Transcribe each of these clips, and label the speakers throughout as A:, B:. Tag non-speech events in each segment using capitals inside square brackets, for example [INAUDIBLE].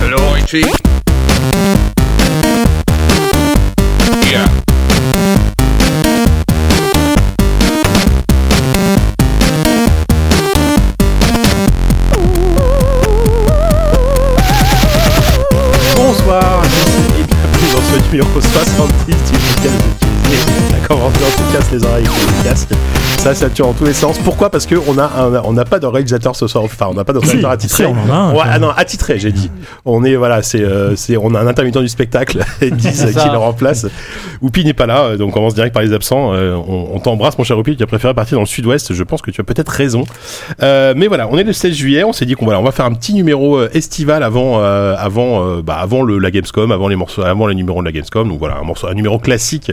A: Archie. Yeah.
B: Bonsoir et bienvenue dans ce numéro 70 du podcast de Kizzy. La convention se casse les oreilles avec le casque. Ça sature en tous les sens. Pourquoi Parce qu'on n'a on n'a pas de réalisateur ce soir. Enfin, on n'a pas de réalisateur attitré.
C: si, on en a un,
B: Ouais,
C: quand
B: ah non, attitré, j'ai dit. On est, voilà, c'est, euh, c'est- on a un intermittent du spectacle, [LAUGHS] Guise, qui le remplace. Oupi n'est pas là, euh, donc on commence direct par les absents. Euh, on on t'embrasse, mon cher Oupi, tu as préféré partir dans le sud-ouest. Je pense que tu as peut-être raison. Euh, mais voilà, on est le 16 juillet, on s'est dit qu'on voilà, on va faire un petit numéro euh, estival avant euh, avant euh, bah, avant le, la Gamescom, avant les morceaux, avant les numéros de la Gamescom. Donc voilà, un morceau, un numéro classique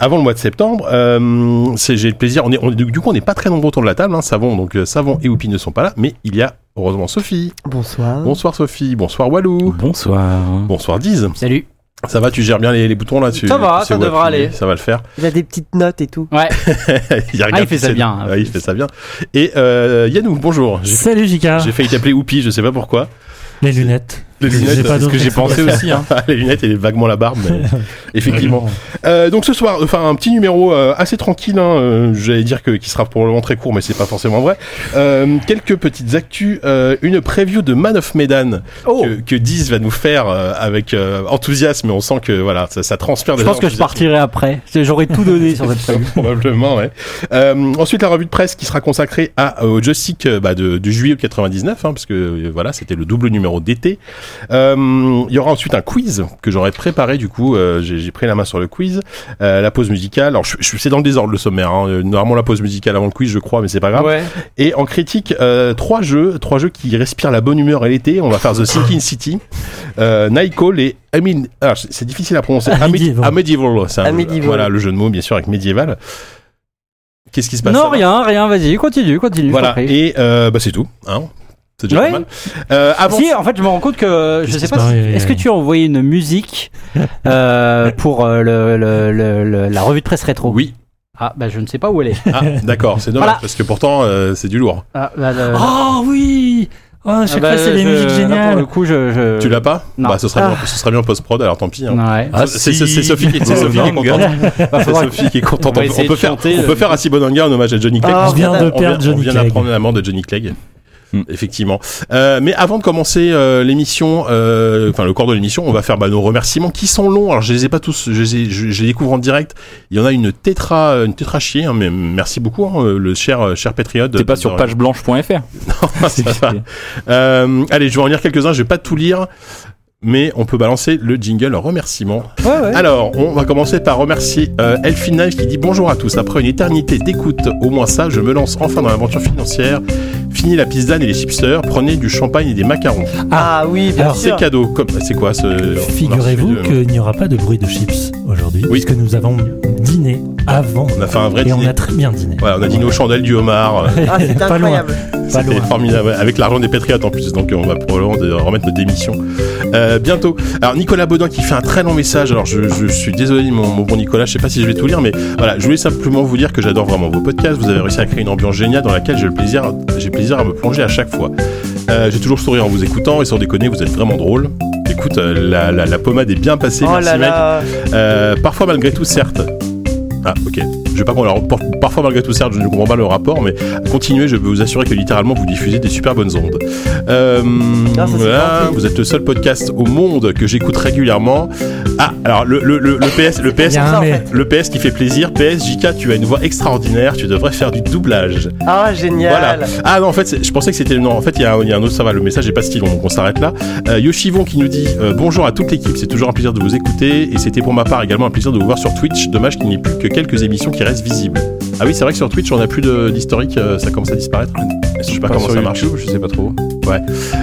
B: avant le mois de septembre. Euh, c'est- j'ai le plaisir. On est, on est- du coup, on n'est pas très nombreux autour de la table. Hein, Savon, donc euh, Savon et Oupi ne sont pas là, mais il y a heureusement Sophie.
D: Mmh.
E: Bonsoir.
B: Bonsoir Sophie, bonsoir Walou.
F: Mmh.
C: Bonsoir.
B: Bonsoir Diz.
D: Salut.
B: Ça va, tu gères bien les, les boutons là dessus
D: Ça va, ça devra aller.
B: Ça va le faire.
E: Il a des petites notes et tout.
D: Ouais.
B: [LAUGHS] il, regarde
D: Ah, il fait
B: ses-
D: ça bien, hein.
B: Ouais, il fait ça bien. Et euh, Yannou, bonjour. J'ai-
C: Salut Jika.
B: J'ai failli t'appeler Oupi, je sais pas pourquoi.
C: Les lunettes.
B: Les
C: J'ai
B: lunettes,
C: pas
B: c'est ce
C: d'autre
B: que j'ai pensé
C: explication.
B: aussi. hein.
C: [LAUGHS]
B: les lunettes et vaguement la barbe, mais effectivement. Euh, donc ce soir, enfin un petit numéro euh, assez tranquille. Hein, euh, J'allais dire que qui sera probablement très court, mais c'est pas forcément vrai. Euh, quelques petites actus, euh, une preview de Man of Medan
C: Oh.
B: que, que Diz va nous faire euh, avec euh, enthousiasme. Et on sent que voilà, ça, ça transpire.
D: Je
B: déjà
D: pense que je
B: l'enthousiasme.
D: partirai après. C'est- J'aurais tout donné sur cette feuille.
B: [LAUGHS] Probablement, ouais. Euh, ensuite, la revue de presse qui sera consacrée à, au joystick euh, bah, de, de juillet 99, hein, parce que euh, voilà, c'était le double numéro d'été. Euh, Il y aura ensuite un quiz que j'aurais préparé, du coup, euh, j'ai j'ai pris la main sur le quiz. Euh, la pause musicale, alors je, je- c'est dans le désordre le sommaire, hein. Euh, normalement la pause musicale avant le quiz, je crois, mais c'est pas grave.
D: Ouais.
B: Et en critique, euh, trois jeux, trois jeux qui respirent la bonne humeur et l'été. On va faire
D: [LAUGHS]
B: The Sinking City, euh, Nicole et Amin. ah, c'est c'est difficile à prononcer.
C: Ah,
B: Amid-
C: Medieval.
B: ah, Medieval, c'est un-
E: Ah, Medieval.
B: Voilà le jeu de mots, bien sûr, avec médiéval. Qu'est-ce qui se passe
D: Non,
B: Sarah
D: rien, rien, vas-y, continue, continue.
B: Bah, Voilà.
D: je t'en prie.
B: Et euh, bah, c'est tout. Hein c'est déjà
D: Ouais.
B: pas mal. Euh, avant.
D: Si, en fait, je me rends compte que je
C: Qu'est-ce
D: sais
C: qui
D: pas.
C: se passe
D: si-
C: Ouais,
D: Est-ce que
C: ouais.
D: tu as envoyé une musique euh, pour euh, le, le- le- le- la revue de presse rétro
B: Oui.
D: Ah, bah je ne sais pas où elle est.
B: Ah, d'accord. C'est dommage
D: Voilà.
B: parce que pourtant euh, c'est du lourd.
D: Ah, bah, le-
C: Oh oui. Oh, chaque
D: Ah, bah,
C: fois c'est des
D: je-
C: musiques
D: là, Pour le
C: géniales.
D: coup, je. je-
B: tu l'as pas
D: non.
B: Bah, ce serait bien, ce serait bien post prod. Alors tant pis. hein.
D: Ouais.
C: Ah,
B: c'est
C: si.
B: c'est- c'est Sophie qui c'est Sophie qui est contente.
D: Bah,
B: Oh, C'est
D: faudra-
B: Sophie qui est contente.
D: On
B: On,
D: va
B: peut-
D: essayer
B: on peut
D: de
B: faire,
D: chanter,
B: on peut
D: euh,
B: faire à Sibonanga un hommage à Johnny Clegg.
E: Ah,
C: Je viens de
B: On vient,
C: perdre Johnny
B: on vient
C: Clegg.
B: d'apprendre la mort de Johnny Clegg. Hmm.
C: Mm.
B: Effectivement. Euh, mais avant de commencer euh, l'émission, euh, enfin le corps de l'émission, on va faire bah, nos remerciements qui sont longs. Alors je les ai pas tous, je les, ai- je, je les découvre en direct. Il y en a une tétra, une tétra chier, hein, mais merci beaucoup, hein, le cher euh, cher patriote.
F: T'es pas sur pageblanche.fr
B: [LAUGHS] Ça va. Euh, allez, je vais en lire quelques uns. Je vais pas tout lire, mais on peut balancer le jingle en remerciement.
D: Ouais, ouais.
B: Alors, on va commencer par remercier euh, Elfine Knife qui dit bonjour à tous. Après une éternité d'écoute, au moins ça, je me lance enfin dans l'aventure financière. Fini la pizza et les chipsters, prenez du champagne et des macarons.
E: Ah, oui, bien
C: Alors,
B: C'est
E: sûr.
B: cadeau. Comme- C'est quoi ce. on a
C: Euh, Figurez-vous
B: reçu de-
C: qu'il n'y aura pas de bruit de chips aujourd'hui,
B: euh, Oui.
C: puisque nous avons dîné avant.
B: On a fait un vrai
C: et on
B: dîner.
C: a très bien dîné.
B: Voilà, on a dîné aux chandelles du homard. euh,
E: Ah, c'est
C: Pas loin.
E: incroyable.
C: Pas
B: C'était
C: loin.
B: formidable, ouais, avec l'argent des Patriotes en plus, donc on va probablement de- remettre notre démission euh, bientôt. Alors Nicolas Baudin qui fait un très long message, alors je, je suis désolé mon, mon bon Nicolas, je sais pas si je vais tout lire, mais voilà, je voulais simplement vous dire que j'adore vraiment vos podcasts, vous avez réussi à créer une ambiance géniale dans laquelle j'ai le plaisir, j'ai plaisir à me plonger à chaque fois. Euh, j'ai toujours souri en vous écoutant et sans déconner, vous êtes vraiment drôle. Écoute, euh, la, la- la pommade est bien passée,
E: Oh
B: merci
E: là
B: mec.
E: là.
B: Euh, parfois malgré tout, certes. Ah, ok. Je vais pas prendre. Alors, par- parfois malgré tout, certes, je ne comprends pas le rapport, mais continuez. Je peux vous assurer que littéralement, vous diffusez des super bonnes ondes. Euh,
E: Ah, ça, c'est
B: voilà,
E: gentil.
B: vous êtes le seul podcast au monde que j'écoute régulièrement. Ah, alors le, le, le, le PS, le
C: Il y
B: PS.
C: a
E: ça,
C: un
E: en
C: mais.
E: fait.
B: Le PS qui fait plaisir, PS JK, tu as une voix extraordinaire, tu devrais faire du doublage.
E: Ah, génial.
B: Voilà. Ah non, en fait, c'est- je pensais que c'était non. En fait, il y, a un- il y a un autre. Ça va, le message est pas si long, donc on s'arrête là. Euh, Yoshivon qui nous dit euh, bonjour à toute l'équipe. C'est toujours un plaisir de vous écouter et c'était pour ma part également un plaisir de vous voir sur Twitch. Dommage qu'il n'y ait plus que quelques émissions qui restent visibles. Ah oui, c'est vrai que sur Twitch, on n'a plus de- d'historique. euh, ça commence à disparaître. Je sais pas,
F: Pas
B: comment
F: sur
B: ça marche.
F: YouTube, je sais pas trop.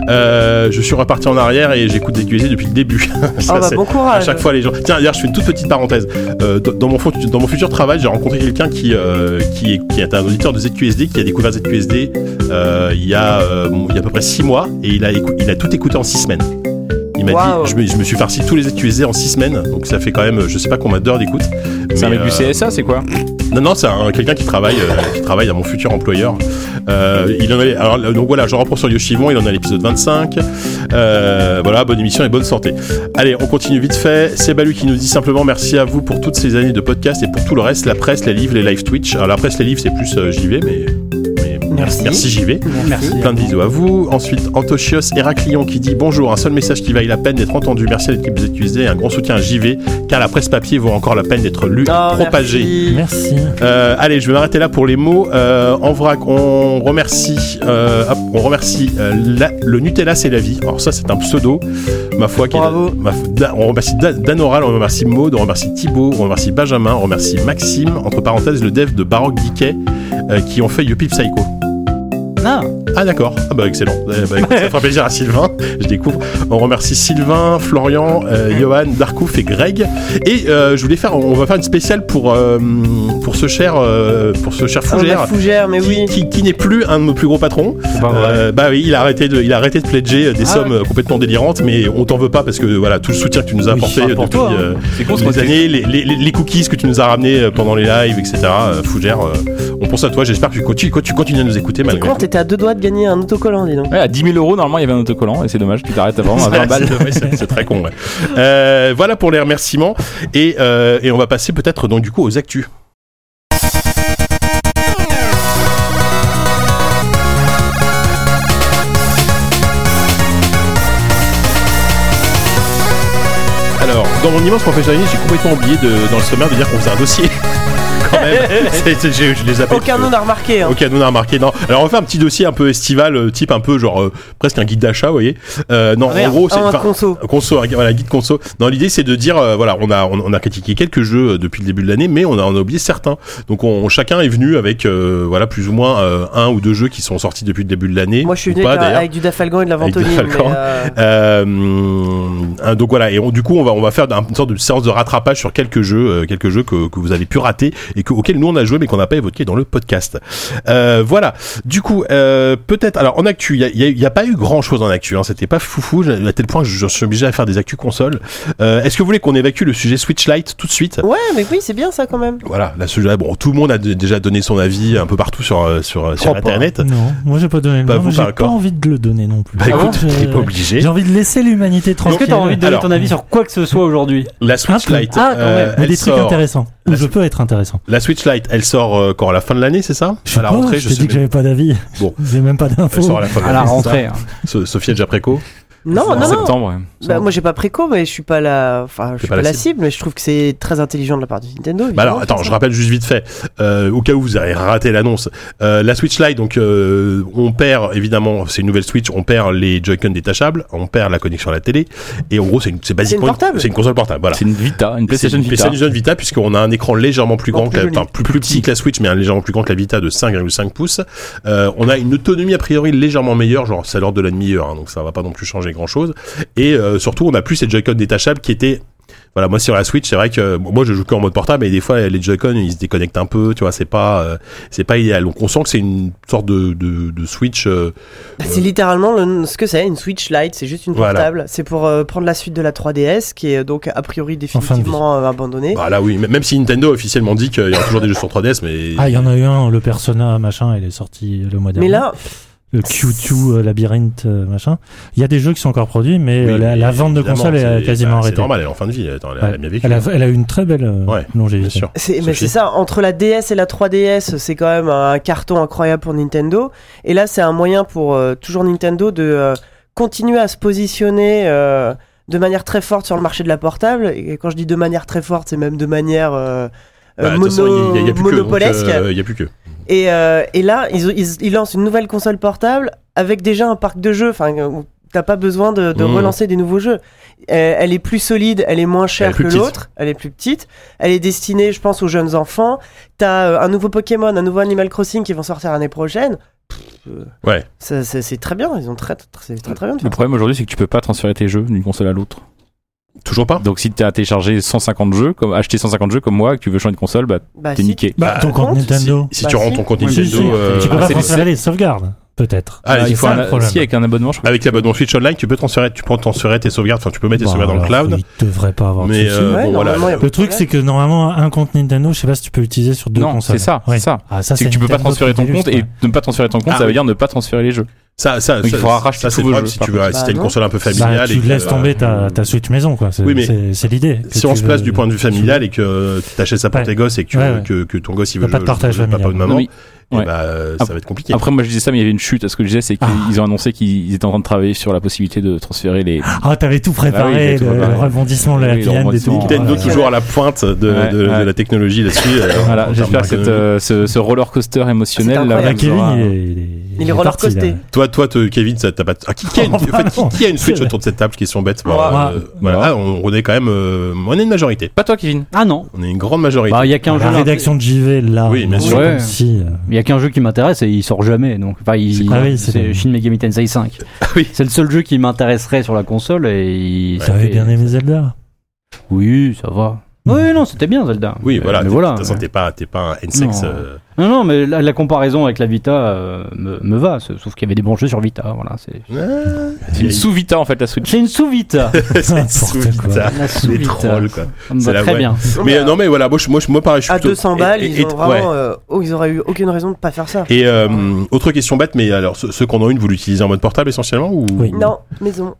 B: Euh, je suis reparti en arrière et j'écoute des QZ depuis le début. [LAUGHS] Ça,
E: Ah, bah,
B: c'est-
E: bon
B: à
E: courage.
B: chaque fois les gens. Tiens, d'ailleurs, je fais une toute petite parenthèse. Euh, dans, dans mon fou- dans mon futur travail, j'ai rencontré quelqu'un qui, euh, qui, est, qui est un auditeur de ZQSD, qui a découvert ZQSD euh, il, y a, euh, bon, il y a à peu près 6 mois, et il a, écou- il a tout écouté en 6 semaines. Il Il m'a
E: Waouh.
B: dit, je me, je me suis farci tous les étudiés en 6 semaines, donc ça fait quand même, je sais pas combien d'heures d'écoute.
F: C'est un
B: Mais,
F: mec du
B: euh,
F: CSA, c'est quoi
B: Non, non, c'est un- quelqu'un qui travaille, euh, qui travaille à mon futur employeur. Euh, il en est- alors, euh, donc voilà, je reprends sur Yoshimon, il en a l'épisode 25. Euh, voilà, bonne émission et bonne santé. Allez, on continue vite fait. C'est Balu qui nous dit simplement merci à vous pour toutes ces années de podcast et pour tout le reste, la presse, les livres, les live Twitch. Alors la presse, les livres, c'est plus euh, j'y vais, mais, mais
E: Merci.
B: merci j'y vais.
D: Merci.
B: Plein de bisous à vous. Ensuite, Antochios Héraclion qui dit bonjour, un seul message qui vaille la peine d'être entendu. Merci à l'équipe des utilisés et un grand soutien à JV, car la presse papier vaut encore la peine d'être lue,
E: Oh,
B: propagée.
E: merci.
C: Merci.
B: Euh, allez, je vais m'arrêter là pour les mots. Euh, en vrac, on remercie, euh, hop, on remercie euh, la- le Nutella, c'est la vie. Alors ça, c'est un pseudo, ma foi. qui est-
E: Bravo.
B: ma foi- Da- on remercie Da- Danoral, on remercie Maud, on remercie Thibaut, on remercie Benjamin, on remercie Maxime, entre parenthèses, le dev de Baroque Dickey, euh, qui ont fait Yuppie Psycho.
D: Non.
B: Ah d'accord, ah bah excellent, Eh bah, écoute, ça fera plaisir à Sylvain, je découvre. On remercie Sylvain, Florian, euh, Johan, Darkouf et Greg. Et euh, je voulais faire, on va faire une spéciale pour, euh, pour ce cher, euh, pour ce cher
E: Ah,
B: fougère.
E: la fougère,
F: eh
E: mais
B: qui-
E: oui.
B: Qui, qui n'est plus un de nos plus gros patrons.
F: C'est pas
B: Euh, bah oui, il a arrêté de, il a arrêté de pledger des
F: Ah,
B: sommes euh, complètement délirantes, mais on t'en veut pas parce que voilà tout le soutien que tu nous as
C: Oui,
B: apporté
F: pas
B: depuis
F: pour toi, hein.
B: euh,
F: C'est con, ce
B: les
F: qu'on fait.
B: années, les, les- les- les cookies que tu nous as ramenés euh, pendant les lives, etc. Euh, Fougère, euh, on pense à toi. J'espère que tu continues, tu continues à nous écouter malgré.
E: Comment t'étais à deux doigts de gagner un autocollant, dis donc.
F: Ouais, à 10 000 euros, normalement, il y avait un autocollant, et c'est dommage, tu t'arrêtes vraiment à 20
B: Ouais,
F: balles.
B: c'est- ouais, c'est c'est très con. ouais. Euh, voilà pour les remerciements et, euh, et on va passer peut-être donc du coup aux actus. Alors, dans mon immense professionnalisme, j'ai complètement oublié de, dans le sommaire de dire qu'on faisait un dossier. [LAUGHS] Quand
E: [LAUGHS]
B: même, C'est- c'est- j'ai- je les appelle.
E: Aucun nom n'a remarqué. hein.
B: Ok, nous on a remarqué. Non. Alors on fait un petit dossier un peu estival, euh, type un peu genre euh, presque un guide d'achat, vous voyez. Euh, non, en
E: Merde.
B: gros, c'est
E: Ah, un
B: enfin,
E: conso.
B: conso, un- voilà, guide conso. Non, l'idée c'est de dire, euh, voilà, on a on, on a critiqué quelques jeux euh, depuis le début de l'année, mais on a, on a oublié certains. Donc on, chacun est venu avec euh, voilà plus ou moins euh, un ou deux jeux qui sont sortis depuis le début de l'année.
E: Moi, je suis
B: ou
E: venu
B: pas,
E: avec, un-
B: d'ailleurs.
E: avec du Dafalgan et de la
B: Avec du
E: Ventoline. mais,
B: Dafalgan.
E: euh,
B: Euh, hein, donc voilà et on- du coup on va on va faire un- une sorte de séance de rattrapage sur quelques jeux euh, quelques jeux que, que vous avez pu rater et que, auxquels nous on a joué mais qu'on n'a pas évoqué dans le podcast euh, voilà du coup euh, peut-être alors en actu il y a, il y a- il y a pas eu grand chose en actu hein, c'était pas foufou à tel point que je, je suis obligé à faire des actus consoles Euh, est-ce que vous voulez qu'on évacue le sujet Switch Lite tout de suite
E: Ouais, mais oui, c'est bien ça quand même.
B: voilà là ce jeu bon tout le monde a d- déjà donné son avis un peu partout sur euh, sur, sur
E: Oh, pas.
B: internet
C: Non, moi j'ai pas donné le
B: Bah,
C: nom,
B: vous,
C: mais
B: pas
C: j'ai pas
B: encore.
C: envie de le donner non plus.
B: bah
C: Ah
B: écoute
C: bon
B: t'es pas
C: Je-
B: obligé
C: J'ai envie de laisser l'humanité
D: Est-ce
C: tranquille.
D: que t'as envie de donner
B: Alors-
D: ton avis sur quoi que ce soit aujourd'hui
B: la
C: Un
B: Switch
C: peu.
B: Lite
D: Ah, quand
B: euh,
D: même.
C: Mais
B: elle
C: des trucs
B: sort- Ah,
C: intéressants où
B: La-
C: je peux être intéressant.
B: La Switch Lite, elle sort euh, quand à la fin de l'année, c'est ça
C: Je sais
B: À la
C: pas,
B: rentrée,
C: je
B: je
C: t'ai
B: sais
C: dit que
B: même-
C: j'avais pas d'avis.
B: Bon.
C: J'ai même pas
B: Elle sort
C: d'infos.
B: à la fin de
D: À la
B: l'année. c'est
D: rentrée. hein.
B: ça So- Sophia déjà préco.
E: Non,
F: En
E: non, non.
F: septembre. ouais.
E: Bah, moi, j'ai pas préco, mais je suis pas la. Enfin, je suis
B: pas
E: pas,
B: la
E: la cible. mais je trouve que c'est très intelligent de la part de Nintendo.
B: Bah
E: évidemment,
B: alors, attends,
E: c'est
B: je
E: ça.
B: rappelle juste vite fait, euh, au cas où vous avez raté l'annonce. Euh, la Switch Lite, donc, euh, on perd évidemment, c'est une nouvelle Switch, on perd les Joy-Con détachables, on perd la connexion à la télé, et en gros, c'est une- c'est basiquement
E: portable.
B: c'est une console portable. Voilà.
F: C'est une Vita, une
B: C'est
F: PlayStation
B: une
F: Vita.
B: PlayStation Vita, puisqu'on a un écran légèrement plus
E: Bon,
B: grand,
E: plus
B: que la-
E: joli.
B: enfin plus, plus petit que la Switch, mais un légèrement plus grand que la Vita de 5,5 pouces. Euh, on a une autonomie a priori légèrement meilleure, genre c'est à l'ordre de la demi-heure, hein, donc ça va pas non plus changer grand-chose. Et euh, surtout, on a plus ces Joy-Con détachables qui étaient voilà, moi sur la Switch, c'est vrai que euh, moi je joue qu'en mode portable et des fois les Joy-Con ils se déconnectent un peu, tu vois, c'est pas euh, c'est pas idéal. Donc on sent que c'est une sorte de de, de Switch euh,
E: Bah, C'est littéralement le- ce que c'est, une Switch Lite, c'est juste une
B: Voilà.
E: portable. C'est pour euh, prendre la suite de la 3DS qui est euh, donc a priori
C: fin de vie.
E: définitivement euh, abandonnée.
B: bah là oui, même même si Nintendo a officiellement dit qu'il y aura toujours des jeux sur 3DS mais
C: Ah, il y en a eu un, le Persona, machin, il est sorti le mois dernier.
E: mais là,
C: le Q2 euh, Labyrinthe, euh, machin. Il y a des jeux qui sont encore produits, mais
B: Oui,
C: euh, la,
B: mais
C: la vente de
B: évidemment,
C: consoles est euh,
B: c'est-
C: quasiment
B: bah, C'est
C: arrêtée.
B: normal, elle est en fin de vie, attends, elle a-
C: Ouais.
B: elle a bien vécu.
C: Elle a, elle a eu une très belle euh,
B: Ouais, Bien
C: longévité.
B: sûr.
E: c'est mais
B: Sophie.
E: c'est ça, entre la DS et la 3DS, c'est quand même un carton incroyable pour Nintendo. Et là, c'est un moyen pour euh, toujours Nintendo de euh, continuer à se positionner euh, de manière très forte sur le marché de la portable. Et quand je dis de manière très forte, c'est même de manière euh, euh,
B: Bah, de toute façon,
E: mono-
B: il y a- il y a plus que, donc,
E: monopolesque.
B: euh, Il y a plus que.
E: Et, euh, et là, ils, ils- ils lancent une nouvelle console portable avec déjà un parc de jeux. Enfin, où t'as pas besoin de, de
B: Mmh.
E: relancer des nouveaux jeux. Euh, elle est plus solide, elle est moins
B: Elle est
E: chère
B: plus
E: que
B: petite.
E: l'autre, elle est plus petite. Elle est destinée, je pense, aux jeunes enfants. T'as euh, un nouveau Pokémon, un nouveau Animal Crossing qui vont sortir l'année prochaine. Pff, euh,
B: Ouais.
E: ça- ça- C'est très bien, ils ont très, très, c'est très, très bien. de
F: Le
E: faire ça.
F: problème aujourd'hui, c'est que tu peux pas transférer tes jeux d'une console à l'autre.
B: Toujours pas
F: Donc si t'as téléchargé 150 jeux, comme acheté 150 jeux comme moi, et que tu veux changer de console, bah
E: Bah,
F: t'es
E: si.
F: niqué.
C: Bah,
B: Bah,
C: ton compte
E: compte,
C: Nintendo.
B: Si, si
E: Bah,
B: tu rends
E: si.
B: ton compte
F: Oui,
C: Si,
B: Nintendo,
C: si.
B: euh,
C: tu peux
F: ah,
C: pas
F: c'est-
C: transférer les sauvegardes. Peut-être. Bah,
B: Ah,
C: C'est
B: il faut
C: ça,
B: un-
C: le problème.
F: Si, avec un abonnement, je crois.
B: Avec l'abonnement Switch Online, tu peux transférer, tu peux transférer tes sauvegardes, enfin, tu peux mettre tes
C: Bah,
B: sauvegardes dans le
C: alors,
B: cloud.
C: Il devrait pas avoir de
B: Mais,
C: soucis.
B: euh, bon, voilà.
E: normalement, il y a pas
C: Le
E: de
C: truc,
E: problème.
C: c'est que normalement, un compte Nintendo, je sais pas si tu peux l'utiliser sur deux
F: Non,
C: consoles.
F: c'est ça,
C: Ouais.
F: c'est ça.
C: Ah, ça,
F: C'est que tu peux pas
C: Nintendo
F: transférer ton
C: qui est
F: compte
C: juste,
F: et ne pas transférer ton compte,
B: Ah
F: ça veut
B: oui.
F: dire ne pas transférer les jeux.
B: Ça, ça,
F: Donc, il
B: ça,
F: faudra racheter
B: ça,
F: tous
B: c'est le
F: vos
B: problème
F: jeux,
B: si
F: par
B: tu veux,
F: contre.
B: si t'as une
E: Bah,
B: console un peu
C: ouais.
B: familiale.
C: Bah,
B: et
C: tu
B: que,
C: laisses
B: euh,
C: tomber ta, ta Switch maison, quoi. C'est
B: Oui, mais
C: c'est- c'est l'idée. que
B: Si
C: tu
B: on se place
C: veux-
B: du point de vue familial et que euh, t'achètes ça pour
C: Ouais.
B: tes gosses et que, tu
C: Ouais,
B: veux
C: ouais.
B: que, que ton gosse il
C: T'as
B: veut
C: pas de
B: jouer-
C: partage
B: jouer avec papa ou
C: familial.
B: maman,
F: Non, mais-
B: et
F: Ouais.
B: bah, euh, ça va être compliqué.
F: Après, moi, je disais ça, mais il y avait une chute. Parce que je disais, c'est qu'ils ils ont annoncé qu'ils étaient en train de travailler sur la possibilité de transférer les.
C: Ah, t'avais tout
F: Ah oui,
C: préparé,
F: j'ai tout
C: le,
F: préparé.
C: le rebondissement, le
F: Oui, le
C: happy end et tout.
F: rebondissement.
B: Bah, Nintendo
C: Voilà.
B: toujours à la pointe de,
F: Ouais,
B: de- de
F: ouais.
B: la technologie là-dessus. euh,
F: [LAUGHS]
B: en
F: Voilà, j'espère que
B: termes
F: cette,
B: d'économie.
F: euh, ce, ce roller coaster émotionnel
E: Ah, c'est
F: là.
C: Bah,
E: incroyable.
F: vous aura-
C: Kevin, il est, il
E: Il
C: est,
E: est
C: parti, là.
E: rollercoasté.
B: Toi, toi, te- Kevin, ça t'a pas. Ah, qui, qui a une, en fait, qui, qui a une Switch
C: C'est vrai.
B: autour de cette table Question bête.
E: Moi.
B: Bah, euh,
C: Moi.
B: voilà, ah, on, on est quand même. euh, on est une majorité.
F: Pas toi, Kevin.
D: Ah non.
B: On est une grande majorité.
D: Bah, il y a qu'un
C: La
D: jeu.
C: rédaction de JV, là.
B: Oui, bien
C: on-
B: sûr.
D: Ouais.
C: Si, euh,
D: Il y a qu'un jeu qui m'intéresse et il sort jamais. Donc, enfin, il-
C: C'est quoi Ah oui, c'est
D: c'est
C: le-
D: Shin Megami Tensei 5.
B: oui.
D: C'est le seul jeu qui m'intéresserait sur la console et. il- ça
C: T'avais
D: fait-
C: bien aimé Zelda
D: Oui, ça va. Oui, non, c'était bien Zelda.
B: Oui,
D: Mais-
B: voilà.
D: mais
B: t'es-
D: voilà.
B: De toute façon, t'es pas, t'es pas un N6.
D: Non.
B: euh,
D: Non, non, mais la, la comparaison avec la Vita euh, me, me va. c'est- Sauf qu'il y avait des bons jeux sur Vita. Voilà, c'est.
B: ah,
F: C'est une sous Vita en fait, la Switch.
D: C'est une sous Vita.
B: [LAUGHS] c'est
C: N'importe
B: sweet,
C: quoi.
B: ça.
D: La sous
B: Les
D: Vita.
B: trolls, quoi.
D: Ça me
B: C'est
D: va
B: la
D: très
B: vraie.
D: bien. Ah,
B: Mais
E: à-
B: euh, non, mais voilà, moi, je, moi, je- moi pareil, je suis
E: à
B: plutôt-
E: 200
B: et-
E: balles,
B: et-
E: ils, ont
B: et-
E: vraiment,
B: ouais.
E: euh, oh, ils auraient eu aucune raison de pas faire ça.
B: Et euh, autre question bête, mais alors ceux, ceux qu'on a une, vous l'utilisez en mode portable essentiellement ou
C: Oui.
E: Non, maison.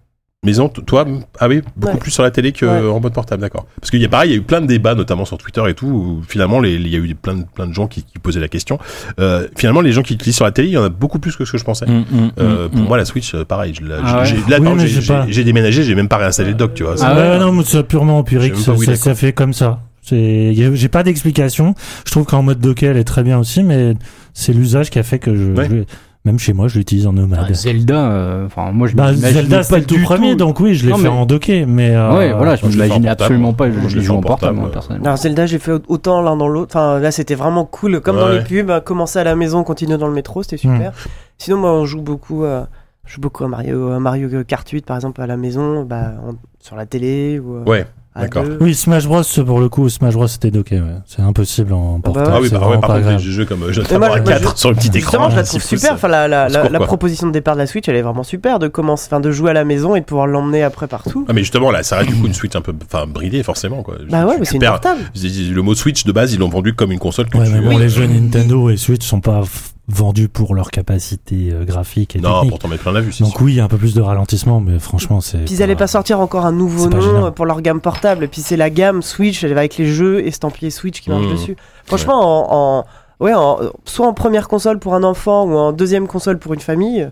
B: Maison, t- toi, m- ah oui, beaucoup
E: Ouais.
B: plus sur la télé que
E: Ouais.
B: en mode portable, d'accord. Parce qu'il y a pareil, il y a eu plein de débats, notamment sur Twitter et tout. Où finalement, les- il y a eu plein de plein de gens qui, qui posaient la question. Euh, finalement, les gens qui utilisent sur la télé, il y en a beaucoup plus que ce que je
C: Mm.
B: pensais.
F: Hum, hum,
B: Euh,
F: hum,
B: pour
F: hum.
B: moi, la Switch, euh, pareil. Je, la-
D: Ah
B: j'ai-
D: ouais.
B: j'ai- là,
C: Oui,
B: attends,
C: mais
B: j'ai-
C: j'ai pas-
B: j'ai j'ai déménagé, j'ai même pas réinstallé le dock, tu vois.
D: Ah
C: Ah
D: ouais,
C: ouais, non, mais c'est purement empirique,
B: Je sais
C: ça,
B: même pas où il
C: ça-
B: est,
C: ça fait comme ça. C'est- y a- J'ai pas d'explication. Je trouve qu'en mode docké, elle est très bien aussi, mais c'est l'usage qui a fait que je,
B: Ouais.
C: je- même chez moi, je l'utilise en nomade.
D: Ah, Zelda, euh, enfin, moi je
C: Bah,
D: m'imagine
C: Zelda,
D: pas
C: c'était le
D: du
C: tout premier, donc oui, je l'ai
D: Non,
C: fait
D: mais-
C: en docké, mais euh,
D: ouais, voilà, je
B: moi, je l'ai fait en
D: m'imagine
B: portable,
D: absolument
B: moi.
D: pas. Je,
B: Moi, je
D: je
B: l'ai
D: joue
B: fait
D: en
B: en
D: portable,
B: portable,
D: moi,
B: ouais.
D: personnellement.
E: Alors Zelda, j'ai fait au- autant l'un dans l'autre. Enfin, là, c'était vraiment cool. Comme dans
B: Ouais. Hmm.
E: les pubs, hein, commencer à la maison, continuer dans le métro, c'était super. Sinon, moi, on joue beaucoup. euh, je joue beaucoup à Mario, à Mario Kart 8, par exemple, à la maison, bah, en- sur la télé ou. euh,
B: Ouais,
E: à
B: d'accord.
E: deux.
C: Oui, Smash Bros, pour le coup, Smash Bros, c'était docké, ouais. C'est impossible en
E: Ah bah
C: portable.
B: Ah oui,
C: c'est
B: bah, ouais,
C: vraiment
B: par
C: pas
B: contre,
C: grave.
B: des jeux comme euh, je
E: moi,
B: à
E: je-
B: 4 sur le petit
E: Justement,
B: écran.
E: je la
B: c'est
E: trouve
B: fou,
E: super.
B: ça.
E: Enfin, la, la,
B: se
E: la-
B: court,
E: la
B: quoi.
E: proposition de départ de la Switch, elle est vraiment super de commencer, enfin, de jouer à la maison et de pouvoir l'emmener après partout.
B: Ah mais justement là, ça reste du coup une Switch un peu, enfin bridée forcément quoi.
E: Bah
B: Tu-
E: ouais,
B: tu
E: mais c'est une
B: perds-
E: portable.
B: Le mot Switch de base, ils l'ont vendu comme une console que
C: Ouais,
B: tu-
C: mais bon,
B: euh,
C: les jeux Nintendo et Switch sont pas f- vendus pour leur capacité euh, graphique et
B: Non,
C: technique.
B: pour t'en mettre plein la vue, c'est
C: Donc
B: sûr.
C: oui, il y a un peu plus de ralentissement, mais franchement, c'est.
E: Puis ils allaient pas sortir encore un nouveau
C: C'est pas
E: nom
C: gênant.
E: euh, pour leur gamme portable. Et puis c'est la gamme Switch, elle va avec les jeux estampillés Switch qui
C: Hmm.
E: marchent
B: Mmh.
E: dessus. Franchement, en, en- ouais, en- soit en première console pour un enfant ou en deuxième console pour une famille. euh,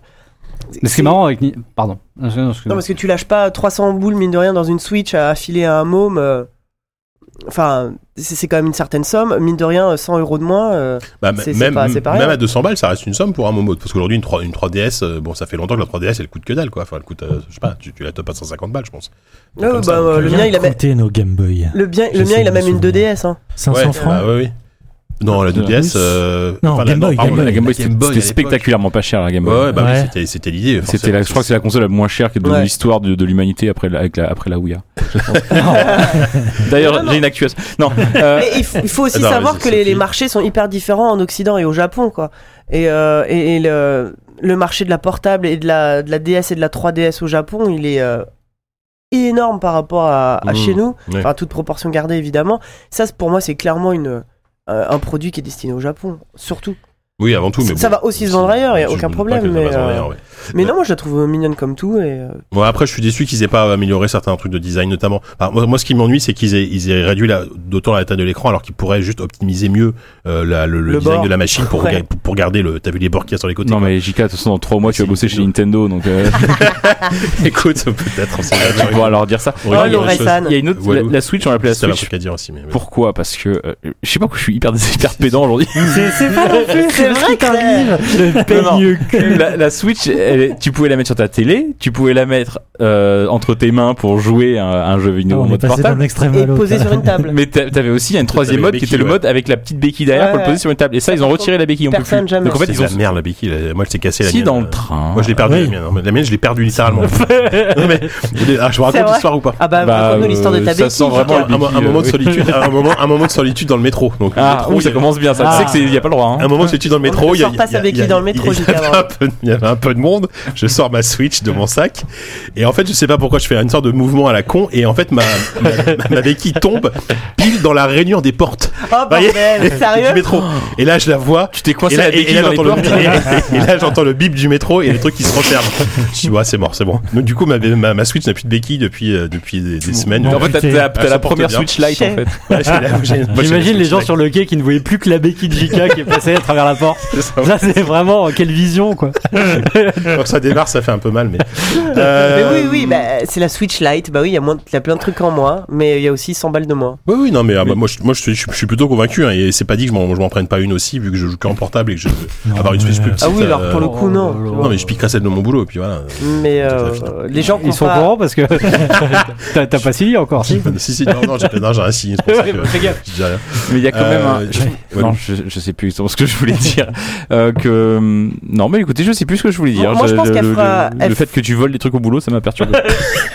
D: Mais ce qui
E: c'est-
D: est marrant avec. Ni- Pardon. Non,
E: Non,
D: excuse-moi.
E: parce que tu lâches pas 300 boules, mine de rien, dans une Switch à filer à un môme. euh, Enfin, c'est c'est quand même une certaine somme. Mine de rien, 100 euros de moins. euh,
B: Bah, m-
E: c'est- c'est
B: même,
E: pas- c'est pareil,
B: même à
E: hein.
B: 200 balles, ça reste une somme pour un Momo. Parce qu'aujourd'hui, une, 3, une 3DS, euh, bon, ça fait longtemps que la 3DS, elle coûte que dalle, quoi. Enfin, elle coûte, euh, je sais pas, tu, tu la top à 150 balles, je pense.
E: Ouais,
B: comme
E: bah,
B: ça,
E: euh,
B: donc,
E: le
B: euh,
E: mien, il a même-
C: coûté nos Game [LAUGHS] Boy.
E: Le, bien, le
C: J'essaie
E: mien, il
C: de
E: a même
C: me
E: une
C: souvenir.
E: 2DS. Hein.
C: 500
B: ouais,
C: francs.
B: bah, oui, oui. Non, la 2DS, euh,
C: Non,
B: enfin, la-
C: Game Boy,
B: pardon,
C: Game
F: La Game Boy, c'était-
B: à
F: c'était
B: l'époque.
F: spectaculairement pas cher, la Game
B: Ouais,
F: Boy.
B: bah oui,
C: Ouais.
B: c'était- c'était l'idée.
F: C'était la, je crois que c'est la console la moins chère qui est devenue
E: Ouais.
F: l'histoire de, de l'humanité après la, avec la- après la Ouya. je pense.
B: [LAUGHS]
F: D'ailleurs, j'ai une actu. à ce- Non, euh,
E: Mais il f- il faut aussi
B: Non,
E: savoir
B: vas-y,
E: que les,
B: Sophie.
E: les marchés sont hyper différents en Occident et au Japon, quoi. Et, euh, et, et le, le marché de la portable et de la, de la DS et de la 3DS au Japon, il est euh, énorme par rapport à, à
B: Mmh,
E: chez nous.
B: ouais.
E: Enfin, toute proportion gardée, évidemment. Ça, c'est- pour moi, c'est clairement une, euh, un produit qui est destiné au Japon, surtout.
B: Oui, avant tout, mais
E: Ça- ça
B: bon,
E: va aussi se
B: si-
E: vendre ailleurs, y a
B: je
E: aucun
B: doute pas
E: problème,
B: qu'elle va
E: mais,
B: se vendre
E: euh,
B: ailleurs, ouais.
E: Mais
B: Ouais.
E: non, moi, je la trouve mignonne comme tout. Et, euh,
B: Bon après je suis déçu qu'ils aient pas amélioré certains trucs de design notamment. Enfin, moi, moi, ce qui m'ennuie c'est qu'ils aient, ils aient réduit la- d'autant la taille de l'écran alors qu'ils pourraient juste optimiser mieux euh, la- le, le
E: Le
B: design
E: bord.
B: de la machine pour,
E: Ouais.
B: ga- pour, pour garder le t'as vu les bords qu'il y a sur les côtés.
F: non
B: quoi.
F: mais
B: [LAUGHS]
F: JK, de toute façon, dans trois mois, tu vas bosser chez Nintendo, donc euh,
B: écoute peut-être on sait
F: tu
B: jamais.
F: pourras leur dire ça.
B: On regarde
E: Oh,
B: autre chose.
E: Laura-san.
F: Il y a une autre, la,
B: Walou.
F: la Switch, on l'appelait la
B: Si t'avais un
F: Switch.
B: truc à dire aussi mais
F: Pourquoi Parce que euh, je sais pas pourquoi je suis hyper hyper pédant aujourd'hui.
C: [LAUGHS]
E: [LAUGHS]
C: C'est pas non plus.
E: C'est vrai que c'est-
C: Le
F: Non, non.
C: peigne
F: la, la Switch, elle, elle est- tu pouvais la mettre sur ta télé, tu pouvais la mettre euh, entre tes mains pour jouer à un, un jeu vidéo en
C: Ah, on est
F: mode
C: passé d'un
F: portable.
C: extrême à
E: et
C: l'autre.
E: posé sur une table.
F: Mais t'a- t'avais aussi un troisième
B: Avec
F: mode
B: la
F: qui était le
B: béquille,
F: mode avec la petite béquille derrière
E: Ouais,
F: pour le poser
E: ouais.
F: sur une table. Et ça, ils ont retiré la béquille. On peut
E: Personne
F: plus.
E: jamais.
F: Donc en fait,
B: C'est
F: ils ont
B: la merde la béquille. la- Moi, je t'ai cassé la
F: si
B: mienne.
F: dans le
B: euh.
F: train.
B: Moi, je l'ai perdu
C: Ah oui.
B: la mienne. hein. La mienne, je l'ai
F: [LAUGHS]
B: perdue littéralement. Non, mais- ah, je vous
E: C'est
B: raconte
E: vrai.
B: l'histoire ou pas
E: Ah bah,
F: Bah,
E: raconte-nous
F: euh,
E: l'histoire de ta
F: ça
E: béquille.
F: sent
B: Un,
F: vraiment-
E: Jika.
F: le euh,
B: un- un moment de
F: oui.
B: solitude, un moment, un moment de solitude dans le métro. Donc, le
F: Ah,
B: métro,
F: ouh,
B: il y
F: ça
B: a-
F: commence bien. Ça,
C: Ah.
F: tu sais que c'est- il y a pas le droit. hein.
B: Un moment de solitude dans le
E: On ne
B: métro. il y a-
E: sort pas
B: il y a-
E: sa béquille
B: il y a-
E: dans le métro,
B: Il y
E: Jika,
B: avait
E: avant.
B: un peu de- il y avait un peu de monde. Je sors ma Switch de mon sac. Et en fait, je sais pas pourquoi je fais une sorte de mouvement à la con. Et en fait, ma, ma, ma- ma béquille tombe pile dans la rainure des portes
E: Oh
B: Bah, y- [LAUGHS]
E: bordel,
B: du
E: sérieux
B: métro. Et là, je la vois.
F: Tu t'es
B: Et
F: coincé
B: là,
F: la
B: et- et
F: béquille
B: là,
F: dans les
B: j'entends le
F: portes.
B: bip, [LAUGHS] et- et là, j'entends le bip du métro et les trucs qui se referment. Je dis, ouais, c'est mort, c'est bon. Donc, du coup, ma, ma, ma Switch n'a plus de béquille depuis, euh, depuis des, des semaines.
F: En fait, t'as- t'as t'as la
B: Elle se porte
F: première
B: bien.
F: Switch Lite en fait.
B: Ouais, j'ai la- j'ai une-
D: J'imagine les gens sur le quai qui ne voyaient plus que la béquille de Jika qui est passée à travers la porte.
B: Ah
D: Ça, c'est vraiment quelle vision, quoi.
B: Quand ça démarre, ça fait un peu mal, mais.
E: [LAUGHS] Mais
B: Euh,
E: oui, oui, bah, c'est la Switch Lite. Bah oui, il y, a moins- il y a plein de trucs en moi, mais il y a aussi 100 balles de moins.
B: Oui, oui, non, mais ah, bah, moi, je, moi je, suis- je suis plutôt convaincu, hein, et c'est pas dit que je m'en, je m'en prenne pas une aussi, vu que je joue qu'en portable et que je veux
C: Non,
B: avoir une
C: mais-
B: Switch bah, plus petite.
E: Ah oui, alors pour le
B: euh,
E: coup, non.
D: Oh,
B: Non, mais je piquerai celle de mon boulot, et puis voilà.
E: Mais euh,
B: Tout à
E: les gens qui
D: Ils
E: ont
D: sont
E: pas-
D: courants parce que t'as t'as pas signé encore.
B: Si, si, si, [LAUGHS] non, non, j'ai pas d'argent, j'ai un signe, c'est pour ça que,
D: Ouais, fais gaffe.
B: je dis rien.
F: Mais il y a quand
B: Euh,
F: même un.
B: je-
F: [LAUGHS]
B: ouais.
F: Non, je, je sais plus exactement ce que je voulais [LAUGHS] dire. Euh, que hum, non, mais écoutez, je sais plus ce que je voulais dire.
E: Moi, je pense
F: le,
E: qu'elle
F: le-
E: fera-
F: le
E: elle-
F: fait que tu voles des trucs au boulot, ça m'a
E: [LAUGHS]
F: perturbé.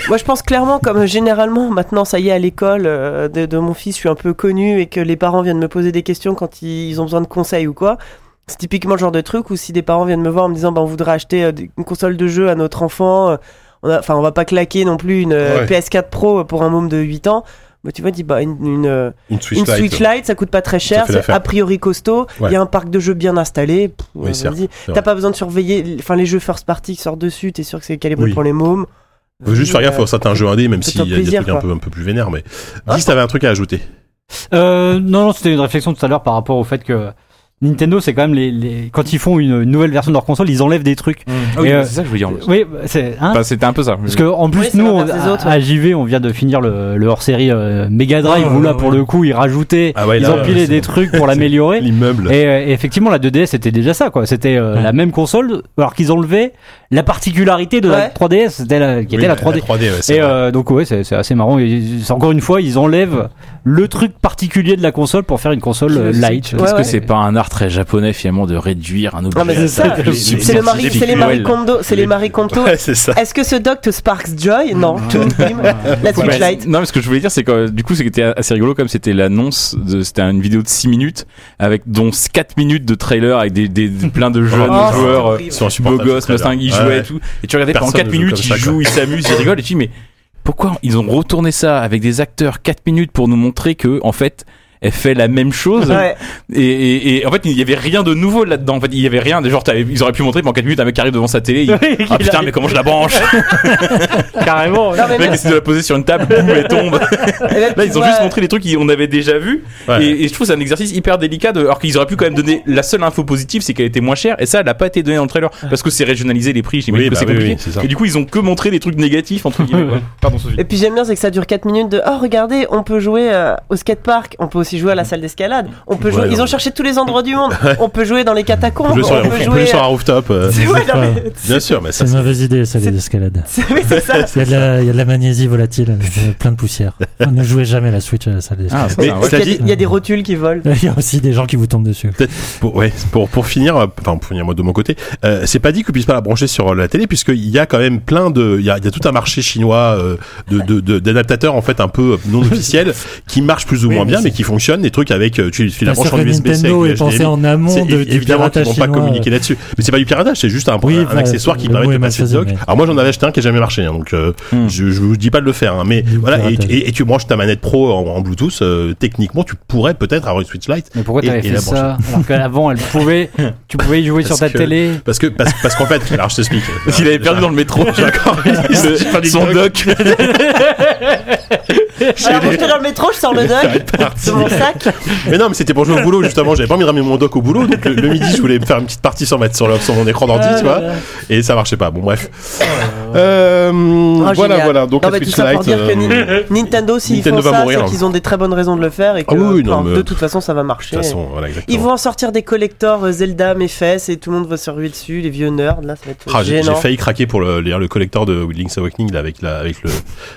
E: Moi, je pense clairement, comme généralement, maintenant, ça y est, à l'école euh, de, de mon fils, je suis un peu connu et que les parents viennent me poser des questions quand ils, ils ont besoin de conseils ou quoi. C'est typiquement le genre de truc où si des parents viennent me voir en me disant, bah, on voudrait acheter euh, des- une console de jeu à notre enfant, euh, on a- enfin, on va pas claquer non plus une euh,
B: Ouais.
E: PS4 Pro pour un môme de 8 ans. Bah, tu vois, dis, bah, une, une, euh,
B: Une Switch
E: une
B: Lite.
E: Switch Lite, ça coûte pas très cher,
B: fait
E: c'est
B: l'affaire.
E: a priori costaud, il
B: Ouais.
E: y a un parc de jeux bien installé. pff,
B: Oui, c'est
E: vas-y.
B: c'est
E: T'as pas besoin de surveiller, enfin, les jeux first party qui sortent dessus, t'es sûr que c'est calibré
B: Oui.
E: pour les mômes.
B: Faut juste faire
E: Vas-y,
B: gaffe
E: euh,
B: aux certains jeux hein. indés, même
E: c'est
B: s'il
E: un
B: y a des
E: plaisir,
B: trucs un
E: quoi.
B: peu, un peu plus vénères, mais. Dis, t'avais un truc à ajouter.
D: Euh, non, non, c'était une réflexion tout à l'heure par rapport au fait que Nintendo, c'est quand même les, les- quand ils font une, une nouvelle version de leur console, ils enlèvent des trucs.
F: Ah oui,
D: Et, euh,
F: c'est ça que je voulais dire.
D: Oui, bah, c'est hein.
F: Enfin, c'était un peu ça.
D: Parce que en plus,
E: Oui, c'est
D: nous, on,
E: l'inverse des
D: à,
E: autres,
D: à JV, on vient de finir le, le hors-série euh, Mega Drive
C: Ah,
D: où là,
C: ouais,
D: pour
C: ouais.
D: le coup, ils rajoutaient,
B: Ah ouais,
D: ils
B: là,
D: empilaient
B: c'est
D: des
B: bon.
D: trucs
B: [LAUGHS]
D: pour l'améliorer.
B: L'immeuble.
D: Et, euh, et effectivement, la 2DS c'était déjà ça, quoi. C'était euh,
C: Ouais.
D: la même console, alors qu'ils enlevaient la particularité de la
E: Ouais.
D: 3DS, c'était la- qui était
B: Oui,
D: la
B: bah,
D: 3D.
B: 3D, ouais, c'est
D: Et
B: vrai.
D: euh, donc ouais, c'est c'est assez marrant. Et c'est- encore une fois, ils enlèvent le truc particulier de la console pour faire une console euh, light.
E: Ouais,
F: Est-ce
E: ouais.
F: que c'est pas un art très japonais finalement de réduire un objet
E: Ah, mais
F: à [LAUGHS]
E: c'est ça.
F: sa-
E: C'est le mari, c'est les Marie Kondo, c'est les Marie Kondo.
B: Ouais, Mm. c'est ça.
E: [LAUGHS] Est-ce que ce doc te sparks
B: [LAUGHS]
E: joy Non, tout bim,
D: [LAUGHS]
E: la
F: Ouais.
E: Switch Lite.
F: Non, mais ce que je voulais dire, c'est que euh, du coup, c'était assez rigolo, comme c'était l'annonce, de- c'était une vidéo de 6 minutes, avec dont 4 minutes de trailer, avec des, des, des- plein de jeunes
E: Oh,
F: joueurs, euh,
E: c'est
B: Ah, Ils sont
F: beaux
B: insupportables,
F: gosses,
B: ce trailer.
F: machin, ils
B: Ouais,
F: jouaient
B: ouais.
F: et tout. Et tu regardais
B: Personne
F: pendant 4
B: ne joue
F: minutes,
B: comme
F: ils
B: ça,
F: jouent,
B: quoi.
F: ils s'amusent, ils rigolent, et tu dis, mais pourquoi ils ont retourné ça avec des acteurs 4 minutes pour nous montrer que, en fait, elle fait la même chose
E: Ouais.
F: et, et, et en fait il y avait rien de nouveau là-dedans en fait il y avait rien genre t'avais- ils auraient pu montrer pendant 4 minutes un mec qui arrive devant sa télé il- ah putain mais comment je la branche
D: [LAUGHS] carrément.
E: Non, mais
F: le mec
E: même-
F: essaie de la poser sur une table boum elle tombe
E: et
F: Là,
E: tu
F: ils ont
E: vois,
F: juste montré les trucs qu'on avait déjà vus.
B: Ouais.
F: Et, et je trouve que c'est un exercice hyper délicat. de- alors qu'ils auraient pu quand même donner la seule info positive, c'est qu'elle était moins chère. Et ça, elle n'a pas été donnée dans le trailer. Parce que c'est régionalisé les prix, j'imagine
B: Oui,
F: que
B: bah
F: c'est
B: oui,
F: compliqué.
B: oui, c'est ça.
F: et du coup, ils ont que montré des trucs négatifs, entre guillemets.
C: [LAUGHS]
F: quoi. Pardon, Sophie.
E: Et puis j'aime bien, c'est que ça dure 4 minutes de Oh, regardez, on peut jouer euh, au skatepark, on peut aussi jouer à la salle d'escalade, on peut
B: Mm. Ouais,
E: jouer. Ils
B: non.
E: ont cherché tous les endroits
B: [LAUGHS]
E: du monde, on peut jouer dans les catacombes,
B: On peut jouer sur
E: on
B: un- on
E: peut
B: peut jouer
E: jouer.
B: sur un rooftop. euh,
E: C'est [LAUGHS] ouais, non, mais-
B: Bien sûr, mais ça,
C: C'est une mauvaise idée, ça, les escalades.
E: [LAUGHS] c'est- oui, c'est ça.
C: Il y, a de la, il y a de la magnésie volatile, euh, plein de
B: [LAUGHS]
C: poussière. Ne jouez jamais à la Switch à la salle des
F: Ah,
C: escalades.
F: ça,
B: Mais-
F: ouais.
E: Il y a
B: dit-
E: des- il y a des rotules
B: [LAUGHS]
E: qui volent.
B: Ah.
C: [LAUGHS] Il y a aussi des gens qui vous tombent dessus.
B: Pour, ouais, pour, pour finir, euh, enfin pour finir moi de mon côté, euh, c'est pas dit qu'on puisse pas la brancher sur la télé puisqu'il y a quand même plein de, il y a, il y a tout un marché chinois euh, de- de de- d'adaptateurs en fait un peu non
C: [LAUGHS]
B: officiels qui marchent plus ou
C: Oui,
B: moins
C: mais
B: bien mais
C: c'est-
B: qui fonctionnent des trucs avec euh, tu, tu la
C: Parce
B: branches
C: que
B: en USB-C
C: Nintendo
B: avec
C: est
B: du HDMI.
C: pensé en
B: C'est
C: amont de,
B: évi-
C: du
B: évidemment qu'ils
C: piratage
B: vont pas
C: chinois.
B: communiquer là-dessus. Mais c'est pas du piratage, c'est juste un,
C: Oui, bah,
B: un
C: voilà,
B: accessoire qui
C: le
B: permet
C: mot
B: de
C: est mal
B: passer le
C: choisi,
B: dock.
C: mais-
B: Alors moi j'en avais acheté un qui a jamais marché, hein, donc euh,
F: Hmm.
B: je, je vous dis pas de le faire, hein, mais
C: Du
B: voilà. Et,
C: piratage.
B: et- et tu branches ta manette pro en, en Bluetooth. euh, techniquement, tu pourrais peut-être avoir une Switch Lite
D: Mais pourquoi
B: Et-
D: t'avais
B: et
D: fait
B: la
D: ça Alors qu'avant, elle
B: [LAUGHS]
D: pouvait, tu pouvais y jouer sur
B: Parce
D: ta
B: que-
D: télé.
B: parce que parce, parce
F: [LAUGHS]
B: qu'en fait, alors je t'explique.
F: Parce qu'il avait perdu dans le [LAUGHS] métro. Le-
B: du
F: Son doc.
E: Alors, quand j'étais dans le métro, je sors
F: [LAUGHS]
E: le doc de mon sac.
B: Mais non, mais c'était pour jouer au boulot, justement. J'avais pas envie de ramener mon doc au boulot. Donc, le,
E: Ah
B: le midi, je voulais me faire une petite partie sans mettre sur, le- sur mon écran d'ordi, tu vois. Et ça marchait pas. Bon, bref. Euh, voilà,
E: Ah, génial.
B: voilà. Donc
E: Non,
B: la
E: mais tout
B: Switch
E: ça pour
B: Lite.
E: dire que
B: euh,
E: Nintendo, s'ils
B: Nintendo
E: font
B: va
E: ça,
B: mourir.
E: c'est qu'ils ont des très bonnes raisons de le faire et que
B: Ah oui, oui, non,
E: enfin,
B: mais-
E: de toute façon, ça va
B: De
E: marcher.
B: toute façon, voilà,
E: Ils
B: exactement.
E: vont en sortir des collectors euh, Zelda, mes fesses, et tout le monde va se ruer dessus, les vieux nerds, là, ça va être
B: Ah, j'ai j'ai
E: gênant.
B: failli craquer pour le, lire le collector de Link's Awakening là, avec, la, avec, le,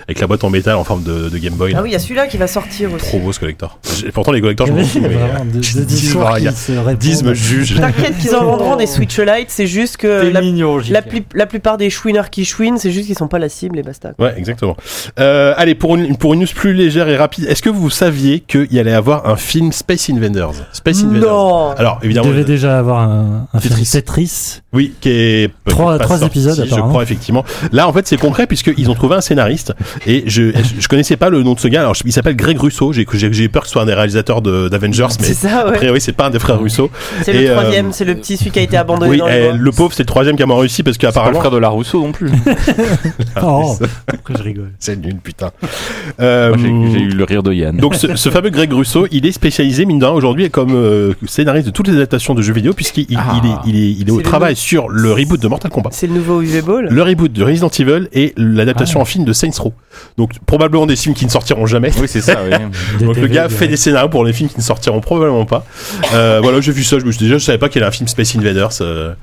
B: avec la boîte en métal en forme de, de Game Boy. là.
E: Ah oui, il y a celui-là qui va sortir aussi.
B: Trop beau ce collector. J'ai- Pourtant, les collectors,
C: [LAUGHS]
B: je m'en fous, mais euh,
C: Vraiment, des- des discours
B: Disney,
C: qui se répondent.
B: 10 me jugent.
E: T'inquiète qu'ils en vendront des Switch Lite, c'est juste que
D: T'es
E: Euh, la,
D: mignon, JK.
E: la pli- la plupart des chouineurs qui chouinent, c'est juste qu'ils sont pas la cible et basta.
B: Ouais, exactement. Euh, allez, pour une, pour une news plus légère et rapide, est-ce que vous saviez qu'il y allait avoir un film Space Invaders Space Invaders.
E: Non
B: Alors,
C: Il
B: évidemment,
C: devait déjà avoir un, un film
B: Tetris.
C: Tetris.
B: oui, qui est
C: Trois-
B: pas
C: trois
B: sorti,
C: épisodes,
B: je
C: apparemment.
B: crois effectivement. Là, en fait, c'est concret puisqu'ils ont trouvé un scénariste et je je connaissais pas le nom de ce gars. Alors, je- il s'appelle Greg Russo. J'ai j'ai j'ai peur que ce soit un des réalisateurs de- d'Avengers, mais
E: C'est ça,
B: a
E: ouais.
B: priori, c'est pas un des frères Russo.
E: C'est
B: et,
E: le
B: euh,
E: troisième, c'est le petit celui qui a été abandonné
B: Oui,
E: dans
B: eh,
E: les bois.
B: le pauvre, c'est le troisième qui a moins réussi parce
F: Pas le
B: qu'apparemment,
F: frère de la Rousseau non plus.
C: Oh, pourquoi je rigole
B: c'est nul, putain. Euh,
F: Moi, J'ai j'ai eu le rire de Yann.
B: Donc ce, ce fameux Greg Russo, il est spécialisé mine de rien aujourd'hui comme euh, scénariste de toutes les adaptations de jeux vidéo puisqu'il il-
F: Ah.
B: il est, il est, il est au
E: C'est le
B: travail sur le reboot de Mortal Kombat.
E: C'est le nouveau UV Ball.
B: Le reboot de Resident Evil et l'adaptation en film de Saints Row. Donc probablement des films qui ne sortiront jamais.
F: Oui, c'est ça, oui.
C: Des
B: Donc le
C: DVD,
B: gars fait
C: ouais.
B: des scénarios pour les films qui ne sortiront probablement pas. Euh, voilà, j'ai vu ça, je me suis dit, déjà je savais pas qu'il y avait un film Space Invaders. euh,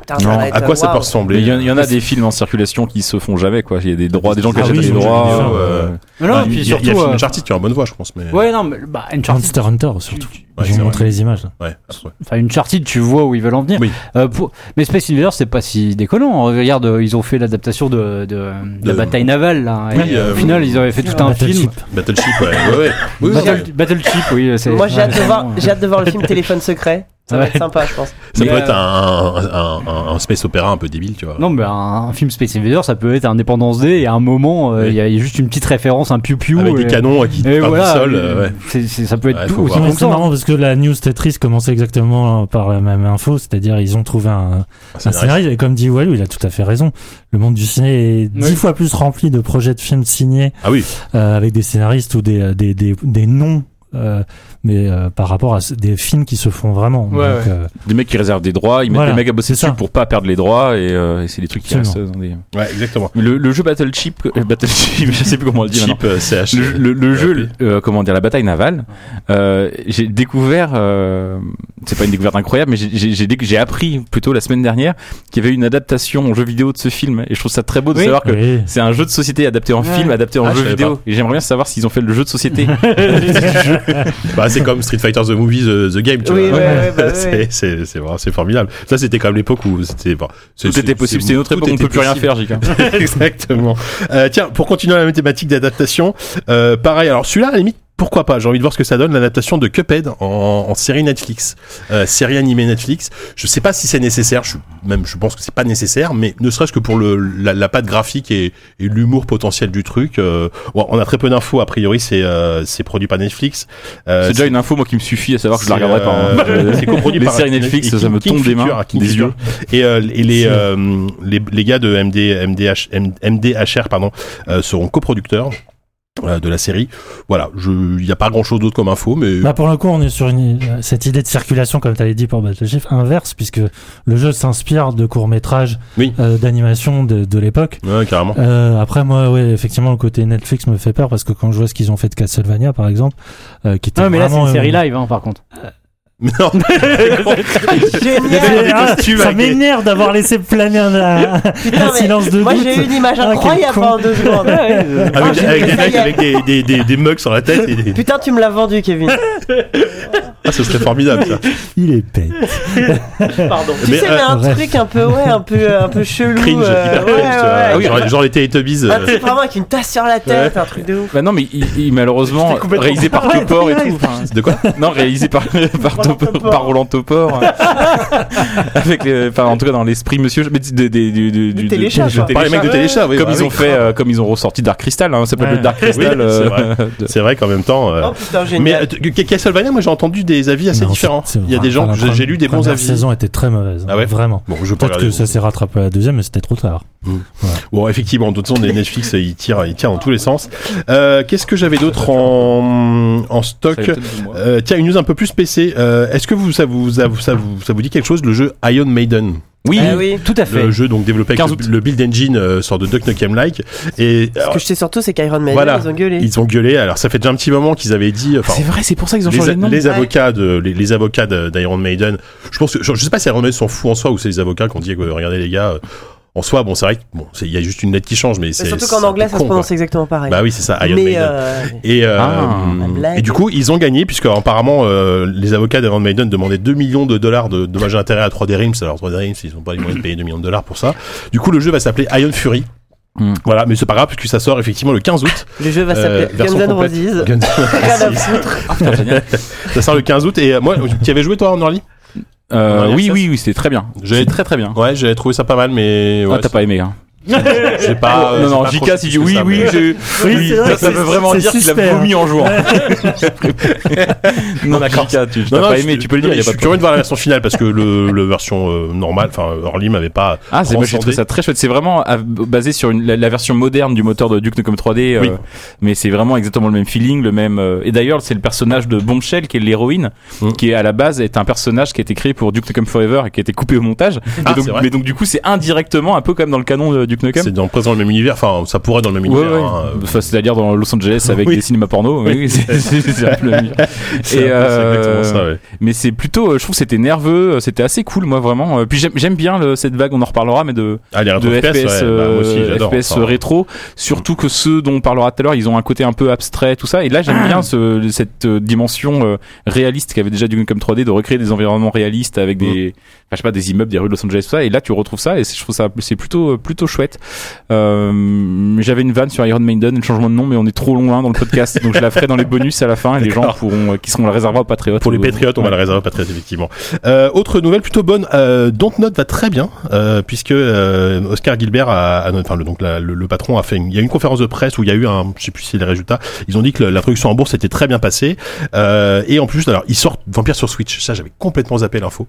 E: Putain,
F: Non,
E: va être,
B: à quoi ça peut
E: waouh.
F: [LAUGHS]
B: ressembler
F: Mais il y, en- il y en a des films en circulation qui se font jamais, quoi. Il y a des droits, des gens qui
C: Ah
F: achètent
C: oui,
F: les
C: ils ont jamais
F: droits.
C: fait ça.
F: euh,
D: Mais
B: Ah,
D: non,
B: il y
D: puis
B: a-
D: surtout.
B: il y a le film
D: euh,
B: Uncharted qui a une bonne voix, je pense. Mais...
D: Ouais, non, mais bah, Uncharted.
C: Monster Hunter surtout.
D: tu-
B: Ouais,
C: Ils
B: c'est
C: ont
B: vrai.
C: montré les images. Là.
B: Ouais, ah, ouais.
D: Enfin, Uncharted, tu vois où ils veulent en venir.
B: Oui.
D: Euh, pour- Mais Space Invaders, c'est pas si déconnant. Regarde, euh, ils ont fait l'adaptation de, de, de la
B: De-
D: bataille navale. Là. hein. Et
B: Oui, euh,
D: Au final, ils avaient fait tout un film.
C: Battleship.
B: Battleship, ouais, ouais, ouais. Oui, oui,
D: Battle,
B: oui.
D: Battleship, oui. euh, c'est-
E: Moi, j'ai hâte, de
D: ouais,
E: voir-
D: vraiment. euh,
E: j'ai hâte de voir
B: [LAUGHS]
E: le film Téléphone Secret. Ça va
D: Ouais.
E: être sympa, je pense.
B: Ça
D: Mais,
B: peut être
D: euh,
B: un, un, un, un space opéra un peu débile, tu vois.
D: Non, mais un, un film Space Invaders, ça peut être Indépendance Day. Et à un moment, euh,
B: Oui.
D: il y a juste une petite référence, un piou-piou.
B: avec
D: et-
B: des canons euh, qui
D: Et
B: partent
D: voilà,
B: du sol.
D: euh,
B: euh, ouais.
D: c'est- c'est- ça peut être
B: Ouais,
D: tout
B: faut
D: aussi
B: voir.
C: Ouais,
D: bon que
C: c'est
D: ça. hein.
C: marrant parce que la news Tetris commençait exactement par la même info, c'est-à-dire ils ont trouvé
B: Ah,
C: un, un scénario et comme dit Walou, il a tout à fait raison. Le monde du ciné est dix
D: Oui.
C: fois plus rempli de projets de films signés
B: Ah oui,
C: euh, avec des scénaristes ou des euh, des des, des noms. euh, mais euh, par rapport à ce- des films qui se font vraiment.
D: Ouais,
C: Donc, euh,
F: Des mecs qui réservent des droits, ils mettent
C: Voilà,
F: des mecs à bosser
C: c'est ça.
F: dessus pour pas perdre les droits, et, euh, et c'est des trucs qui restent
C: Absolument.
F: dans des.
B: ouais, exactement.
F: Le, le jeu Battle Chip, euh, Battle Chip, [LAUGHS] je sais plus comment on le dit maintenant.
B: Chip, euh, CH.
F: Le, le- le
B: Euh,
F: jeu, euh, comment dire, la bataille navale. euh, j'ai découvert, euh, c'est pas une découverte incroyable, mais j'ai- j'ai j'ai déc- j'ai appris plutôt la semaine dernière qu'il y avait une adaptation en jeu vidéo de ce film, et je trouve ça très beau de
D: Oui.
F: savoir que
C: oui.
F: c'est un jeu de société adapté en
D: Ouais.
F: film, adapté en
B: Ah, je
F: jeu
B: savais
F: vidéo. Et j'aimerais bien savoir s'ils ont fait le jeu de société.
B: Bah, c'est comme Street Fighter The Movie, The, The Game, tu
E: Oui,
B: vois.
E: ouais, ouais,
B: [LAUGHS]
E: bah, ouais.
B: c'est c'est- c'est vrai, c'est formidable. Ça, c'était quand même l'époque où c'était. bon, c'est-
F: Tout était possible. C'est une autre
B: tout
F: époque, on
B: était
F: peut plus rien
B: possible.
F: faire, hein. JK.
B: [LAUGHS] Exactement. Euh, tiens, pour continuer la même thématique d'adaptation, euh, pareil. Alors celui-là, à la limite, pourquoi pas J'ai envie de voir ce que ça donne l'adaptation de Cuphead en, en série Netflix, Euh, série animée Netflix. Je sais pas si c'est nécessaire. Je même, je pense que c'est pas nécessaire, mais ne serait-ce que pour le la, la patte graphique et, et l'humour potentiel du truc. euh, bon, on a très peu d'infos. A priori, c'est euh, c'est produit par Netflix. Euh,
F: C'est déjà une info, moi, qui me suffit à savoir que je la
B: c'est,
F: regarderai pas. hein. [LAUGHS]
B: euh, C'est coproduit
F: Les
B: par
F: séries Netflix,
B: et
F: ça me
B: King
F: tombe des
B: Feature,
F: mains,
B: King
F: des
B: Feature.
F: yeux.
B: Et, euh, et les, euh, les, les gars de MD, MDH, M- MDHR pardon, euh, seront coproducteurs euh, de la série. Voilà, je- il n'y a pas grand chose d'autre comme info, mais
C: Bah pour le coup, on est sur une, euh, cette idée de circulation, comme tu avais dit pour Battleship, inverse, puisque le jeu s'inspire de courts-métrages
B: Oui.
C: euh, d'animation de, de l'époque.
B: Ouais, carrément. [LAUGHS]
C: Euh, après, moi, ouais, effectivement, le côté Netflix me fait peur, parce que quand je vois ce qu'ils ont fait de Castlevania, par exemple, euh, qui était
D: Non, Ah, mais là, c'est
C: vraiment,
D: une série
C: euh,
D: live, hein, par contre.
B: Non,
E: Génial
B: des costumes
C: [LAUGHS] ça
B: avec des-
C: m'énerve d'avoir laissé planer un, un-
E: Putain,
C: un
E: mais
C: silence de
E: Moi,
C: doute.
E: j'ai eu une image
C: Ah, quel
E: incroyable
C: con.
E: en
B: [LAUGHS]
E: deux secondes.
B: avec,
E: [LAUGHS] Ah,
B: avec
E: j'ai-
B: des
E: ça y
B: mecs
E: est.
B: avec des, des, des, des mugs sur la tête. Et des-
E: Putain, tu me l'as
B: [LAUGHS]
E: vendu, Kevin.
B: Ah, ce serait formidable ça.
C: Il est bête.
E: Pardon. Tu
B: Mais,
E: sais,
B: euh,
E: mais un
C: bref.
E: truc un peu, ouais, un peu, un peu chelou.
B: Cringe,
E: euh,
B: hyper
E: ouais,
B: cringe, tu vois.
E: ouais. Ah,
B: Genre, genre les Teletubbies.
E: Un
B: euh,
E: type vraiment avec une tasse sur la tête, un truc de ouf.
F: Bah non, mais il, il- malheureusement, réalisé par Topor et tout. enfin,
B: de quoi
F: non, réalisé par, par, Topor, par Roland Topor. avec les- enfin, en tout cas, dans l'esprit monsieur. Mais des- des- du- du- du-
E: téléchat,
F: de-
E: quoi.
B: Par les mecs de Téléchat, oui.
F: Comme
B: bah
F: ils
B: oui.
F: ont fait, euh, comme ils ont ressorti Dark Crystal, hein, ça s'appelle
C: Ouais.
F: le Dark Crystal.
B: Oui, c'est
F: euh, de-
B: C'est vrai qu'en même temps. euh,
E: Oh putain,
B: Mais
E: génial.
B: euh, t- que- Castlevania, moi j'ai entendu des avis assez
C: Non,
B: différents.
C: c'est- c'est
B: Il y a des gens,
C: vrai, la
B: j'ai- j'ai lu des bons
C: première
B: avis.
C: saison était très mauvaise.
B: Ah ouais
C: Vraiment.
B: Bon, je peux
C: Peut-être
B: regarder.
C: que ça s'est rattrapé à la deuxième, mais c'était trop tard.
B: Bon, effectivement, de toute façon, les Netflix, euh, ils tirent, ils tirent dans tous les sens. Euh, Qu'est-ce que j'avais d'autre en, en stock
F: ça fait peut-être du mois.
B: euh, Tiens, une news un peu plus PC. Euh, Est-ce que vous ça vous, ça vous, ça vous, ça vous dit quelque chose, le jeu Iron Maiden
F: Oui,
E: Ah oui.
D: tout à fait.
B: le jeu donc développé avec
F: 15
B: le, le build engine euh, sort de Duck Nukem Like et
E: Ce
B: alors,
E: que je sais surtout, c'est qu'Iron Maiden,
B: euh, Voilà.
E: ils ont gueulé.
B: ils ont gueulé alors ça fait déjà un petit moment qu'ils avaient dit enfin
F: c'est vrai, c'est pour ça qu'ils ont
B: les,
F: changé de nom.
B: les avocats de les, les avocats de- d'Iron Maiden je pense que je, je sais pas si Iron Maiden s'en fout en soi ou c'est les avocats qui ont dit que, regardez les gars euh, en soi bon c'est vrai que bon c'est- il y a juste une lettre qui change mais
E: Mais
B: c'est
E: Bah, surtout
B: c'est
E: qu'en
B: un
E: anglais,
B: peu
E: ça
B: con,
E: se
B: quoi.
E: prononce exactement pareil.
B: bah oui c'est ça Iron
E: mais
B: Maiden
E: euh,
B: et, euh,
F: Ah,
B: hum,
E: la blague.
B: et du coup, ils ont gagné, puisque apparemment, euh, les avocats d'Iron Maiden demandaient 2 millions de dollars de dommages et intérêts à 3D Realms. Alors, 3D Realms, ils n'ont pas les moyens de payer 2 millions de dollars pour ça. Du coup, le jeu va s'appeler Iron Fury.
F: Hmm.
B: Voilà, mais c'est pas grave, puisque ça sort effectivement le 15 août.
E: le jeu va
B: euh,
E: s'appeler
B: version
E: Guns N'
B: complète.
E: Roses.
B: Guns-
E: [LAUGHS] Rien à foutre.
F: Ah, [LAUGHS] putain, génial.
B: ça sort le 15 août. Et euh, moi, tu y avais joué, toi, en early
F: Euh,
B: Ouais,
F: oui,
B: ça,
F: oui, oui, c'était très bien.
B: J'ai-
F: J'ai très très bien.
B: Ouais, j'avais trouvé ça pas mal, mais.
F: Ah, t'as pas aimé, hein.
B: J'ai pas. euh,
F: Ah, non, non,
B: j'ai pas
F: JK,
B: accroché
F: s'il dit
B: plus que
F: oui,
B: ça,
F: oui, [LAUGHS]
B: mais-
F: je.
C: Oui,
F: oui,
C: c'est vrai
F: ça,
C: que
F: ça
C: c'est-
F: veut vraiment
C: c'est
F: dire qu'il a
C: suspect,
F: vomi en jouant. hein. [LAUGHS] non, d'accord. JK, tu
B: Non,
F: t'as
B: non,
F: pas
B: je-
F: aimé, tu peux le dire,
B: Je
F: il a pas
B: suis
F: de
B: curieux de voir la version finale parce que le, le version euh, normale, enfin Early m'avait pas.
F: Ah, c'est moi j'ai trouvé
B: transcendé.
F: ça très chouette. C'est vraiment à- basé sur une- la, la version moderne du moteur de Duke Nukem 3D, euh,
B: Oui.
F: mais c'est vraiment exactement le même feeling, le même. euh, et d'ailleurs, c'est le personnage de Bombshell qui est l'héroïne,
B: Mm.
F: qui est à la base est un personnage qui a été créé pour Duke Nukem Forever et qui a été coupé au montage.
B: Ah,
F: mais, donc,
B: c'est vrai.
F: mais donc, du coup, c'est indirectement un peu comme dans le canon de Duke Nukem.
B: C'est dans présent dans le même univers, enfin ça pourrait être dans le même
F: Ouais,
B: univers.
F: ouais.
B: hein, euh,
F: Enfin, c'est-à-dire dans Los Angeles avec
B: Oui.
F: des cinémas porno. Oui, oui, c'est- c'est c'est un peu le même.
B: [LAUGHS] C'est
F: Et,
B: un peu- c'est
F: euh,
B: exactement ça, ouais.
F: Mais c'est plutôt, euh, je trouve, que c'était nerveux, euh, c'était assez cool, moi vraiment. Euh, Puis j'aime- j'aime bien le- cette vague, on en reparlera, mais de
B: Ah, les
F: de
B: rétro
F: FPS,
B: FPS, ouais, bah, moi aussi,
F: euh,
B: j'adore,
F: FPS
B: enfin. Mm.
F: rétro, surtout que ceux dont on parlera tout à l'heure, ils ont un côté un peu abstrait, tout ça. Et là, j'aime bien ce- cette euh, dimension euh, réaliste qu'avait déjà Duke Nukem 3D, de recréer des environnements réalistes avec
B: Mm.
F: des, enfin, je sais pas, des immeubles, des rues de Los Angeles, tout ça. Et là, tu retrouves ça, et c'est- je trouve ça, c'est plutôt, euh, plutôt chouette. Euh, J'avais une vanne sur Iron Maiden, et le changement de nom, mais on est trop loin dans le podcast, donc je la ferai dans les bonus à la fin, et les gens
B: D'accord.
F: pourront, euh, qui seront la réservoir euh, aux patriotes.
B: Pour les Patriotes, on va le réserver aux Patriotes, effectivement. Euh, autre nouvelle plutôt bonne, euh, Dontnod va très bien, euh, puisque euh, Oscar Gilbert, a, a- enfin le, donc la- le, le patron a fait, une- il y a eu une conférence de presse où il y a eu un, je sais plus si les résultats, ils ont dit que le- l'introduction en bourse était très bien passée, euh, et en plus, alors ils sortent Vampire sur Switch, ça j'avais complètement zappé l'info.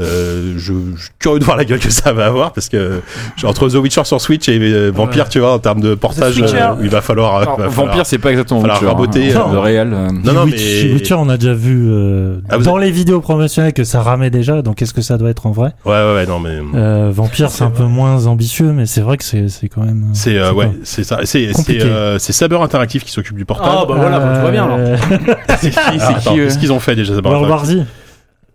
B: Euh, je, je suis curieux de voir la gueule que ça va avoir, parce que genre, entre The Witcher sur Switch et euh, Vampire, tu vois, en termes de portage,
E: Switcher.
B: euh, il va falloir,
F: Alors,
B: il va falloir-
F: Vampire, c'est pas exactement
B: falloir
F: Witcher,
B: raboter,
F: hein,
B: euh,
F: de réel. euh.
B: Non, non,
C: Witch-
B: mais-
C: Witcher, on a déjà vu euh,
B: Ah, vous
C: dans les vidéos promotionnelles que ça ramait déjà, donc est-ce que ça doit être en vrai
B: Ouais, ouais, ouais, non mais.
C: euh, Vampire, c'est un peu moins ambitieux, mais c'est vrai que c'est c'est quand même... euh,
B: C'est euh,
C: c'est
B: ouais,
C: pas-
B: c'est ça. C'est c'est
C: Compliqué.
B: euh, c'est Saber Interactive qui s'occupe du portable.
D: bah voilà, bah, tout va bien, alors.
C: Euh,
B: Ah, bah, c'est qui
F: c'est qui, euh
B: Qu'est-ce qu'ils ont fait déjà Saber
C: World
B: Interactive
C: War Z.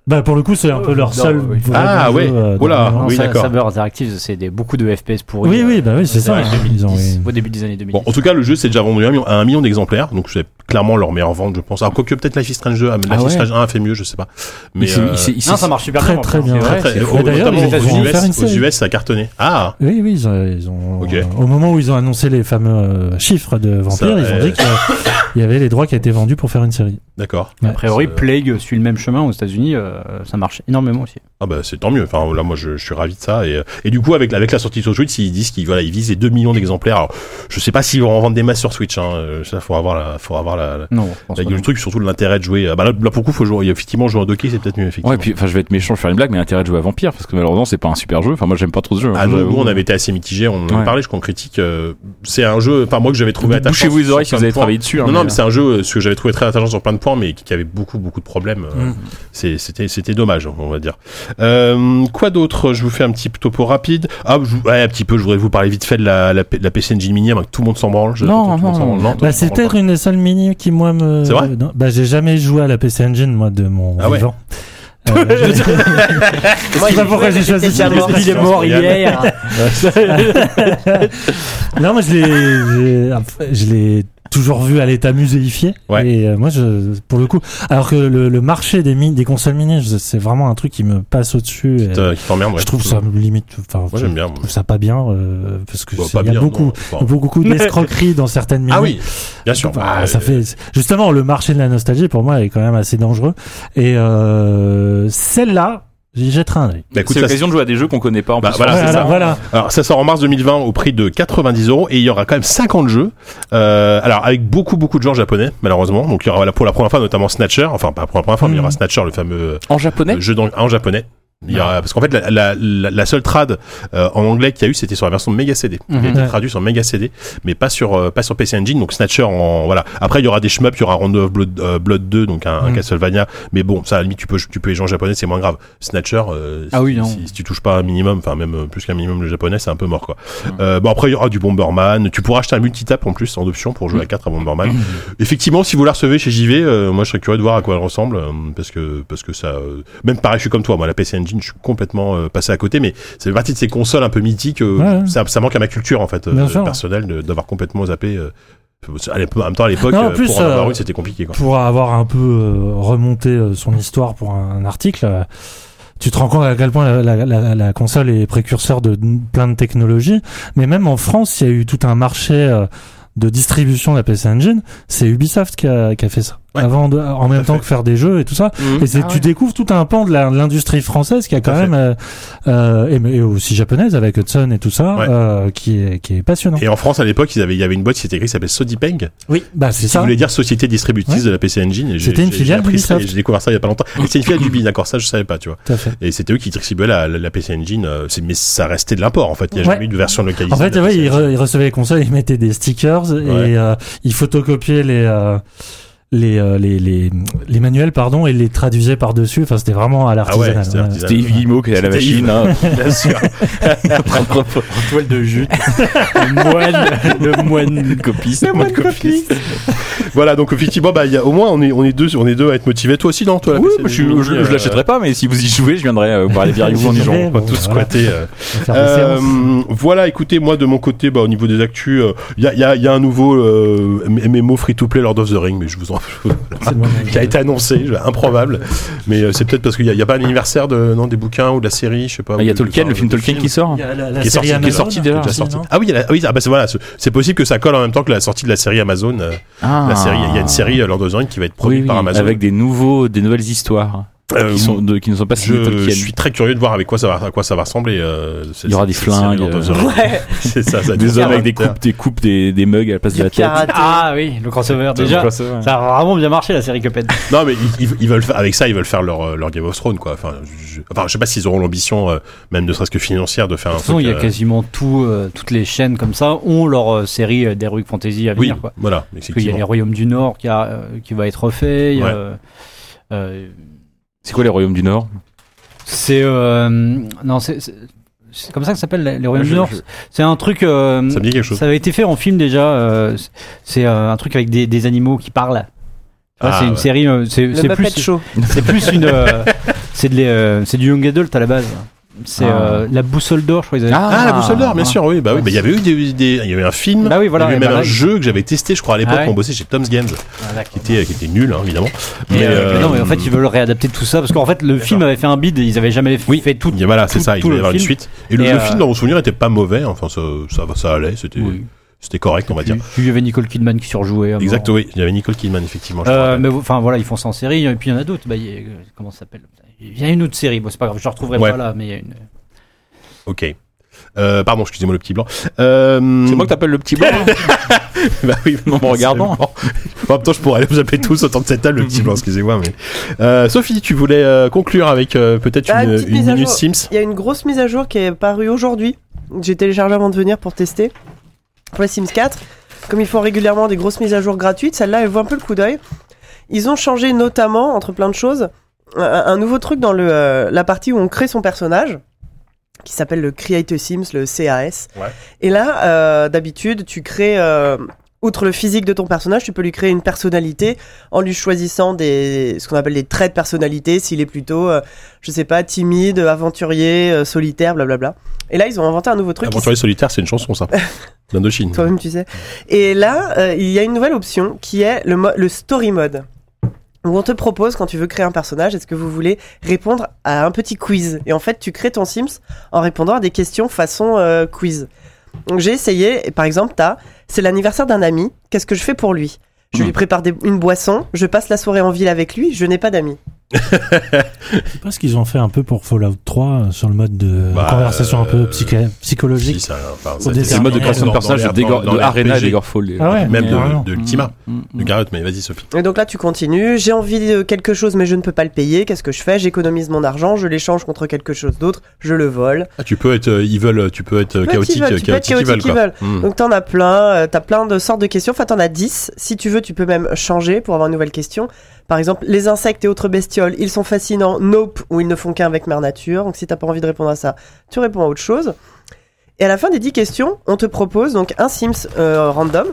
C: Bah pour le coup, c'est un peu leur
D: Non,
C: seul...
D: oui.
C: vrai
B: Ah,
C: bon
B: ouais.
C: jeu, euh,
B: Oula,
C: dans-
B: oui.
D: Sa-
B: d'accord.
D: Saber Interactive, c'est des- beaucoup de FPS pour
C: Oui, oui, bah oui, c'est ça.
D: hein.
C: Ils ont, oui.
D: Au début des années 2000.
B: Bon, en tout cas, le jeu c'est déjà vendu à un million- à un million d'exemplaires, donc c'est clairement leur meilleure vente, je pense. Alors quoique peut-être Life is Strange 2, ah, mais
F: Ah
B: Life is
F: ouais.
B: Strange 1 a fait mieux, je sais pas. Mais
F: Il s'est-
B: euh,
F: il s'est- il s'est-
D: Non, ça marche super
C: très,
D: bien.
C: très
D: C'est
C: bien.
D: vrai,
B: très,
D: c'est
B: très,
D: fou.
C: Et d'ailleurs,
B: notamment aux
C: ils
D: vont en
C: faire une
B: US, aux
C: série.
B: US, ça a cartonné. Ah,
C: Oui, oui, ils ont. ils ont-
B: Ok.
C: au moment où ils ont annoncé les fameux euh, chiffres de Vampire,
B: Ça,
C: ils ont
B: euh,
C: dit qu'il y avait les droits qui étaient vendus pour faire une série.
B: d'accord.
D: A priori,
B: C'est-
D: Plague suit le même chemin aux États-Unis, euh, ça marche énormément aussi.
B: Ah bah c'est tant mieux. Enfin là moi je, je suis ravi de ça et, euh, et du coup avec la- avec la sortie sur Switch ils disent qu'ils voilà ils visent les 2 millions d'exemplaires. Alors je sais pas s'ils vont en vendre des masses sur Switch. Hein. Euh, Ça faut avoir la faut avoir la, la-
D: Non, je pense
B: la
D: pas.
B: gueule du truc surtout de l'intérêt de jouer. Ah Bah là, là, pour le coup faut jouer effectivement jouer en docké c'est peut-être mieux effectivement.
F: Ouais, puis enfin, je vais être méchant, je vais faire une blague, mais intérêt de jouer à Vampire parce que malheureusement, c'est pas un super jeu. Enfin, moi, j'aime pas trop ce jeu. hein.
B: Ah nous,
F: euh, J'avoue.
B: nous, on avait été assez mitigés, on en a
F: Ouais.
B: parlé, je crois, en critique. euh, c'est un jeu, enfin moi que j'avais trouvé attachant.
F: Bouchez-vous les
B: sur
F: oreilles si
B: plein
F: vous avez
B: de points.
F: travaillé dessus. hein,
B: Non, non, mais
F: euh,
B: c'est un jeu, euh, ce que j'avais trouvé très attachant sur plein de points, mais qui, qui avait beaucoup, beaucoup de problèmes. euh,
C: Mm.
B: c'est- C'était, c'était dommage, on va dire. Euh, quoi d'autre Je vous fais un petit topo rapide. Ah, je, vous- ouais, un petit peu. Je voudrais vous parler vite fait de la, la, P- la PC Engine Mini, avant que tout le monde s'en branle. Je-
F: Non,
B: tout le monde
F: non,
B: s'en branle.
F: non.
B: tout le
C: Bah,
B: monde
C: c'est
B: s'en branle
C: peut-être une des seules mini qui, moi, me.
B: C'est vrai
C: Non, Bah, j'ai jamais joué à la PC Engine, moi, de mon
B: Ah ouais.
C: vivant. Euh,
E: Moi,
C: sais
E: j'ai
C: pas
E: joué,
C: pourquoi j'ai
E: mais
C: choisi
E: j'étais
C: cette
E: déjà mort.
D: Il est mort
B: Yann.
D: hier.
B: [LAUGHS]
C: non, moi, je l'ai, j'ai- je l'ai toujours vu à l'état muséifié.
B: Ouais.
C: Et euh, moi, je, pour le coup, alors que le, le marché des, mi- des consoles mini, je- c'est vraiment un truc qui me passe au-dessus. et
B: pas. Euh, qui t'emmerde, ouais.
C: Je trouve ça limite. Enfin,
B: Moi j'aime bien. moi.
C: Je trouve ça pas bien euh, parce que
B: Bah,
C: c'est-
B: pas
C: il y a
B: bien,
C: beaucoup
B: non, enfin. [LAUGHS]
C: beaucoup d'escroqueries dans certaines mini.
B: Ah oui, bien sûr.
C: Bah,
B: Bah,
C: ça
B: euh,
C: fait justement le marché de la nostalgie pour moi est quand même assez dangereux et euh, celle-là j'y jetterai un œil.
B: bah, écoute,
F: c'est
B: ça-
F: l'occasion de jouer à des jeux qu'on connaît pas en
B: Bah,
F: plus.
B: voilà,
C: voilà,
B: c'est ça.
C: voilà.
B: Alors ça sort en mars 2020 au prix de 90 euros et il y aura quand même 50 jeux. Euh, alors avec beaucoup beaucoup de gens japonais malheureusement. Donc il y aura voilà, pour la première fois notamment Snatcher, enfin pas pour la première fois Mm. mais il y aura
C: Mhm.
B: Snatcher le fameux [LAUGHS]
F: En
B: euh,
F: japonais
B: jeu d'ang- en japonais. Il y aura- parce qu'en fait, la, la, la- la seule trad euh, en anglais qu'il y a eu, c'était sur la version de Mega CD. Il a été
D: Mhm.
C: Ouais.
B: traduit sur Mega CD, mais pas sur euh, pas sur PC Engine. Donc Snatcher, en voilà. Après, il y aura des shmups, il y aura Rondo of Blood, euh, Blood 2, donc un, un
C: Mhm.
B: Castlevania. Mais bon, ça, à la limite, tu peux tu peux les gens en japonais, c'est moins grave. Snatcher, euh,
D: Ah
B: si,
D: oui, non.
B: si- si tu touches pas un minimum, enfin même euh, plus qu'un minimum le japonais, c'est un peu mort quoi.
F: Mhm.
B: Euh, bon après, il y aura du Bomberman. Tu pourras acheter un multitap en plus en option pour jouer à 4 à Bomberman. Effectivement, si vous la recevez chez JV, euh, moi je serais curieux de voir à quoi elle ressemble, euh, parce que parce que ça, euh, même pareil, je suis comme toi, moi la PC Engine, je suis complètement euh, passé à côté, mais c'est partie de ces consoles un peu mythiques, euh,
C: Ouais, ouais.
B: ça, ça manque à ma culture en fait euh,
C: Bien sûr.
B: personnelle de- d'avoir complètement zappé. euh, à l'époque- en même temps, à l'époque,
C: Non, en
B: euh,
C: plus,
B: pour en avoir
C: euh,
B: une, c'était compliqué. Quoi.
C: Pour avoir un peu euh, remonté euh, son histoire pour un, un article, euh, tu te rends compte à quel point la, la- la- la console est précurseur de n- plein de technologies. Mais même en France, il y a eu tout un marché euh, de distribution de la PC Engine. C'est Ubisoft qui a, qui a fait ça.
B: Ouais.
C: Avant de- en
B: à
C: même temps
B: fait.
C: que faire des jeux et tout ça. Et c'est-
D: Ah
C: tu
D: ouais.
C: découvres tout un pan de la- de l'industrie française qui a
B: Tout
C: quand
B: à
C: même euh, euh, et, mais- et aussi japonaise avec Hudson et tout ça,
B: Ouais.
C: euh, qui est qui est passionnant.
B: Et en France, à l'époque, ils avaient- il y avait une boîte qui s'était écrite, qui s'appelait Sodipeng,
C: Oui, bah c'est
B: qui
C: ça.
B: voulait dire Société Distributrice
C: Ouais.
B: de la PC Engine. et j'ai-
C: C'était une
B: j'ai-
C: filiale
B: j'ai appris ça et
C: d'Ubisoft.
B: J'ai découvert ça il y a pas longtemps. Et c'est une filiale d'Ubi, d'accord, ça je savais pas, tu vois.
C: Tout à fait.
B: Et c'était eux qui distribuaient la, la, la PC Engine, euh, c'est- mais ça restait de l'import en fait. Il n'y a
C: Ouais.
B: jamais eu de version localisée.
C: En fait,
B: de la
C: ouais,
B: PC
C: ils,
B: Engine.
C: re- ils recevaient les consoles, ils mettaient des stickers
B: Ouais.
C: et euh, ils photocopiaient les, euh, les, euh, les, les, les manuels pardon, et les traduisaient par-dessus. Enfin, c'était vraiment à
B: Ah ouais,
C: l'artisanal.
B: c'était
C: ouais.
B: artisanal.
F: C'était Yves Guillemot qui est à la
B: C'était
F: machine.
B: Yves.
F: hein. [LAUGHS]
B: Bien [LAUGHS] sûr.
D: En [LAUGHS] toile de jute.
F: le moine, le moine copiste. Le moine copiste.
B: [LAUGHS] voilà, donc effectivement, bah, il y a, au moins on est, on, est deux, on est deux à être motivés. Toi aussi, non toi, la
F: Oui,
B: PC
F: moi, je,
B: Engine,
F: je, je
B: euh,
F: l'achèterai pas, mais si vous y jouez, je viendrai euh, boire les bières avec vous en y
C: J'y
F: jouant.
C: vais,
B: On va
C: Bon,
B: tous
C: bah,
B: squatter. euh,
C: On va faire des
B: Euh,
C: séances.
B: voilà, écoutez, moi de mon côté, bah, au niveau des actus, il y, a, y a un nouveau euh, MMO free-to-play Lord of the Ring, mais je vous en [LAUGHS]
C: C'est le moment.
B: qui a été annoncé, improbable. Mais euh, c'est peut-être parce qu'il n'y a, il y a pas un anniversaire de, non, des bouquins ou de la série, je sais pas.
F: Ah, Il y a
B: ou de-
F: Tolkien,
B: enfin,
F: le film
B: de
F: Tolkien qui sort.
C: Il y a la- la
B: qui est sorti,
C: série
B: qui est
C: Amazon, hein,
B: sorti déjà.
C: aussi,
B: qui est sorti.
C: non
B: Ah oui, il y a la- oui, ah bah c'est- voilà, c'est- c'est possible que ça colle en même temps que la sortie de la série Amazon. euh,
F: Ah.
B: La série, il y a une série euh, Lord of the Rings qui va être
F: Oui,
B: produite
F: oui,
B: par Amazon.
F: avec des nouveaux, des nouvelles histoires
B: Euh,
F: qui sont de- qui ne sont pas signées
B: je,
F: Tolkien.
B: je suis très curieux de voir avec quoi ça va, à quoi ça va ressembler. euh, cette-
F: Il y aura des
B: cette série
F: flingues,
B: Lord of the
F: euh,
B: Rings.
E: Ouais,
B: [LAUGHS] c'est ça, ça
F: Des hommes avec des
B: caractères.
F: coupes, des coupes, des, des mugs à la place de
E: du
F: la tête.
E: karaté.
D: Ah oui, le crossover déjà.
F: Ça-
D: Ça a vraiment bien marché la série Cuphead.
B: Non, mais ils, ils- ils veulent faire, avec ça, ils veulent faire leur, euh, leur Game of Thrones, quoi. Enfin, je, enfin, je sais pas s'ils auront l'ambition, euh, même ne serait-ce que financière, de faire
D: De
B: un
D: toute façon,
B: truc,
D: il y a
B: euh,
D: quasiment tout, euh, toutes les chaînes comme ça ont leur euh, série euh, d'Heroic Fantasy à
B: Oui,
D: venir. Quoi.
B: voilà.
D: Parce qu'il y a les
B: effectivement.
D: Royaumes du Nord qui, a, euh, qui va être refait. il y a,
B: Ouais.
D: euh, euh,
F: C'est quoi les royaumes du Nord
D: c'est. euh, non, c'est. c'est- c'est comme ça que ça s'appelle les les Royaumes
F: Je-
D: du Nord.
F: je-
D: C'est un truc. euh,
B: Ça me dit quelque chose.
D: ça avait été fait en film déjà. euh, c'est- c'est euh, un truc avec des, des animaux qui parlent. Tu vois,
B: Ah,
D: c'est une
B: ouais.
D: série. euh, C'est
E: le
D: c'est
E: Muppet
D: plus.
E: Show.
D: C'est plus une. euh, c'est de les, euh, c'est du young adult à la base. C'est
F: Ah.
D: euh, la boussole d'or, je crois. qu'ils avaient-
B: Ah, la boussole d'or, bien
D: ah.
B: sûr, oui. Bah oui, bah, il y avait eu des, des- il y avait un film.
D: Bah oui, voilà.
B: il y avait
D: et
B: même
D: bah
B: un
D: là,
B: jeu que j'avais testé, je crois, à l'époque,
D: Ah ouais.
B: on bossait chez Tom's Games,
D: Ah, d'accord.
B: qui était, qui était nul, hein, évidemment.
D: Et, euh,
B: euh,
D: non, mais en fait, ils veulent réadapter tout ça parce qu'en fait, le film avait fait un bid, ils avaient jamais
B: Oui.
D: fait tout.
B: il y a- voilà, c'est
D: tout-
B: ça, il
D: tout
B: devait y
D: le
B: avoir une
D: film.
B: suite. Et le,
D: Et,
B: le
D: euh,
B: film, dans mon souvenir, était pas mauvais, enfin, ça, ça, va- ça allait, c'était,
D: Oui.
B: c'était correct, on va dire.
D: Puis, puis il y avait Nicole Kidman qui surjouait. à mort.
B: Exact, oui. Il y avait Nicole Kidman, effectivement. je
D: Euh,
B: crois.
D: mais enfin voilà, ils font ça en série. Et puis il y en a d'autres. Bah, il y a- comment ça s'appelle Il y a une autre série. Bon, c'est pas grave, je retrouverai
B: Ouais.
D: pas là, mais il y a une.
B: Ok. Euh, pardon, excusez-moi le petit blanc. Euh,
F: C'est moi que t'appelles le petit hein blanc
B: [LAUGHS] bah oui,
F: en me
B: [LAUGHS]
F: regardant.
B: En même temps, je pourrais aller vous appeler tous autant de cette table, le petit blanc, excusez-moi. Mais... Euh, Sophie, tu voulais euh, conclure avec euh, peut-être
E: Ah,
B: une,
E: petite
B: une
E: mise à
B: minute
E: jour.
B: Sims.
E: Il y a une grosse mise à jour qui est parue aujourd'hui. J'ai téléchargé avant de venir pour tester. Pour les Sims 4, comme ils font régulièrement des grosses mises à jour gratuites, celle-là, elle voit un peu le coup d'œil. Ils ont changé notamment, entre plein de choses, un, un nouveau truc dans le, euh, la partie où on crée son personnage, qui s'appelle le Create a Sims, le CAS.
B: Ouais.
E: Et là, euh, d'habitude, tu crées, euh, outre le physique de ton personnage, tu peux lui créer une personnalité en lui choisissant des, ce qu'on appelle des traits de personnalité, s'il est plutôt... euh, je sais pas, timide, aventurier, euh, solitaire, blablabla. Et là, ils ont inventé un nouveau truc. qui
B: Aventurier solitaire, c'est une chanson,
E: [LAUGHS]
B: ça. D'Indochine.
E: Toi-même, tu sais. Et là, euh, il y a une nouvelle option qui est le, mo- le story mode. Où on te propose, quand tu veux créer un personnage, est-ce que vous voulez répondre à un petit quiz Et en fait, tu crées ton Sims en répondant à des questions façon euh, quiz. Donc j'ai essayé, et par exemple, t'as, c'est l'anniversaire d'un ami, qu'est-ce que je fais pour lui Je lui prépare des- une boisson, je passe la soirée en ville avec lui, je n'ai pas d'amis.
C: Je sais pas ce qu'ils ont fait un peu pour Fallout 3 euh, sur le mode de
B: Bah,
C: conversation un peu
B: euh,
C: psycha-
B: Si,
C: psychologique.
B: ça, enfin,
C: Au
B: ça-
C: dessert.
F: C'est le mode de
C: dans-
F: création de
B: dans-
F: personnage
B: dans
F: de,
B: les-
F: Degor-
B: dans
F: de
B: les
F: Arena et
B: RPG.
F: Degorfall.
C: Ah ouais.
B: Même
C: Carrément.
B: de, de Ultima,
F: Mm, mm,
B: de Garrett, mais vas-y Sophie.
E: Et donc là, tu continues. J'ai envie de quelque chose, mais je ne peux pas le payer. Qu'est-ce que je fais J'économise mon argent, je l'échange contre quelque chose d'autre, je le vole.
B: Ah, tu peux être euh, evil, tu peux être euh,
E: Ouais,
B: chaotique,
E: evil,
B: euh,
E: tu peux être
B: chaotique evil,
E: chaotique
B: quoi. Mm.
E: Donc t'en as plein, euh, t'as plein de sortes de questions. Enfin, t'en as 10. Si tu veux, tu peux même changer pour avoir une nouvelle question. Par exemple, les insectes et autres bestioles, ils sont fascinants, nope, ou ils ne font qu'un avec mère nature. Donc si t'as pas envie de répondre à ça, tu réponds à autre chose. Et à la fin des 10 questions, on te propose donc un Sims euh, random.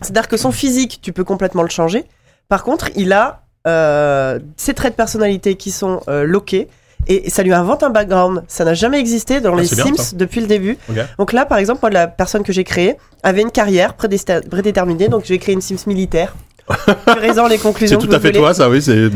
E: C'est-à-dire que son physique, tu peux complètement le changer. Par contre, il a euh, ses traits de personnalité qui sont euh, loqués. Et ça lui invente un background. Ça n'a jamais existé dans
B: Ah,
E: les
B: c'est bien,
E: Sims
B: ça.
E: depuis le début.
B: Ok.
E: Donc là, par exemple, moi, la personne que j'ai créée avait une carrière prédésta- prédéterminée. Donc j'ai créé une Sims
B: [LAUGHS]
E: militaire. Raisant les conclusions.
B: C'est tout
E: que vous
B: à fait
E: voulez
B: toi, ça, oui, c'est.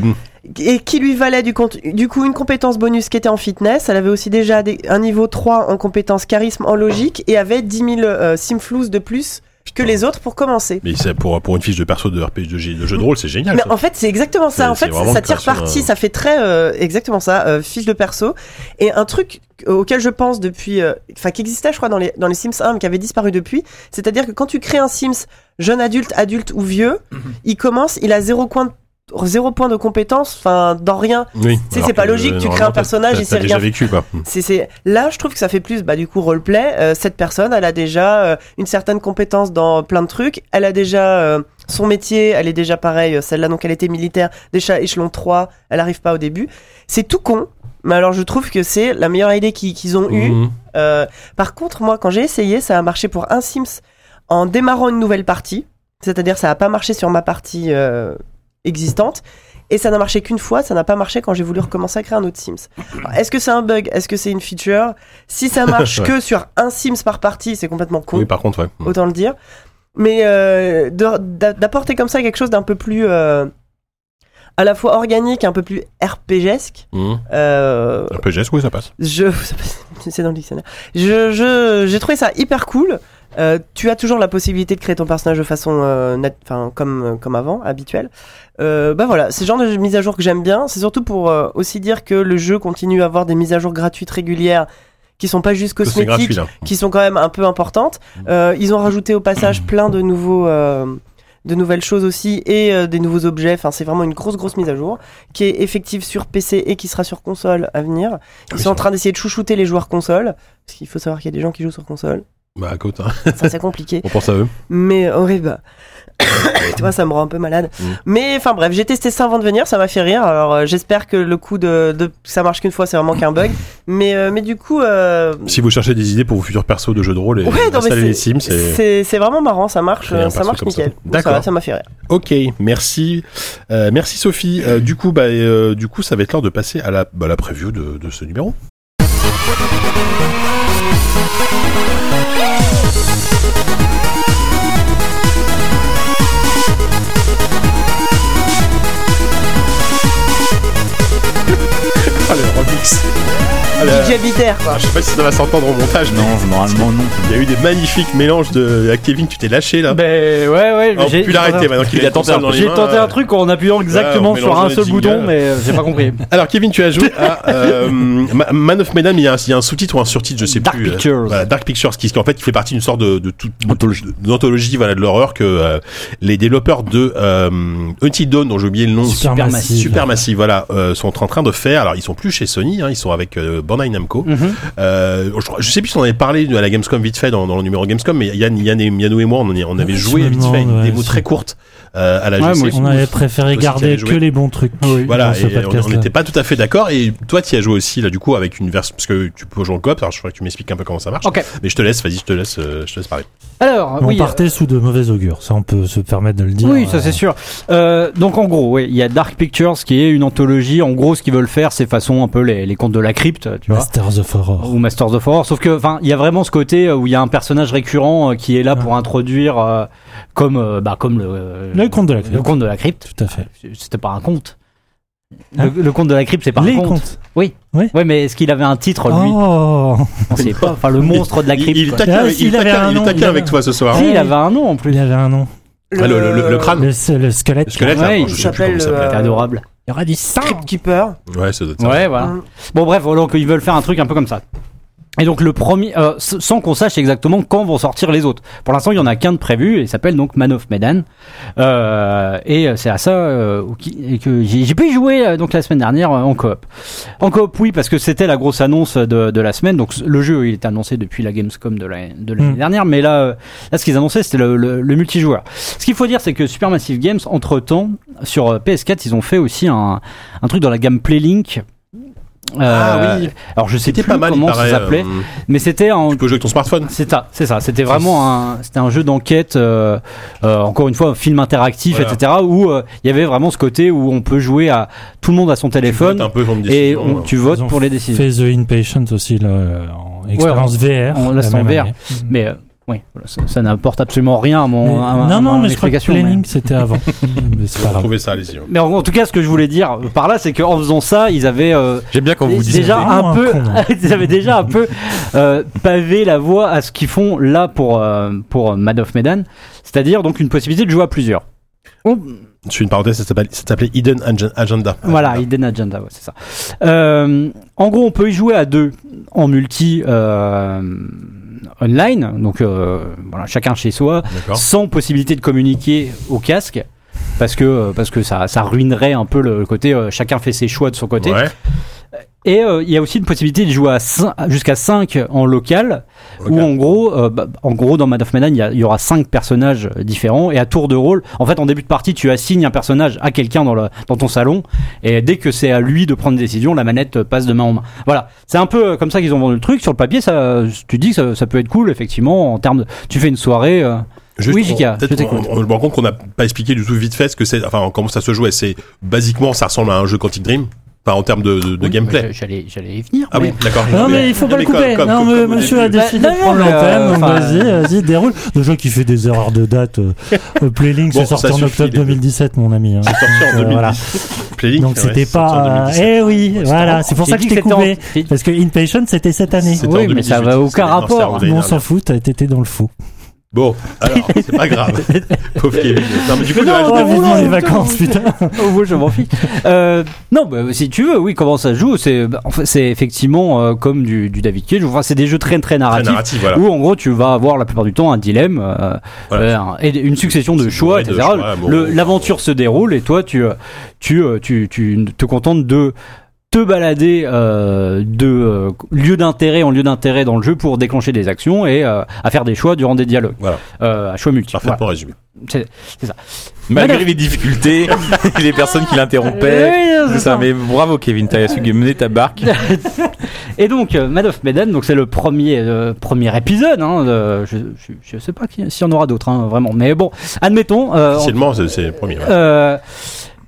E: et qui lui valait du, compte, du coup une compétence bonus qui était en fitness. Elle avait aussi déjà des- un niveau 3 en compétence charisme en logique et avait 10 000 euh, simflouz de plus que les autres pour commencer.
B: [LAUGHS] Mais c'est pour, pour une fiche de perso de RPG de jeu de, jeu de rôle, c'est génial.
E: Mm. Mais
B: ça.
E: en fait, c'est exactement
B: C'est-
E: ça. En
B: c'est
E: fait,
B: vraiment
E: ça
B: une
E: tire
B: création,
E: parti,
B: euh,
E: ça fait très euh, exactement ça, euh, fiche de perso. Et un truc auquel je pense depuis, euh, enfin qui existait, je crois, dans les dans les Sims 1, mais qui avait disparu depuis, c'est-à-dire que quand tu crées un Sims jeune adulte, adulte ou vieux, il commence, il a zéro coin de- zéro point de compétence, enfin dans rien.
B: Oui.
E: sais,
B: Alors
E: c'est pas
B: que, euh,
E: logique, tu crées un
B: normalement, t'as-
E: personnage
B: t'as-
E: et c'est
B: t'as déjà
E: rien.
B: vécu, quoi.
E: C'est, c'est... Là, je trouve que ça fait plus, bah, du coup, roleplay. Euh, cette personne, elle a déjà euh, une certaine compétence dans plein de trucs. Elle a déjà euh, son métier, elle est déjà pareille, euh, celle-là, donc elle était militaire, déjà échelon 3, elle arrive pas au début. C'est tout con, mais alors je trouve que c'est la meilleure idée qui- qu'ils ont eue.
B: Mhm.
E: Euh, par contre, moi, quand j'ai essayé, ça a marché pour un Sims en démarrant une nouvelle partie. C'est-à-dire, ça n'a pas marché sur ma partie euh, existante. Et ça n'a marché qu'une fois, ça n'a pas marché quand j'ai voulu recommencer à créer un autre Sims. Alors, Est-ce que c'est un bug Est-ce que c'est une feature Si ça
B: [LAUGHS]
E: marche
B: Ouais.
E: que sur un Sims par partie, c'est complètement con,
B: Oui, par contre, ouais. Mm.
E: autant le dire. Mais euh, de- d'a- d'apporter comme ça quelque chose d'un peu plus euh, à la fois organique, un peu plus RPGesque,
B: Mm.
E: euh,
B: Un peu geste, oui, ça passe.
E: je [LAUGHS] c'est dans le dictionnaire. Je je j'ai trouvé ça hyper cool. Euh, tu as toujours la possibilité de créer ton personnage de façon euh, nat- enfin comme comme avant, habituelle. Euh, bah voilà, c'est le genre de mise à jour que j'aime bien. C'est surtout pour euh, aussi dire que le jeu continue à avoir des mises à jour gratuites régulières qui sont pas juste
B: Ça, C'est gratuit,
E: cosmétiques,
B: là.
E: qui sont quand même un peu importantes. Euh, ils ont rajouté au passage plein de nouveaux euh, de nouvelles choses aussi et euh, des nouveaux objets. Enfin, c'est vraiment une grosse grosse mise à jour qui est effective sur PC et qui sera sur console à venir. Ils
B: oui,
E: sont
B: ça.
E: en train d'essayer de chouchouter les joueurs console parce qu'il faut savoir qu'il y a des gens qui jouent sur console.
B: Bah, écoute, hein, [LAUGHS]
E: Ça c'est compliqué.
B: on pense à eux.
E: Mais horrible. [COUGHS] tu vois, ça me rend un peu malade.
B: Mm.
E: Mais enfin bref, j'ai testé ça avant de venir, ça m'a fait rire. Alors euh, j'espère que le coup de, de ça marche qu'une fois, c'est vraiment qu'un bug. Mais euh, mais du coup. euh,
B: Si vous cherchez des idées pour vos futurs persos de jeux de rôle et
E: Ouais, non, mais
B: installer
E: c'est-
B: les Sims, c'est.
E: c'est c'est vraiment marrant, ça marche,
B: Créer un
E: euh, ça
B: perso
E: marche
B: comme ça.
E: nickel. Bon,
B: D'accord.
E: ça va, Ça m'a fait rire.
B: Ok, merci, Euh, merci Sophie. Euh, du coup, bah, euh, du coup, ça va être l'heure de passer à la, bah, la preview de, de ce [LAUGHS] numéro. Ah, le remix. Ah, le-
E: DJ Bitter, quoi.
B: Ah, je sais pas si ça va s'entendre au montage, mais
F: Non, normalement non.
B: il y a eu des magnifiques mélanges de. Ah, Kevin, tu t'es lâché là.
D: Ben ouais, ouais.
B: Ah, on peut
D: j'ai-
B: plus l'arrêter maintenant qu'il
F: Il a
B: le
F: tenté
B: console
F: un-
B: dans les
D: J'ai
B: mains,
D: tenté
B: euh.
D: un truc en appuyant exactement sur
B: mélangeant
D: un
B: les
D: seul
B: jingles.
D: bouton, mais euh, j'ai pas compris.
B: Alors Kevin, tu as joué à euh, Ma- Man of Medan, mais il y, a un- il y a un sous-titre ou un surtitre, [LAUGHS] je sais
D: Dark
B: plus. euh,
D: Pictures.
B: voilà, Dark Pictures, qui, qui en fait qui fait partie d'une sorte de, de toute anthologie, voilà, de l'horreur que euh, les développeurs de euh, Until Dawn, dont j'ai oublié le nom,
C: Supermassive.
B: Supermassive, voilà, euh, sont en train de faire. Alors ils sont plus chez Sony, hein, ils sont avec euh, Bandai Namco.
D: Mhm.
B: Euh, je, crois- je sais plus si on en avait parlé à la Gamescom vite fait dans, dans le numéro Gamescom, mais Yann, Yann et Miano et moi, on, en y- on avait
C: Ouais,
B: joué vite
C: finalement,
B: fait une
C: ouais,
B: démo
C: c'est-
B: très courte euh, à la
D: Ouais, moi
B: GC.
D: aussi.
C: On avait
B: Toi
C: préféré
B: aussi qui avais
C: garder
B: joué.
C: que les bons trucs.
B: Voilà,
C: dans ce
B: et on- on
C: podcast-là.
B: n'était pas tout à fait d'accord. Et toi, tu y as joué aussi, là, du coup, avec une version. Parce que tu peux jouer en coop, alors je crois que tu m'expliques un peu comment ça marche.
D: Ok.
B: Mais je te laisse, vas-y, je te laisse, euh, je te laisse parler.
D: Alors,
C: Mais
D: Ah oui. euh,
C: on partait sous de mauvais augures, ça on peut se permettre de le dire.
D: Oui, ça c'est
C: Euh,
D: sûr. Euh, donc en gros, oui, il y a Dark Pictures qui est une anthologie. En gros, ce qu'ils veulent faire, c'est façon un peu les, les contes de la crypte, tu vois.
C: Masters of Horror.
D: Ou Masters of Horror. Sauf que, enfin, il y a vraiment ce côté euh, où il y a un personnage récurrent euh, qui est là pour introduire, euh, comme, euh, bah, comme le,
C: Le conte de la crypte.
D: le conte de la crypte.
C: Tout à fait.
D: C'était pas un conte.
C: Hein
D: le, le conte de la crypte, c'est pas
C: les
D: un conte.
C: contes.
D: Ouais, mais est-ce qu'il avait un titre, lui
C: Oh,
D: On sait pas. Enfin, le monstre de la
B: Il,
D: crypte.
B: il est
D: quoi.
B: taquin,
C: Ah,
B: avec-
C: s'il
B: il est
C: avait
B: taquin-
C: un
B: il est
C: nom,
B: taquin
C: il
B: avec
C: avait-
B: toi ce soir. hein.
D: Si, il avait un nom en plus.
C: il avait un nom.
B: Ah, le- le- le crâne.
C: Le, le squelette.
B: Le squelette,
D: Ouais,
B: là,
D: il
B: je sais plus comment
E: s'appelle,
B: il s'appelait.
D: C'était adorable. Il y aura du sang.
E: Crypt Keeper.
B: Ouais, ça doit être ça.
D: Ouais, voilà.
E: Mm.
D: Bon, bref, donc ils veulent faire un truc un peu comme ça. Et donc le premier, euh, s- sans qu'on sache exactement quand vont sortir les autres. Pour l'instant, il y en a qu'un de prévu et il s'appelle donc Man of Medan. Euh, et euh, c'est à ça euh, au- qui- et que j'ai j'ai pu y jouer euh, donc la semaine dernière euh, en coop. En coop, oui, parce que c'était la grosse annonce de, de la semaine. Donc le jeu, il était annoncé depuis la Gamescom de l'année de l'année
C: Mm.
D: dernière, mais là, euh, là, ce qu'ils annonçaient, c'était le, le- le multijoueur. Ce qu'il faut dire, c'est que Supermassive Games, entre temps, sur euh, PS4, ils ont fait aussi un, un truc dans la gamme Playlink.
B: Ah
D: Euh,
B: oui.
D: alors je sais
B: C'était
D: plus
B: pas mal, il
D: comment ça
B: paraît,
D: s'appelait,
B: euh,
D: mais c'était en
B: tu peux jouer avec ton smartphone.
D: c'est ça, c'est ça. C'était vraiment un, c'était un jeu d'enquête, euh, euh, encore une fois, un film interactif,
B: Voilà.
D: etc. Où euh, il y avait vraiment ce côté où on peut jouer à tout le monde à son
B: Tu
D: téléphone
B: votes un peu, genre, une
D: et
B: décision,
D: on-
B: hein.
D: tu votes
C: Ils ont
D: pour les décisions.
C: Fait The Inpatient aussi, là, euh, en expérience VR.
D: on- là,
C: la
D: c'est en
C: même
D: VR.
C: année.
D: Mais euh, oui, voilà, ça, ça n'apporte absolument rien à
C: Mais-
D: mon, à- à
C: non, non,
D: mon
C: mais je crois que
D: explication. mais-
C: Planning,
D: [LAUGHS]
C: c'était avant. mais c'est pas grave.
B: Trouvez ça, allez-y.
D: Mais en, en tout cas, ce que je voulais dire euh, par là, c'est qu'en faisant ça, ils avaient euh,
F: J'aime
B: Oh,
F: bien quand vous dites.
D: déjà
C: vraiment
D: un
C: un
D: peu,
C: con, hein.
D: [LAUGHS] ils avaient déjà un peu euh, pavé la voie à ce qu'ils font là pour euh, pour Mad of Medan, c'est-à-dire donc une possibilité de jouer à plusieurs. On-
B: Je fais une parenthèse, ça s'appelle- ça s'appelait Hidden Agen- Agenda.
D: Ah, voilà, Hidden Agenda, ouais, c'est ça. Euh, en gros, on peut y jouer à deux en multi euh, online, donc euh, voilà, chacun chez soi,
B: D'accord.
D: sans possibilité de communiquer au casque. Parce que, euh, parce que ça, ça ruinerait un peu le côté euh, chacun fait ses choix de son côté.
B: Ouais.
D: Et euh, il y a aussi une possibilité de jouer à cin- jusqu'à 5 en local, où
B: Ok.
D: en gros, euh, bah, en gros dans Mad of Medan, il y, a- il y aura 5 personnages euh, différents, et à tour de rôle, en fait en début de partie, tu assignes un personnage à quelqu'un dans, le- dans ton salon, et dès que c'est à lui de prendre une décision, la manette euh, passe de main en main. Voilà, c'est un peu euh, comme ça qu'ils ont vendu le truc, sur le papier, ça, euh, tu dis que ça, ça peut être cool, effectivement, en termes de... Tu fais une soirée... euh,
B: Juste,
D: Oui,
B: on-
D: Jika, je
B: peut-être
D: t'écoute.
B: On, on me rend compte qu'on n'a pas expliqué du tout vite fait ce que c'est, enfin, comment ça se jouait. C'est, basiquement, ça ressemble à un jeu Quantic Dream. Enfin, en termes de, de- de
D: oui,
B: gameplay.
D: mais J'allais j'allais y venir.
B: Ah
D: mais-
B: oui, d'accord.
C: Non, mais il faut pas le
B: comme-
C: couper.
B: comme-
C: non,
B: comme-
C: mais
B: comme au
C: monsieur a
B: début.
D: début.
C: décidé
D: Bah,
C: de prendre
D: non, mais,
C: l'antenne,
D: euh,
C: donc
D: enfin,
C: vas-y, vas-y, déroule. Déjà qui fait des erreurs de date. [LAUGHS] euh, euh, Playlink,
B: Bon,
C: c'est sorti
B: ça
C: en
B: suffit,
C: octobre
B: les deux.
C: 2017, mon ami. hein.
B: C'est sorti en
C: Euh,
B: 2010.
C: voilà.
B: Playlink,
C: Donc
B: c'est vrai,
C: c'était
B: c'est sorti en
C: pas.
B: 2017.
C: Eh oui, voilà, c'est pour
D: J'ai
C: ça que
D: dit
C: je t'ai
D: c'était en-
C: coupé.
D: [LAUGHS]
C: Parce que Inpatient, c'était cette année.
B: C'était
D: Oui,
B: en
D: mais ça
B: 2018,
D: va
B: c'était-
D: aucun
B: non, c'était en
D: rapport. hein,
B: l'année
C: Nous, on
B: dernière.
C: s'en fout, t'as été dans le faux.
B: Bon, alors, c'est
D: [LAUGHS]
B: pas grave. Pauvre Kevin. Non, mais du coup, le reste
C: Oh,
B: de-
D: non,
C: vivement
D: non,
C: les
D: non,
C: vacances,
D: non.
C: putain.
D: Oh, moi, je m'en fiche. Euh, non, bah, si tu veux, oui, comment ça se joue C'est bah, en fait, c'est effectivement euh, comme du, du David Cage. Enfin, c'est des jeux très très
B: Très
D: narratifs.
B: narratif, voilà.
D: Où en gros tu vas avoir la plupart du temps un dilemme euh,
B: Voilà.
D: euh, un- et une succession de
B: C'est
D: choix,
B: bourré de
D: etc.
B: choix, bon.
D: Le- L'aventure se déroule et toi tu euh, tu euh, tu, tu te contentes de te balader euh, de euh, lieu d'intérêt en lieu d'intérêt dans le jeu pour déclencher des actions et euh, à faire des choix durant des dialogues.
B: Voilà.
D: Euh, à choix multiples.
B: Parfait pour résumer.
F: Malgré les [LAUGHS] difficultés, les personnes qui
D: Voilà.
F: l'interrompaient.
D: Oui,
F: Tout
D: c'est
F: ça,
D: ça.
F: mais bravo Kevin, t'as su mener ta barque.
D: Et donc, euh, Man of Medan, donc c'est le premier, euh, premier épisode. Hein, de- je, je, je sais pas qui- s'il y en aura d'autres, hein, vraiment. Mais bon, admettons. euh, en-
B: Officiellement, c'est- c'est le premier. ouais.
D: euh,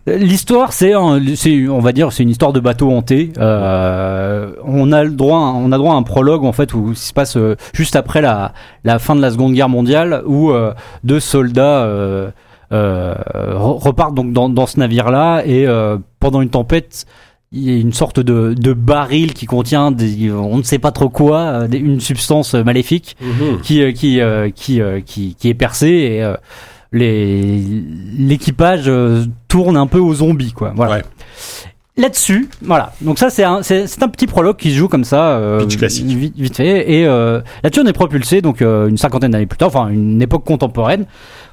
D: L'histoire, c'est, un- c'est, on va dire, c'est une histoire de bateau hanté. Euh, on a le droit, on a droit à un prologue en fait où il se passe euh, juste après la, la fin de la Seconde Guerre mondiale, où euh, deux soldats euh, euh, re- repartent donc dans, dans ce navire-là et euh, pendant une tempête. Il y a une sorte de, de baril qui contient, des, on ne sait pas trop quoi, euh, des- une substance maléfique
B: Mhm.
D: qui euh, qui euh, qui, euh, qui qui est percé et euh, les l'équipage euh, tourne un peu aux zombies quoi voilà
B: Ouais.
D: là-dessus voilà donc ça c'est un c'est c'est un petit prologue qui se joue comme ça euh,
B: Pitch classique.
D: vite, vite fait et euh, là-dessus on est propulsé donc euh, une cinquantaine d'années plus tard enfin une époque contemporaine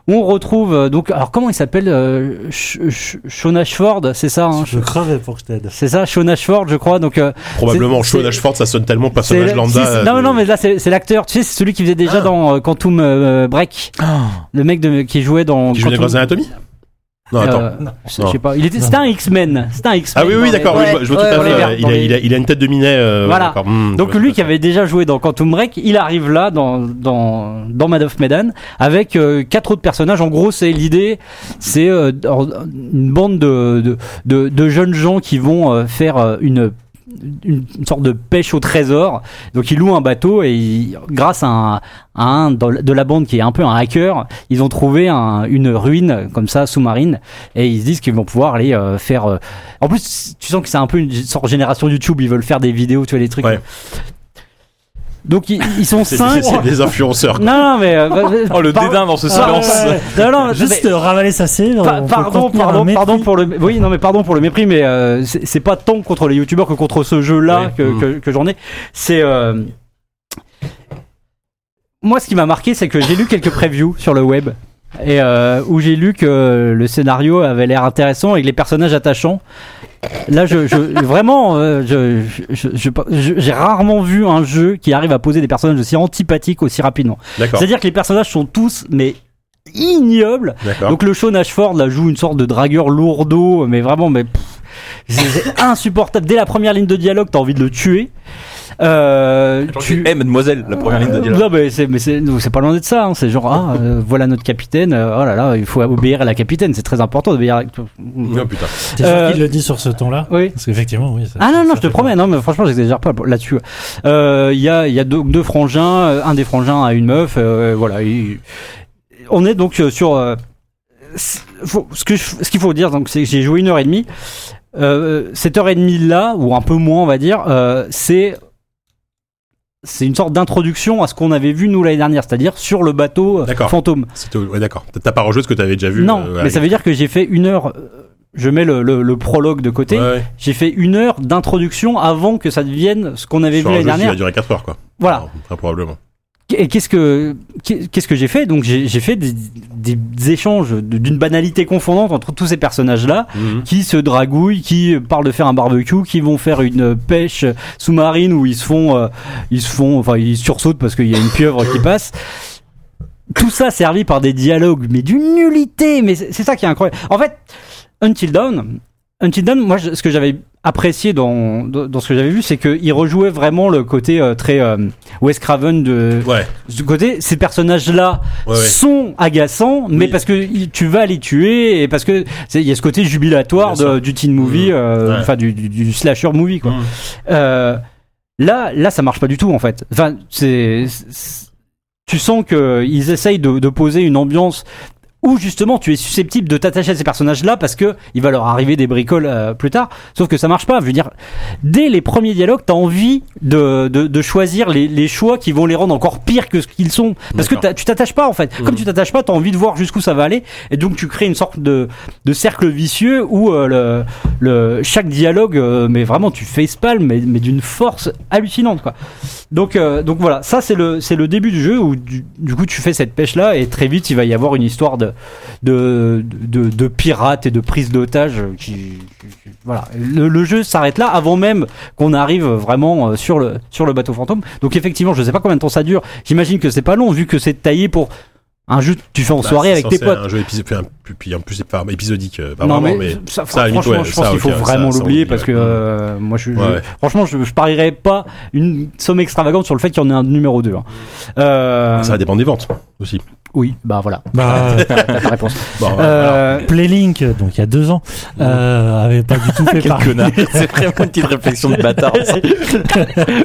D: où on retrouve euh, donc alors comment il s'appelle euh, Sh- Sh- Sean Ashford c'est ça hein,
C: Je crevais pour que je t'aide.
D: c'est ça Sean Ashford je crois donc euh,
B: Probablement,
D: c'est-
B: Sean Ashford, ça sonne tellement personnage
D: c'est-
B: lambda.
D: si, c'est-
B: euh,
D: non,
B: de-
D: non, mais là, c'est c'est l'acteur. Tu sais, c'est celui qui faisait déjà
B: Ah.
D: dans euh, Quantum euh, Break. Le mec de, qui jouait dans.
B: Qui joue dans
D: Quantum-
B: Grey's Anatomy Non, attends.
D: euh, je
B: Non.
D: sais pas. Il était, c'était un X-Men. C'était un X-Men.
B: Ah oui, oui,
D: dans les-
B: d'accord, oui,
E: Ouais,
B: je vois- je vois
E: ouais,
B: tout à
D: dans les
B: fait.
D: verts,
B: euh, Il
D: dans
B: a,
D: les-
B: il, a, il a une tête de minet. euh,
D: Voilà.
B: d'accord. Hmm,
D: Donc
B: je vois
D: lui
B: tout
D: qui
B: à fait.
D: avait déjà joué dans Quantum Break, il arrive là dans dans dans Mad of Medan avec euh, quatre autres personnages. En gros, c'est l'idée, c'est euh, en- une bande de de, de de jeunes gens qui vont euh, faire euh, une une une sorte de pêche au trésor. Donc ils louent un bateau et ils- grâce à un, à un dans- de la bande qui est un peu un hacker, ils ont trouvé un- une ruine comme ça sous-marine et ils se disent qu'ils vont pouvoir aller euh, faire. euh, En plus, tu sens que c'est un peu une sorte de génération YouTube. Ils veulent faire des vidéos, tu vois les trucs.
B: Ouais.
D: Donc ils, ils sont
B: C'est
D: 5.
B: c'est- c'est
D: [LAUGHS]
B: des influenceurs. quoi.
D: Non, non, mais. euh,
F: [LAUGHS] Oh, le
D: par-
F: dédain dans ce
D: par-
F: silence.
D: Non, non,
C: Juste
D: mais-
C: euh, ravaler sa cire.
D: Pa-
C: on peut
D: pardon,
C: contenir un
D: pardon,
C: mépris.
D: pardon pour le. Oui, non, mais pardon pour le mépris, mais euh, c'est c'est pas tant contre les youtubeurs que contre ce jeu-là
B: Oui.
D: que,
B: Mm.
D: que, que j'en ai. C'est euh, moi, ce qui m'a marqué, c'est que j'ai lu quelques previews sur le web et euh, où j'ai lu que le scénario avait l'air intéressant et que les personnages attachants. Là, je, [LAUGHS] je- vraiment, euh, je- je- je- je- j'ai rarement vu un jeu qui arrive à poser des personnages aussi antipathiques aussi rapidement.
B: D'accord.
D: C'est-à-dire que les personnages sont tous mais ignobles.
B: D'accord.
D: Donc le show Nashford là joue une sorte de dragueur lourdeau, mais vraiment, mais pff, c'est c'est [LAUGHS] insupportable. Dès la première ligne de dialogue, t'as envie de le tuer. Euh,
F: Tu es mademoiselle, la première ligne de dialogue.
D: non mais c'est mais c'est non, c'est pas loin d'être ça. hein. C'est genre ah euh, voilà notre capitaine. euh, Oh là là, il faut obéir à la capitaine. C'est très important d'obéir. à-
B: Non, Hmm, oh, putain.
C: T'es sûr
D: Euh,
C: qu'il le dit sur ce ton-là
D: Oui.
C: Parce qu'effectivement, oui. ça-
D: Ah non,
C: ça
D: non, je te
C: fait
D: promets, non, mais franchement, j'exagère pas là-dessus. Euh, Il y a, il y a deux, deux frangins, euh, un des frangins a une meuf, euh, voilà. il- on est donc euh, sur. euh, c- faut- ce que je- ce qu'il faut dire, donc, c'est que j'ai joué une heure et demie. Euh, cette heure et demie là, ou un peu moins, on va dire, euh, c'est. C'est une sorte d'introduction à ce qu'on avait vu nous l'année dernière, c'est-à-dire sur le bateau euh,
B: D'accord.
D: fantôme.
B: C'était- ouais, D'accord. T'as- T'as pas rejoué ce que t'avais déjà vu.
D: non,
B: euh, à la-
D: mais ça veut dire que j'ai fait une heure. euh, Je mets le, le- le prologue de côté.
B: Ouais, ouais.
D: J'ai fait une heure d'introduction avant que ça devienne ce qu'on avait
B: Sur
D: vu
B: un
D: l'année
B: jeu qui
D: dernière.
B: a duré 4 heures, quoi.
D: Voilà.
B: Très probablement.
D: Et qu'est-ce que qu'est-ce que j'ai fait Donc j'ai j'ai fait des, des échanges de- d'une banalité confondante entre tous ces personnages-là
B: Mhm.
D: qui se dragouillent, qui parlent de faire un barbecue, qui vont faire une pêche sous-marine où ils se font euh, ils se font enfin ils sursautent parce qu'il y a une pieuvre qui passe. Tout ça servi par des dialogues mais d'une nullité, mais c'est c'est ça qui est incroyable. En fait, Until Dawn, Until Dawn, moi, je- ce que j'avais apprécié dans, dans, dans ce que j'avais vu, c'est qu'il rejouait vraiment le côté euh, très euh, Wes Craven de,
B: Ouais.
D: ce côté. Ces personnages-là
B: Ouais, ouais.
D: sont agaçants, mais parce que il- tu vas les tuer et parce que c'est- il y a ce côté jubilatoire
B: Bien
D: de- du teen movie,
B: Mmh.
D: euh,
B: Ouais.
D: enfin du, du- du slasher movie, quoi.
B: Mmh.
D: Euh, là, là, ça marche pas du tout en fait. Enfin, c'est, c'est- tu sens que euh, ils essayent de, de poser une ambiance où justement tu es susceptible de t'attacher à ces personnages-là parce que il va leur arriver des bricoles euh, plus tard. Sauf que ça marche pas. Je veux dire, dès les premiers dialogues, t'as envie de, de, de choisir les, les choix qui vont les rendre encore pires que ce qu'ils sont parce que
B: D'accord.
D: t'as- tu t'attaches pas en fait. Comme tu t'attaches pas, t'as envie de voir jusqu'où ça va aller et donc tu crées une sorte de, de cercle vicieux où euh, le, le chaque dialogue euh, mais vraiment tu facepalm mais, mais d'une force hallucinante quoi donc euh, donc voilà ça c'est le c'est le début du jeu où du, du coup tu fais cette pêche là et très vite il va y avoir une histoire de de de, de pirates et de prise d'otages euh, qui, qui- voilà le, le jeu s'arrête là avant même qu'on arrive vraiment euh, sur le sur le bateau fantôme donc effectivement je sais pas combien de temps ça dure j'imagine que c'est pas long vu que c'est taillé pour un jeu que tu fais en
B: Bah,
D: soirée
B: c'est
D: avec tes
B: censé
D: potes
B: Un jeu épisodique, puis, un- puis en plus c'est pas épisodique, euh, pas vraiment, mais.
D: ça,
B: ça, à la limite,
D: franchement,
B: ouais,
D: je pense
B: ça,
D: qu'il faut
B: ok, ça,
D: vraiment
B: ça, on
D: l'oublier
B: oublie,
D: parce
B: ouais.
D: que euh, moi, je, je-
B: Ouais, ouais.
D: franchement, je, je parierais pas une somme extravagante sur le fait qu'il y en ait un numéro 2 Euh,
B: Ça dépend des ventes aussi.
D: oui, bah voilà,
C: Bah, euh,
D: t'as ta réponse.
B: Bon, ouais, voilà.
D: Euh, [LAUGHS]
C: Playlink, donc il y a deux ans, euh, avait pas
B: [LAUGHS]
C: du tout fait
F: Quel
C: partie.
F: connard. C'est vraiment une petite réflexion de [LAUGHS] bâtard.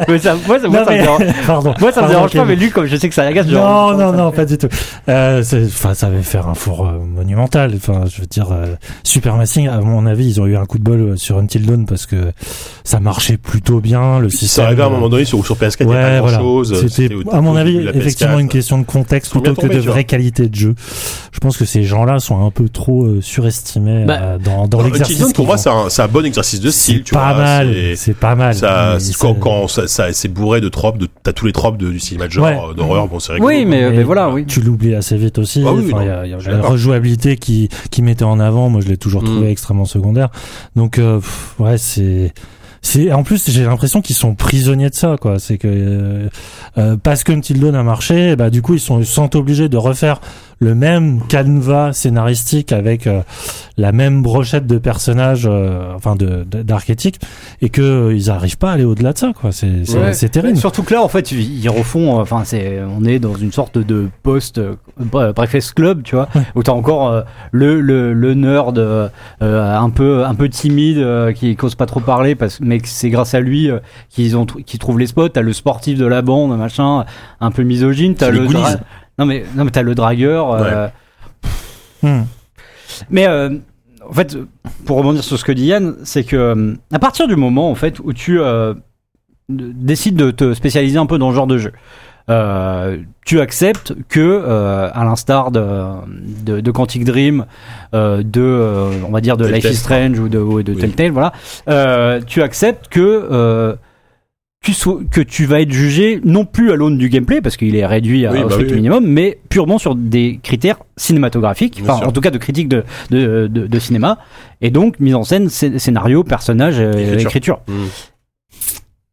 D: mais ça, moi, ça, moi,
C: Non,
D: ça me
C: mais-
D: dérange,
C: [LAUGHS] Pardon.
D: moi, ça me
C: Pardon,
D: dérange pas,
C: Ken.
D: mais lui, comme je sais que ça l'agace, genre.
C: Non, non,
B: hein.
C: non, pas du tout. Euh, c'est- Enfin, ça va faire un four euh, monumental. Enfin, je veux dire, euh, Supermassing, à mon avis, ils ont eu un coup de bol euh, sur Until Dawn parce que ça marchait plutôt bien. Le
B: Si ça
C: système.
B: arrivait à un
C: euh,
B: moment donné sur, sur PS4, il n'y a pas
C: Ouais, voilà.
B: grand-chose. euh,
C: C'était,
B: au-
C: à
B: au
C: mon
B: début
C: avis,
B: de la PS4.
C: effectivement une question de contexte
B: Ils sont bien
C: plutôt que
B: tombés,
C: de
B: tu vois.
C: vraie qualité de jeu. Je pense que ces gens-là sont un peu trop euh, surestimés
D: Bah,
C: euh, dans, dans
B: Non,
C: l'exercice.
B: Until Dawn, pour
C: qu'ils
B: moi,
C: font.
B: c'est un, c'est un bon exercice de style,
C: c'est
B: tu vois.
C: pas mal.
B: c'est-
C: C'est pas
D: Ah,
C: mal.
B: Ça,
C: Mais
B: c'est-
C: c'est-
B: quand,
D: euh,
B: quand ça, ça- c'est bourré de tropes, de, t'as tous les tropes de- du cinéma de genre,
C: Ouais.
B: euh, d'horreur, bon, c'est rigolo.
D: Oui, mais,
C: Mais
D: mais voilà, oui.
C: Tu l'oublies assez vite aussi.
B: Ah oui,
C: Enfin,
B: non,
C: il y a- il y a
B: je suis
C: la
B: d'accord.
C: rejouabilité qui, qui mettait en avant. Moi, je l'ai toujours trouvé
B: Mm.
C: extrêmement secondaire. Donc, euh, pff, ouais, c'est. C'est, en plus, j'ai l'impression qu'ils sont prisonniers de ça, quoi. C'est que euh, euh, parce que Until Dawn a marché, bah du coup, ils sont, ils sont obligés de refaire le même canevas scénaristique avec euh, la même brochette de personnages, euh, enfin de, de- d'archétypes, et que euh, ils arrivent pas à aller au-delà de ça, quoi. C'est, c'est,
D: Ouais.
C: c'est terrible.
D: Surtout que là, en fait, ils ils refont. euh, Enfin, c'est, on est dans une sorte de post euh, bre- breakfast club, tu vois, où t'as encore euh, le, le le nerd euh, euh, un peu un peu timide euh, qui cause pas trop parler, parce mais que c'est grâce à lui euh, qu'ils ont tr- qu'ils trouvent les spots. T'as le sportif de la bande, machin, un peu misogyne. T'as
B: C'est les
D: le
B: Goonies.
D: dra- non mais non mais t'as le dragueur. euh,
C: Mm.
D: mais euh, en fait, pour rebondir sur ce que dit Yann, c'est que euh, à partir du moment en fait où tu euh, de- décides de te spécialiser un peu dans ce genre de jeu. Euh, tu acceptes que, euh, à l'instar de, de, de Quantic Dream, euh, de, euh, on va dire de
B: Telltale.
D: Life is Strange ou de, ou de
B: Oui.
D: Telltale, voilà, euh, tu acceptes que euh, tu sois- que tu vas être jugé non plus à l'aune du gameplay parce qu'il est réduit à,
B: Oui,
D: au
B: bah
D: strict
B: oui, oui.
D: minimum, mais purement sur des critères cinématographiques,
B: Bien
D: enfin
B: sûr.
D: en tout cas de critique de, de, de- de cinéma, et donc mise en scène, scé- scénario, personnage, euh,
B: Écriture.
D: écriture.
B: Mm.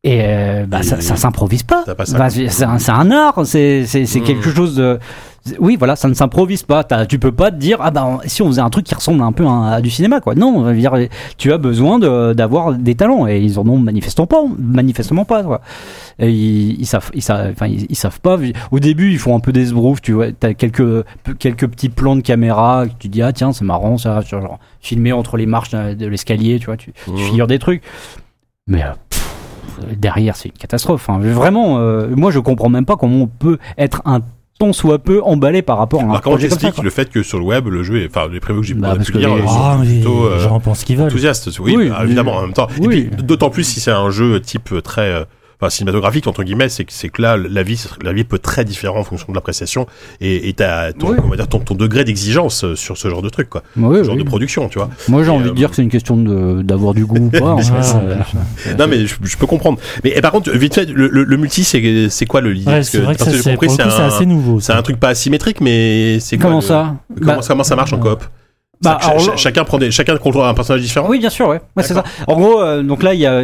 D: Et euh, bah, ça, ça s'improvise pas.
B: T'as pas ça.
D: Bah, c'est c'est un, c'est un art, c'est c'est- c'est
B: Mm.
D: quelque chose de. c'est- Oui, voilà, ça ne s'improvise pas. T'as- Tu peux pas te dire ah bah on- si on faisait un truc qui ressemble un peu à, à du cinéma quoi. Non, je veux dire, tu as besoin de- d'avoir des talents et ils en ont manifestement pas, manifestement pas quoi. Et ils, ils savent, ils savent, enfin ils, ils savent pas. Au début, ils font un peu des sbroufs, tu vois. T'as quelques quelques petits plans de caméra que tu dis ah tiens c'est marrant ça, tu vois, genre filmé entre les marches euh, de l'escalier, tu vois, tu, tu
B: Mhm.
D: figures des trucs. Mais euh, pff, derrière c'est une catastrophe. hein. Vraiment, euh, moi je comprends même pas comment on peut être un tant soit peu emballé par rapport à un
B: Alors, comment
D: projet comme ça.
B: t'expliques
D: quoi.
B: le fait que sur le web, le jeu est, enfin, les prévus que j'ai
D: Bah,
B: on a
D: parce
B: pu
D: que
B: lire,
D: les- Ah,
B: ils sont
C: Ah, mais
B: plutôt, euh,
C: les gens pensent qu'ils veulent.
B: enthousiastes. Oui,
D: Oui,
B: bah,
D: mais-
B: évidemment, en même temps. Et
D: oui.
B: puis, d'autant plus si c'est un jeu type euh, très, euh, enfin, cinématographique, entre guillemets, c'est que, c'est que là, la vie, la vie peut être très différente en fonction de l'appréciation et, et ta, ton,
D: Oui.
B: on va dire, ton, ton degré d'exigence euh, sur ce genre de truc, quoi.
D: Bah Oui,
B: ce genre
D: oui.
B: de production, tu vois.
D: Moi j'ai
B: Et,
D: envie
B: euh,
D: de dire que c'est une question de- d'avoir du
B: [LAUGHS]
D: goût ou pas. hein.
C: Ouais,
D: Euh,
B: Non, mais je, je peux comprendre. Mais, et par contre, vite fait, le, le- le multi, c'est, c'est quoi le lien?
C: Ouais,
B: Parce
C: c'est vrai que
B: parce
C: ça,
B: j'ai
C: c'est
B: compris,
C: pour le coup, c'est assez nouveau.
B: c'est un truc pas asymétrique, mais c'est quoi
D: Comment
B: le-
D: ça
B: Comment,
D: Bah,
B: comment ça marche en coop
D: bah,
B: Cha-
D: alors-
B: cha- Chacun prend des, chacun contrôle un personnage différent.
D: Oui, bien sûr, ouais. Ouais, c'est ça.
B: D'accord.
D: En gros, euh, donc là, il y a.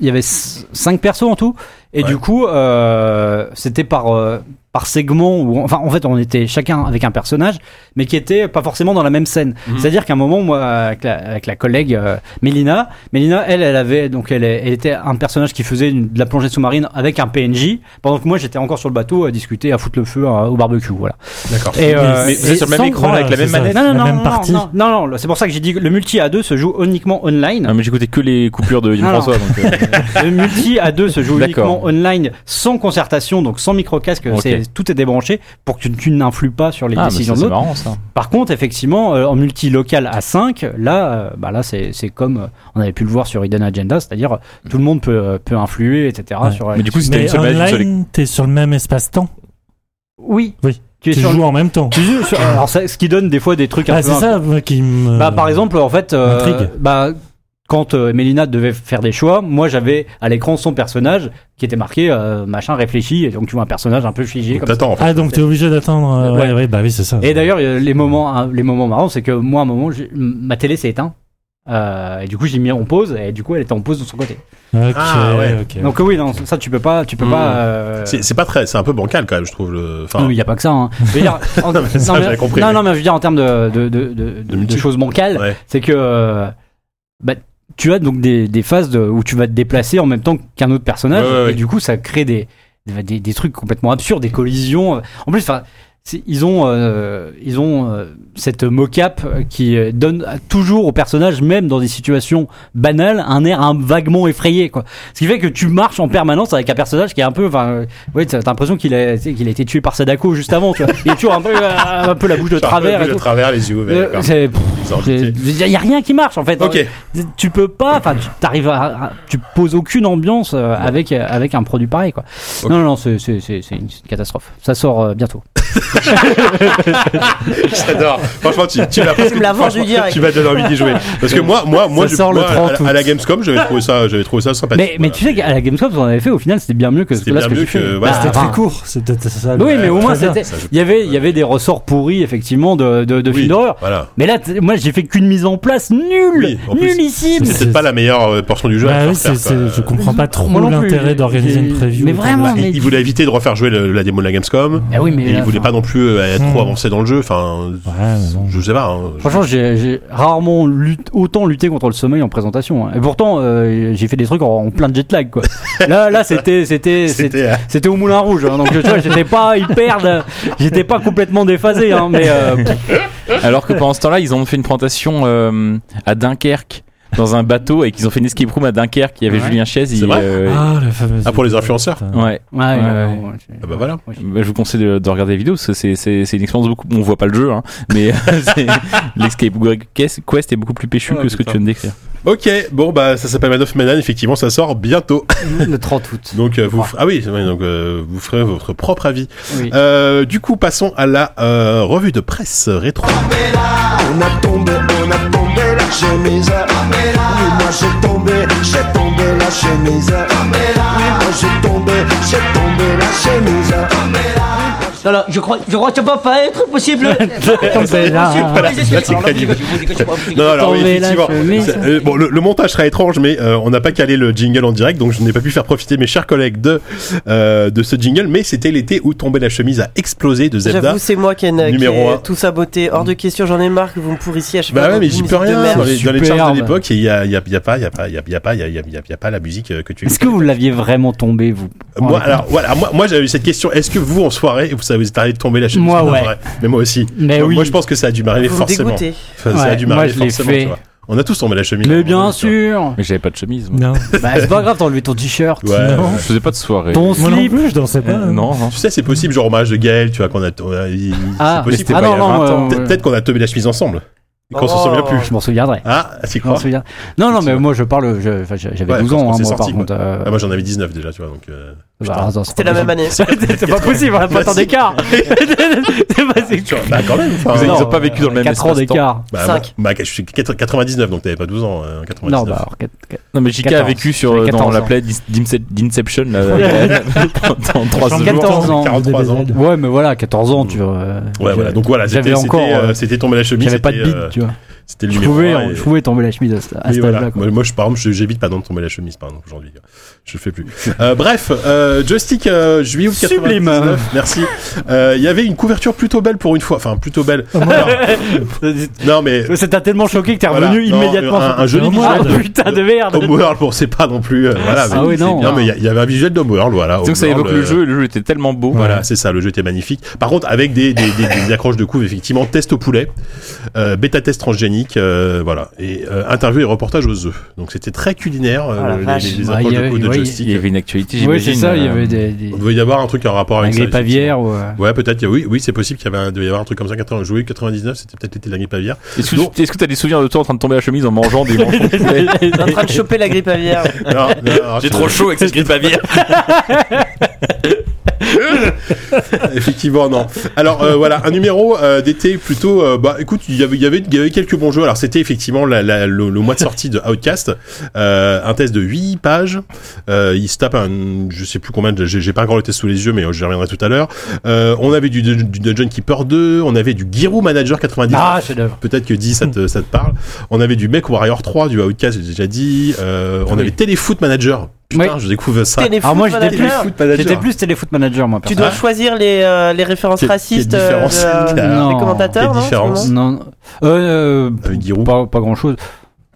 D: Il y avait c- cinq persos en tout, et
B: Ouais.
D: du coup, euh, c'était par euh, par segment où, enfin, en fait, on était chacun avec un personnage, mais qui était pas forcément dans la même scène. C'est-à-dire qu'à un moment, moi, avec la, avec la collègue euh, Mélina, Mélina, elle, elle avait donc elle, elle était un personnage qui faisait une- de la plongée sous-marine avec un PNJ, pendant que moi, j'étais encore sur le bateau à discuter, à foutre le feu euh, au barbecue, voilà.
B: D'accord.
D: Et,
C: euh,
F: Mais vous êtes sur le même
D: sans-
F: écran
C: voilà,
F: avec la même
C: c'est ça.
F: manette.
D: non, non,
C: la
D: non,
C: même
D: non,
C: partie.
D: non, non, non, c'est pour ça que j'ai dit que le multi à deux se joue uniquement online.
F: Ah, mais j'écoutais que les coupures de Yann
D: Non, non.
F: François. donc, [LAUGHS] euh,
D: Le multi à deux se joue
F: D'accord.
D: uniquement online, sans concertation, donc sans micro-casque,
F: Ok.
D: c'est- tout est débranché pour que tu- tu n'influes pas sur les
F: Ah, mais ça,
D: décisions de
F: c'est
D: l'autre.
F: marrant ça.
D: Par contre, effectivement, euh, en multi local à 5, là, euh, bah là c'est c'est comme euh, on avait pu le voir sur Hidden Agenda, c'est-à-dire euh, tout le monde peut, euh, peut influer, etc.
C: Ouais.
D: Sur, euh,
F: Mais du coup, si t'as une
C: Mais
F: seule manette, une seule-
C: online, t'es sur le même espace-temps.
D: oui,
C: Oui.
D: tu es
C: Tu
D: sur, Bah,
C: joues en même temps.
D: tu joues sur- alors, ça- ce qui donne des fois des trucs un
C: Ah,
D: peu
C: c'est ça moi, qui me.
D: Bah, par exemple, en fait, euh,
C: Intrigue.
D: bah, quand euh, Mélina devait faire des choix, moi j'avais à l'écran son personnage qui était marqué euh, machin réfléchi, et donc tu vois un personnage un peu figé.
B: Donc,
D: Comme ça.
B: T'attends. en fait.
C: Ah, donc t'es obligé d'attendre. euh,
D: Ouais.
C: Ouais, ouais, bah oui, c'est ça.
D: Et d'ailleurs, euh, les moments, hein, les moments marrants, c'est que moi, à un moment, j'ai- ma télé s'est éteinte. Euh, et du coup, j'ai mis en pause, et du coup, elle était en pause de son côté.
C: Ok,
B: Ah, ouais.
C: ok.
D: Donc, euh, oui, non, ça, tu peux pas, tu peux
B: Mm.
D: pas. euh,
B: C'est c'est pas très, c'est un peu bancal quand même, je trouve. Le, enfin,
D: Non, mais il n'y a pas que ça.
B: [LAUGHS]
D: hein. Je veux dire, en- non,
B: mais ça,
D: mais-
B: j'avais compris,
D: non,
B: mais-
D: non, mais je veux dire en termes de, de, de, de, de
B: multi.
D: choses bancales,
B: Ouais.
D: c'est que euh, bah, tu as donc des, des phases de- où tu vas te déplacer en même temps qu'un autre personnage,
B: Ouais, ouais,
D: et
B: ouais.
D: du coup, ça crée des, des, des- des trucs complètement absurdes, des collisions. En plus, enfin. c'est- Ils ont, euh, ils ont euh, cette mocap qui euh, donne à- toujours au personnage, même dans des situations banales, un air un, vaguement effrayé. Quoi. Ce qui fait que tu marches en permanence avec un personnage qui est un peu. Enfin, euh, ouais, t'as t'as l'impression qu'il a, tu sais, qu'il a été tué par Sadako juste avant. Tu vois. Il est toujours un peu, euh, un peu la bouche de
B: Enfin,
D: travers.
B: le
D: et
B: de
D: tout.
B: travers, les yeux ouverts.
D: Euh,
B: d'accord.
D: c'est- pff,
B: C'est
D: c'est-
B: embêté.
D: Il y a rien qui marche en fait.
B: Ok.
D: Euh, Tu peux pas. Enfin, tu t'arrives à, à- Tu poses aucune ambiance euh, avec euh, avec un produit pareil quoi.
B: Ok.
D: Non non non, c'est c'est c'est c'est une c'est une catastrophe. Ça sort euh, bientôt.
B: J'adore. Franchement, tu, tu m'as presque-
E: Tu me l'as vendu
B: franchement,
E: direct.
B: Tu m'as donné envie d'y jouer. Parce que moi, moi, moi,
D: Ça
B: je,
D: sort le
B: moi, à la-
D: 30 août.
B: à, la Gamescom, j'avais trouvé ça, j'avais trouvé ça sympathique.
D: Mais mais tu sais qu'à la Gamescom, ce qu'on avait fait au final, c'était bien mieux que ce que
B: C'était
D: là
B: bien
D: ce que
B: mieux
D: j'ai fait.
B: que- ouais,
D: Bah,
B: c'était Bah,
C: C'était très
D: enfin,
C: court. C'était c'est ça.
D: Oui, mais au
C: Ouais,
D: moins
C: très bien.
D: c'était.
B: Ça, je-
D: Il y avait il y avait des ressorts pourris effectivement de de, de films d'horreur.
B: Voilà.
D: Mais là, t- moi, j'ai fait qu'une mise en place nulle,
B: Oui, en plus,
D: nullissime.
B: C'est peut-être pas la meilleure euh, portion du jeu. à
C: Bah
B: faire
C: oui, c'est-
B: faire, quoi.
C: c'est- je comprends pas trop
D: Moi non plus,
C: l'intérêt
D: j'ai-
C: d'organiser
D: j'ai-
C: une preview.
D: mais
C: autour de
D: vraiment,
C: ça.
D: mais-
B: Il, il voulait éviter de refaire jouer le- la démo de la Gamescom.
D: Ah oui, mais
B: Et il
D: là,
B: voulait
D: enfin,
B: pas non plus euh, être trop
C: Hmm.
B: avancé dans le jeu. Enfin,
C: Ouais, mais bon.
B: je sais pas. hein.
D: Franchement, j'ai j'ai rarement lut- autant lutté contre le sommeil en présentation. hein. Et pourtant, euh, j'ai fait des trucs en, en plein jet lag.
B: [LAUGHS]
D: Quoi. Là, là, c'était, c'était, c'était,
B: C'était. euh,
D: c'était au Moulin Rouge. hein. Donc, tu vois, j'étais pas hyper, de- j'étais pas complètement déphasé. hein, mais euh,
F: Alors que pendant ce temps-là, ils ont fait une présentation euh, à Dunkerque dans un bateau et qu'ils ont fait une escape room à Dunkerque. Il y avait
D: Ouais.
F: Julien Chiez. il,
B: vrai
F: euh,
C: Ah, la fameuse.
B: Ah, pour les influenceurs
C: Putain.
F: Ouais.
D: Ouais,
F: ouais.
D: ouais, ouais.
B: Ah bah voilà.
F: Bah, je vous conseille de, de regarder les vidéos parce que c'est, c'est, c'est une expérience beaucoup. On voit pas le jeu, hein, mais [LAUGHS] c'est- l'escape quest quest est beaucoup plus péchu
D: Ouais,
F: que ce que
D: putain.
F: tu viens de décrire.
B: Ok, bon bah ça s'appelle Mad of Medan, effectivement ça sort bientôt. [LAUGHS]
D: Le 30 août.
B: Donc euh, vous
D: Ouais.
B: f- ah oui, c'est vrai, donc euh, vous ferez votre propre avis.
D: Oui.
B: Euh, du coup, passons à la euh, revue de presse rétro.
D: Ah,
G: On a tombé, on a tombé la chemise. Oui, moi j'ai tombé, j'ai tombé la chemise. Oui, moi j'ai tombé, j'ai tombé la chemise.
H: Non, non, je crois, je crois que ça va pas être possible.
B: [LAUGHS] Voilà, là, c'est crédible. Non, alors oui,
D: Tomber la
B: effectivement.
D: chemise.
B: C'est- euh, bon, le, le montage sera étrange, mais euh, on n'a pas calé le jingle en direct, donc je n'ai pas pu faire profiter mes chers collègues de euh, de ce jingle. Mais c'était l'été où tombait la chemise a explosé de Zelda.
E: J'avoue, c'est moi qui ai, qui
B: Numéro
E: ai
B: un.
E: tout saboté. Hors de question, j'en ai marre que vous me pourrissiez à chaque
B: Bah
E: fois.
B: ouais,
E: dans
B: mais
E: une
B: j'y peux
E: musique de
B: rien.
E: merde.
B: Dans les, dans les charts
D: Superbe.
B: de l'époque, il y a, il y a, il y a pas, il y a pas, il y a, il y a pas, il y a, il y a- il y a- il y a pas la musique euh, que tu. Euh,
D: Est-ce que vous l'aviez vraiment tombé, vous
B: Moi, alors, voilà, moi, moi j'avais eu cette question. Est-ce que vous, en soirée, vous savez, vous êtes arrivé de tomber la chemise
D: Moi,
B: Non,
D: ouais.
B: vrai. Mais moi aussi.
D: Mais
B: Donc,
D: oui.
B: Moi, je pense que ça a dû m'arriver
E: Vous me
B: forcément.
E: dégoûtez.
B: Enfin, ça a
D: Ouais,
B: dû
D: moi,
B: m'arriver
D: je l'ai
B: forcément.
D: fait.
B: tu vois. On a tous tombé la hein, chemise. à un
D: Mais
B: moment
D: bien
B: donné, tu vois.
D: sûr.
F: Mais j'avais pas de chemise. moi.
C: Non.
D: Bah, c'est pas grave, t'as enlevé ton t-shirt.
B: Ouais.
C: Non.
F: Je faisais pas de soirée.
D: Ton
C: Moi non
D: slip.
C: plus, je dansais pas. hein.
F: Euh, non, non.
B: Tu sais, c'est possible, genre hommage de Gaël, tu vois, qu'on a. on a- il- il-
D: Ah,
B: c'est possible.
F: mais
D: ah
F: pas
D: non,
F: il y a
D: non,
F: 20
D: euh,
B: Pe- Peut-être qu'on a tombé la chemise ensemble. Et qu'on s'en
E: Oh.
B: souvient plus.
D: Je m'en souviendrai.
B: Ah, tu
D: Je m'en
B: crois
D: souviens. Non, non, mais moi je parle, je- enfin, j'avais
B: Ouais,
D: 12
B: parce qu'on
D: ans, hein,
B: s'est
D: moi par
B: sortis, quoi.
D: contre. euh,
B: Ah, moi j'en avais 19 déjà, tu vois, donc. euh,
D: bah,
B: putain.
D: attends, c'est
E: C'était
D: pas
E: la même
D: possible.
E: année.
D: [LAUGHS] C'est pas possible, on a pas tant
B: [LAUGHS]
D: d'écart. [LAUGHS] C'est pas c'est-
B: Tu vois, bah quand même. enfin,
F: Vous
D: Non,
F: n'avez pas vécu dans le même
D: Quatre ans
F: espace-temps.
D: d'écart.
B: Bah,
E: Cinq.
B: moi- bah, je suis 99, donc t'avais pas 12 ans. euh, 99.
D: Non, bah, alors, quatre- quatre-
F: Non, mais JK a
D: 14.
F: vécu sur,
D: J'avais
F: euh, dans
D: 14
F: la
D: ans.
F: plaie d'Inception là, pendant 3
D: J'en
F: jours.
D: ai 14 ans.
B: 43 ans.
D: Ouais, mais voilà, 14 ans, tu vois. euh,
B: Ouais, voilà. Donc voilà,
D: j'avais
B: c'était
D: encore,
B: c'était, euh,
D: euh,
B: c'était tombé la chemise.
D: J'avais pas de
B: c'était,
D: bide,
B: euh,
D: tu vois.
B: C'était le
D: Je
B: numéro
D: pouvais,
B: un, et-
D: je pouvais tomber la chemise à, ce- à
B: Oui,
D: cet
B: voilà.
D: âge-là. quoi.
B: Moi, moi, je, par exemple, je- j'évite pas de tomber la chemise, par exemple, aujourd'hui. hein. Je le fais plus. Euh, bref, euh, Joystick, euh, juillet août
D: Sublime.
B: 99, merci. Euh, Il y avait une couverture plutôt belle pour une fois. Enfin, plutôt belle. Alors,
D: [LAUGHS]
B: non, mais...
D: Euh, Ça t'a tellement choqué que t'es
B: Voilà.
D: revenu
B: Non,
D: immédiatement.
B: un-
D: sur-
B: un joli
D: [LAUGHS] Ah,
B: visuel.
D: putain de merde.
B: Homeworld, bon, c'est pas non plus... euh, voilà,
D: Ah
B: mais-
D: oui, non.
B: Non, mais il y a- il y, avait un visuel d'Homeworld, voilà.
F: C'est que ça
B: Homeworld,
F: évoque le
B: euh,
F: jeu et le jeu était tellement beau.
B: Voilà, c'est ça, le jeu était magnifique. Par contre, avec des, des, des- des accroches de couve, effectivement, test au poulet, euh, bêta-test transgénique, euh, voilà, et euh, interview et reportage aux œufs. Donc c'était très culinaire, euh,
E: Ah, la
B: les-
E: vache.
B: les, les
D: Bah, il
B: accroches
D: y
B: de
D: avait-
B: couve de
D: ouais,
B: joystick.
F: Il y avait une actualité,
D: Oui,
F: j'imagine.
D: c'est ça, il y
F: euh,
D: avait des. des-
B: Il devait y avoir un truc en rapport
D: Un
B: avec ça.
D: grippe
B: effectivement.
D: aviaire ou. euh,
B: Ouais, peut-être, il y a- oui, oui, c'est possible qu'il y avait un, devait y avoir un truc comme ça, 80, joué 99, c'était peut-être l'été de la grippe aviaire.
F: Est-ce que
B: Non.
F: tu- est-ce que t'as des souvenirs de toi en train de tomber la chemise en mangeant des
B: [LAUGHS]
F: manchons de poulet
E: en train de choper la grippe aviaire.
B: Non, non, non,
F: [LAUGHS] J'ai
B: je-
F: trop chaud avec cette grippe aviaire.
B: Effectivement, non. Alors euh, voilà, un numéro euh, d'été plutôt. euh, bah écoute, il y avait, il y avait, il y avait quelques bons jeux. Alors c'était effectivement la- la- le, le mois de sortie de Outcast, euh, un test de 8 pages. Euh, il se tape un, je sais plus combien. de- J'ai j'ai pas encore le test sous les yeux, mais euh, j'y reviendrai tout à l'heure. Euh, on avait du, Dun- du Dungeon Keeper 2, on avait du Girou Manager 90.
D: Ah, chef d'œuvre.
B: Peut-être que 10 ça te, ça te parle. On avait du Mech Warrior 3, du Outcast, j'ai déjà dit. Euh, on
D: Oui.
B: avait Téléfoot Manager. Putain,
D: Oui.
B: je découvre ça.
E: Téléfoot
D: Alors moi, j'étais
E: manager.
B: Téléfoot Manager.
D: J'étais plus téléfoot manager, moi,
E: Tu
D: perso.
E: dois
B: Ah.
E: choisir les, euh, les références
B: Quelle- quelle
E: racistes
B: différence,
E: euh, de-
B: Lucas
E: euh, des
D: Non.
E: commentateurs.
B: Quelle
E: non,
B: différence
E: en ce moment
D: Non. Euh,
B: Avec Giroud.
D: Pas, pas grand chose.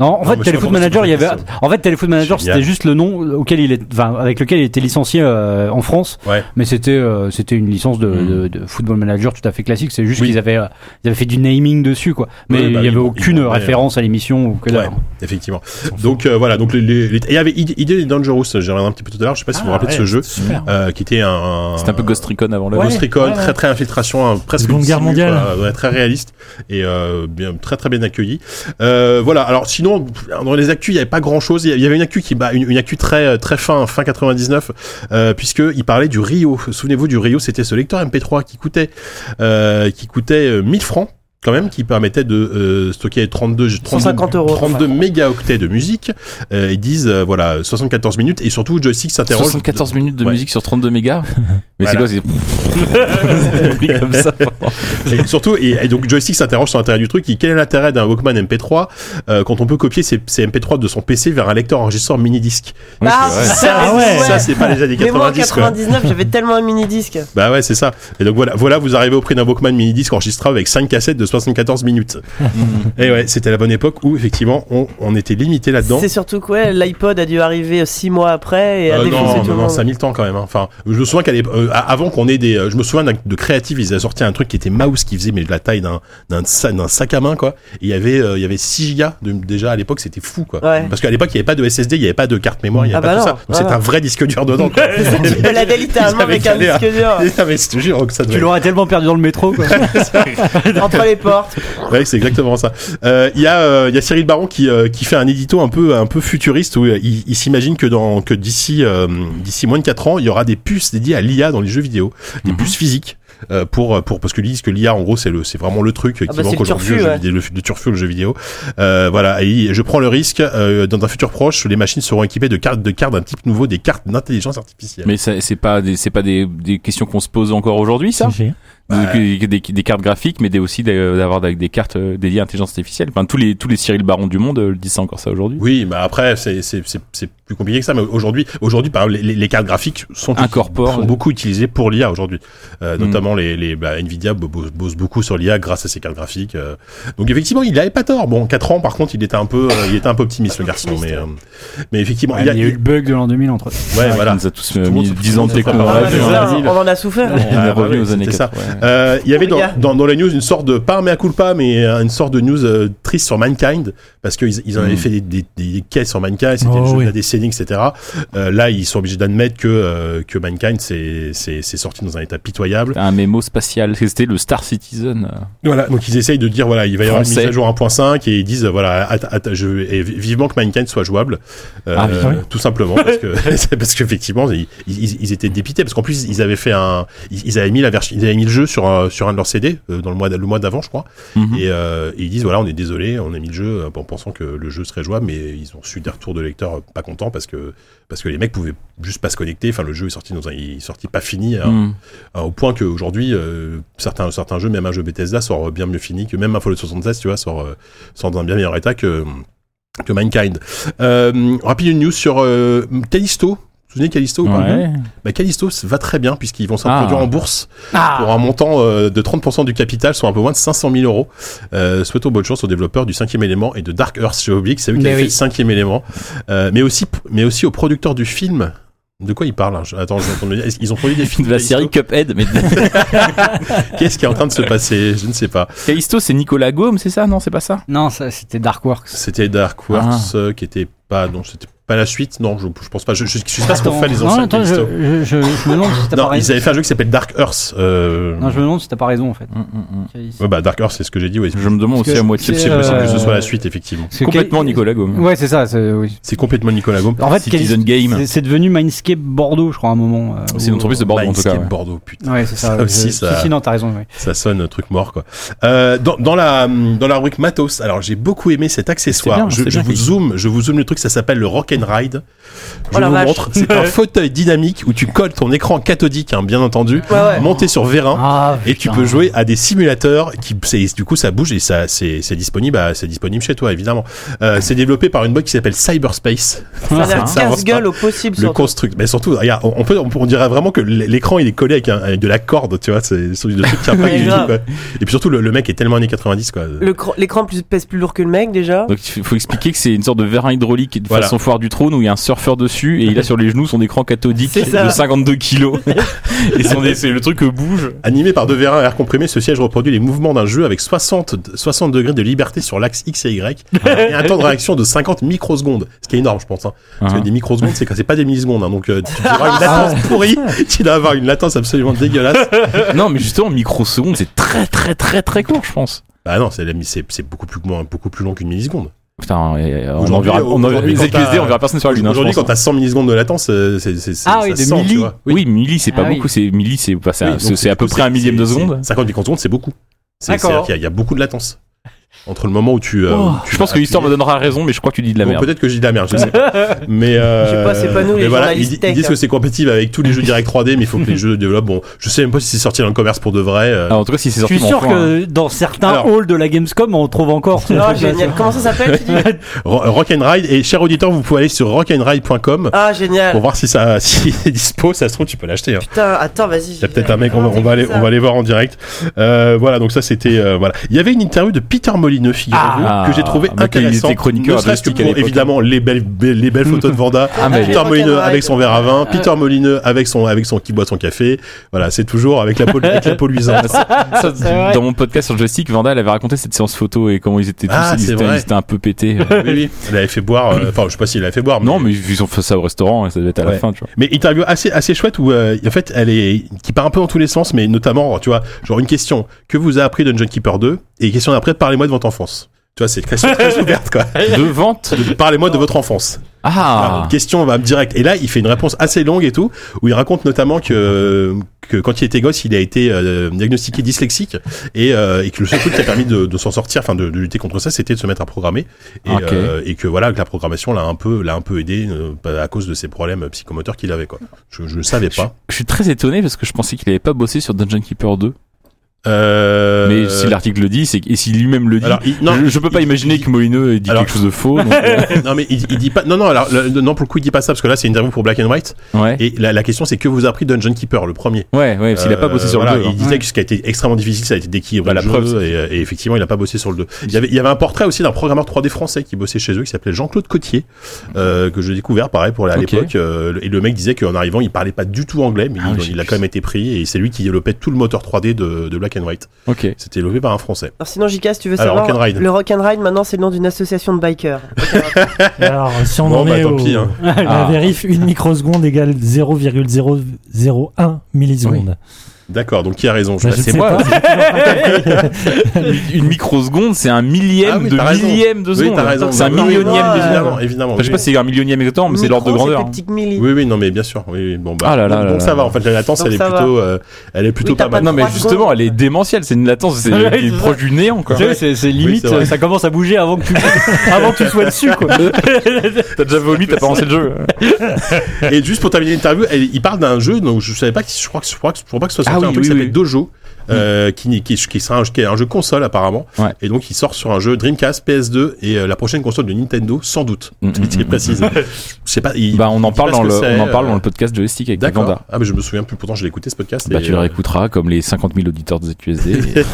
D: Non, en
B: Non, mais
D: fait,
B: je
D: Téléfoot
B: sais pas
D: Manager, il y
B: pourquoi
D: avait.
B: c'est
D: En fait, Téléfoot Manager,
B: Génial.
D: c'était juste le nom auquel il est, enfin, avec lequel il était licencié euh, en France.
B: Ouais. Mm.
D: Mais c'était, euh, c'était une licence de, de, de Football Manager tout à fait classique. C'est juste
B: Oui.
D: qu'ils avaient, euh, ils avaient fait du naming dessus, quoi. Mais
B: Oui, bah,
D: il y
B: ils
D: avait
B: vont-
D: aucune
B: ils vont-
D: référence à l'émission ou que
B: Ouais,
D: dalle.
B: effectivement. Donc euh, voilà, donc les, les- les- et il y avait Id- Idle and Dangerous, j'en reviendrai un petit peu tout à l'heure, je sais pas si vous
C: Ah,
B: vous rappelez de ce jeu,
C: Super.
B: euh, qui était un...
F: C'était un peu Ghost Recon avant l'heure.
C: Ouais.
B: Ghost Recon,
C: ouais.
B: très très infiltration, un- presque
C: Seconde
B: une
C: Guerre
B: simu,
C: mondiale.
B: quoi, ouais, très réaliste et euh, bien, très très bien accueilli. Euh, voilà. Alors sinon, dans les actus, il y avait pas grand chose. Il y avait une actu qui, bah, une, une actu très très fin, fin 99, euh, puisque il parlait du Rio. Souvenez-vous du Rio, c'était ce lecteur MP3 qui coûtait euh, qui coûtait euh, 1000 francs quand même, qui permettait de euh, stocker 32
E: 150 euros.
B: 32 mégaoctets de musique. Euh, ils disent euh, voilà 74 minutes et surtout joystick s'interroge.
F: 74 minutes de
B: Ouais.
F: musique sur 32
B: [LAUGHS]
F: mégas. Mais
B: Voilà.
F: c'est quoi
B: [LAUGHS]
F: C'est comme ça.
B: Et surtout, et, et donc Joystick s'interroge sur l'intérêt du truc. Et quel est l'intérêt d'un Walkman MP3 euh, quand on peut copier ses, ses MP3 de son PC vers un lecteur enregistreur mini disque
F: Ouais,
E: Ah,
F: c'est vrai.
E: ça,
C: Ah
E: ouais.
B: Ça, c'est pas les années
E: [LAUGHS] Mais moi, en
B: 90. quoi.
E: 99, j'avais tellement un mini disque.
B: Bah ouais, c'est ça. Et donc voilà, voilà, vous arrivez au prix d'un Walkman mini disque enregistrable avec 5 cassettes de 74 minutes. et ouais, c'était la bonne époque où effectivement on, on était limité là-dedans.
E: C'est surtout que ouais, l'iPod a dû arriver 6 mois après et a
B: Euh,
E: défoncé
B: non,
E: tout
B: non,
E: le
B: non,
E: monde.
B: ça a mis le temps quand même. hein. Enfin, je me souviens qu'à l'époque, euh, euh, a- avant qu'on ait des, euh, je me souviens d'un- de Creative, ils avaient sorti un truc qui était mouse qui faisait mais de la taille d'un d'un sa- d'un sac à main quoi. Et Il y avait euh, il y avait 6 gigas de- déjà à l'époque, c'était fou quoi.
E: Ouais. [LAUGHS]
B: Parce qu'à l'époque il n'y avait pas de SSD, il n'y avait pas de carte mémoire, il n'y avait
E: Ah bah
B: pas tout
E: non,
B: ça. Donc c'était
E: voilà.
B: un vrai disque dur dedans.
E: [LAUGHS]
B: Quoi.
E: Il l'avait littéralement
B: Ils avaient
E: hein, avec un
B: calé [LAUGHS]
E: disque dur
B: Non, mais je te jure que ça devait
D: Tu l'aurais tellement perdu dans le métro.
B: [LAUGHS]
D: Quoi.
E: entre les portes.
B: Ouais, c'est exactement ça. Euh, Il y a euh, il y a Cyril Baron qui euh, qui fait un édito un peu un peu futuriste où euh, il, il s'imagine que dans que d'ici euh, d'ici moins de 4 ans, il y aura des puces dédiées à l'IA dans les jeux vidéo, des puces physiques euh, pour pour parce que lui, ce que l'IA en gros, c'est le c'est vraiment le truc qui
E: Ah bah, c'est
B: manque
E: le
B: aujourd'hui au
E: turfu,
B: jeu
E: ouais.
B: vidéo, le, le turfu, le jeu vidéo. Euh, voilà, et je prends le risque euh, dans un futur proche, les machines seront équipées de cartes de cartes d'un type nouveau, des cartes d'intelligence artificielle.
F: Mais ça- c'est pas des, c'est pas des, des questions qu'on se pose encore aujourd'hui, ça.
C: C'est génial.
F: Des, des- des cartes graphiques, mais des, aussi des- d'avoir des, des cartes euh, dédiées à l'intelligence artificielle. Enfin, tous les, tous les Cyril Baron du monde euh, disent ça encore ça aujourd'hui.
B: Oui, mais après c'est c'est c'est c'est plus compliqué que ça. Mais aujourd'hui, aujourd'hui, par exemple, les, les- les cartes graphiques sont
F: Incorpore.
B: sont beaucoup utilisées pour l'IA aujourd'hui. Euh,
F: Mm.
B: Notamment les les bah, Nvidia bo- bo- bosse beaucoup sur l'IA grâce à ces cartes graphiques. euh. Donc effectivement, il avait pas tort. Bon, 4 ans, par contre, il était un peu euh, il était un peu optimiste le garçon. Mais euh, mais effectivement,
I: il y a eu le bug de l'an 2000 entre
B: ouais
F: Ah, qui
B: voilà.
F: nous a tous
B: le
F: mis
B: monde se
F: 10 ans de
B: fout de
F: techno
B: notre
F: dans
B: Ah,
F: la
E: Ouais,
B: gueule,
E: c'est
F: vue,
E: ça,
F: hein.
E: on en a souffert.
F: On
B: Ah,
F: est
B: bah
F: revenu
B: oui,
F: aux années
B: c'était ça.
F: 80. ouais.
B: Euh, Il y avait
E: Les gars.
B: dans, dans, dans la news une sorte de pas mea culpa, mais euh, une sorte de news euh, triste sur Mankind, parce qu'ils ils en avaient
F: Mm.
B: fait des, des, des caisses sur Mankind, c'était
C: Oh
B: le jeu
C: oui.
B: de la décennie, etc. Euh, là, ils sont obligés d'admettre que, euh, que Mankind s'est s'est- s'est sorti dans un état pitoyable.
F: un mémo spatial. C'était le Star Citizen. euh.
B: Voilà, donc ils essayent de dire, voilà, il va y avoir une mise
F: Français.
B: à jour 1.5, et ils disent, voilà, atta- atta- je, et vi- vivement que Mankind soit jouable, euh,
F: Ah oui.
B: euh, tout simplement, parce que [LAUGHS] c'est parce qu'effectivement, ils, ils, ils étaient dépités, parce qu'en plus, ils avaient fait un, ils, ils avaient mis la version, ils avaient mis le jeu sur, un- sur un de leurs CD, euh, dans le mois, d- le mois d'avant, je crois.
F: Mhm.
B: Et, euh, et ils disent voilà, on est désolé, on a mis le jeu euh, en pensant que le jeu serait jouable, mais ils ont reçu des retours de lecteurs euh, pas contents parce que parce que les mecs pouvaient juste pas se connecter. Enfin, le jeu est sorti dans un, il est sorti pas fini hein,
F: Mm.
B: hein, au point qu'aujourd'hui euh, certains certains jeux, même un jeu Bethesda sort euh, bien mieux fini que même un Fallout 76, tu vois, sort euh, sort dans un bien meilleur état que que Mankind. Euh, rapide une news sur euh, Callisto. Vous vous souvenez de Callisto ou pas
F: Ouais.
B: bah, Callisto ça va très bien puisqu'ils vont
F: Ah.
B: s'introduire en bourse
D: Ah.
H: Ah.
B: pour un montant euh, de 30% du capital, soit un peu moins de 500 000 euros. Euh, souhaitons bonne chance aux développeurs du cinquième élément et de Dark Earth chez Oblique, c'est eux qui
D: Mais
B: avaient
D: oui.
B: fait le cinquième élément, Euh, mais aussi mais aussi aux producteurs du film. De quoi ils parlent hein Je- Attends, je- attends, est-ce qu'ils
D: [LAUGHS]
B: ont produit des films
F: De la
B: Callisto
F: série Cuphead. Mais
B: Qu'est-ce qui est en train de se passer Je ne sais pas.
F: Callisto, c'est Nicolas Gaume, c'est ça Non, c'est pas ça.
D: Non, ça c'était Darkworks.
B: C'était
D: Ah.
B: Dark Works euh, qui était pas non, c'était pas la suite. Non, je, je pense pas. Je, je, je sais pas ce qu'on fait les
D: non,
B: anciens
D: attends, je,
B: Callisto.
D: je, je, je me demande si t'as pas
B: Non, ils
D: raison.
B: avaient fait un jeu qui s'appelle Dark Earth. euh,
D: Non, je me demande si t'as pas raison en fait.
F: Mm, mm, mm.
D: Parce
B: ouais, bah, Dark Earth, c'est ce que j'ai dit. Oui,
F: Je me demande
D: Parce
F: aussi
D: que
F: à moitié.
D: c'est,
B: c'est possible que ce
D: Euh,
B: soit la suite, effectivement.
D: que
F: Complètement
D: Cal-
F: Nicolas Gaume.
D: Ouais, c'est ça. c'est- Oui.
B: C'est complètement Nicolas Gaume.
D: En fait,
F: Citizen
D: Callisto-
F: Game.
D: c'est- C'est devenu Mindscape Bordeaux, je crois, à un moment. euh,
F: C'est une
D: où-
F: entreprise de Bordeaux en tout cas.
B: Mindscape
F: ouais.
B: Bordeaux, putain.
D: Ouais, c'est ça.
B: Ça aussi,
D: je-
B: ça-
D: Si, si, non, t'as raison. ouais.
B: Ça sonne un truc mort quoi. Euh, dans, dans la hum, dans la rubrique matos. Alors j'ai beaucoup aimé cet accessoire.
F: C'est bien,
B: je
F: c'est
B: je
F: bien
B: vous
F: fait.
B: zoome, je vous zoome le truc. Ça s'appelle le Rock and Ride. Je
E: Oh la
B: vous
E: vache.
B: montre. C'est
E: [LAUGHS]
B: un fauteuil dynamique où tu colles ton écran cathodique, hein, bien entendu,
E: Ouais, ouais.
B: monté sur vérin.
D: Ah,
B: Et tu
D: putain.
B: peux jouer à des simulateurs qui, c'est- du coup, ça bouge et ça, c'est c'est disponible, à- c'est disponible chez toi, évidemment. Euh, c'est développé par une boîte qui s'appelle Cyberspace.
E: Ça a l'air
B: Ça avance
E: casse-gueule au possible.
B: Le
E: surtout.
B: construct, mais surtout, regarde, on on peut, on, on dirait vraiment que l- l'écran il est collé avec, un- avec de la corde, tu vois, c'est c'est
D: [LAUGHS]
B: le truc qui a pas
E: Mais
B: du tout,
E: grave.
B: quoi. Et puis surtout, le, le mec est tellement années 90, quoi.
E: Le cr- L'écran plus- pèse plus lourd que le mec déjà.
F: Donc il faut expliquer que c'est une sorte de vérin hydraulique de
B: Voilà.
F: façon foire du trône où il y a un surfeur dessus et il a sur les genoux son écran cathodique
E: C'est ça.
F: de 52 kilos et son- c'est le truc que bouge.
B: Animé par deux vérins à air comprimé, ce siège reproduit les mouvements d'un jeu avec 60, de- 60 degrés de liberté sur l'axe X
D: [LAUGHS]
B: et Y et un temps de réaction de 50 microsecondes, ce qui est énorme, je pense. Hein. Parce que
F: Ah.
B: des microsecondes, c'est quand c'est pas des millisecondes, hein, donc euh, tu
D: [LAUGHS]
B: auras une
D: Ah.
B: latence pourrie, tu dois avoir une latence absolument dégueulasse.
F: non mais justement microsecondes c'est très très très très court je pense.
B: Bah non, c'est la mi- c'est c'est beaucoup plus moins- beaucoup plus long qu'une milliseconde.
F: Putain et, euh, on en
B: Aujourd'hui,
F: verra, on en verra,
B: aujourd'hui,
F: les
B: quand
F: ZQSD
B: t'as-
F: on verra personne sur la lune. hein, je
B: Aujourd'hui,
F: pense,
B: quand t'as 100 millisecondes de latence, euh, c'est c'est c'est-
D: Ah
B: ça
D: oui, de
B: sent, tu
D: milli.
B: vois.
F: Oui, milli, c'est pas
D: Ah oui.
F: beaucoup, c'est milli, c'est bah, c'est
B: Oui,
F: un-
B: donc,
F: c'est c'est à peu
B: du coup,
F: près un
B: c'est-
F: millième de
B: c'est-
F: seconde.
B: c'est- 50 microsecondes, c'est beaucoup. C'est-
D: D'accord.
B: C'est-à-dire qu'il y a- il y, a beaucoup de latence entre le moment où tu. euh, où tu
F: Oh. Je pense
B: vas
F: que l'histoire me
B: appuyer-
F: donnera raison, mais je crois que tu dis de la
B: Bon,
F: merde.
B: peut-être que j'ai de la merde, je sais
E: [LAUGHS]
B: pas. Mais euh,
E: Je sais pas, c'est pas nous, les
B: mais voilà, ils,
E: journalistes
B: di-
E: tech,
B: ils disent
E: hein.
B: que c'est compatible avec tous les jeux direct 3D, mais il faut que les jeux développent. Bon, je sais même pas si c'est sorti dans le commerce pour de vrai. euh,
F: Ah, en tout cas, si c'est
D: Je
F: sorti,
D: suis
F: on
D: sûr
F: en fera un.
D: que dans certains
B: Alors-
D: halls de la Gamescom, on trouve encore. ce
E: Ah,
D: truc-là,
E: génial.
D: ça.
E: Comment ça s'appelle tu dis
B: Ro- Rock'n'Ride. Et cher auditeur, vous pouvez aller sur rock'n'ride.com
E: Ah, génial.
B: pour voir si ça, [LAUGHS] si il est dispo. Ça se trouve, tu peux l'acheter. hein.
E: Putain, attends, vas-y.
B: Il y a peut-être un mec, on va, on va aller, on va aller voir en direct. Euh, voilà, donc ça c'était, euh, voilà. Il y avait une interview de Peter Bernard Molineux, figurez-vous,
F: Ah.
B: que j'ai trouvé
F: Mais qu'il
B: intéressant.
F: était chroniqueur
B: ne serait-ce que
F: rustique à
B: pour,
F: l'époque. hein.
B: évidemment, les belles, belles- les belles photos de Vanda,
F: Ah, mais-
B: Peter
E: Les
B: Molineux
E: rock'n'roll.
B: avec son verre à vin, Peter Molineux avec son, avec son qui boit son café. Voilà, c'est toujours avec la peau, avec la peau luisante.
F: hein. [LAUGHS]
B: [LAUGHS]
F: Ça, dans mon podcast sur Joystick, Vanda elle avait raconté cette séance photo et comment ils étaient tous
B: Ah,
F: ils
B: c'est
F: étaient,
B: vrai.
F: ils étaient un peu
B: [LAUGHS]
F: pétés.
B: oui, oui. Elle avait fait boire, euh, enfin, je sais pas s'il l'avait fait boire, mais.
F: non, mais ils ont fait ça au restaurant et ça devait être à
B: Ouais.
F: la fin, tu vois.
B: Mais interview assez assez chouette où euh, en fait elle est qui part un peu dans tous les sens, mais notamment tu vois genre une question que vous a appris Dungeon Keeper 2 et une question après parlez-moi de votre enfance. Tu vois c'est une
F: [LAUGHS]
B: question très ouverte quoi.
F: De vente
B: [LAUGHS] Parlez-moi de votre enfance. Alors,
F: Ah
B: une question va direct. Et là il fait une réponse assez longue et tout où il raconte notamment que que quand il était gosse il a été euh, diagnostiqué dyslexique et, euh, et que le seul truc qui a permis de, de s'en sortir, enfin de, de lutter contre ça, c'était de se mettre à programmer et,
F: Ok.
B: euh, et que voilà que la programmation l'a un peu l'a un peu aidé euh, à cause de ses problèmes psychomoteurs qu'il avait quoi. Je je ne savais
F: je,
B: pas.
F: je suis très étonné parce que je pensais qu'il avait pas bossé sur Dungeon Keeper 2.
B: Euh,
F: Mais si l'article le dit, c'est et si lui-même le dit,
B: Alors, il- non,
F: je, je peux pas
B: il-
F: imaginer
B: il-
F: que Molineux ait dit
B: Alors-
F: quelque chose de faux.
B: [LAUGHS]
F: donc, euh,
B: non mais il, il dit pas non non alors le- non pour le coup il dit pas ça parce que là c'est une interview pour Black and White
F: ouais.
B: et la, la question c'est que vous a appris Dungeon Keeper le premier
F: ouais, ouais, parce qu'il a pas
B: Euh,
F: bossé sur
B: voilà,
F: le hein. 2.
B: Il disait que ce qui a été extrêmement difficile, ça a été d'équilibrer
F: Bah, la
B: le jeu,
F: preuve,
B: et, euh, et effectivement, il a pas bossé sur le 2. Il y avait, il y avait un portrait aussi d'un programmeur 3D français qui bossait chez eux, qui s'appelait Jean-Claude Cotier, euh, que j'ai découvert, pareil, pour la- à
F: Ok.
B: l'époque. euh, le- et le mec disait qu'en arrivant, il parlait pas du tout anglais, mais
F: Ah
B: il,
F: oui, j'ai
B: il a
F: vu
B: quand même été pris, et c'est lui qui développait tout le moteur 3D de, de Black and White.
F: Ok.
B: C'était développé par un français.
E: Alors sinon, JK, si tu veux
B: Alors,
E: savoir,
B: Rock'n'Ride.
E: le Rock'n'Ride, maintenant, c'est le nom d'une association de bikers.
C: [LAUGHS] Alors, si on
B: Bon,
C: en
B: bah,
C: est
B: tant
C: au-
B: pis, hein.
C: à la
F: Ah.
C: vérif, une microseconde égale 0,001 milliseconde.
B: D'accord, donc qui a raison je
C: Bah,
B: sais
C: je
B: pas.
C: ne sais
F: moi.
C: pas.
F: [LAUGHS] Une microseconde, c'est un millième
B: Ah oui,
F: de
B: t'as raison.
F: millième de
B: Oui,
F: seconde.
B: t'as raison.
F: hein. C'est un
B: Oui, oui,
F: millionième
E: moi,
F: de
E: euh,
F: seconde.
B: Évidemment, évidemment.
F: Enfin, je sais pas
B: oui.
F: si c'est un millionième exactement, mais c'est l'ordre de
E: Micro,
F: grandeur. hein.
E: c'était petite milli.
B: Oui, oui, non, mais bien sûr. Oui, oui, bon, bah,
F: Ah là là
B: donc,
F: là
B: donc
F: là
B: ça
F: là.
B: va. En fait, la latence,
E: Donc,
B: elle est,
E: ça va.
B: plutôt, euh, elle est plutôt
E: Oui, t'as
B: pas mal.
E: pas
F: Non, mais
E: Trois
F: justement,
E: secondes.
F: elle est démentielle. C'est une latence, c'est
D: Ouais,
F: qui est
D: c'est
F: proche du néant, quoi.
D: Tu sais, c'est- c'est limite,
B: c'est vrai.
D: ça commence à bouger avant que tu, [LAUGHS] avant que tu sois dessus, quoi.
F: T'as déjà vomi, t'as pas lancé le jeu.
B: Et juste pour terminer l'interview, elle- il parle d'un jeu, donc je savais pas, que- je crois que je crois que je crois pas que ce soit
F: Ah
B: sorti,
F: oui,
B: un truc
F: oui,
B: qui s'appelle
F: oui. Mm.
B: Dojo, euh, qui, n'est- qui, qui sera un, qui est un jeu console apparemment.
F: Ouais.
B: Et donc il sort sur un jeu Dreamcast, PS2 et euh, la prochaine console de Nintendo, sans doute.
F: Mm, mm,
B: C'est
F: mm.
B: précise. Je sais pas. Il,
F: Bah, on en
B: dit
F: parle
B: pas
F: dans le,
B: ce que
F: on en
B: c'est,
F: parle
B: euh,
F: dans le podcast de Joystick avec
B: D'accord.
F: Vanda.
B: Ah mais je me souviens plus. Pourtant je l'ai écouté ce podcast.
F: Bah,
B: et,
F: tu le
B: euh,
F: réécouteras comme les 50 000 auditeurs de
B: [LAUGHS]
F: ZQSD.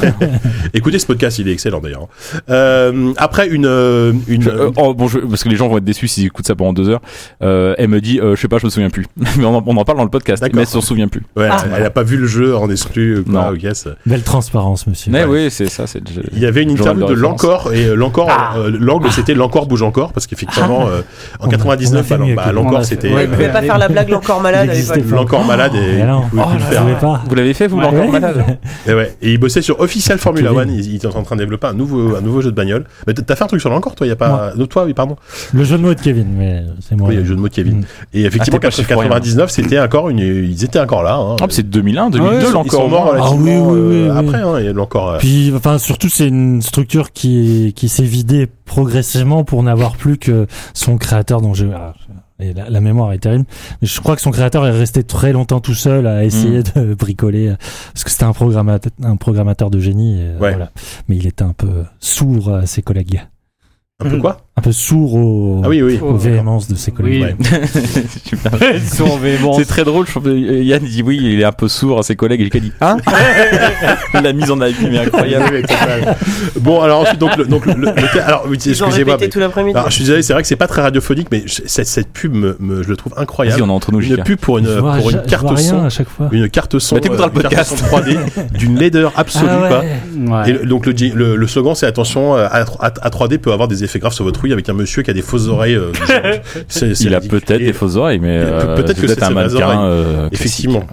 B: écoutez ce podcast, il est excellent d'ailleurs. Euh, après une euh, une.
F: Je- euh, oh, bon, je- parce que les gens vont être déçus s'ils écoutent ça pendant deux heures. Euh, elle me dit, euh, je sais pas, je me souviens plus. [LAUGHS] mais on en, on en parle dans le podcast.
B: D'accord.
F: Mais elle s'en souvient plus.
B: ouais, Elle a pas vu le jeu en exclu. ou Quoi,
F: ah. Non.
B: ok, c'est-
C: Belle transparence, monsieur.
F: Mais oui, c'est ça. C'est le-
B: Il y avait une
F: le journal
B: interview de
F: référence.
B: l'encore et euh, l'encore
E: Ah.
B: euh, l'angle c'était l'encore bouge encore parce qu'effectivement euh, en
C: On a- on a
B: 99
C: fait
B: alors,
C: mieux
B: bah,
C: que-
D: on a
B: l'encore
D: fait-
B: c'était
D: ouais,
B: euh,
E: Je pouvais pas faire la blague, l'encore malade
C: Il
E: à
C: existait
E: l'époque.
C: pas.
B: l'encore malade et
C: Mais alors, Oh
B: il pouvait plus le
C: vous
B: faire.
C: pouvez pas.
F: Vous l'avez fait, vous,
C: Ouais.
F: l'encore malade
B: Et ouais, et il bossait sur Official Formula
C: Kevin.
B: One, il, il était en train de développer un nouveau un nouveau jeu de bagnole. Mais t- t'as fait un truc sur l'encore toi, il y a pas non, toi oui pardon.
C: Le jeu de mots de Kevin, mais c'est moi.
B: Oui, le jeu de mots de Kevin.
C: Mm.
B: Et effectivement
F: Ah, t'es pas chez
B: 99 c'était encore une ils étaient encore là hein.
F: Ah, c'est 2001, 2002,
B: ils sont- ils sont
F: l'encore. [LAUGHS]
B: morts
C: Ah, oui,
B: relativement,
C: oui,
B: euh,
C: oui, oui.
B: après hein, il y a de l'encore euh,
C: Puis, enfin, surtout, c'est une structure qui, qui s'est vidée progressivement pour n'avoir plus que son créateur dont je, ah, et la, la mémoire est terrible. Mais je crois que son créateur est resté très longtemps tout seul à
B: Mm.
C: essayer de [LAUGHS] bricoler, euh, parce que c'était un programmateur, un programmateur de génie. et, euh,
B: Ouais.
C: voilà. Mais il était un peu sourd à ses collègues.
B: un
C: mm.
B: peu quoi
C: Un peu sourd aux,
B: Ah oui oui.
C: aux véhémences de ses collègues.
D: Oui.
B: Ouais.
F: Super.
D: Ils sont véhéments.
F: C'est très drôle. je trouve, euh, Yann dit oui, il est un peu sourd à ses collègues. Et il dit hein [LAUGHS] La mise en avis, mais incroyable.
B: Oui, oui, total. bon alors ensuite donc le, donc le, le- le- alors oui,
E: Ils ont
B: excusez-moi
E: répété
B: mais- Ah.
E: tout l'après-midi.
B: Alors, je suis désolé, c'est vrai que c'est pas très radiophonique, mais je- cette, cette pub, me, me- je le trouve
F: Vas-y,
B: incroyable.
F: on est entre nous,
B: Une
F: JK.
B: pub pour une,
C: Je vois-
B: pour
C: je-
B: une
C: je
B: carte
C: vois rien
B: son,
C: à chaque fois.
B: une carte son,
F: Bah, t'écouteras
B: euh,
F: le
B: une carte son
F: podcast.
B: 3D d'une laideur absolue.
C: Ah ouais.
B: quoi.
D: Ouais.
B: Et le- donc le, di- le, le slogan c'est attention euh, à, à, à 3D peut avoir des effets graves sur votre ouïe avec un monsieur qui a des fausses oreilles. euh, géantes. C'est- c'est
F: Il a
B: ridicule.
F: peut-être
B: Et-
F: des fausses oreilles, mais
B: peut-
F: euh,
B: peut-être que c'est
F: un
B: ses vraies
F: mannequin.
B: oreilles.
F: euh,
B: Effectivement.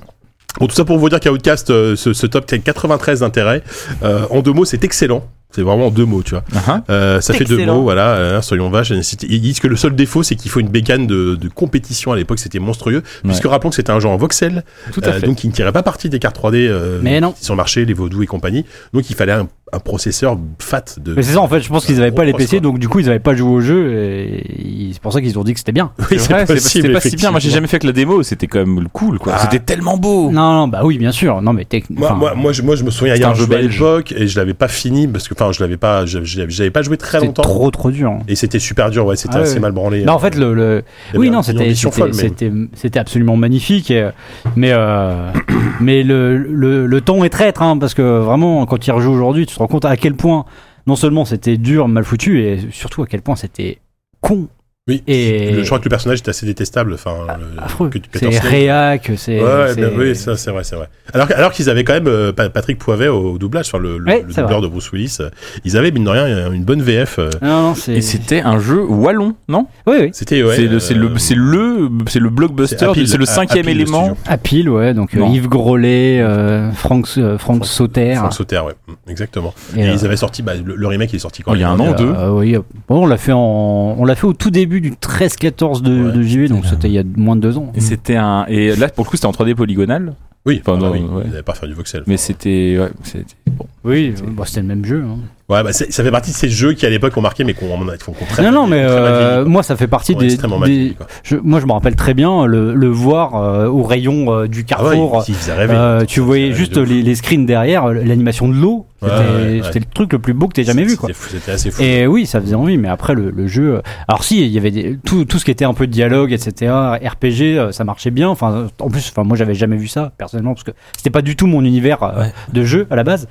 B: Bon, tout ça pour vous dire qu'à Outcast, euh, ce, ce top 10, 93 d'intérêt. Euh, en deux mots, c'est excellent. C'est vraiment en deux mots, tu vois.
F: classique. Ah, ah.
B: Euh, ça fait deux
E: Excellent.
B: mots, voilà, euh, soyons vaches. C'était- Ils disent que le seul défaut, c'est qu'il faut une bécane de, de compétition. À l'époque, c'était monstrueux. Puisque rappelons que c'était un jeu en voxel,
F: Tout à
B: euh,
F: fait.
B: donc il ne tirait pas parti des cartes 3D euh,
D: Mais non.
B: sur le marché, les vaudous et compagnie. Donc il fallait un, un processeur fat de...
D: Mais c'est ça, en fait, je pense qu'ils avaient pas les
B: Gros
D: PC,
B: poste, quoi.
D: donc du coup, ils avaient pas joué au jeu, et ils- c'est pour ça qu'ils ont dit que c'était bien.
B: Oui,
F: C'est vrai, c'est pas-
B: possible,
F: C'était pas si bien. Moi, j'ai
B: effectivement. Ah.
F: jamais fait que la démo. C'était quand même cool, quoi. C'était tellement beau.
D: Non, non, bah oui, bien sûr. Non, mais
B: Moi,
D: techniquement.
B: moi, moi, je, moi, je me souviens, il y
F: C'est
B: a
F: un
B: un
F: jeu
B: jeu à
F: belge.
B: l'époque et je l'avais pas fini parce que, enfin, je l'avais pas, je- je l'avais- j'avais pas joué très
D: c'était
B: longtemps
D: trop, trop dur. hein.
B: et c'était super dur, ouais, c'était
D: Ah ouais.
B: assez mal branlé.
D: Non, en fait, le, le-
B: Il y
D: oui,
B: avait
D: non,
B: une
D: c'était,
B: ambition
D: c'était,
B: folle, mais-
D: c'était, c'était absolument magnifique, et, euh, mais, euh, [COUGHS] mais le, le, le ton est traître, hein, parce que vraiment, quand tu y rejoues aujourd'hui, tu te rends compte à quel point non seulement c'était dur, mal foutu, et surtout à quel point c'était con.
B: Oui.
D: Et
B: Le- je crois que le personnage est assez détestable. Enfin,
D: Ah,
B: euh, le-
D: affreux.
B: que- que
D: C'est
B: Peter Slade.
D: réac, c'est.
B: Ouais, ouais,
D: c'est-
B: ben oui, ça c'est vrai, c'est vrai. Alors, que- alors qu'ils avaient quand même euh, Pa- Patrick Poivet au doublage, enfin le, le-
D: Ouais,
B: le
D: c'est
B: doubleur de Bruce Willis, euh, ils avaient mine de rien une bonne VF. euh,
D: Non, non, c'est.
F: Et c'était un jeu wallon, non
D: Oui, oui.
B: C'était ouais,
F: C'est le,
B: euh,
F: c'est le, c'est le, c'est le blockbuster,
B: Appeal,
F: c'est le
B: à-
F: cinquième
B: Appeal, le
F: élément.
B: studio.
D: À pile, ouais. Donc euh,
F: Non.
D: Yves Grolet, euh, Franck, euh, Franck Sauter.
B: Frank Sauter, ouais, Mm, exactement. Et,
D: euh,
B: ils avaient sorti bah, le, le remake, il est sorti quand
F: Oh, il y a un
B: même.
F: an ou deux.
D: Euh, oui, euh, bon, on l'a fait en, on l'a fait au tout début du 13-14 de,
B: Ouais.
D: de JV, donc
C: C'est
D: c'était il y a moins de deux
B: [LAUGHS]
D: ans.
F: Et c'était un, et là pour le coup c'était en 3D polygonal,
B: Oui,
F: Enfin,
B: ah, bah
F: non,
B: oui,
F: ouais.
B: ils n'avaient pas faire du voxel.
F: mais c'était, ouais, c'était- bon.
D: Oui, euh, bah, c'était le même jeu. hein.
B: Ouais, bah, c'est- ça fait partie de ces jeux qui à l'époque ont marqué, mais qu'on qu'on- qu'on comprend.
D: Non, non, mais euh, moi, ça fait partie des.
B: extrêmement
D: des-
B: mal vieilli, quoi.
D: je- moi, je me rappelle très bien le, le voir euh, au rayon euh, du
B: Ah ouais,
D: Carrefour.
B: ils, ils faisaient rêver.
D: Euh,
B: Ils
D: tu
B: faisaient
D: voyais
B: rêver
D: juste
B: de ouf.
D: les, les screens derrière, euh, l'animation de l'eau.
B: Ouais,
D: C'était
B: ouais, ouais.
D: c'était le truc le plus beau que t'aies jamais vu, quoi.
B: C'était fou, C'était assez fou.
D: Et oui, ça faisait envie, mais après le, le jeu. euh, Alors si, il y avait des- tout, tout ce qui était un peu de dialogue, etc. RPG, euh, ça marchait bien. Enfin, en plus, enfin moi j'avais jamais vu ça personnellement parce que c'était pas du tout mon univers euh,
C: Ouais.
D: de jeu à la base.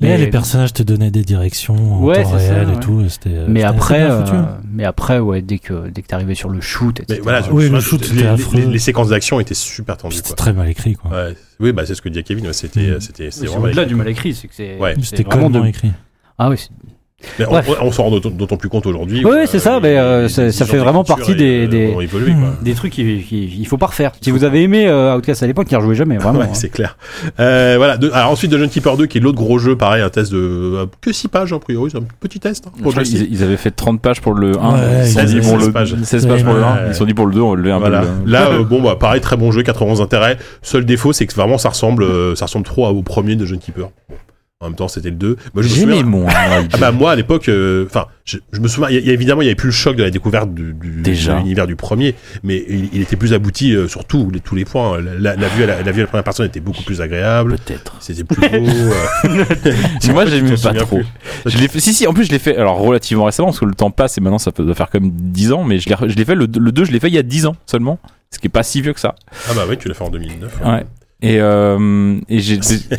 C: Là, les personnages te donnaient des directions en
D: Ouais,
C: temps
D: c'est ça,
C: réel et
D: ouais.
C: tout. et C'était,
D: mais
C: c'était assez
D: après,
C: bien foutu,
D: euh,
C: hein.
D: mais après, ouais, dès que dès que t'arrivais sur le shoot, etc.
B: Mais voilà, je me
C: Oui,
B: souviens,
C: le shoot,
B: les-
C: c'était
B: les-
C: affreux.
B: les- Les séquences d'action étaient super
C: Puis
B: tendues,
C: c'était
B: quoi.
C: très mal écrit, quoi.
B: Ouais. Oui, bah, c'est ce que dit Kevin. ouais, C'était,
C: Mhm.
B: c'était, c'était
D: c'est
B: vraiment
D: au-delà
B: écrit,
D: du
B: quoi.
D: mal écrit, c'est que c'est
B: Ouais.
D: c'est
C: C'était
D: vraiment
C: complètement
D: de.
C: écrit.
D: Ah oui, c'est-
B: Mais
D: Bref.
B: on, on s'en rend d'aut- d'autant plus compte aujourd'hui.
D: Ouais,
B: où,
D: ouais, c'est ça,
B: les-
D: mais, euh,
B: les-
D: ça-
B: les
D: ça fait
B: gens
D: vraiment
B: culture,
D: partie des-
B: euh,
D: des- Mm.
B: ont évolué, quoi.
C: Mhm.
D: des trucs qu'il faut pas refaire. Si vous avez aimé euh, Outcast à l'époque, n'y rejouez jamais, vraiment.
B: Ouais,
D: hein.
B: c'est clair. Euh, voilà. de- alors ensuite, Dungeon Keeper 2, qui est l'autre gros jeu, pareil, un test de euh, que 6 pages, a priori, c'est un petit test. hein,
F: Je
B: pour
F: crois
B: tester.
F: qu'ils- ils avaient fait 30 pages pour le 1,
C: Ouais,
F: ils se sont
B: ils
F: dit
B: avaient
F: pour
B: 16
F: le
B: pages.
F: 16 pages pour le 1,
B: Ouais.
F: ils se sont dit pour le 2 on va lever un
B: Voilà.
F: peu. le- [LAUGHS]
B: Là, euh, bon, bah, pareil, très bon jeu, 80 intérêts. Seul défaut, c'est que vraiment, ça ressemble, euh, ça ressemble trop au premier de Jeune Keeper. Bon. En même temps, c'était le 2. Moi, je me
F: J'aimais hein.
B: souviens-
F: mon.
B: [LAUGHS] Ah bah moi à l'époque, euh, enfin, je, je me souviens, il y a- il y a évidemment, il y avait plus le choc de la découverte du, du-
F: Déjà.
B: de l'univers du premier, mais il, il était plus abouti euh, sur tout, les- tous les points. La, la vue, à la, la vue à la première personne était beaucoup plus agréable.
F: Peut-être.
B: C'était plus beau.
F: [LAUGHS]
B: euh,
F: Parce que moi, j'aimais
B: t'en
F: pas
B: souviens
F: trop.
B: plus.
F: Je l'ai fait, si, si, en plus, je l'ai fait, alors relativement récemment, parce que le temps passe et maintenant ça peut doit faire comme 10 ans, mais je l'ai, je l'ai fait, le, le 2, je l'ai fait il y a 10 ans seulement, ce qui est pas si vieux que ça.
B: Ah bah oui, tu l'as fait en 2009.
F: Ouais. Et, euh, et j'ai.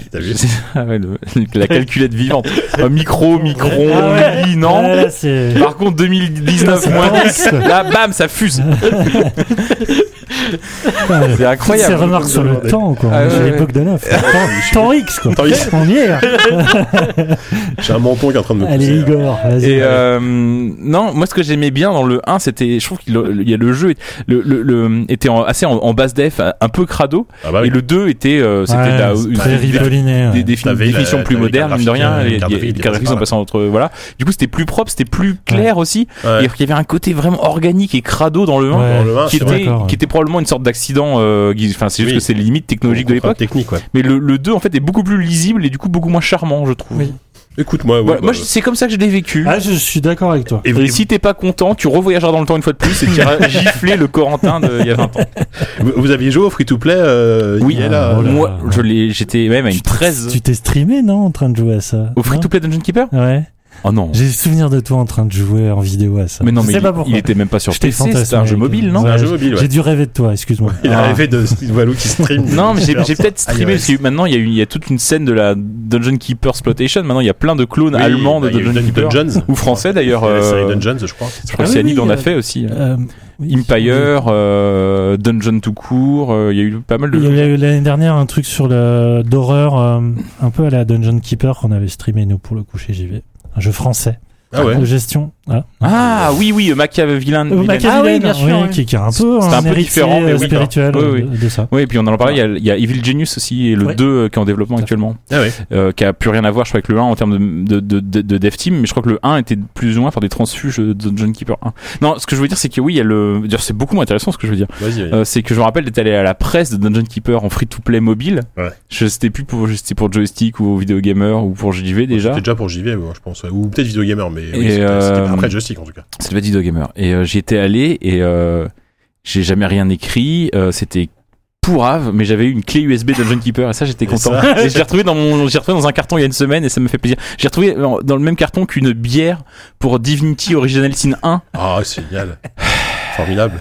B: T'as vu
F: [LAUGHS] Ah ouais, le- la calculette
B: [LAUGHS]
F: vivante. Un micro, micron,
C: Ah ouais.
F: milli, non.
C: Ouais, là, c'est...
F: Par contre, 2019 moins 10, là, bam, ça fuse.
C: Putain,
F: [LAUGHS] C'est incroyable.
C: Ces remarques sur le temps, quoi.
F: Ah, ouais,
C: C'est
F: ouais.
C: l'époque de
F: [LAUGHS]
C: neuf. Temps- Temps X, quoi.
B: Temps X.
C: On y est. hein.
B: J'ai un menton qui est en train de me
C: Allez,
B: pousser.
C: Igor, vas-y.
F: Et euh, non, moi ce que j'aimais bien dans le 1, c'était, je trouve qu'il il y a le jeu, le, le, le- était en- assez en, en base def, un peu crado,
B: Ah bah
F: et
B: oui.
F: le 2 était, euh, c'était
C: Ouais,
F: la-
C: c'est
F: une-
C: très
F: une- des,
C: ripolliné. ouais.
F: des,
B: T'avais la-
F: définitions plus
B: t'avais les
F: modernes, mine de rien,
B: graphiques,
F: les
B: les cartes graphiques,
F: les
B: les
F: cartes graphiques sont
B: passes
F: passées entre, voilà. Du coup, c'était plus propre, c'était plus clair aussi.
B: Ouais.
F: Et Il y avait un côté vraiment organique et crado dans le 1.
C: Ouais.
B: Dans le 1,
F: Qui
B: c'est
C: suis
F: était,
C: d'accord, ouais.
F: qui était probablement une sorte d'accident, euh, qui- enfin c'est juste
B: Oui.
F: que c'est les limites technologiques de
B: Contrainte
F: l'époque.
B: Technique, ouais.
F: Mais le, le 2 en fait est beaucoup plus lisible et du coup beaucoup moins charmant, je trouve.
C: Oui.
B: Écoute-moi, ouais,
F: Voilà,
B: bah,
F: moi je- c'est comme ça que je l'ai vécu.
C: Ah, je suis d'accord avec toi.
B: et, vous-
F: Et si t'es pas content, tu revoyageras dans le temps une fois de plus et tu [LAUGHS] iras gifler le Corentin de- il y a 20 ans.
B: [LAUGHS] vous, vous aviez joué au free-to-play euh,
F: Oui, Ah,
B: hier, là,
C: Oh là
F: moi,
C: là.
F: je l'ai, j'étais même à une
C: Tu t'es-
F: 13
C: Tu t'es streamé, non, en train de jouer à ça
F: au free to play Dungeon Keeper.
C: play Ouais.
F: Oh non.
C: J'ai le souvenir de toi en train de jouer en vidéo à ça.
F: Mais non,
C: Je
F: mais
C: sais
F: il,
C: pas pourquoi.
F: il était même pas sur
C: Je t'ai
F: PC, c'était un
C: fantasmé
F: jeu
C: avec-
F: mobile, non
B: C'est un
C: Ouais,
B: jeu mobile, ouais.
C: J'ai dû rêver de toi, excuse-moi.
B: Il
F: Ah.
B: a rêvé de Steve Wallou qui stream.
F: Non, mais j'ai, j'ai peut-être
B: Ah,
F: streamé
B: ouais.
F: parce qu'il y a eu- maintenant il y a une, il y a toute une scène de la Dungeon Keeper exploitation. Maintenant il y a plein de clones
B: Oui,
F: allemands
B: bah,
F: de
B: il y a eu
F: Dungeon Keeper
B: Dungeons.
F: ou français d'ailleurs.
B: Il y a la série
F: euh,
B: Dungeons, je crois.
F: [LAUGHS] Je crois que
C: Ah oui,
F: c'est Annie
C: oui,
F: en a
C: euh,
F: fait aussi. hein.
C: Euh, oui.
F: Empire, euh, Dungeon tout court, euh, il y a eu pas mal de.
C: Il y a eu l'année dernière un truc sur le d'horreur, euh, un peu à la Dungeon Keeper qu'on avait streamé nous pour le coup chez JV. Un jeu français
B: Ah ouais.
C: de gestion. Ah,
F: Ah oui, oui, euh, Machiavellian.
C: Euh,
F: Villain.
C: Machiavellian,
D: Ah oui, bien sûr, oui.
C: Qui, qui est un peu
F: C'est un peu
C: héritier,
F: différent, mais
C: euh,
F: oui,
C: spirituel
F: oui, oui.
C: euh, De, de ça.
F: Oui, et puis on en parlait, il y a- il y, a Evil Genius aussi, et le
C: Ouais.
F: 2 euh, qui est en développement
C: Tout à fait.
F: actuellement,
B: Ah ouais.
F: euh, qui a plus rien à voir, je crois, avec le 1 en termes de, de, de, de dev team, mais je crois que le 1 était plus ou moins par des transfuges de Dungeon Keeper 1. Non, ce que je veux dire, c'est que oui, il y a le. d'ailleurs, C'est beaucoup moins intéressant ce que je veux dire.
B: Vas-y, vas-y.
F: Euh, c'est que je me rappelle d'être allé à la presse de Dungeon Keeper en free-to-play mobile.
B: Ouais.
F: Je c'était plus pour, c'était pour Joystick ou Video Gamer ou pour JV déjà.
B: C'était déjà pour JV, ouais, je pense. ouais. Ou peut-être Video Gamer, mais oui,
F: Et,
B: c'était
F: euh,
B: c'était après Joystick en tout cas.
F: Ça devait être Dido Gamer. Et euh, j'y étais allé et euh, j'ai jamais rien écrit. euh, c'était pourrave, mais j'avais eu une clé USB Dungeon Keeper et ça j'étais
B: Et
F: content.
B: ça.
F: Et je l'ai retrouvé dans mon, j'ai retrouvé dans un carton il y a une semaine et ça me fait plaisir. J'ai retrouvé en- dans le même carton qu'une bière pour Divinity Original Sin 1. [SIGHS]
B: Ah, c'est génial. Formidable.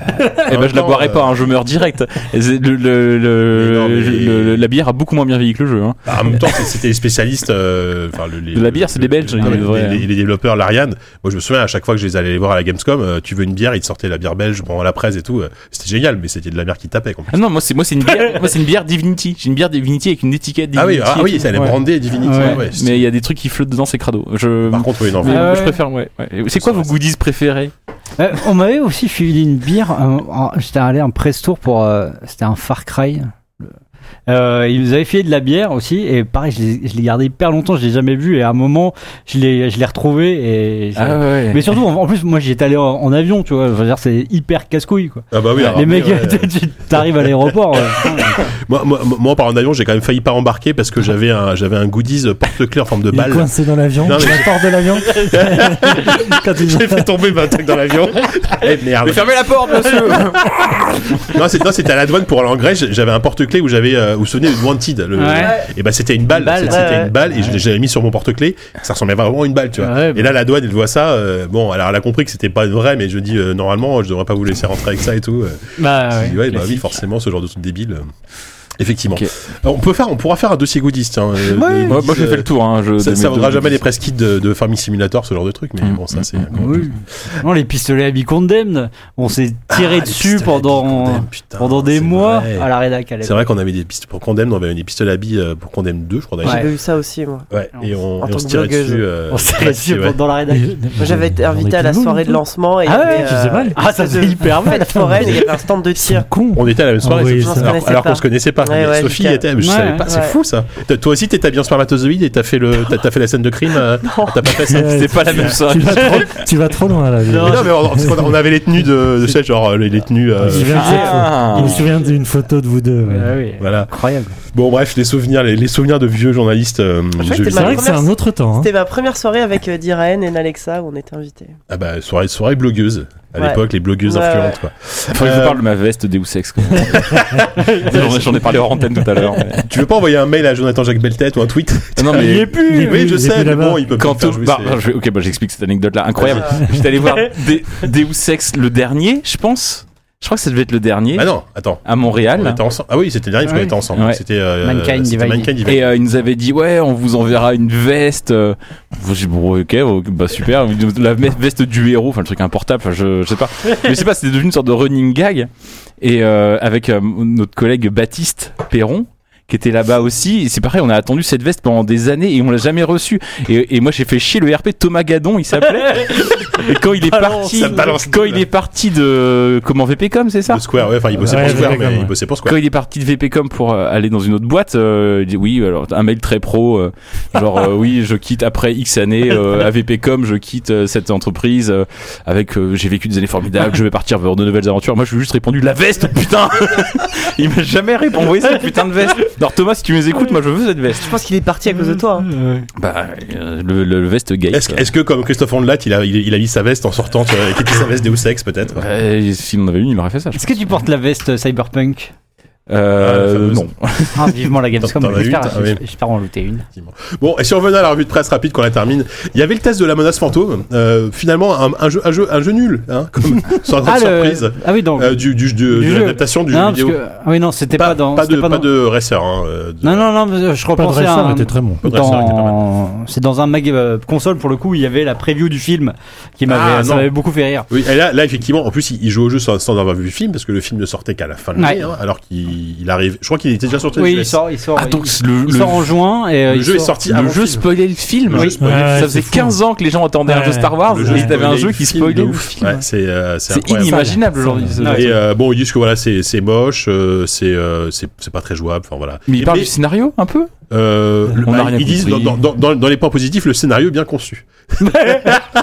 F: Eh ben, je la boirai pas, hein, je meurs direct. C'est- le- le- le-
B: Oh Mais non, mais-
F: le- le- la bière a beaucoup moins bien vieilli que le jeu. hein.
B: Bah, en même temps, c'est- c'était les spécialistes. euh, enfin, le- les-
F: De la bière, c'est des Belges,
B: non,
F: ils
B: mais
F: devraient, hein.
B: les, les- les développeurs, l'Ariane. Moi, je me souviens à chaque fois que je les allais les voir à la Gamescom, euh, tu veux une bière, ils te sortaient la bière belge pendant la presse et tout. euh, C'était génial, mais c'était de la bière qui tapait. quoi.
F: Ah non, moi c'est moi c'est une bière, moi c'est une bière Divinity. J'ai une bière Divinity avec une étiquette
B: Ah
F: Divinity.
B: oui, ah,
F: et
B: oui,
F: tout.
B: ça allait
F: Ouais.
B: brander Divinity.
F: Ouais,
B: ouais, ouais, c'était-
F: mais il y a des trucs qui flottent dedans, c'est crado. Je,
B: Par contre, oui, non.
F: mais
D: Ah
F: moi, je
D: ouais.
F: préfère. Ouais. ouais. C'est quoi vos goodies préférés
D: Euh, on m'avait aussi filé une bière. euh, en- J'étais allé en press tour pour. euh, C'était un Far Cry. Euh, ils nous avaient filé de la bière aussi et pareil je l'ai- je l'ai gardé hyper longtemps je l'ai jamais vu et à un moment je l'ai je l'ai retrouvé et j'ai-
F: Ah ouais.
D: mais surtout en en plus moi j'étais allé en, en avion tu vois je veux dire c'est hyper casse couille quoi
B: Ah bah oui, alors,
D: les mecs
B: ouais,
F: [LAUGHS]
D: [LAUGHS]
B: ouais.
D: tu t'arrives à l'aéroport ouais.
B: Moi, moi, moi, en parlant d'avion, j'ai quand même failli pas embarquer parce que j'avais un, j'avais un goodies porte-clés en forme de
C: Il est
B: balle.
C: coincé dans l'avion,
B: Non, mais-
C: la porte de l'avion. [LAUGHS] Quand
B: [LAUGHS]
C: il-
B: J'ai fait tomber ma truc dans l'avion. [LAUGHS] Eh, merde.
F: fermez la porte, [LAUGHS] monsieur.
B: Non, c'est- non, c'était à la douane pour aller en Grèce. J'avais un porte-clés où j'avais, euh, où vous souvenez, de Wanted. [LAUGHS] Le,
D: Ouais.
B: Et bah, c'était une balle.
D: Une balle,
B: C'était
E: ouais,
B: une balle et je l'ai- j'avais mis sur mon porte-clés. Ça ressemblait vraiment à une balle, tu vois.
D: Ouais, bah.
B: Et là, la douane, elle voit ça. euh, bon, alors elle a compris que c'était pas vrai, mais je dis, euh, normalement, je devrais pas vous laisser rentrer avec ça et tout. euh.
D: bah,
B: Je dis, ouais, bah oui,
D: classique.
B: forcément, ce genre de truc débile. euh, Effectivement.
F: Ok.
B: Alors, on peut faire, on pourra faire un dossier goodies, tiens. euh,
D: Ouais.
B: des
F: moi,
B: goodies,
F: moi, j'ai fait le tour. Hein, je,
B: Ça,
F: de mes
B: ça vaudra
F: deux
B: jamais
F: goodies.
B: les press kits de, de Farming Simulator, ce genre de truc, mais
F: Mmh.
B: bon, ça c'est.
D: Oui. non les pistolets à bicondemne on s'est tiré
B: Ah, les
D: dessus
B: pistolets à billes
D: pendant
B: Condem, putain,
D: pendant des
B: c'est
D: mois Ah
B: vrai.
D: à la rédac à l'époque.
B: C'est vrai qu'on avait des pistes pour Condemn, on avait des pistolets à billes euh, pour Condemn 2, je crois. d'ailleurs.
D: Ouais.
E: J'avais eu ça aussi, moi.
B: Ouais, et on,
E: En
B: et on
E: tant
B: se
E: que
B: tirait
E: blogueuse.
B: dessus. euh,
D: On s'est reçu
B: ouais.
D: pendant la rédaction.
B: [LAUGHS]
E: Moi, J'avais été invité à la soirée de lancement et il y
D: Ah ouais,
E: avait, euh,
D: je sais pas. Ah, ça
E: espèce de
D: fait hyper mal.
E: fête foraine et il y avait un stand de tir.
C: Con.
B: On était à la même soirée,
C: Ah oui,
B: c'est-
C: ça.
B: alors,
E: On se
B: alors
E: connaissait
B: qu'on se connaissait pas.
E: Ouais,
B: Mais
E: ouais,
B: Sophie
E: jusqu'à-
B: était, mais je
D: Ouais,
B: savais pas, c'est
E: ouais.
B: fou ça. T'as- Toi aussi t'étais bien spermatozoïde et t'as fait le, t'as, t'as fait la scène de crime. euh, T'as pas fait ça.
C: Ouais,
F: C'était pas la même
C: Tu
F: soirée.
C: vas trop, tu vas trop loin là.
B: Mais non, mais on, parce qu'on- on avait les tenues de, de celle, genre euh, les, les tenues. euh, Ah
C: Je viens de dire,
F: Ah.
C: je me souviens d'une photo de vous deux. ouais.
B: voilà.
D: Ah Incroyable.
B: Bon bref, les souvenirs, les, les souvenirs de vieux journalistes. euh,
E: fait,
B: jeux
E: t'es
C: C'est
B: vidéo.
C: vrai que c'est un autre temps. hein.
E: C'était ma première soirée avec euh, Diraen et Nalexa où on était invités.
B: Ah bah soirée, soirée blogueuse. À
E: Ouais.
B: l'époque, les blogueuses
E: Ouais,
B: influentes quoi.
F: Faudrait que je vous parle de ma veste Deus Ex. quand même. J'en ai- J'en ai parlé hors antenne tout à l'heure. mais-
B: Tu veux pas envoyer un mail à Jonathan Jacques Beltet ou un tweet
F: Non mais
C: Il y est plus.
B: Oui,
C: il
B: je
C: est
B: sais,
C: plus
B: mais
C: là-bas.
B: bon, il peut
F: Quand
B: pas faire
F: tout-
B: jouer
F: bah,
B: ses-
F: alors, je vais- ok, bah, j'explique cette anecdote là, incroyable. J'étais allé voir Dé- Deus Ex, le dernier, je pense. Je crois que ça devait être le dernier
B: Bah non, attends.
F: à
B: On
F: Montréal.
B: était ensemble. Ah oui, c'était le dernier parce qu'on
D: Ouais.
B: était ensemble.
F: Ouais.
B: C'était euh,
D: Mankind
B: c'était
D: Divided.
B: Mankind Divided.
F: Et euh, ils nous avaient dit ouais, on vous enverra une veste. euh. J'ai dit, bon ok, ok, bah super, la me- veste du héros, enfin le truc importable, enfin, je, je sais
B: [LAUGHS]
F: pas. Mais je sais pas, c'était devenu une sorte de running gag. Et euh, avec euh, notre collègue Baptiste Perron qui était là-bas aussi, et c'est pareil, on a attendu cette veste pendant des années et on l'a jamais reçue. Et, et moi j'ai fait chier le RP Thomas Gadon, il
B: [LAUGHS]
F: s'appelait. et quand il est parti,
B: ça balance
F: quand
B: tout,
F: il
B: là.
F: est parti de comment VPcom, c'est ça
B: De Square, ouais, enfin, il bossait
C: Ouais,
B: pour
C: je
B: Square,
C: sais
B: mais
C: comment,
B: il
C: ouais.
B: bossait pour
F: quand
B: Square.
F: il est parti de VPcom pour euh, aller dans une autre boîte, euh, il dit oui, alors un mail très pro, euh, genre euh, oui, je quitte après X années euh, à VPcom, je quitte euh, cette entreprise euh, avec euh, j'ai vécu des années formidables, je vais partir vers de nouvelles aventures. Moi, je lui ai juste répondu la veste, putain. [LAUGHS] il m'a jamais répondu envoyez cette putain de veste. Alors Thomas, si tu les écoutes, moi je veux cette veste.
E: Je pense qu'il est parti à cause de toi. hein.
B: Mm.
F: Bah euh, le, le- le veste gay.
B: Est-ce est-ce que, comme Christophe Ondelat, il a, il, il a mis sa veste en sortant, tu vois, et qu'était sa veste Deus Ex, peut-être
F: Ouais, S'il en avait une, il aurait fait ça. je
D: Est-ce que tu portes la veste cyberpunk
F: pense. Euh,
B: Ah, la fameuse.
F: non.
D: Ah, vivement la
B: T'en-
D: Gamescom.
B: t'en as
D: J'espère
B: une, t'as- oui.
D: j'espère en looter une.
B: Bon, et si on revenait à la revue de presse rapide qu'on la termine, il y avait le test de la menace fantôme. Euh, finalement, un, un jeu, un, jeu, un jeu nul, hein, comme sans grande surprise,
D: ah oui, donc.
B: euh, du, du, du- de
D: jeu.
B: l'adaptation du jeu
D: non, parce
B: vidéo.
D: que, ah oui, non, c'était pas,
B: Pas,
D: dans.
B: pas
D: c'était
B: de,
D: pas
B: pas
D: dans-
B: de racer. Hein, euh, de-
D: Non, non, non, mais je
C: Pas de
D: repensais à.
C: dresseur
D: un-
C: était très bon.
B: Pas de dresseur, il était pas mal.
D: dans- C'est dans un mag euh, console pour le coup, il y avait la preview du film qui m'avait
B: Ah,
D: ça
B: non.
D: m'avait beaucoup fait rire.
B: Oui, et là, là, effectivement, en plus, il, il joue au jeu sans, sans avoir vu le film, parce que le film ne sortait qu'à la fin de l'année,
D: Ouais.
B: hein, alors qu'il il arrive. Je crois qu'il était déjà sorti. aux
D: Oui, il
B: US.
D: sort, il sort.
F: Ah, donc,
D: il,
F: le-
D: il
F: le-
D: sort en juin et euh,
B: Le
D: il
B: jeu est
D: sort-
B: sorti
F: Le
B: avant
F: jeu
B: le film.
F: spoilait le film.
B: Le jeu
D: Oui.
B: spoilait
C: Ouais,
F: ça
C: c'est
F: faisait
C: fou.
F: 15 ans que les gens attendaient un jeu
C: Ouais.
F: Star Wars
B: Le jeu
F: et t'avais un
B: spoilait
F: jeu
B: le
F: qui
B: film
F: spoilait
B: de
F: le
B: ouf.
F: film.
B: Ouais, c'est euh, c'est
F: C'est
B: incroyable.
F: inimaginable aujourd'hui. ce-
D: Ouais.
B: Et euh, bon, ils disent que voilà, c'est c'est moche, euh, c'est euh, c'est c'est pas très jouable. Enfin voilà.
F: Mais
B: Et-
F: il parle du scénario un peu
B: euh, le-
F: On a
B: bah,
F: rien
B: ils disent dans,
F: compris.
B: dans, dans, dans les points positifs, le scénario est bien conçu.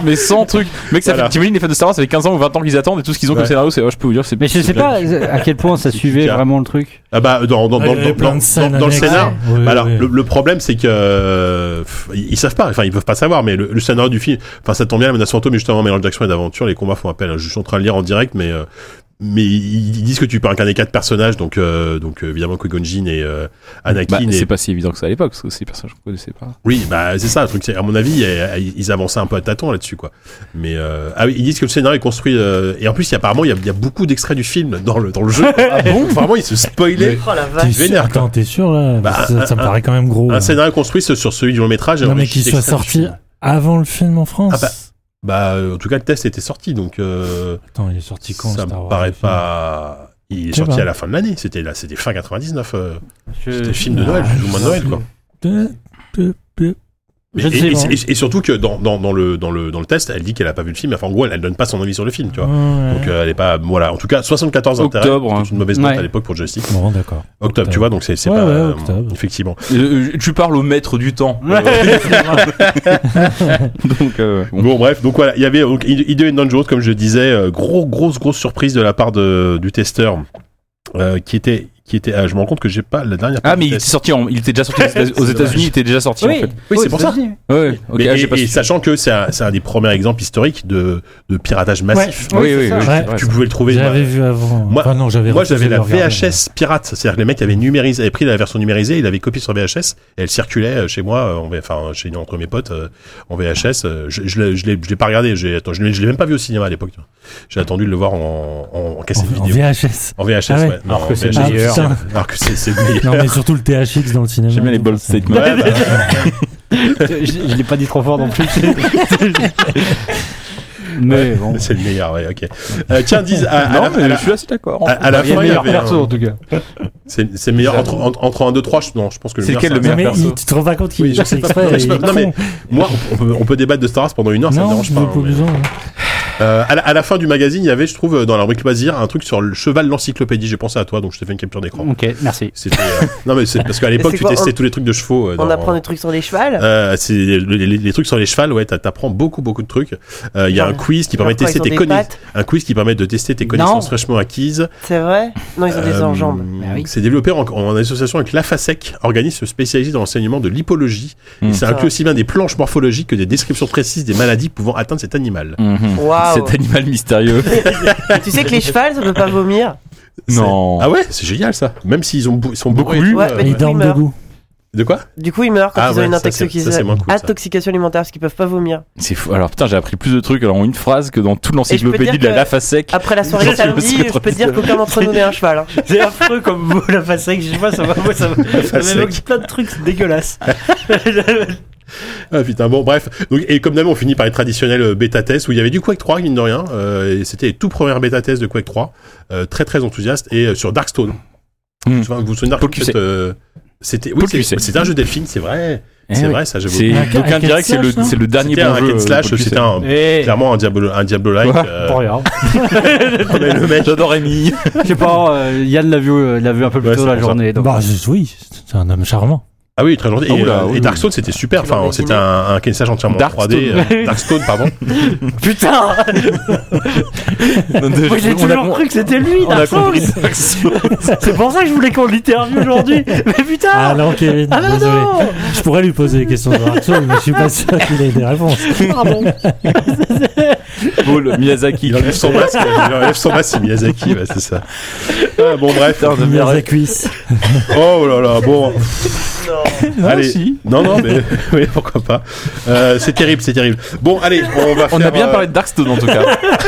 F: Mais
B: [LAUGHS]
F: sans truc. Mec, ça
B: Voilà.
F: fait- t'imagines les fans de Star Wars, ça fait 15 ans ou 20 ans qu'ils attendent et tout ce qu'ils ont
B: Ouais.
F: comme scénario, c'est oh, je peux vous dire, c'est.
D: Mais je sais pas à quel point ça suivait
B: Picard.
D: vraiment le truc.
B: Ah bah dans dans
C: Ah,
B: dans,
C: il y avait
B: dans,
C: plein
B: dans,
C: de scènes
B: dans- dans le
C: annexes.
B: scénar.
C: Ouais, ouais,
B: bah alors
C: ouais.
B: le, le problème c'est que euh, pff, ils ils savent pas, enfin ils peuvent pas savoir, mais le, le scénario hein. du film, enfin ça tombe bien, la menace fantôme est justement un mélange d'action et d'aventure, les combats font appel. à- Je suis en train de lire en direct, mais euh, mais ils ils disent que tu peux incarner quatre personnages, donc, euh, donc euh, évidemment Qui-Gon Jinn et euh, Anakin.
F: Bah,
B: et...
F: c'est pas si évident que ça à l'époque, parce que ces personnages qu'on connaissait pas.
B: Oui, bah, c'est ça le truc. c'est- À mon avis, euh, ils avançaient un peu à tâtons là-dessus, quoi. Mais euh, ah oui, ils disent que le scénario est construit. euh, et en plus, il y a- apparemment, il y a, il y a beaucoup d'extraits du film dans le, dans le
C: [LAUGHS]
B: jeu. ah bon Vraiment, ils se spoilaient.
E: Oh la vache.
C: T'es sûr,
B: vénère, quoi.
C: attends, t'es sûr là
B: Bah,
C: ça,
B: un-
C: ça me
B: un-
C: paraît quand même gros. hein.
B: Un
C: là.
B: scénario construit sur sur celui du long métrage. et
C: Non mais
B: enrichi
C: qu'il soit
B: d'extraits du
C: sorti
B: film.
C: avant le film en France.
B: Ah Bah, euh, en tout cas, le test était sorti, donc euh,
C: Attends, il est sorti quand
B: ça
C: Star
B: me
C: Wars,
B: paraît
C: le film
B: pas. Il est
C: Je sais
B: sorti
C: pas.
B: à la fin de l'année. C'était là, c'était fin 99. euh,
D: Je-
B: c'était le film de
C: Ah,
B: Noël, plus ou moins de
C: je
B: Noël,
C: sais
B: quoi.
C: De- de- de-
B: Mais-
D: Je ne sais
B: et, et-
D: pas.
B: et- et surtout que dans, dans, dans, le, dans, le, dans le test, elle dit qu'elle a pas vu le film. Enfin, en gros, elle, elle donne pas son avis sur le film, tu vois.
C: Ouais.
B: Donc euh, elle est pas voilà en tout cas 74 intérêts
F: Octobre, hein.
B: c'est une mauvaise note
D: Ouais.
B: à l'époque pour Joystick octobre,
C: Bon, d'accord.
B: tu vois donc c'est c'est
C: Ouais,
B: pas
C: ouais,
B: euh,
C: octobre.
B: effectivement
F: Euh, tu parles au maître du temps. [LAUGHS] Donc, euh, bon.
B: bon bref donc voilà il y avait donc, Hideo and Dangerous comme je disais euh, gros grosse grosse surprise de la part de du testeur euh, qui était qui était ah, je me rends compte que j'ai pas la dernière
F: Ah
B: page
F: mais
B: du
F: il était
B: test.
F: sorti, en- il était déjà sorti aux États- aux
B: [LAUGHS] C'est
F: États-Unis,
B: dommage.
F: il était déjà sorti en fait.
B: Oui, c'est pour ça.
D: États-Unis.
F: Ouais, ouais, ok,
B: Mais-
F: ah, j'ai
B: et,
F: pas su.
B: et sachant que c'est un, c'est un des premiers exemples historiques de, de piratage massif
F: Oui, oui, oui,
D: ça.
F: oui,
C: Ouais.
F: c'est vrai,
B: euh, tu
F: ça.
B: pouvais le trouver
C: J'avais vu avant.
B: Moi-
C: Enfin, non, j'avais
B: Moi,
C: refusé
B: j'avais
C: de
B: la
C: le regarder,
B: VHS pirate, c'est-à-dire que les mecs avaient numérisé, avaient pris la version numérisée, ils l'avaient copiée sur VHS, et elle circulait euh, chez moi, euh, en V- enfin chez entre mes potes euh, en VHS. euh, Je, je, l'ai- je l'ai, je l'ai pas regardé, j'ai, attends, je l'ai, je l'ai même pas vu au cinéma à l'époque. tu vois. J'ai attendu de le voir en, en, en cassette
C: mais- En, en
B: vidéo.
C: VHS.
B: En VHS,
C: Ah ouais.
B: ouais. Non,
C: Alors
B: en
C: que c'est
B: VHS,
C: le meilleur.
B: c'est- Ah, Alors que c'est, c'est le meilleur.
C: [LAUGHS] Non, mais surtout le THX dans le cinéma.
F: J'aime bien les bold
C: C'est-
F: statements.
B: [LAUGHS] Ouais, bah,
D: Je, je l'ai pas dit trop fort non plus. [LAUGHS] mais bon.
B: bah, c'est le meilleur, ouais, ok. Euh, tiens, disent, à, à
F: Non,
B: la- à
F: mais
B: la-
F: je suis assez d'accord.
B: à- à la
D: Il y a
B: fin, il y
D: meilleur
B: avait
D: perso
B: un-
D: en tout cas.
B: c'est, c'est meilleur entre, entre, entre 1, 2, 3, je, non, je pense que le
F: C'est
B: meilleur,
F: lequel
B: c'est
F: le
C: Non,
F: meilleur
C: mais
F: perso
C: il- tu te rends pas compte qu'il
B: Oui, je
C: fait
B: sais pas.
C: exprès
B: Non,
C: et il est
B: mais-
C: con.
B: un- Moi, on peut, on peut débattre de Star Wars pendant une heure, ça me
C: Non,
B: dérange
C: je
B: pas.
C: veux
B: hein,
C: pas
B: mais-
C: besoin.
B: Euh, à, la, à la fin du magazine, il y avait, je trouve, euh, dans la rubrique loisirs, un truc sur le cheval l'encyclopédie. J'ai pensé à toi, donc je t'ai fait une capture d'écran.
D: Ok, merci.
B: C'était, euh, non mais c'est parce qu'à l'époque,
E: c'est
B: tu
E: quoi,
B: testais
E: on-
B: tous les trucs de chevaux. euh,
E: On
B: dans-
E: apprend des trucs sur les chevals.
B: Euh, c'est les, les- les trucs sur les chevals, ouais, t'a- t'apprends beaucoup beaucoup de trucs. Euh, Il y a un
E: Genre-
B: quiz qui
E: genre
B: permet de
E: quoi,
B: tester
E: ils ont
B: tes
E: des
B: connaissances,
E: pattes
B: un quiz qui permet de tester tes
D: Non.
B: connaissances fraîchement acquises.
E: C'est vrai Non, ils ont des
B: Euh,
E: enjambes. Bah
D: oui.
B: C'est développé en, en association avec l'AFASEC, organisme spécialisé dans l'enseignement de l'hypologie.
F: Mm.
B: Et ça inclut
E: Ah.
B: aussi bien des planches morphologiques que des descriptions précises des maladies pouvant atteindre cet animal.
F: Mhm.
B: [LAUGHS]
E: Waouh. Ah,
F: Cet animal mystérieux.
E: Tu sais que les chevals, ça peut pas vomir.
F: non.
B: Ah ouais, c'est génial ça. Même s'ils ont, bou- ils sont beaucoup euh,
E: bu, Ouais, mais-
C: Et
E: du
C: il
E: coup,
C: dort
E: il meurt.
C: debout.
B: De quoi
E: Du coup, ils meurent quand
B: Ah
E: ils
B: ouais,
E: ont une
B: ça, c'est- ça, c'est moins cool, ça.
E: intoxication alimentaire parce qu'ils peuvent pas vomir.
F: C'est fou. Alors putain, j'ai appris plus de trucs en une phrase que dans toute
E: peux
F: l'encyclopédie
E: dire
F: de la
E: que-
F: Lafa sec.
B: [LAUGHS]
E: Après la soirée
F: Je
E: de samedi,
F: sais pas
E: je peux te dire qu'aucun d'entre nous n'est un cheval. hein.
D: C'est affreux comme vous, la face sec. Je sais pas, ça m'a- moi, ça m'a- ça m'évoque plein de trucs dégueulasses.
B: [LAUGHS] Ah putain, bon bref. Donc, et comme d'hab, on finit par les traditionnels euh, bêta tests où il y avait du Quake 3, mine de rien. Euh, et C'était les tout premières bêta tests de Quake 3. euh, très très enthousiaste. Et euh, sur Darkstone.
F: Mm.
B: Je sais pas, vous vous souvenez
F: Paul
B: Darkstone
F: Cusset.
B: peut-être, euh, C'était oui,
F: Paul
B: c'est-
F: Cusset.
B: c'est un jeu Delphine, c'est vrai.
F: Eh
B: c'est
F: oui.
B: vrai, ça j'ai
F: C'est
B: oublié.
C: Un-
F: donc
C: un
F: un direct, c'est le
C: slash, non
F: c'est le dernier
B: C'était
F: bon
B: un
F: jeu.
B: hack and
F: euh,
B: slash,
F: Paul Cusset.
B: c'était un,
D: Et...
B: clairement un Diablo, un Diablo like.
F: Quoi
D: Pas
B: [LAUGHS] Euh,
D: rien.
B: le mec.
F: J'adore Rémi.
D: Je sais pas, euh, Yann l'a vu, euh, l'a vu un peu plus
B: Ouais,
D: tôt
B: c'est
D: la
B: pour ça.
D: journée. Donc.
C: Bah, je- oui, c'est un homme charmant.
B: Ah oui, très gentil.
F: Ah,
B: Et,
F: oula,
B: euh,
F: oui,
B: et
F: oui.
B: Darkstone, c'était super.
E: l'aurais
B: Enfin, c'était
E: deviné.
B: un, un Kensage entièrement en 3D.
F: Darkstone.
B: euh, Darkstone,
F: [LAUGHS]
B: pardon.
D: Putain Moi j'ai
F: On a-
D: toujours cru que c'était lui,
F: on a
D: Dark Souls
F: compris Dark Souls.
D: C'est pour ça que je voulais qu'on l'interviewe aujourd'hui Mais putain
C: Ah non, Kevin,
D: Ah bah
C: désolé.
D: non
C: Je pourrais lui poser des questions sur Dark Souls, mais je suis pas sûr qu'il ait des réponses.
F: Paul Miyazaki.
B: Il enlève son masque. il enlève son masque, c'est Miyazaki, ouais, c'est ça. Ah, bon, bref.
F: Putain, de merde.
C: la cuisse.
B: Oh là là, bon.
F: Non,
B: Allez.
F: si.
B: Non, non, mais [LAUGHS] oui, pourquoi pas. Euh, c'est terrible, c'est terrible. Bon, allez, on va faire.
F: On a bien
B: euh,
F: parlé de Darkstone en tout cas.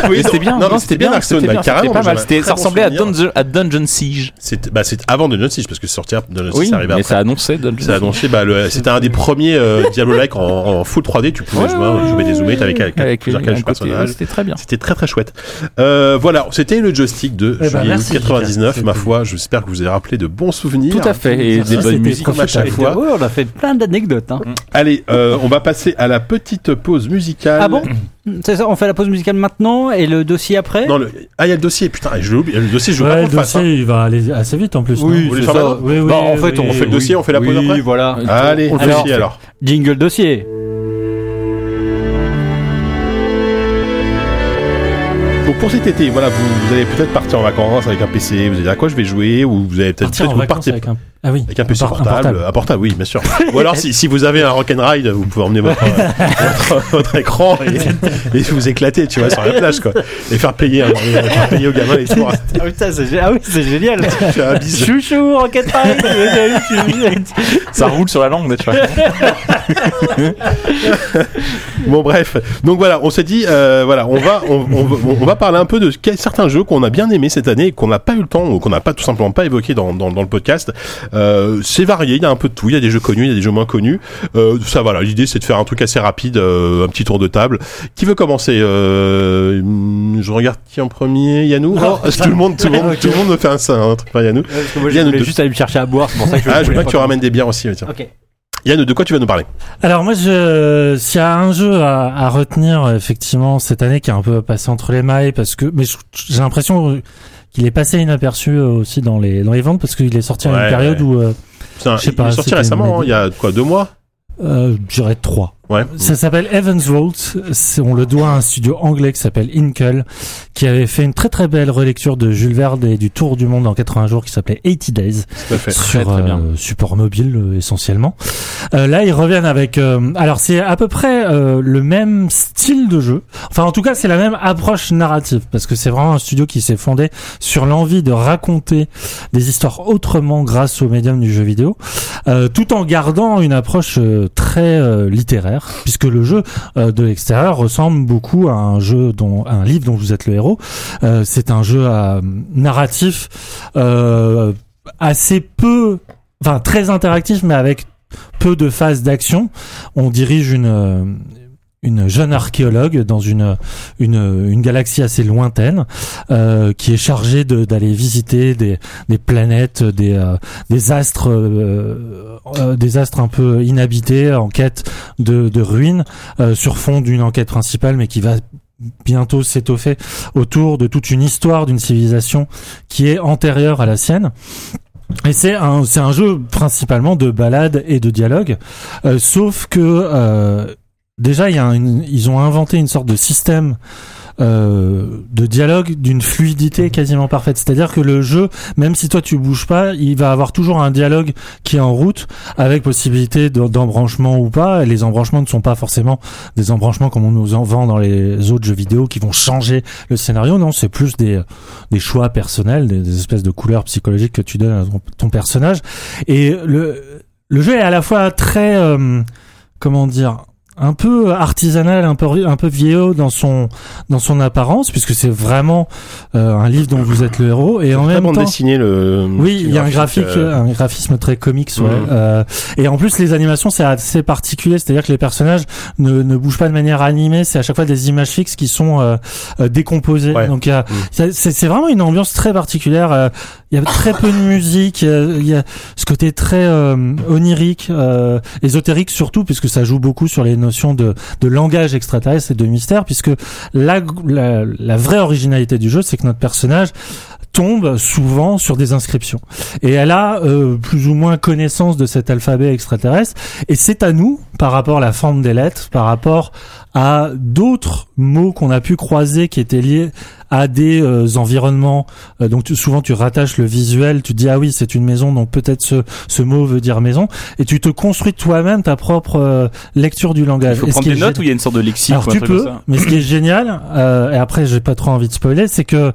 B: oui,
F: Mais c'était
B: non,
F: bien.
B: Non, mais
F: Non, c'était bien.
B: Darkstone,
F: C'était
B: bah,
F: bien, c'était pas
B: carrément.
F: mal.
B: j'avais un
F: C'était-
B: très
F: Ça
B: bon
F: ressemblait à
B: souvenir.
F: Dungeon, à Dungeon Siege.
B: C'est bah, c'est avant Dungeon Siege, parce que sortir Dungeon Siege,
F: Oui,
B: ça arrivait
F: mais
B: après.
F: ça annonçait Dungeon
B: Ça a
F: Siege.
B: annoncé, bah, le- c'était un des premiers euh, Diablo-like en, en full 3D. Tu pouvais
F: Ouais,
B: jouer,
F: ouais,
B: jouer des zoomates avec, avec
F: Avec
B: plusieurs
F: les-
B: caches
F: un côté- ouais,
B: personnages.
F: C'était très bien.
B: C'était très très chouette. Euh, voilà, c'était le joystick de
C: ben,
B: juillet
C: merci,
B: 99,
C: Lucas.
B: ma foi. J'espère que vous avez rappelé de bons souvenirs.
F: Tout à fait. Et
C: Ça,
F: des
C: c'était
F: bonnes musiques.
B: Comme à chaque
C: profitable.
B: fois.
D: Ouais, on a fait plein d'anecdotes. Hein.
B: Allez, euh, on va passer à la petite pause musicale.
D: Ah bon C'est ça, on fait la pause musicale maintenant et le dossier après
B: Non, le... Ah, il y a le dossier, putain, je l'ai hein. oublié. Le dossier, je veux pas
C: Ouais,
B: qu'on
C: le
B: le fasse.
C: dossier, il va aller assez vite en
D: Oui,
C: plus.
B: Vous
D: c'est
B: voulez
D: ça.
B: faire maintenant
C: Oui, oui,
D: Bah, en fait,
C: oui.
B: On fait le dossier, on fait la pause
D: Oui,
B: après
D: voilà.
B: non. Allez,
D: on
B: on
D: le fait.
B: dossier alors.
D: Jingle dossier.
B: Donc pour cet été, voilà, vous, vous allez peut-être partir en vacances avec un PC, vous allez dire à quoi je vais jouer, ou vous allez peut-être
C: Partir
B: peut-être
C: en
B: vous
C: vacances
B: partez.
C: avec un Ah oui.
B: Avec un PC
C: par-
B: portable, un portable, oui, bien sûr. [LAUGHS] Ou alors, si, si vous avez un rock'n'ride, vous pouvez emmener [LAUGHS] votre, euh, votre, votre écran et, et vous éclater, tu vois, sur la plage, quoi. Et faire payer, un- euh, faire payer aux gamins les trois.
D: Ah, putain, c'est gé- ah oui, c'est génial.
B: Faire un
D: [LAUGHS]
B: bis.
D: Chouchou, Rocket Ride.
F: Ça roule sur la langue, tu vois.
B: Bon, bref. Donc voilà, on s'est dit, euh, voilà, on va, on, on va- on va parler un peu de quels- certains jeux qu'on a bien aimés cette année et qu'on n'a pas eu le temps ou qu'on n'a pas tout simplement pas évoqué dans, dans, dans le podcast. Euh, c'est varié, il y a un peu de tout. Il y a des jeux connus, il y a des jeux moins connus. Euh, ça, voilà, l'idée c'est de faire un truc assez rapide, euh, un petit tour de table. Qui veut commencer Euh, hum, Je regarde qui en premier Yannou
D: Ah,
B: Oh, [LAUGHS] Tout le monde, tout le
D: [LAUGHS]
B: monde, tout le monde me fait un, un truc par hein, Yannou.
D: Moi,
B: je
D: je
B: Yann,
D: voulais
B: voulais de-
D: juste aller me chercher à boire, c'est pour ça que je
B: Ah, je veux pas que tu ramènes des bières aussi. mais tiens.
D: Ok.
B: Yannou, de quoi tu vas nous parler
C: Alors moi, je, s'il y a un jeu à, à retenir effectivement cette année qui est un peu passé entre les mailles parce que, mais je- j'ai l'impression qu'il est passé inaperçu euh, aussi dans les dans les ventes parce qu'il est sorti à
B: Ouais,
C: une période
B: ouais.
C: où euh,
B: Putain,
C: Je sais
B: il
C: pas,
B: est sorti
C: c'était
B: récemment,
C: une-
B: hein, il y a quoi, deux mois
C: euh, je dirais trois.
B: Ouais.
C: Ça s'appelle Evans Vault. C'est- On le doit à un studio anglais qui s'appelle Inkle, qui avait fait une très très belle relecture de Jules Verne et du Tour du monde en 80 jours qui s'appelait 80 Days
B: Tout à fait.
C: sur
F: très, très bien.
C: euh, support mobile euh, essentiellement. Euh, là, ils reviennent avec. euh, alors, c'est à peu près euh, le même style de jeu. Enfin, en tout cas, c'est la même approche narrative parce que c'est vraiment un studio qui s'est fondé sur l'envie de raconter des histoires autrement grâce au médium du jeu vidéo, euh, tout en gardant une approche euh, très euh, littéraire, puisque le jeu euh, de l'extérieur ressemble beaucoup à un jeu dont à un livre dont vous êtes le héros. Euh, c'est un jeu à, narratif euh, assez peu, enfin très interactif, mais avec peu de phases d'action. On dirige une euh, une jeune archéologue dans une une, une galaxie assez lointaine euh, qui est chargée de- d'aller visiter des, des planètes, des euh, des astres, euh, euh, des astres un peu inhabités en quête de, de ruines euh, sur fond d'une enquête principale, mais qui va bientôt s'étoffer autour de toute une histoire d'une civilisation qui est antérieure à la sienne. Et c'est un, c'est un jeu principalement de balade et de dialogue, euh, sauf que euh, déjà il y a un- une- ils ont inventé une sorte de système euh, de dialogue d'une fluidité quasiment parfaite. C'est-à-dire que le jeu, même si toi tu bouges pas, il va avoir toujours un dialogue qui est en route, avec possibilité de- d'embranchement ou pas. Et les embranchements ne sont pas forcément des embranchements comme on nous en vend dans les autres jeux vidéo qui vont changer le scénario. Non, c'est plus des des choix personnels, des, des espèces de couleurs psychologiques que tu donnes à ton, ton personnage. Et le, le jeu est à la fois très, euh, comment dire, un peu artisanal, un peu, un peu vieillot dans son, dans son apparence, puisque c'est vraiment euh, un livre dont vous êtes le héros. Et en
B: Très
C: même
B: bande
C: temps,
B: dessinée, le.
C: oui, il y a un graphique,
B: Hum, euh,
C: un graphisme très comique. Ouais.
B: Mhm.
C: Euh, et en plus, les animations, c'est assez particulier. C'est-à-dire que les personnages ne, ne bougent pas de manière animée. C'est à chaque fois des images fixes qui sont euh, euh, décomposées.
B: Ouais.
C: Donc, il y a- ça- c'est c'est vraiment une ambiance très particulière. Euh, Il y a très peu de musique. euh, Il y a ce côté très euh, onirique, euh, ésotérique surtout, puisque ça joue beaucoup sur les notions de, de langage extraterrestre et de mystère, puisque la, la, la vraie originalité du jeu, c'est que notre personnage tombe souvent sur des inscriptions. Et elle a euh, plus ou moins connaissance de cet alphabet extraterrestre. Et c'est à nous, par rapport à la forme des lettres, par rapport à d'autres mots qu'on a pu croiser qui étaient liés à des euh, environnements. Euh, donc tu- souvent tu rattaches le visuel, tu dis ah oui c'est une maison, donc peut-être ce, ce mot veut dire maison. Et tu te construis toi-même ta propre euh, lecture du
F: Il
C: langage.
F: faut
C: Et ce
F: prendre
C: qui est
F: des notes
C: gé-
F: ou il y a une sorte de lexique
C: alors
F: ou un
C: tu
F: truc
C: peux,
F: comme ça
C: mais ce qui
F: [COUGHS]
C: est génial, euh, et après j'ai pas trop envie de spoiler, c'est que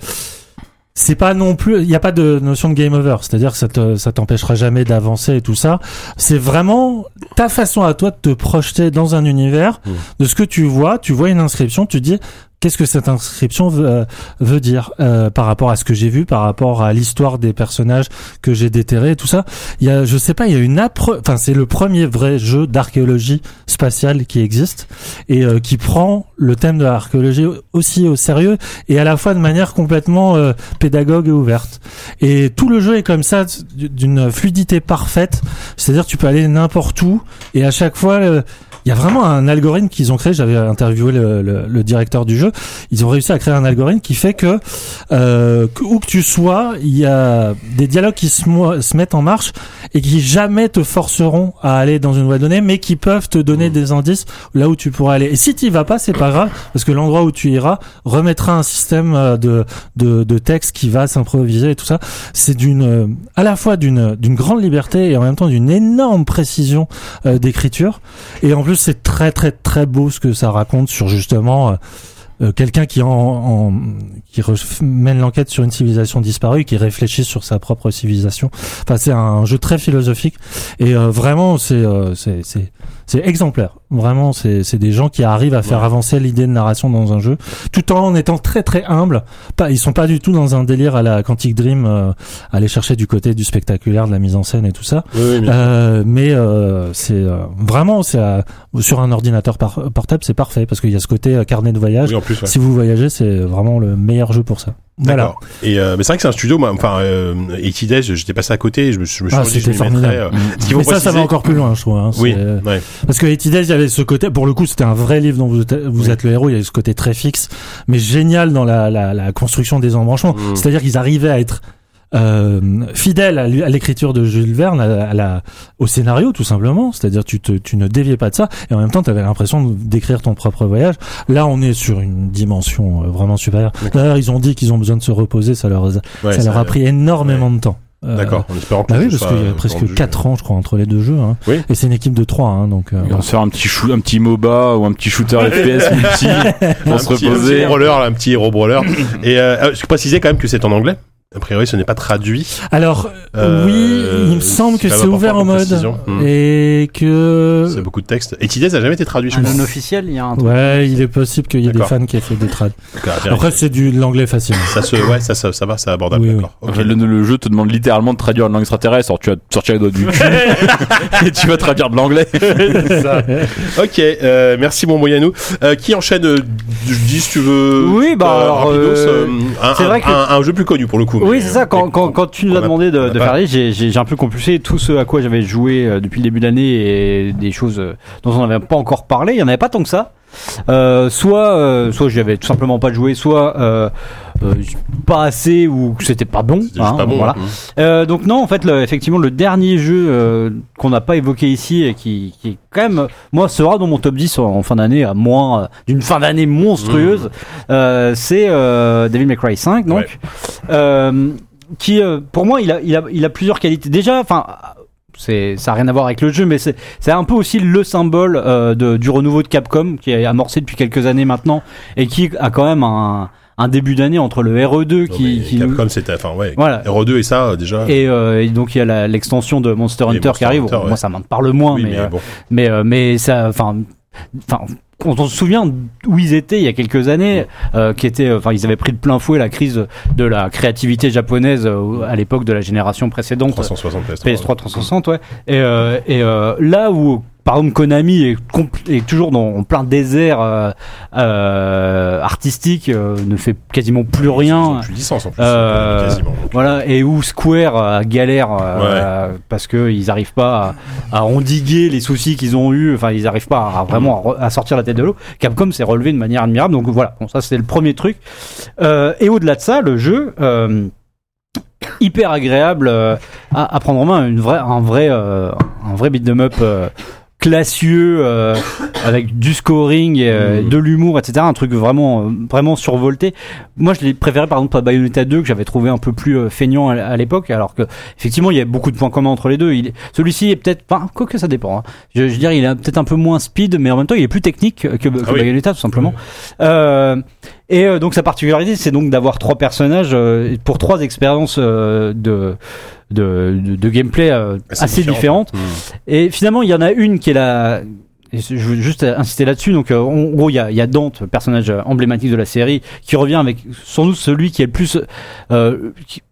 C: c'est pas non plus, il n'y a pas de notion de game over, c'est-à-dire que ça te- ça t'empêchera jamais d'avancer et tout ça. C'est vraiment ta façon à toi de te projeter dans un univers,
B: Mmh.
C: de ce que tu vois, tu vois une inscription, tu dis qu'est-ce que cette inscription veut, euh, veut dire euh, par rapport à ce que j'ai vu, par rapport à l'histoire des personnages que j'ai déterrés, et tout ça. Il y a, je sais pas, il y a une appre, enfin c'est le premier vrai jeu d'archéologie spatiale qui existe et euh, qui prend le thème de l'archéologie aussi au sérieux et à la fois de manière complètement euh, pédagogue et ouverte. Et tout le jeu est comme ça d'une fluidité parfaite, c'est-à-dire tu peux aller n'importe où et à chaque fois euh, il y a vraiment un algorithme qu'ils ont créé. J'avais interviewé le, le- le directeur du jeu jeu, ils ont réussi à créer un algorithme qui fait que, euh, que- où que tu sois, il y a des dialogues qui se, mo- se mettent en marche et qui jamais te forceront à aller dans une voie donnée, mais qui peuvent te donner des indices là où tu pourras aller. Et si tu vas pas, c'est pas grave, parce que l'endroit où tu iras remettra un système euh, de, de, de texte qui va s'improviser et tout ça. C'est d'une, euh, à la fois d'une, d'une grande liberté et en même temps d'une énorme précision euh, d'écriture. Et en plus, c'est très, très, très beau ce que ça raconte sur justement euh, euh, quelqu'un qui en, en- qui ref- mène l'enquête sur une civilisation disparue, qui réfléchit sur sa propre civilisation. Enfin, c'est un jeu très philosophique et euh, vraiment c'est euh, c'est c'est c'est exemplaire. Vraiment, c'est c'est des gens qui arrivent à faire avancer l'idée de narration dans un jeu, tout en étant très très humbles. Pas, ils sont pas du tout dans un délire à la Quantic Dream, euh, aller chercher du côté du spectaculaire, de la mise en scène et tout ça.
B: Oui, oui,
C: Euh, mais euh, c'est euh, vraiment c'est à- sur un ordinateur par- portable, c'est parfait parce qu'il y a ce côté euh, carnet de voyage.
B: oui, en plus, ouais.
C: Si vous voyagez, c'est vraiment le meilleur jeu pour ça. Voilà.
B: D'accord. Et euh, mais c'est vrai que c'est un studio, moi, enfin, euh, Etides, j'étais passé à côté, je me, suis- je me suis
C: Ah,
B: dit, je
C: c'était
B: m'y mettrais.
C: formidable.
B: euh, ce qu'il faut
C: Mais ça, ça
B: préciser-
C: va encore plus loin, je trouve. hein.
B: Oui,
C: C'est-
B: ouais.
C: Parce que Hated Days, il y avait ce côté, pour le coup, c'était un vrai livre dont vous êtes, vous êtes le héros, il y avait ce côté très fixe, mais génial dans la, la, la construction des embranchements.
B: Mm.
C: C'est-à-dire qu'ils arrivaient à être euh, fidèles à lui- à l'écriture de Jules Verne, à, à la, au scénario tout simplement. C'est-à-dire tu, te, tu ne déviais pas de ça, et en même temps, tu avais l'impression de- d'écrire ton propre voyage. Là, on est sur une dimension euh, vraiment supérieure. D'ailleurs, ils ont dit qu'ils ont besoin de se reposer, ça leur, ça
B: Ouais,
C: leur a pris énormément de temps. Euh,
B: D'accord, en espérant que
C: bah oui,
B: ce
C: parce
B: soit
C: qu'il y a
B: rendu. euh,
C: presque 4 ans, je crois, entre les deux jeux. hein.
B: Oui.
C: Et c'est une équipe de 3, hein, donc... euh,
F: On va se faire un petit, shoot, un petit MOBA ou un petit shooter FPS multi [LAUGHS]
B: un
F: pour se
B: petit, un petit
F: reposer.
B: roller, là, un petit hero brawler. Et euh, ah, je précisais quand même que c'est en anglais. A priori, ce n'est pas traduit.
C: Alors,
B: Euh,
C: oui, il me
B: c'est
C: semble
B: quand
C: que
B: même
C: c'est ouvert
B: important comme
C: en mode.
B: précision.
D: Hmm.
B: Mm.
C: Et euh,
B: C'est
C: que.
B: beaucoup de textes. Etides n'a jamais été traduit, je
D: Un
B: crois.
D: Ah, non officiel, il y a un truc.
C: Ouais, il est possible qu'il y ait des
B: D'accord.
C: fans qui aient fait des trades.
B: En tout cas, à vérifier.
C: Après, c'est du de l'anglais facile.
B: ça se, ouais, ça, ça, ça va, c'est abordable.
C: Oui, oui.
B: D'accord. Ok.
F: Le, le jeu te demande littéralement de traduire une langue extraterrestre, alors tu vas te sortir les doigts du [LAUGHS] cul et tu vas traduire de l'anglais.
B: Ok, euh, merci mon Moyanou. Euh, qui enchaîne euh, dis si tu veux
D: Oui, bah,
B: euh,
D: alors,
B: rapidos,
D: euh,
B: euh, un,
D: c'est
B: un-
D: vrai que-
B: un- un jeu plus connu pour le coup.
D: Oui,
B: mais,
D: c'est ça.
B: euh,
D: Quand,
B: mais-
D: quand, quand tu nous
B: qu'on
D: as
B: a-
D: demandé
B: qu'on
D: de,
B: a
D: de
B: pas.
D: faire liste, j'ai- j'ai j'ai un peu compulsé tout ce à quoi j'avais joué euh, depuis le début de l'année et des choses euh, dont on n'avait pas encore parlé. Il n'y en avait pas tant que ça. Euh, soit, euh, soit j'y avais tout simplement pas joué, soit euh, euh, pas assez ou que c'était pas bon.
B: C'était juste
D: hein,
B: pas bon.
D: voilà.
B: hein.
D: Euh, donc non, en fait, le- effectivement, le dernier jeu euh, qu'on n'a pas évoqué ici et qui, qui est quand même, moi, sera dans mon top 10 en, en fin d'année, à moins euh, d'une fin d'année monstrueuse,
B: Mmh.
D: euh, c'est euh, Devil May Cry 5, donc,
B: Ouais.
D: euh, qui, euh, pour moi, il a, il a, il a plusieurs qualités. Déjà, enfin. C'est, ça n'a rien à voir avec le jeu, mais c'est, c'est un peu aussi le symbole euh, de, du renouveau de Capcom qui est amorcé depuis quelques années maintenant et qui a quand même un, un début d'année entre le RE2
B: Non,
D: qui,
B: mais
D: qui nous-
B: Capcom, c'était, enfin ouais,
D: Voilà.
B: Hero 2 et ça euh, déjà.
D: et, euh, et donc il y a la- l'extension de Monster Hunter
B: Monster
D: qui arrive.
B: Hunter, ouais.
D: Moi ça m'en parle moins,
B: oui,
D: mais
B: mais,
D: euh,
B: bon.
D: mais, euh, mais ça, enfin, enfin. On on se souvient où ils étaient il y a quelques années, euh, qui étaient, enfin, ils avaient pris de plein fouet la crise de la créativité japonaise euh, à l'époque de la génération précédente.
B: 360 PS3.
D: PS3 360, ouais. Et, euh, et euh, là où, par exemple, Konami est, compl- est toujours dans plein désert euh, euh, artistique, euh, ne fait quasiment plus
B: Ils
D: rien.
B: ont plus de licence en plus.
D: Euh,
B: quasiment. donc.
D: Voilà, et où Square euh, galère euh, parce que ils n'arrivent pas à, à endiguer les soucis qu'ils ont eu. Enfin, ils n'arrivent pas à, à vraiment à, re- à sortir la tête de l'eau. Capcom s'est relevé de manière admirable. Donc voilà, bon, ça c'est le premier truc. Euh, et au-delà de ça, le jeu. euh, hyper agréable euh, à, à prendre en main une vraie, un vrai euh, un vrai beat 'em up euh, classieux euh, avec du scoring euh, de l'humour etc un truc vraiment euh, vraiment survolté moi je l'ai préféré par exemple à Bayonetta 2 que j'avais trouvé un peu plus euh, feignant à, à l'époque alors que effectivement il y a beaucoup de points communs entre les deux Il est- celui-ci est peut-être enfin quoi que ça dépend hein. je, je dirais il est peut-être un peu moins speed mais en même temps il est plus technique que, que
B: oui.
D: Bayonetta tout simplement euh, et euh, donc sa particularité, c'est donc d'avoir trois personnages euh, pour trois expériences euh, de, de, de- de gameplay euh, assez, différentes.
B: Hmm.
D: Et finalement, il y en a une qui est la... et Je veux juste insister là-dessus. Donc, euh, en gros, il y a, il y a Dante, le personnage euh, emblématique de la série, qui revient avec sans doute celui qui est le plus, euh, qui-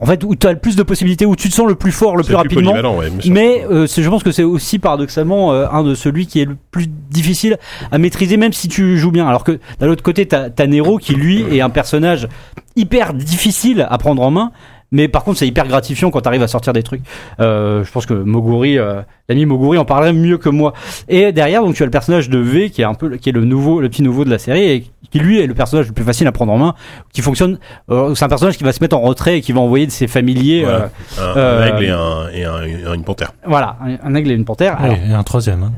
D: en fait, où tu as le plus de possibilités, où tu te sens le plus fort, le
B: C'est
D: plus rapidement.
B: polyvalent, ouais, bien sûr.
D: Mais euh, c'est- je pense que c'est aussi paradoxalement euh, un de celui qui est le plus difficile à maîtriser, même si tu joues bien. Alors que d'un autre côté, t'as t'as Nero qui lui est un personnage hyper difficile à prendre en main. Mais par contre, c'est hyper gratifiant quand t'arrives à sortir des trucs. Euh, je pense que Moguri, euh, l'ami Moguri en parlerait mieux que moi. Et derrière, donc tu as le personnage de V qui est un peu, qui est le nouveau, le petit nouveau de la série et qui lui est le personnage le plus facile à prendre en main, qui fonctionne. euh, c'est un personnage qui va se mettre en retrait et qui va envoyer de ses familiers.
B: Ouais.
D: euh,
B: Un, un
D: Euh,
B: aigle et, un, et un- une panthère.
D: voilà, un- un aigle et une panthère.
C: Ah,
D: Alors,
C: et un troisième. hein.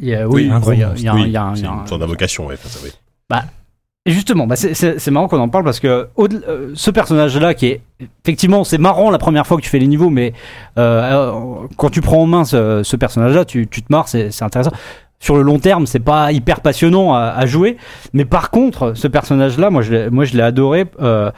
D: il y a-
C: Oui,
D: oui,
C: un gros
D: il y a-
C: monstre,
D: il y a-
B: oui,
D: il y a un- il
B: c'est
D: y a un-
B: une sorte d'invocation, ouais, enfin, ça, oui.
D: Et justement, bah, c'est- c'est c'est marrant qu'on en parle parce que au euh, ce personnage-là, qui est effectivement, c'est marrant la première fois que tu fais les niveaux, mais euh, euh, quand tu prends en main ce, ce personnage-là, tu, tu te marres, c'est c'est intéressant. Sur le long terme, c'est pas hyper passionnant à, à jouer, mais par contre, ce personnage-là, moi, je l'ai- moi, je l'ai adoré. euh,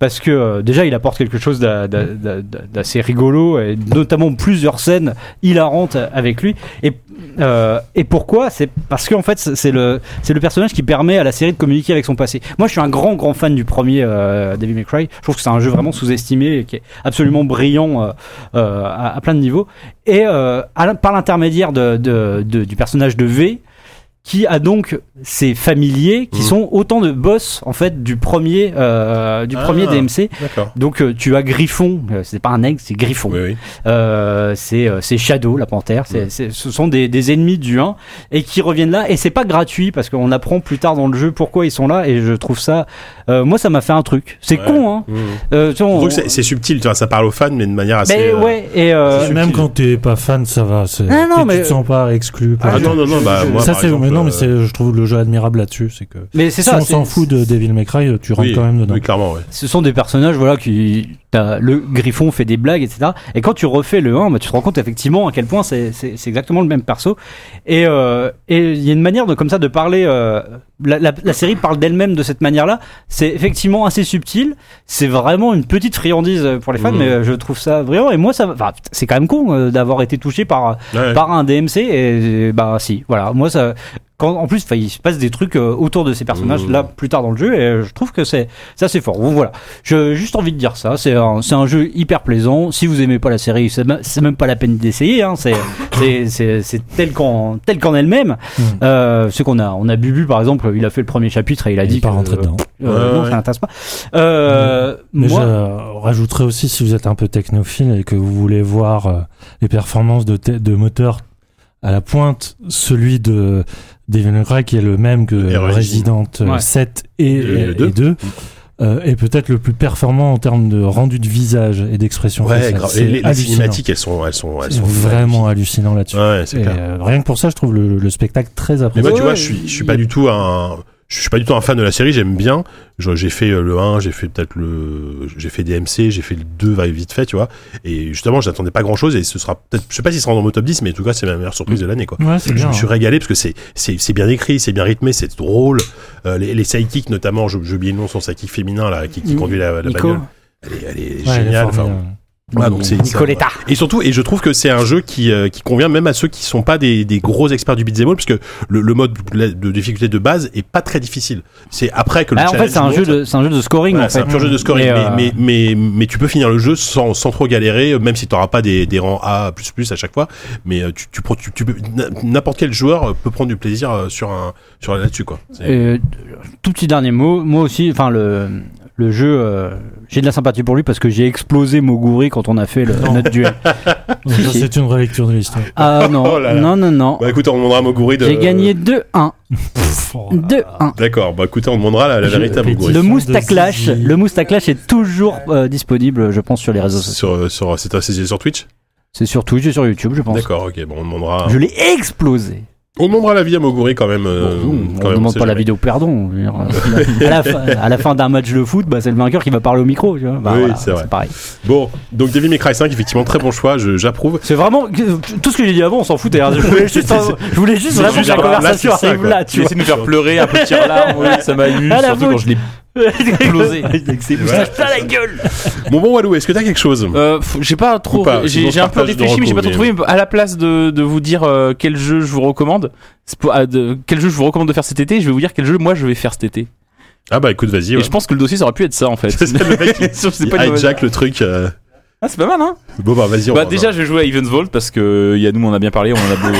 D: parce que euh, déjà, il apporte quelque chose d'a- d'a- d'a- d'assez rigolo, et notamment plusieurs scènes hilarantes avec lui. Et, euh, et pourquoi C'est parce qu'en fait, c'est c'est le, c'est le personnage qui permet à la série de communiquer avec son passé. Moi, je suis un grand, grand fan du premier euh, Devil May Cry. Je trouve que c'est un jeu vraiment sous-estimé et qui est absolument brillant euh, euh, à, à plein de niveaux. Et euh, à l'in- par l'intermédiaire de, de- de- du personnage de V, qui a donc ses familiers qui
B: Mhm.
D: sont autant de boss en fait du premier euh, du
B: Ah.
D: premier DMC
B: D'accord.
D: donc euh, tu as Griffon euh, c'est pas un aigle c'est Griffon
B: Oui, oui.
D: euh, c'est euh, c'est Shadow, la panthère. C'est,
B: Ouais.
D: c'est- ce sont des, des ennemis du 1 et qui reviennent là. Et c'est pas gratuit parce qu'on apprend plus tard dans le jeu pourquoi ils sont là. Et je trouve ça, euh, moi, ça m'a fait un truc. C'est
B: Ouais.
D: con, hein.
B: Mmh.
D: Euh, tu vois, on-
B: Je trouve que c'est- c'est subtil, tu vois, ça parle aux fans, mais de manière assez.
D: mais
B: euh,
D: ouais. Et euh,
B: c'est
C: Même
B: subtil.
C: quand t'es pas fan, ça va. c'est-
D: Ah, non,
C: tu-
D: mais-
C: Tu te sens pas exclu. par
B: Ah
C: exemple.
B: non, non, non, bah, moi,
C: ça
B: par
C: c'est
B: exemple,
C: mais non mais
B: euh,
C: c'est je trouve le jeu admirable là-dessus c'est que
D: mais c'est
C: si
D: ça.
C: on
D: c'est-
C: s'en fout de Devil May Cry tu rentres
B: oui,
C: quand même dedans
B: Oui, clairement, ouais.
D: Ce sont des personnages, voilà, qui t'as le Griffon fait des blagues, etc. Et quand tu refais le 1, bah, tu te rends compte effectivement à quel point c'est c'est- c'est exactement le même perso. Et euh, et il y a une manière de comme ça de parler. euh, la, la- la série parle d'elle-même de cette manière-là. C'est effectivement assez subtil. C'est vraiment une petite friandise pour les fans,
B: Mhm.
D: mais euh, je trouve ça brillant. Et moi, ça, enfin, c'est quand même con euh, d'avoir été touché par
B: Ouais.
D: par un DMC et bah si voilà moi ça quand, en plus enfin, il se passe des trucs euh, autour de ces personnages
B: Mmh.
D: là plus tard dans le jeu et euh, je trouve que c'est c'est assez fort bon voilà j'ai juste envie de dire ça c'est un, c'est un jeu hyper plaisant si vous aimez pas la série c'est me- c'est même pas la peine d'essayer hein.
B: [LAUGHS]
D: c'est c'est- c'est c'est tel qu'en tel qu'en elle-même
C: Mmh.
D: euh, ce qu'on a on a Bubu par exemple il a fait le premier chapitre et il a
C: Il
D: dit
C: est pas rentré
D: que,
C: dedans
D: euh,
B: Ouais,
D: non
B: ouais.
D: ça n'intéresse pas euh,
C: mais
D: moi
C: je euh, rajouterais aussi si vous êtes un peu technophile et que vous voulez voir euh, les performances de te- de moteur à la pointe celui de Devil May Cry qui est le même que
B: Et
C: Resident
B: Resident.
C: euh,
D: Ouais.
C: 7 et,
B: E Et le
C: et- et
B: deux.
C: 2 euh, est peut-être le plus performant en termes de rendu de visage et d'expression
B: Ouais,
C: faciale.
B: grave.
C: C'est
B: Et les, les
C: hallucinant.
B: cinématiques, elles sont, elles sont, elles
C: C'est
B: sont
C: vraiment hallucinant là-dessus
B: Ouais, c'est
C: Et,
B: clair.
C: euh, rien que pour ça, je trouve le, le spectacle très
B: Mais
C: apprécié.
B: moi,
D: Ouais,
B: tu vois, je suis, je suis pas
D: il-
B: du tout un, je suis pas du tout un fan de la série. J'aime bien. Je- J'ai fait euh, le 1, j'ai fait peut-être le, j'ai fait DMC, j'ai fait le 2 va vite fait, tu vois. Et justement, j'attendais pas grand chose et ce sera peut-être, je sais pas s'il sera dans mon top 10, mais en tout cas, c'est ma meilleure surprise de l'année, quoi.
C: Ouais, c'est
B: Je
C: bien. hein.
B: me suis régalé parce que c'est c'est c'est bien écrit, c'est bien rythmé, c'est drôle. Euh, les, les sidekicks notamment, je- j'ai oublié le nom, son sidekick féminin là qui, qui
D: Mm.
B: conduit la, la
D: Nico.
B: bagnole. Elle est, elle est
C: Ouais, il est
B: géniale. Enfin,
C: formidable.
B: voilà, Ah, donc c'est- c'est-
D: Nicoletta
B: et surtout, et je trouve que c'est un jeu qui, euh, qui convient même à ceux qui sont pas des, des gros experts du beat'em all, puisque le, le mode de de difficulté de base est pas très difficile. C'est après que le
D: Ah, en fait
B: challenge
D: c'est un
B: monte.
D: jeu de c'est un jeu de scoring
B: Voilà,
D: en
B: c'est un
D: fait
B: pur jeu de scoring, mais,
D: euh,
B: mais, mais, mais tu peux finir le jeu sans, sans trop galérer, euh, même si tu n'auras pas des, des rangs A à chaque fois. Mais euh, tu, tu, prends- tu, tu peux- n- n'importe quel joueur euh, peut prendre du plaisir euh, sur un sur là-dessus quoi. C'est-
D: Euh, tout petit dernier mot, moi aussi, enfin le le jeu, euh, j'ai de la sympathie pour lui parce que j'ai explosé Moguri quand on a fait le, notre duel.
C: Donc ça, c'est une relecture de l'histoire.
D: Ah non,
B: [LAUGHS] Oh là là.
D: non, non, non.
B: Bah écoute, oh on demandera à Moguri de.
D: J'ai gagné 2-1, 2-1.
B: D'accord. Bah écoutez, on demandera la, la
D: Je-
B: vérité à
D: Le
B: Moguri.
C: Question
D: Mousta
C: de
D: Clash,
C: Zizi.
D: le Mousta Clash est toujours euh, disponible, je pense, sur les réseaux sociaux.
B: Sur euh, sur c'est c'est sur Twitch.
D: C'est sur Twitch et sur YouTube, je pense.
B: D'accord. Ok. Bon, on demandera.
D: Je l'ai explosé.
B: On demandera l'avis à Moguri quand même. euh,
D: Bon,
B: quand
D: on
B: même,
D: demande
B: sait
D: pas la
B: jamais.
D: vidéo, pardon. Je veux
B: [LAUGHS]
D: dire, euh, à, la fin, à la fin d'un match de foot, bah, c'est le vainqueur qui va parler au micro. tu vois. Bah,
B: Oui,
D: voilà,
B: c'est vrai.
D: c'est pareil.
B: Bon, donc Devil May Cry 5, effectivement, très bon choix, je- j'approuve.
D: C'est vraiment tout ce que j'ai dit avant, on s'en fout. d'ailleurs. Je voulais juste, je voulais juste
B: C'est
D: vraiment que
B: juste
D: la
B: là,
D: conversation
B: c'est ça,
D: arrive
B: quoi.
D: là,
F: Tu
D: tu vois.
F: essaies de nous faire pleurer un peu de tir larmes, oui, ça m'a ému,
D: À la
F: surtout quand
D: bouche.
F: je l'ai
D: [LAUGHS]
F: explosé. avec ses
B: Voilà.
F: moustaches. Putain, la gueule
B: Mon bon Walou, est-ce que t'as quelque chose
F: Euh, faut- j'ai pas
B: Ou
F: trop,
B: pas, sinon
F: j'ai
B: je
F: j'ai un peu
B: partage de
F: réfléchi, mais j'ai pas trop
B: recours,
F: trouvé. À la place de, de vous dire euh, quel jeu je vous recommande, c'est pour- ah, de- quel jeu je vous recommande de faire cet été, je vais vous dire quel jeu moi je vais faire cet été.
B: Ah bah écoute, vas-y.
F: Et
B: ouais.
F: je pense que le dossier ça aurait pu être ça en fait.
B: C'est ça, le mec qui-
F: Sauf que c'est
B: Il
F: pas une mauvaise-
B: hijack le truc. euh,
F: Ah, c'est pas mal hein.
B: Bon bah vas-y. on
F: Bah
B: va-
F: déjà, je vais jouer à Evans Vault parce que euh, Yannou on en a bien parlé, on en a, beau-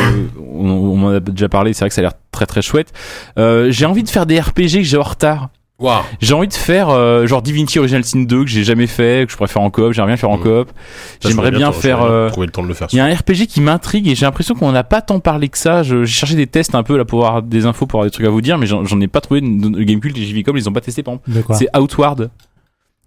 F: on, on en a déjà parlé. C'est vrai que ça a l'air très très chouette. Euh, j'ai envie de faire des RPG que j'ai en retard.
A: Waouh.
F: J'ai envie de faire euh, genre Divinity Original Sin 2 que j'ai jamais fait, que je pourrais faire en coop, j'aimerais bien faire en
B: Mhm.
F: coop.
B: Ça,
F: J'aimerais
B: j'aurais
F: bien
B: j'aurais
F: faire,
B: bien
F: euh,
B: trouvé le temps de le faire.
F: Il y a un RPG qui m'intrigue et j'ai l'impression qu'on n'a pas tant parlé que ça. Je- J'ai cherché des tests un peu là pour avoir des infos, pour avoir des trucs à vous dire, mais j'en j'en ai pas trouvé. Le Gamecult et JVCom, ils ont pas testé par exemple.
C: De quoi
F: C'est Outward,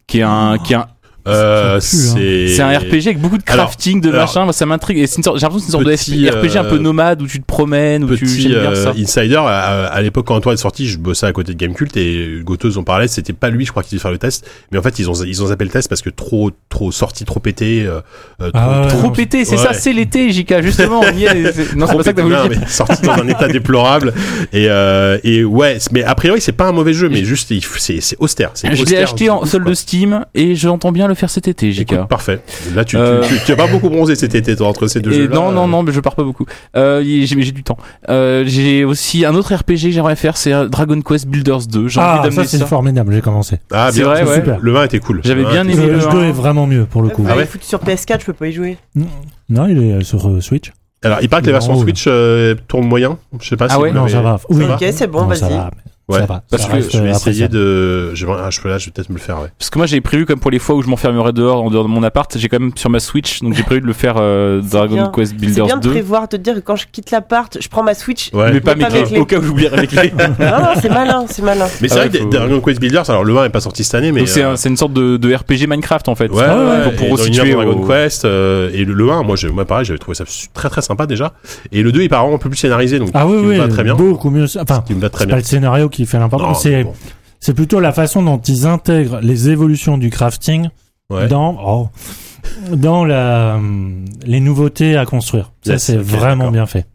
F: qui est un, qui est un,
B: Euh,
C: ça pue, hein.
B: c'est
F: c'est un RPG avec beaucoup de
B: Alors,
F: crafting, de
B: alors,
F: machin. Moi, ça m'intrigue. Et c'est une sorte- J'ai l'impression que c'est une sorte
B: petit,
F: de RPG un peu
B: euh,
F: nomade où tu te promènes, où tu
B: Petit
F: j'aime bien
B: euh,
F: ça.
B: insider, à, à l'époque quand Antoine est sorti, je bossais à côté de Gamecult et Goteuse en parlait, c'était pas lui je crois qui devait faire le test, mais en fait ils ont ils ont zappé le test parce que trop trop sorti, trop pété, euh, euh, trop,
C: Ah ouais.
F: Trop pété, c'est ça,
B: Ouais.
F: c'est l'été, JK, justement. on y est, c'est- Non, c'est
B: trop
F: pas ça que t'as
B: pété,
F: voulu
B: non,
F: dire.
B: mais sorti dans
F: [LAUGHS]
B: un état déplorable et euh, et ouais, c'est- mais a priori c'est pas un mauvais jeu mais juste il f- c'est c'est austère, c'est
F: Je l'ai
B: austère
F: acheté
B: de
F: en
B: ouf,
F: solde
B: quoi.
F: de Steam et j'entends bien le faire cet été, JK.
B: Écoute, parfait. Là tu, tu-
F: Euh,
B: tu, tu as pas beaucoup bronzé cet été toi, entre ces deux
F: Et
B: jeux là.
F: non, non, non, mais je pars pas beaucoup. Euh, y- j'ai, j'ai du temps. Euh, j'ai aussi un autre RPG que j'aimerais faire, c'est euh, Dragon Quest Builders 2. J'ai
C: Ah,
F: envie
C: ça
F: d'amener
C: c'est
F: ça.
C: formidable, j'ai commencé.
B: Ah
F: C'est
B: bien.
F: vrai,
C: c'est
F: ouais.
C: super.
B: Le vin était cool.
F: J'avais
B: Le vin
F: bien
B: était
F: aimé
B: cool.
C: Le,
F: le
C: le
F: un.
C: jeu est vraiment mieux pour le coup. Ah
E: Vous
B: Ah ouais
E: l'avez foutu sur PS4, je peux pas y jouer.
C: Non, il est euh, sur euh, Switch.
B: Alors, il paraît que la
C: Non,
B: version
C: ouais.
B: Switch euh, tourne moyen. Je sais pas
F: Ah
B: si
F: ouais
B: vous
C: non,
B: l'avez-
C: ça va. Oui.
B: va
E: ok, c'est bon,
C: Non, ça
E: vas-y.
C: va.
B: Ouais,
C: ça va.
F: parce
C: Ça
F: que
C: reste,
B: Je vais
C: euh,
B: essayer
C: appréciable.
B: de. Je... ah, je peux là, je vais peut-être me le faire. Ouais.
F: Parce que moi j'ai prévu comme pour les fois où je m'enfermerai dehors, en dehors de mon appart, j'ai quand même sur ma Switch, donc j'ai prévu de le faire euh, Dragon
E: bien.
F: Quest
E: C'est bien
F: Builders
E: de
F: 2.
E: prévoir, de te dire que quand je quitte l'appart, je prends ma Switch.
F: [LAUGHS]
B: Ouais.
F: Mais pas mes
E: pas mes
F: clés,
E: clés.
F: au cas où j'oublierai les
B: [LAUGHS]
F: clés. donc
E: Non, non, c'est malin, c'est malin.
B: Mais c'est
F: Ah
B: vrai
F: ouais,
B: que
F: faut-
B: Dragon Quest Builders, alors le 1 est pas sorti cette année, mais.
F: c'est,
B: euh,
F: un- c'est une sorte de, de RPG Minecraft en fait.
B: Ouais, ouais, ouais,
F: Pour, pour
B: et dans
F: resituer
B: l'univers de Dragon
F: au-
B: Quest euh, et le, le 1 moi, j'ai- moi pareil j'avais trouvé ça su- très très sympa déjà et le 2 il est apparemment un peu plus scénarisé donc
C: Ah oui,
B: qui me va
C: oui,
B: très bien
C: beaucoup mieux. Enfin,
B: qui me va très
C: c'est pas
B: bien
C: le scénario qui fait l'important.
B: Non,
C: C'est
B: bon.
C: c'est plutôt la façon dont ils intègrent les évolutions du crafting
B: Ouais.
C: dans oh, dans la hum, les nouveautés à construire. Ça
B: Yes,
C: c'est
B: ok,
C: vraiment
B: d'accord.
C: bien fait.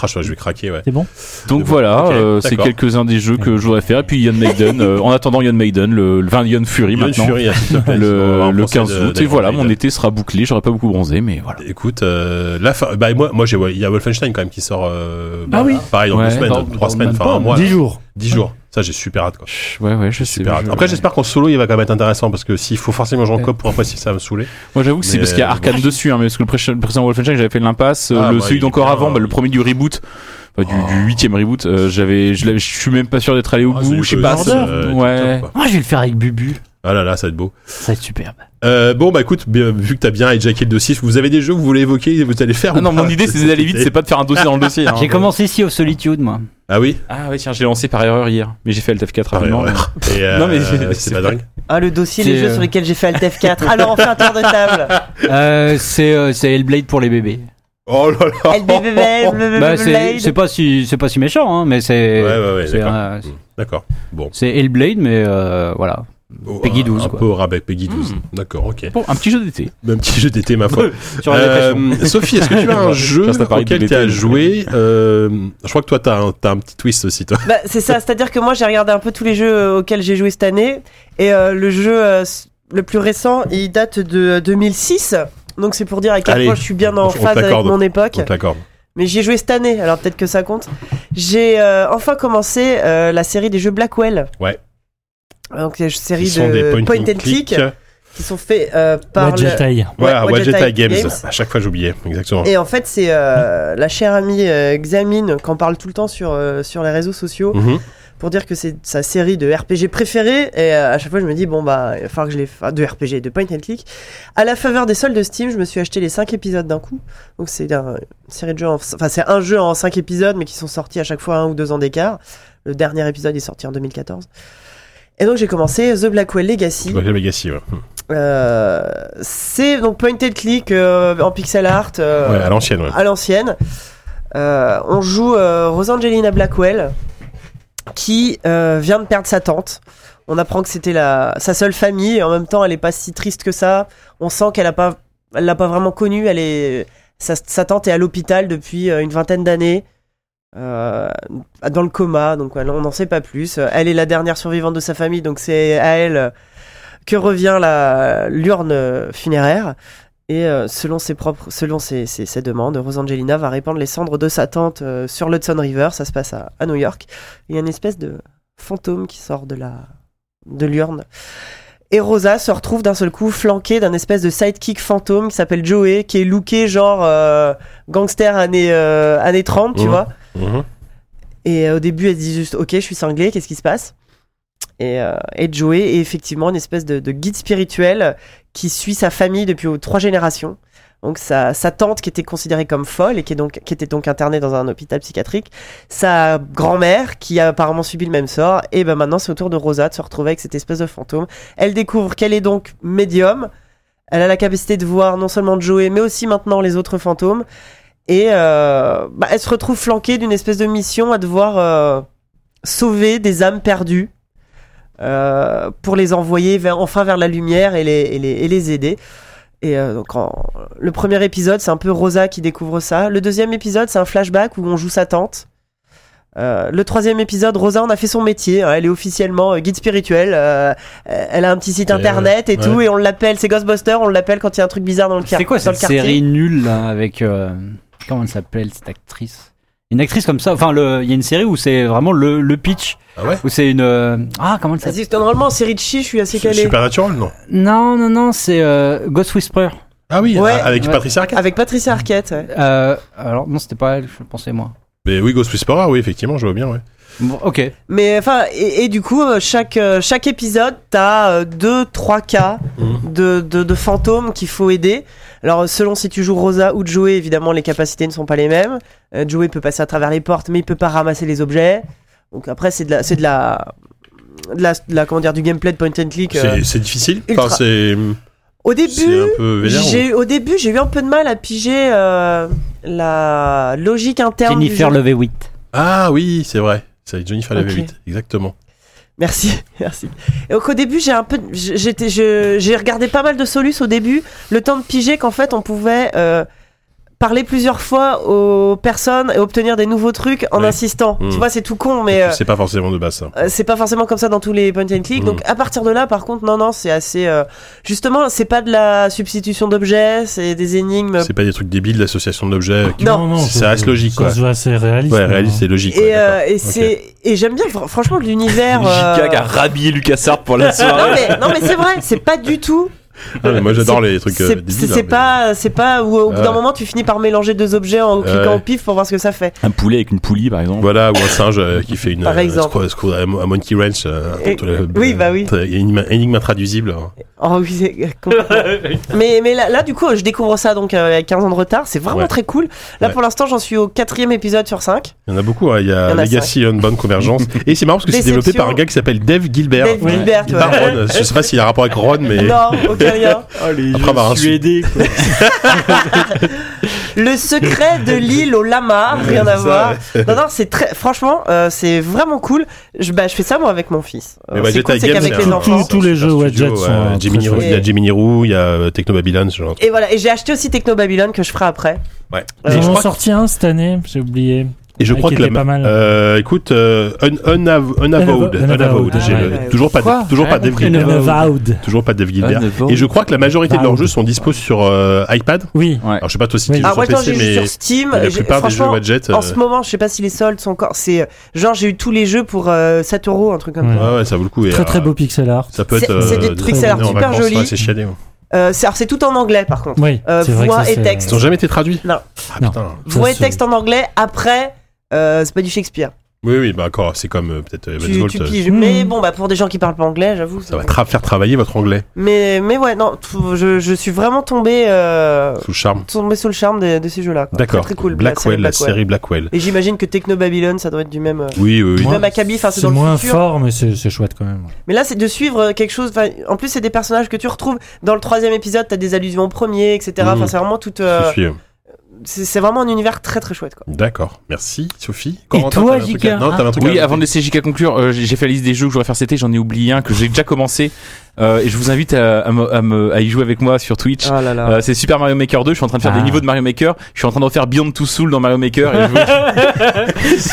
B: Ah, je je vais craquer ouais
C: C'est bon.
F: Donc
B: Ok,
F: voilà, euh, c'est
B: d'accord.
F: quelques-uns des jeux que je voudrais faire. Et puis Ion Maiden, euh, en attendant Ion Maiden, le, le 20 Ion Fury
B: Ion
F: maintenant.
B: Fury, hein,
F: [LAUGHS]
B: s'il te plaît, sinon on
F: le,
B: va en
F: le
B: procès
F: 15
B: de-
F: août. Et
B: d'Iron
F: voilà,
B: Maiden.
F: mon été sera bouclé. J'aurais pas beaucoup bronzé, mais voilà.
B: écoute euh, la fin bah moi moi j'ai il y a Wolfenstein quand même qui sort euh, bah,
C: oui.
B: pareil dans
F: Ouais,
B: deux semaines
F: dans-
B: trois
F: dans
B: semaines
F: même
B: enfin
F: pas,
B: un mois
C: 10 jours.
B: 10 jours ça j'ai super hâte quoi
F: Ouais, ouais, je sais.
B: Super hâte.
F: je-
B: Après, j'espère qu'en solo, il va quand même être intéressant parce que s'il faut forcément jouer en coop pour un fois, si ça va me saouler.
F: Moi, j'avoue que c'est
B: Mais- euh,
F: parce qu'il y a Arcane dessus, hein, mais parce que le, pré- le précédent Wolfenstein, j'avais fait l'impasse. euh,
B: Ah,
F: le
B: bah, il
F: celui
B: est
F: d'encore
B: bien,
F: avant, bah,
B: hein. Oh.
F: le premier du reboot, enfin, du, du huitième reboot, euh, j'avais, je l'avais- je suis même pas sûr d'être allé au
B: Ah,
F: bout.
B: celui
F: Je sais
B: que-
F: pas.
B: euh,
F: c'est-
B: TikTok,
F: ouais.
B: quoi.
D: Moi, je vais le faire avec Bubu.
B: Ah là là, ça va être beau.
D: Ça va être superbe.
B: Euh, bon, bah écoute, bien- vu que t'as bien hijacké le dossier, vous avez des jeux que vous voulez évoquer et vous allez faire
F: Ah
B: ou
F: non,
B: pas
F: mon idée, c'est d'aller vite, c'est pas de faire un dossier dans le dossier. hein.
D: J'ai commencé ici au Solitude, moi.
B: [LAUGHS] Ah oui
F: Ah ouais, tiens, j'ai lancé par erreur hier, mais j'ai fait LTF4
B: Par
F: rapidement. [LAUGHS]
B: erreur. Et, euh,
F: Non, mais
B: c'est,
F: c'est-
B: pas
F: c'est
B: dingue.
E: Ah, le dossier,
D: C'est,
E: les jeux
D: euh,
E: sur lesquels j'ai fait Alt F4. Alors, on fait un tour de table.
B: [LAUGHS]
D: Euh, c'est euh, c'est Hellblade pour les bébés.
B: Oh là là
D: Bah, c'est c'est pas si c'est pas si méchant, hein, mais c'est
B: Ouais, ouais, ouais,
D: c'est,
B: d'accord.
D: euh,
B: D'accord. Bon.
D: c'est Hellblade, mais euh, voilà.
B: Oh,
D: Peggy
B: un-
D: 12,
B: Un
D: quoi.
B: peu au rabais, Peggy
D: Hmm.
B: 12. D'accord, ok.
F: Bon, un petit jeu d'été.
B: Même petit jeu d'été, ma foi.
D: [LAUGHS] Sur la
B: Euh,
D: dépression.
B: [LAUGHS] Sophie, est-ce que tu as un jeu
F: Reste à Paris
B: auquel
F: tout
B: tu as
F: l'été,
B: joué euh, Je crois que toi, t'as un, t'as un petit twist aussi, toi.
E: Bah, c'est ça, c'est-à-dire que moi j'ai regardé un peu tous les jeux euh, auxquels j'ai joué cette année et euh, le jeu euh, s- le plus récent il date de euh, 2006. Donc c'est pour dire à quel
B: Allez,
E: point je suis bien en
B: on
E: phase avec
B: t'accorde.
E: mon époque.
B: On te l'accorde.
E: Mais j'ai joué cette année, alors peut-être que ça compte. J'ai euh, enfin commencé euh, la série des jeux Blackwell.
B: Ouais.
E: Donc c'est une série
B: Ils sont des
E: de
B: point,
E: point
B: and click.
E: qui sont faits euh, par le-
C: La Jedi.
B: Voilà,
E: Ouais,
B: Wadjet
E: Wadjet Eye
B: Games.
E: Games.
B: À chaque fois, j'oubliais. Exactement.
E: Et en fait c'est euh, la chère amie euh, Xamine qu'on parle tout le temps sur euh, sur les réseaux sociaux.
B: Mhm.
E: pour dire que c'est sa série de RPG préférée et euh, à chaque fois je me dis bon bah il va falloir que je les fasse de RPG et de point and click à la faveur des soldes de Steam je me suis acheté les 5 épisodes d'un coup donc c'est un- une série de jeux en- enfin c'est un jeu en 5 épisodes mais qui sont sortis à chaque fois un ou deux ans d'écart le dernier épisode est sorti en 2014 et donc j'ai commencé The Blackwell Legacy
B: Ouais, Legacy, ouais.
E: Euh, c'est donc point and click euh, en pixel art euh,
B: Ouais, à l'ancienne, ouais.
E: à l'ancienne. Euh, on joue euh, Rosangelina Blackwell qui euh, vient de perdre sa tante. On apprend que c'était la sa seule famille et en même temps elle est pas si triste que ça. On sent qu'elle a pas elle l'a pas vraiment connue. Elle est sa, sa tante est à l'hôpital depuis euh, une vingtaine d'années. euh, dans le coma, donc elle- on n'en sait pas plus. Euh, Elle est la dernière survivante de sa famille, donc c'est à elle euh, que revient la l'urne euh, funéraire. Et euh, selon ses propres, selon ses, ses- ses demandes, Rosangelina va répandre les cendres de sa tante euh, sur l'Hudson River. Ça se passe à, à New York. Il y a une espèce de fantôme qui sort de la de l'urne. Et Rosa se retrouve d'un seul coup flanquée d'un espèce de sidekick fantôme qui s'appelle Joey, qui est looké genre euh, gangster années euh, années 30, tu
B: Mhm.
E: vois.
B: Mhm.
E: Et euh, au début, elle se dit juste, ok, je suis cinglée, qu'est-ce qui se passe et, euh, et Joey est effectivement une espèce de, de guide spirituel euh, qui suit sa famille depuis aux trois générations. Donc sa, sa tante qui était considérée comme folle et qui, est donc, qui était donc internée dans un hôpital psychiatrique, sa grand-mère qui a apparemment subi le même sort, et ben maintenant c'est au tour de Rosa de se retrouver avec cette espèce de fantôme. Elle découvre qu'elle est donc médium, elle a la capacité de voir non seulement Joey mais aussi maintenant les autres fantômes, et euh, bah, elle se retrouve flanquée d'une espèce de mission à devoir euh, sauver des âmes perdues euh, pour les envoyer vers, enfin vers la lumière et les, et les, et les aider. Et euh, donc en- le premier épisode, c'est un peu Rosa qui découvre ça. Le deuxième épisode, c'est un flashback où on joue sa tante. Euh, le troisième épisode, Rosa en a fait son métier. hein, elle est officiellement euh, guide spirituel. euh, elle a un petit site
B: Euh,
E: internet et
B: ouais.
E: tout. Et on l'appelle, c'est Ghostbusters, on l'appelle quand il y a un truc bizarre dans le,
D: C'est
E: quar-
D: quoi
E: dans le
D: cette
E: quartier.
D: série nulle là, avec euh, comment elle s'appelle cette actrice Une actrice comme ça. Enfin, le- il y a une série où c'est vraiment le, le pitch.
B: Ah ouais
D: Où c'est une euh, ah comment elle
E: Ça
D: s'appelle
E: existe normalement en série de chi, je suis assez calé.
B: Supernatural, non
D: Non non non c'est euh, Ghost Whisperer.
B: Ah oui,
E: Ouais.
B: a- avec
D: Ouais.
B: Patricia Arquette.
E: Avec Patricia Arquette. ouais.
D: Euh, alors non c'était pas elle je pensais moi.
E: Ah.
B: Mais oui, Ghost Whisperer, oui, effectivement, je vois bien, ouais.
D: Bon, ok.
E: Mais enfin, et, et du coup, euh, chaque, euh, chaque épisode, t'as euh, deux, trois cas
B: Mhm.
E: de, de, de fantômes qu'il faut aider. Alors, selon si tu joues Rosa ou Joey, évidemment, les capacités ne sont pas les mêmes. Euh, Joey peut passer à travers les portes, mais il peut pas ramasser les objets. Donc après, c'est de la, c'est de la, de la, de la- comment dire, du gameplay de point and click. euh.
B: C'est- C'est difficile.
E: Ultra.
B: Enfin, c'est
E: Au
B: c'est
E: début,
B: un peu vénère.
E: j'ai eu- au début, j'ai eu un peu de mal à piger euh, la logique interne. du
D: Jennifer
E: jeu.
D: Levewitt.
B: Ah oui, c'est vrai. C'est avec Jennifer
E: Ok.
B: okay. 8 exactement.
E: Merci, [LAUGHS] merci. Et donc au début, j'ai un peu, j'étais, je- j'ai regardé pas mal de Solus au début, le temps de piger qu'en fait on pouvait euh, parler plusieurs fois aux personnes et obtenir des nouveaux trucs en
B: Ouais.
E: insistant.
B: Mm.
E: Tu vois, c'est tout con, mais euh,
B: C'est pas forcément de base, ça.
E: euh, c'est pas forcément comme ça dans tous les point and click.
B: Mm.
E: Donc à partir de là, par contre, non, non, c'est assez. euh, justement, c'est pas de la substitution d'objets, c'est des énigmes.
B: C'est pas des trucs débiles, l'association d'objets.
E: [LAUGHS]
B: qui-
E: Non.
B: Ça
C: c'est-
B: reste logique,
C: Ça
B: quoi.
C: se veut assez réaliste. hein.
B: Ouais,
C: mais-
B: réaliste, c'est logique. ouais,
E: Et, euh,
B: d'accord.
E: et
B: Ok.
E: c'est et j'aime bien fr-
B: [LAUGHS]
E: franchement l'univers.
F: Jika
E: euh,
F: qui a rhabillé LucasArts pour la
E: Non
F: soirée.
E: mais, non mais c'est vrai, c'est pas
B: [LAUGHS]
E: du tout
B: Ah, mais moi, j'adore
E: c'est-
B: les trucs. euh,
E: C'est
B: débiles,
E: c'est- c'est
B: hein,
E: pas, c'est pas où au bout
B: Ouais.
E: d'un moment tu finis par mélanger deux objets en cliquant
B: Ouais.
E: au pif pour voir ce que ça fait.
F: Un poulet avec une poulie, par
B: mais-
F: exemple.
B: Voilà, ou un singe euh, qui fait une.
E: Par
B: euh,
E: exemple.
B: un squ- un squ- un monkey wrench. euh,
E: Et-
B: contre le-
E: oui, bah oui.
B: euh, Énigme, énigme intraduisible. hein.
E: Oh, oui, c'est- [LAUGHS] complètement. mais mais là, là, du coup je découvre ça donc euh, avec 15 ans de retard, c'est vraiment
B: Ouais.
E: très cool. Là
B: Ouais.
E: pour l'instant j'en suis au quatrième épisode sur 5
B: Il y en a beaucoup. hein. Il y
E: Il y
B: a
E: en a
B: Legacy Unbound
E: [LAUGHS]
B: Convergence. Et c'est marrant parce que c'est développé
E: Déception.
B: par un gars qui s'appelle Dave Gilbert.
E: Dave Gilbert,
B: Il barre
E: ouais.
B: Ron. Je sais pas s'il a un rapport avec Ron, mais.
E: Non,
B: [LAUGHS]
E: aucun lien.
B: Après avoir un su-
E: Le secret de l'île
B: [LAUGHS]
E: au lama, rien à
B: C'est ça,
E: voir.
B: ouais.
E: Non, non, c'est très. Franchement, euh, c'est vraiment cool. Je, bah, je fais ça moi avec mon fils. Euh,
B: Mais ouais,
E: c'est
B: Jetta
E: cool, c'est
B: Games,
E: qu'avec
B: c'est
E: les
B: un-
E: enfants.
C: Tous- tous les
B: c'est un
C: jeux, ouais,
B: studio,
C: Jets sont, euh,
B: Jiminy
C: très
B: Roux- Il y a
E: chouettes.
B: Jiminy Roux, il y a euh, Techno Babylon, ce genre de truc.
E: Et voilà, et j'ai acheté aussi Techno Babylone que je ferai après.
B: Ouais.
E: Euh,
C: Ils
B: je
C: en ont
B: crois-
C: sorti un cette année, j'ai oublié.
B: Et je
C: Ouais,
B: crois
C: qui
B: que la
C: était pas mal.
B: Euh, écoute, euh, un, un, av- un avowed,
C: Unavowed.
B: un avowed,
C: Ah,
B: j'ai
C: ouais,
B: le-
E: ouais.
B: toujours pas,
D: Quoi
B: toujours pas
D: J'ai
B: Dave
D: compris,
B: Gilbert,
C: Unavowed.
B: toujours pas Dave Gilbert.
F: Unavowed.
B: Et je crois que la majorité de leurs
C: Unavowed.
B: jeux sont dispos sur euh, iPad.
C: Oui.
B: Alors je sais pas toi si
C: Oui.
B: tu
E: Bah, Ah,
B: joues
E: moi,
B: sur
E: quand j'ai
B: PC,
E: joué
B: mais
E: sur Steam,
B: mais la
E: j'ai-
B: plupart des jeux
E: franchement,
B: Wadjet. euh,
E: en ce moment, je sais pas si les soldes sont encore. C'est euh, genre, j'ai eu tous les jeux pour euh, 7 euros, un truc comme
C: Ouais.
E: ça.
B: ouais, ouais, ça vaut le coup. et,
C: Très très
B: euh,
C: beau pixel art.
B: Ça peut
E: C'est-
B: être. euh,
E: c'est des
B: de
E: trucs, ça a
B: traîner
E: l'air
B: en
E: super
B: vacances,
E: joli.
B: ouais, C'est chiadé. ouais.
E: Euh, c'est alors, c'est tout en anglais, par contre.
C: Oui,
E: Euh,
C: c'est vrai que
E: voix
C: ça,
E: et
C: c'est-
E: texte.
B: Ils ont jamais été traduits.
E: Non.
B: Ah
C: Non.
B: putain.
C: Ça,
E: Voix et
C: c'est-
E: texte en anglais, après, euh, c'est pas du Shakespeare.
B: Oui, oui, bah encore, c'est comme euh, peut-être euh,
E: Tu,
B: Evans
E: tu
B: Gold, euh,
E: piges.
C: Mmh.
E: Mais bon, bah, pour des gens qui parlent pas anglais, j'avoue.
B: Ça va tra- faire travailler votre anglais
E: Mais, mais ouais, non, tout- je, je suis vraiment tombé, euh,
B: sous le charme.
E: tombé sous le charme de, de ces jeux-là. quoi.
B: D'accord.
E: Très, très cool.
B: Blackwell, la
E: Blackwell.
B: série Blackwell.
E: Et j'imagine que Techno Babylone, ça doit être du même. euh,
B: Oui, oui, oui.
E: Même Akabi, enfin, c'est
C: c'est
E: dans le
C: moins
E: futur.
C: fort, mais c'est c'est chouette quand même.
E: Mais là, c'est de suivre euh, quelque chose. enfin, En plus, c'est des personnages que tu retrouves. Dans le troisième épisode, t'as des allusions au premier, etc.
B: Mmh.
E: Enfin, c'est vraiment tout.
B: Je
E: euh,
B: suis, euh,
E: c'est c'est vraiment un univers très très chouette. Quoi.
B: D'accord, merci Sophie.
D: toi,
B: t'avais un truc
D: Jika?
B: à- Non, t'avais un truc
F: Oui,
B: à-
F: avant de laisser JK conclure, euh, j'ai j'ai fait la liste des jeux que je voudrais faire cet été, j'en ai oublié un que j'ai déjà commencé. Euh, et je vous invite à, à me- à me- à y jouer avec moi sur Twitch.
E: Oh là là.
F: Euh, c'est Super Mario Maker 2, je suis en train de faire
D: Ah.
F: des niveaux de Mario Maker, je suis en train de refaire Beyond Two Soul dans Mario Maker [LAUGHS] et je veux-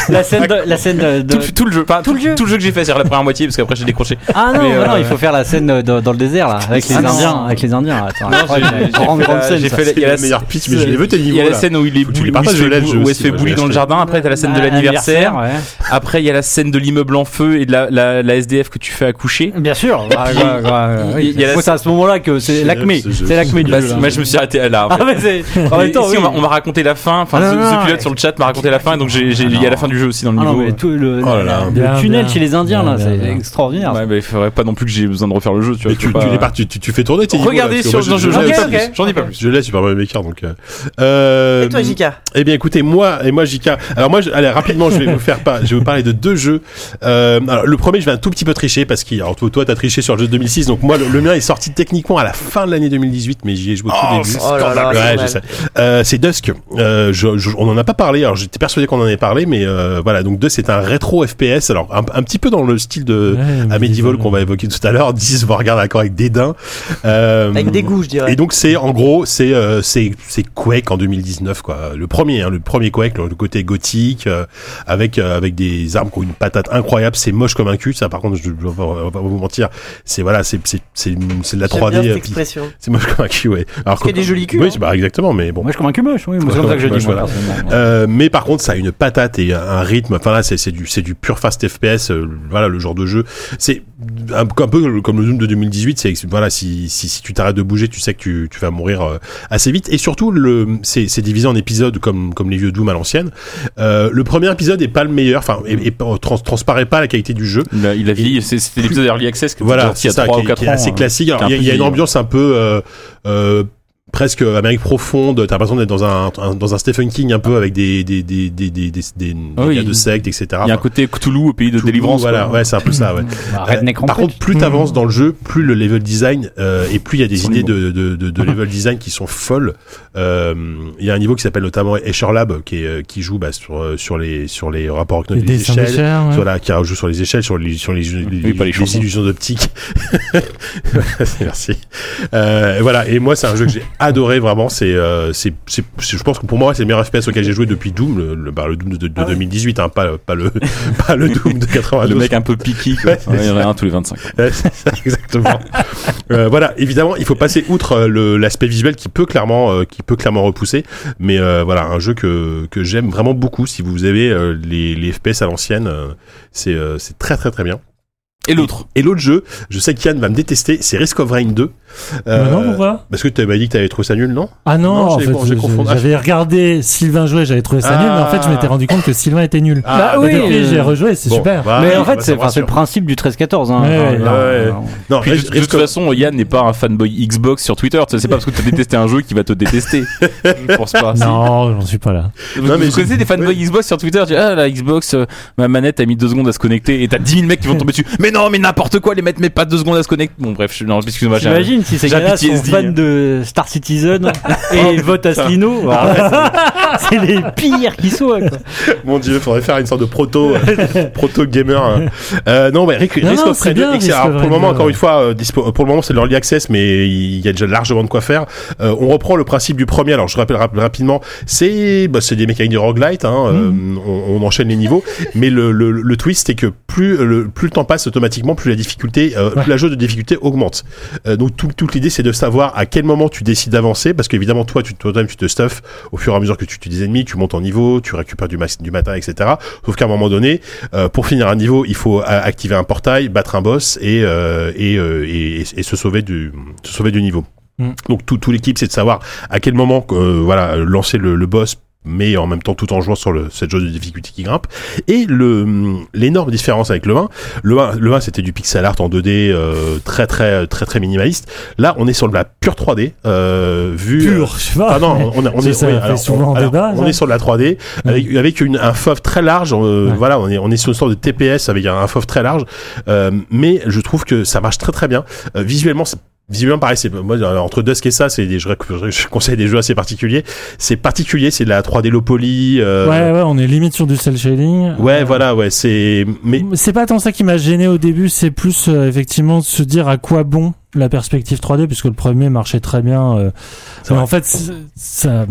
D: La scène de, la scène de, de-
F: tout, le- tout le jeu, enfin, tout, tout le jeu que j'ai fait, c'est la première moitié parce qu'après j'ai décroché.
D: Ah non,
F: Mais,
D: bah non,
F: euh,
D: il faut faire la scène de- dans le désert là avec les
F: Ah non.
D: Indiens, avec les Indiens. Attends,
F: Non, Oh, j'ai-
D: incroyable,
F: j'ai
D: grande,
F: fait
D: grande
F: la-
D: scène,
F: j'ai
D: ça.
F: fait la- il y a la-
B: C'est le meilleur pitch, mais je les veux tes
F: Il
B: niveaux.
F: y a la
B: là.
F: scène où il est
B: Faut que tu
F: boule- où
B: les
F: il
B: partages,
F: se
B: je
F: fait
B: l'ai,
F: boule-
B: je
F: où elle
B: aussi,
F: se fait
B: ouais,
F: bully
B: je
F: dans le
B: l'ai
F: jardin, après t'as la scène de
D: Ah,
F: l'anniversaire.
D: anniversaire,
F: Après, il y a la scène de l'immeuble en feu et de la, la, la SDF que tu fais accoucher.
D: ouais. Bien sûr.
F: Puis, Il
D: Enfin,
F: Il-
D: oui,
F: il y a la-
D: moi, c'est à ce moment-là que c'est
B: C'est-
D: l'acmé.
B: c'est-
D: C'est l'acmé du
F: Bah,
D: jeu, là.
F: moi, je me suis arrêté à là. en fait.
D: Ah, mais c'est. En même
F: Et
D: temps,
F: si,
D: oui.
F: on m'a- on m'a raconté la fin. Enfin,
C: Ah,
F: ce,
C: non, non,
F: ce
C: non,
F: pilote
C: mais-
F: sur le chat m'a raconté la fin, donc j'ai- j'ai- il y a la fin du jeu aussi dans le
D: Ah non,
F: niveau.
D: mais tout le,
B: Oh là là.
D: le
C: Bien,
D: tunnel
C: bien.
D: chez les Indiens,
C: Bien,
D: là,
C: bien,
D: c'est
C: bien.
D: extraordinaire.
F: Ouais, mais il faudrait pas non plus que j'ai besoin de refaire le jeu, tu vois.
B: Mais
F: je peux
B: tu,
F: pas-
B: tu, les pars- tu, tu- tu fais tourner tes niveaux, là,
F: Regardez
B: parce que
F: sur.
B: moi,
F: non, je-
B: je-
F: J'en
B: je-
F: ai pas
D: Ok,
F: plus.
D: ok.
F: J'en ai pas plus.
B: Je l'ai Super Mario Maker donc. euh, euh,
E: Et toi, Jika
B: Eh bien, écoutez, moi et moi JK. Alors moi, je, allez rapidement, je vais vous faire pas. Je vais vous parler de deux jeux. Euh, alors, le premier, je vais un tout petit peu tricher parce que alors toi, toi, t'as triché sur le jeu de 2006. Donc moi, le, le mien est sorti techniquement à la fin de l'année 2018, mais j'y ai joué au tout début.
E: Oh là là,
B: Ouais,
E: c'est
B: je
E: mal.
B: sais. Euh, c'est Dusk. Euh, je, je- on en a pas parlé. Alors j'étais persuadé qu'on en avait parlé, mais euh, voilà. Donc Dusk, c'est un rétro FPS. Alors un, un petit peu dans le style de
C: Ouais,
B: à Medieval qu'on va évoquer tout à l'heure. [LAUGHS] 10 vous regarde encore avec dédain. Euh,
E: Avec des goûts, je dirais.
B: et donc c'est en gros c'est euh, c'est c'est Quake en 2019 quoi le premier hein, le premier Quake le, le côté gothique euh, avec euh, avec des armes qui ont une patate incroyable c'est moche comme un cul ça par contre je, je- on va- on va pas vous mentir c'est voilà c'est c'est c'est c'est de la
E: J'aime
B: 3D
E: bien cette
B: euh,
E: expression.
B: c'est moche comme un cul ouais alors
E: qu'il y a des jolis culs,
B: oui
E: hein.
B: bah exactement mais bon
D: Moi, je suis convaincu moche, oui. moi, C'est
B: Ouais,
D: comme ça que je
B: moi,
D: dis, moi,
B: voilà.
D: personnellement.
B: euh, mais par contre, ça a une patate et un rythme. Enfin là, c'est c'est du c'est du pur fast FPS. euh, voilà le genre de jeu. C'est un, un peu comme le Doom de 2018. C'est voilà si si, si tu t'arrêtes de bouger, tu sais que tu, tu vas mourir euh, assez vite. Et surtout, le c'est c'est divisé en épisodes comme comme les vieux Doom à l'ancienne. Euh, le premier épisode est pas le meilleur. Enfin, et, et trans- transparaît pas la qualité du jeu.
F: Il a, il a vieilli, c'est- c'était l'épisode Early Access qui était
B: Voilà,
F: sorti il y
B: c'est
F: a
B: ça,
F: 3
B: qui,
F: ou
B: est-
F: 4
B: qui est
F: ans.
B: assez
F: hein.
B: classique. Alors,
F: Qui est un
B: Il y, a-
F: peu
B: il y a une
F: vieilli,
B: ambiance un peu euh, euh, presque Amérique profonde. T'as l'impression d'être dans un, un- dans un Stephen King un peu avec des des des des des, des, des- des
F: Ah oui,
B: gars de
F: il-
B: secte, etc.
F: Il y a un côté Cthulhu au pays de
B: Tout-
F: délivrance.
B: Voilà,
F: quoi.
B: ouais, c'est un
F: [CLEARS THROAT]
B: peu ça. Ouais. Euh,
D: Bah, Redneck
B: Par
D: Rampage.
B: contre, plus t'avances dans le jeu, plus le level design euh, et plus il y a des
F: Son
B: idées
F: niveau.
B: de,
F: [CLEARS THROAT]
B: de, de, de level design qui sont folles. Euh, Il y a un niveau qui s'appelle notamment Escher Lab qui est, euh, qui joue bah, sur euh, sur les sur les rapports avec
C: Les
B: les
C: dessins
B: échelles.
C: d'échelle, ouais.
B: euh, Sur la, qui joue sur les échelles, sur les, sur les, les-
F: pas les
B: les
F: chansons.
B: illusions d'optique. [LAUGHS] Merci. Euh, voilà. Et moi, c'est un jeu que j'ai adoré vraiment. C'est, euh, c'est, c'est, c'est- je pense que pour moi, c'est le meilleur FPS auquel j'ai joué depuis Doom, le, le, bah, le Doom de, de 2018, hein, pas, pas le, [LAUGHS] pas le Doom de 92.
F: Le mec un peu piqué. quoi.
B: Ouais, c'est
F: Ouais, Il y en a un tous les 25.
B: Ouais, c'est ça, exactement. Euh, voilà, évidemment, il faut passer outre euh, le- l'aspect visuel qui peut clairement, euh, qui peut clairement repousser, mais euh, voilà, un jeu que, que j'aime vraiment beaucoup. Si vous avez euh, les, les FPS à l'ancienne, euh, c'est euh, c'est très très très bien.
F: Et l'autre
B: Et l'autre jeu, je sais qu'Yann va me détester, c'est Risk of Rain 2. Euh,
D: Bah
C: Mais non, pourquoi
B: Parce que tu m'as dit que tu avais trouvé ça nul, non
C: Ah non,
B: Non,
C: en
B: j'ai-
C: fait,
B: j'ai
C: je-
B: confondu.
C: j'avais regardé Sylvain jouer, j'avais trouvé
B: Ah.
C: ça nul, mais en fait, je m'étais rendu compte que Sylvain était nul.
D: Bah
C: Et
D: oui,
C: depuis,
D: euh,
C: j'ai rejoué, c'est
B: Bon,
C: super.
B: bah,
D: mais
B: bah,
D: en fait,
B: ça
D: c'est
B: me
D: enfin, c'est le
B: rassure.
D: principe du 13-14. Hein.
C: Ouais,
D: Enfin,
C: ouais.
D: non, non.
B: Non,
F: Puis de,
B: Risk
F: de toute
B: of-
F: façon, Yann n'est pas un fanboy Xbox sur Twitter. tu sais, C'est pas parce que t'as détesté un jeu qu'il va te
B: [LAUGHS]
F: détester. Je pense pas. Si.
C: Non, j'en suis pas là.
F: Vous,
B: Non, mais
F: vous connaissez des fanboys Xbox sur Twitter tu dis, Ah, la Xbox, euh, ma manette a mis deux secondes à se connecter et t'as 10 000 mecs qui vont tomber dessus. Mais non, mais n'importe quoi, les mecs mettent pas deux secondes à se connecter. Bon, bref, je- non, excuse-moi, j'ai un-
D: J'imagine si ces
F: j'ai un
D: gars-là sont
F: PTSD.
D: fans de Star Citizen et votent Slino [LAUGHS] c'est les pires qui soient. Quoi.
B: Mon dieu, faudrait faire une sorte de proto,
C: [LAUGHS]
B: euh, proto gamer. hein. Euh, non, mais Risk,
C: Non,
B: Risk
C: non,
B: of
C: c'est
B: Rain
C: bien,
B: 2,
C: Risk
B: alors,
C: of
B: pour le
C: Rain
B: moment,
C: 2,
B: encore
C: ouais.
B: une fois, euh, dispo- pour le moment, c'est de l'early access, mais il y a déjà largement de quoi faire. Euh, on reprend le principe du premier. Alors, je rappelle rap- rapidement, c'est, bah, c'est des mécaniques de roguelite, hein, euh,
C: Mm.
B: on, on enchaîne les niveaux, mais le, le, le twist, c'est que plus le, plus le temps passe automatiquement, plus la difficulté, euh, plus la jauge de difficulté augmente. Euh, donc, tout- toute l'idée, c'est de savoir à quel moment tu décides d'avancer, parce qu'évidemment, toi, tu, toi-même, tu te stuffes au fur et à mesure que tu tues des ennemis, tu montes en niveau, tu récupères du, mas- du matin, etc. Sauf qu'à un moment donné, euh, pour finir un niveau, il faut euh, activer un portail, battre un boss et, euh, et, euh, et, et se, sauver du, se sauver du niveau.
C: Mm.
B: Donc tout, tout l'équipe, c'est de savoir à quel moment euh, voilà euh, lancer le, le boss mais en même temps tout en jouant sur le, cette jauge de difficulté qui grimpe et le hum, l'énorme différence avec le 1 le 1 le 1 c'était du pixel art en 2D euh, très très très très minimaliste là on est sur de la pure 3D euh, vue
C: Pur, je sais pas.
B: ah non, on, on- on
C: Ça,
B: est,
C: ça
B: oui,
C: fait
B: alors,
C: souvent
B: on,
C: en
B: alors,
C: débat,
B: on
C: ça. Mm.
B: est sur de la 3D avec, avec une, un FOV très large. euh,
C: Ouais.
B: Voilà, on est, on est sur une sorte de TPS avec un, un FOV très large, euh, mais je trouve que ça marche très très bien Euh, visuellement. c'est- Visuellement, pareil, c'est moi euh, entre Dusk et ça, c'est des, je, rec- je- je conseille des jeux assez particuliers. C'est particulier, c'est de la 3D low poly. euh,
C: Ouais, ouais, on est limite sur du cel shading.
B: ouais,
C: Euh,
B: voilà, ouais, c'est mais
C: C'est pas tant ça qui m'a gêné au début, c'est plus euh, effectivement de se dire à quoi bon la perspective 3D, puisque le premier marchait très bien. euh,
B: C'est
C: mais
B: vrai.
C: en fait, c'est- ça,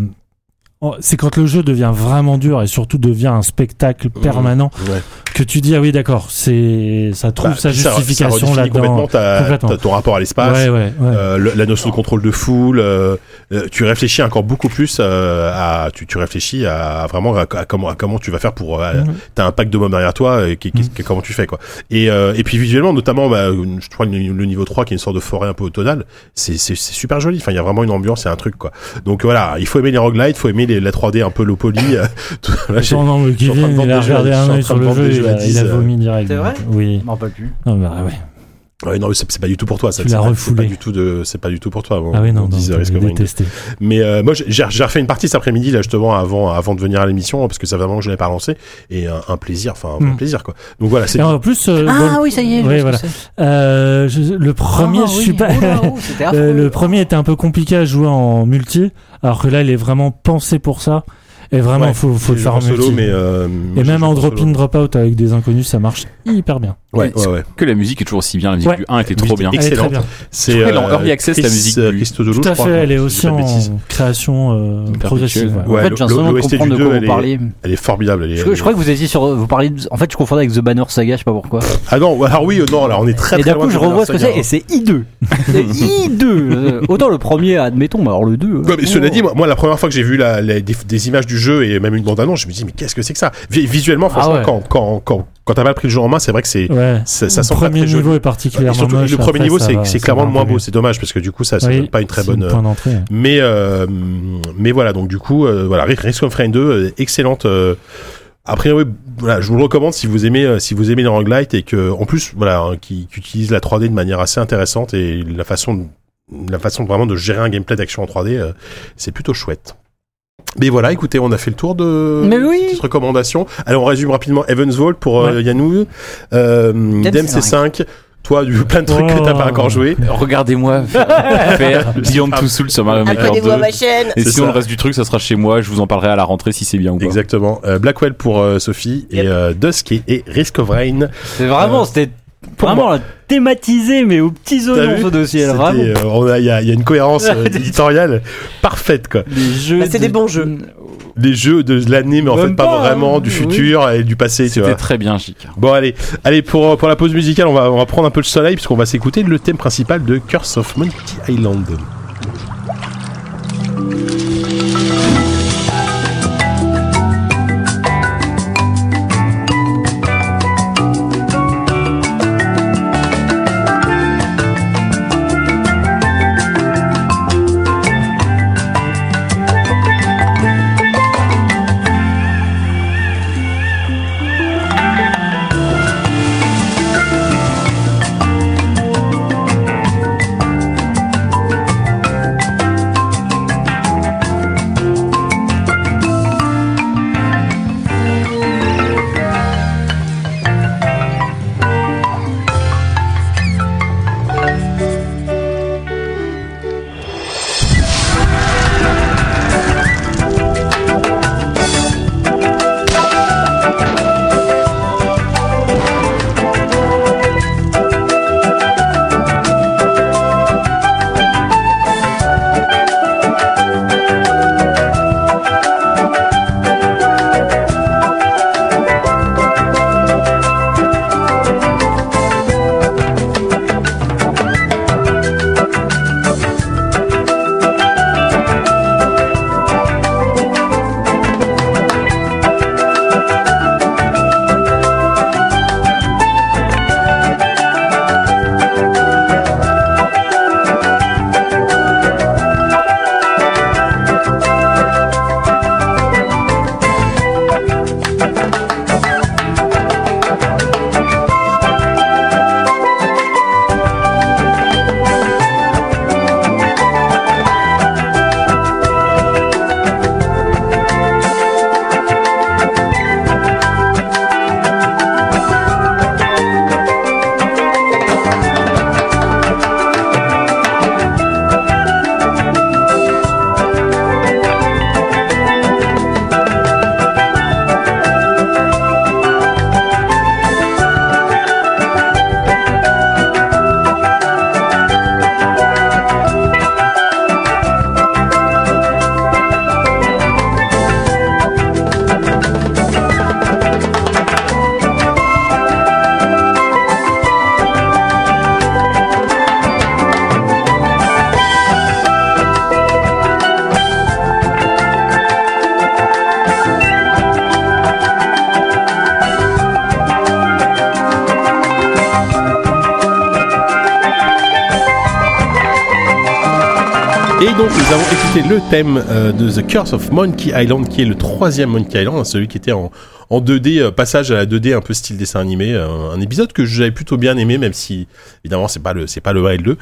C: oh, c'est quand le jeu devient vraiment dur et surtout devient un spectacle permanent
B: Mmh. Ouais.
C: que tu dis ah oui d'accord, c'est ça trouve
B: Bah,
C: sa
B: puis ça- ça
C: justification
B: redéfinit
C: là-dedans.
B: complètement, ta-
C: Complètement.
B: ta- ton rapport à l'espace.
C: Ouais ouais ouais.
B: Euh, le- la notion de contrôle de foule, euh, euh, tu réfléchis encore beaucoup plus euh, à, tu, tu réfléchis à, à vraiment à, à comment à comment tu vas faire pour, euh,
C: Mhm.
B: t'as un pack de mômes derrière toi, euh, et qu'est-
C: Mm.
B: qu'est- comment tu fais quoi. Et, euh, et puis visuellement, notamment, bah, une- je crois le, le niveau 3 qui est une sorte de forêt un peu automnale, c'est c'est- c'est super joli. Enfin, il y a vraiment une ambiance, c'est un truc quoi. Donc voilà, il faut aimer les roguelites, il faut aimer les- la 3D un peu low poly. euh, [LAUGHS] tout- là, j'ai-
C: Attends, non, mais
B: suis en train de
C: Kevin, il
B: vendre
C: a
B: des jeux,
C: regardé
B: je suis
C: un
B: en train
C: œil sur
B: de
C: le
B: vendre
C: jeu,
B: des jeux
C: il
B: à
C: a,
B: 10,
C: il a
B: euh.
C: vomi direct.
E: C'est vrai
C: Oui.
D: m'en rappelle plus.
C: Non, bah ouais.
B: Ouais, non, mais c'est c'est pas du tout pour toi. Ça,
C: Tu
B: c'est
C: l'as
B: pas- c'est
C: refoulé.
B: Pas du tout de, c'est pas du tout pour toi. hein.
C: Ah oui, non, non,
B: Disait Risk
C: t'avais
B: of Rain.
C: détesté.
B: Mais euh, moi, j'ai j'ai refait une partie cet après-midi là justement avant avant de venir à l'émission hein, parce que ça fait vraiment que je l'avais pas lancé et un, un plaisir, enfin un vrai
C: Mm.
B: plaisir quoi. Donc voilà, c'est
C: Et en plus, euh,
D: Ah
C: bon,
D: oui, ça y est. je vois
C: Oui,
D: ce
C: voilà.
D: que c'est.
C: euh, je- le premier,
D: Ah
C: je
D: oui,
C: suis pas.
D: oula, oh, c'était affreux.
C: [LAUGHS] Euh, le premier était un peu compliqué à jouer en multi, alors que là, il est vraiment pensé pour ça. Et vraiment,
B: Ouais,
C: faut, faut le
B: je
C: faire en
B: pense solo,
C: multi.
B: mais euh,
C: Et
B: moi, je-
C: même
B: je
C: en
B: pense solo.
C: drop-in, drop-out avec des inconnus, ça marche hyper bien.
B: Ouais, ouais, ouais.
F: Que la musique est toujours aussi bien. La musique
C: Ouais.
F: du 1 était
B: La
F: trop
B: musique
F: bien.
B: est
C: Elle est très
B: Excellente.
C: bien.
B: C'est euh,
F: Je crois qu'elle est en early access, la
B: Chris-
F: musique du-
B: Christodoulou,
C: Tout à
B: je crois,
C: fait,
B: hein,
C: elle
B: si
C: est
B: je dis
C: aussi
B: pas de
C: en
B: bêtises.
C: création euh,
F: Perpétuelle.
C: progressive. ouais.
D: En
B: Ouais,
D: fait,
B: le-
D: j'ai l'impression de
B: l'OST du
D: comprendre de
B: 2,
D: quoi
B: elle
D: vous
B: est-
D: parliez.
B: Elle est formidable. Elle est,
D: Je, je crois que vous étiez sur. Vous parliez. de- En fait, je confondais avec The Banner Saga, je sais pas pourquoi.
B: Ah non, alors oui, euh, non, alors on est très
D: et
B: très
D: d'un
B: loin
D: coup,
B: de
D: je revois ce que
B: Saga,
D: c'est,
B: hein.
D: et c'est hideux. C'est [LAUGHS] hideux. Euh, Autant le premier, admettons, mais alors le euh. 2.
B: Ouais, mais
C: hein.
B: cela dit, moi, moi, la première fois que j'ai vu la, la- des, des images du jeu et même une bande-annonce, je me dis mais qu'est-ce que c'est que ça Vi- Visuellement, franchement,
C: Ah ouais.
B: quand quand quand quand t'as pas pris le jeu en main, c'est vrai que c'est
C: Ouais.
B: ça, ça
C: le
B: sent pas
C: premier
B: très joli.
C: niveau est
B: Et
C: particulièrement
B: surtout,
C: moche.
B: le premier
C: après,
B: niveau,
C: ça
B: c'est
C: va-
B: c'est
C: ça
B: clairement
C: va
B: le moins
C: un peu
B: beau.
C: mieux.
B: C'est dommage parce que du coup, ça, ça
C: Oui,
B: donne pas une très
C: c'est
B: bonne. euh,
C: point d'entrée. hein.
B: Mais euh, mais voilà, donc du coup, euh, voilà, Risk- Risk of Rain 2, euh, excellente. euh, a priori, voilà, je vous le recommande si vous aimez euh, si vous aimez les roguelites et que en plus voilà hein, qui, qui utilise la 3D de manière assez intéressante et la façon de- la façon vraiment de gérer un gameplay d'action en 3D, euh, c'est plutôt chouette. Mais voilà, écoutez, on a fait le tour de
D: Mais oui.
B: petites recommandations. Alors on résume rapidement Evans Vault pour euh, Yanou, euh, Dem C5, toi du plein de trucs que t'as pas
C: Oh.
B: encore joué.
F: Regardez-moi faire
B: [LAUGHS]
F: Beyond Two Souls sur Mario Maker 2.
E: chaîne
F: Et
B: C'est
F: sinon,
B: ça.
F: le reste du truc, ça sera chez moi. Je vous en parlerai à la rentrée si c'est bien ou pas.
B: Exactement. Euh, Blackwell pour euh, Sophie et
E: Yep.
B: euh, Dusk et, et Risk of Rain.
D: C'est vraiment, c'était
B: pour
D: vraiment là, thématisé, mais aux petits
B: T'as
D: oignons
B: vu
D: ce dossier. là,
B: C'était,
D: Vraiment.
B: euh, on a- Il y, a il y a une
D: [LAUGHS]
B: cohérence euh, éditoriale parfaite quoi.
D: Des jeux.
E: Bah, c'est
D: de-
E: des bons jeux.
B: Des jeux de l'année, mais en
D: Même
B: fait pas,
D: pas,
B: vraiment
D: hein,
B: du
D: oui.
B: futur et du passé. Tu
F: C'était
B: vois.
F: très bien, J.K.
B: Bon allez, allez pour euh, pour la pause musicale, on va on va prendre un peu le soleil puisqu'on va s'écouter le thème principal de Curse of Monkey Island.
I: Thank
B: donc nous avons écouté le thème euh, de The Curse of Monkey Island, qui est le troisième Monkey Island, hein, celui qui était en, en 2D, euh, passage à la 2D un peu style dessin animé, euh, un épisode que j'avais plutôt bien aimé, même si évidemment c'est pas le c'est pas le 1 et le 2.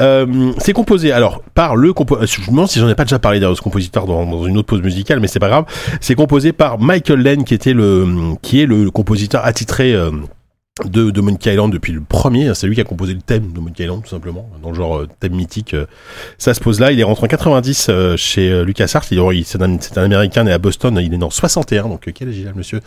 B: Euh, c'est composé alors par le compo- euh, je me demande si j'en ai pas déjà parlé d'ailleurs de ce compositeur dans, dans une autre pause musicale, mais c'est pas grave. C'est composé par Michael Lane, qui était le qui est le, compositeur attitré. euh, de, de Monkey Island depuis le premier, c'est lui qui a composé le thème de Monkey Island tout simplement, dans le genre euh, thème mythique euh, ça se pose là. Il est rentré en 90 euh, chez euh, LucasArts. Il, il- c'est, un, c'est un américain né à Boston. Il est né en 61. Donc, euh, quel âge il a, le monsieur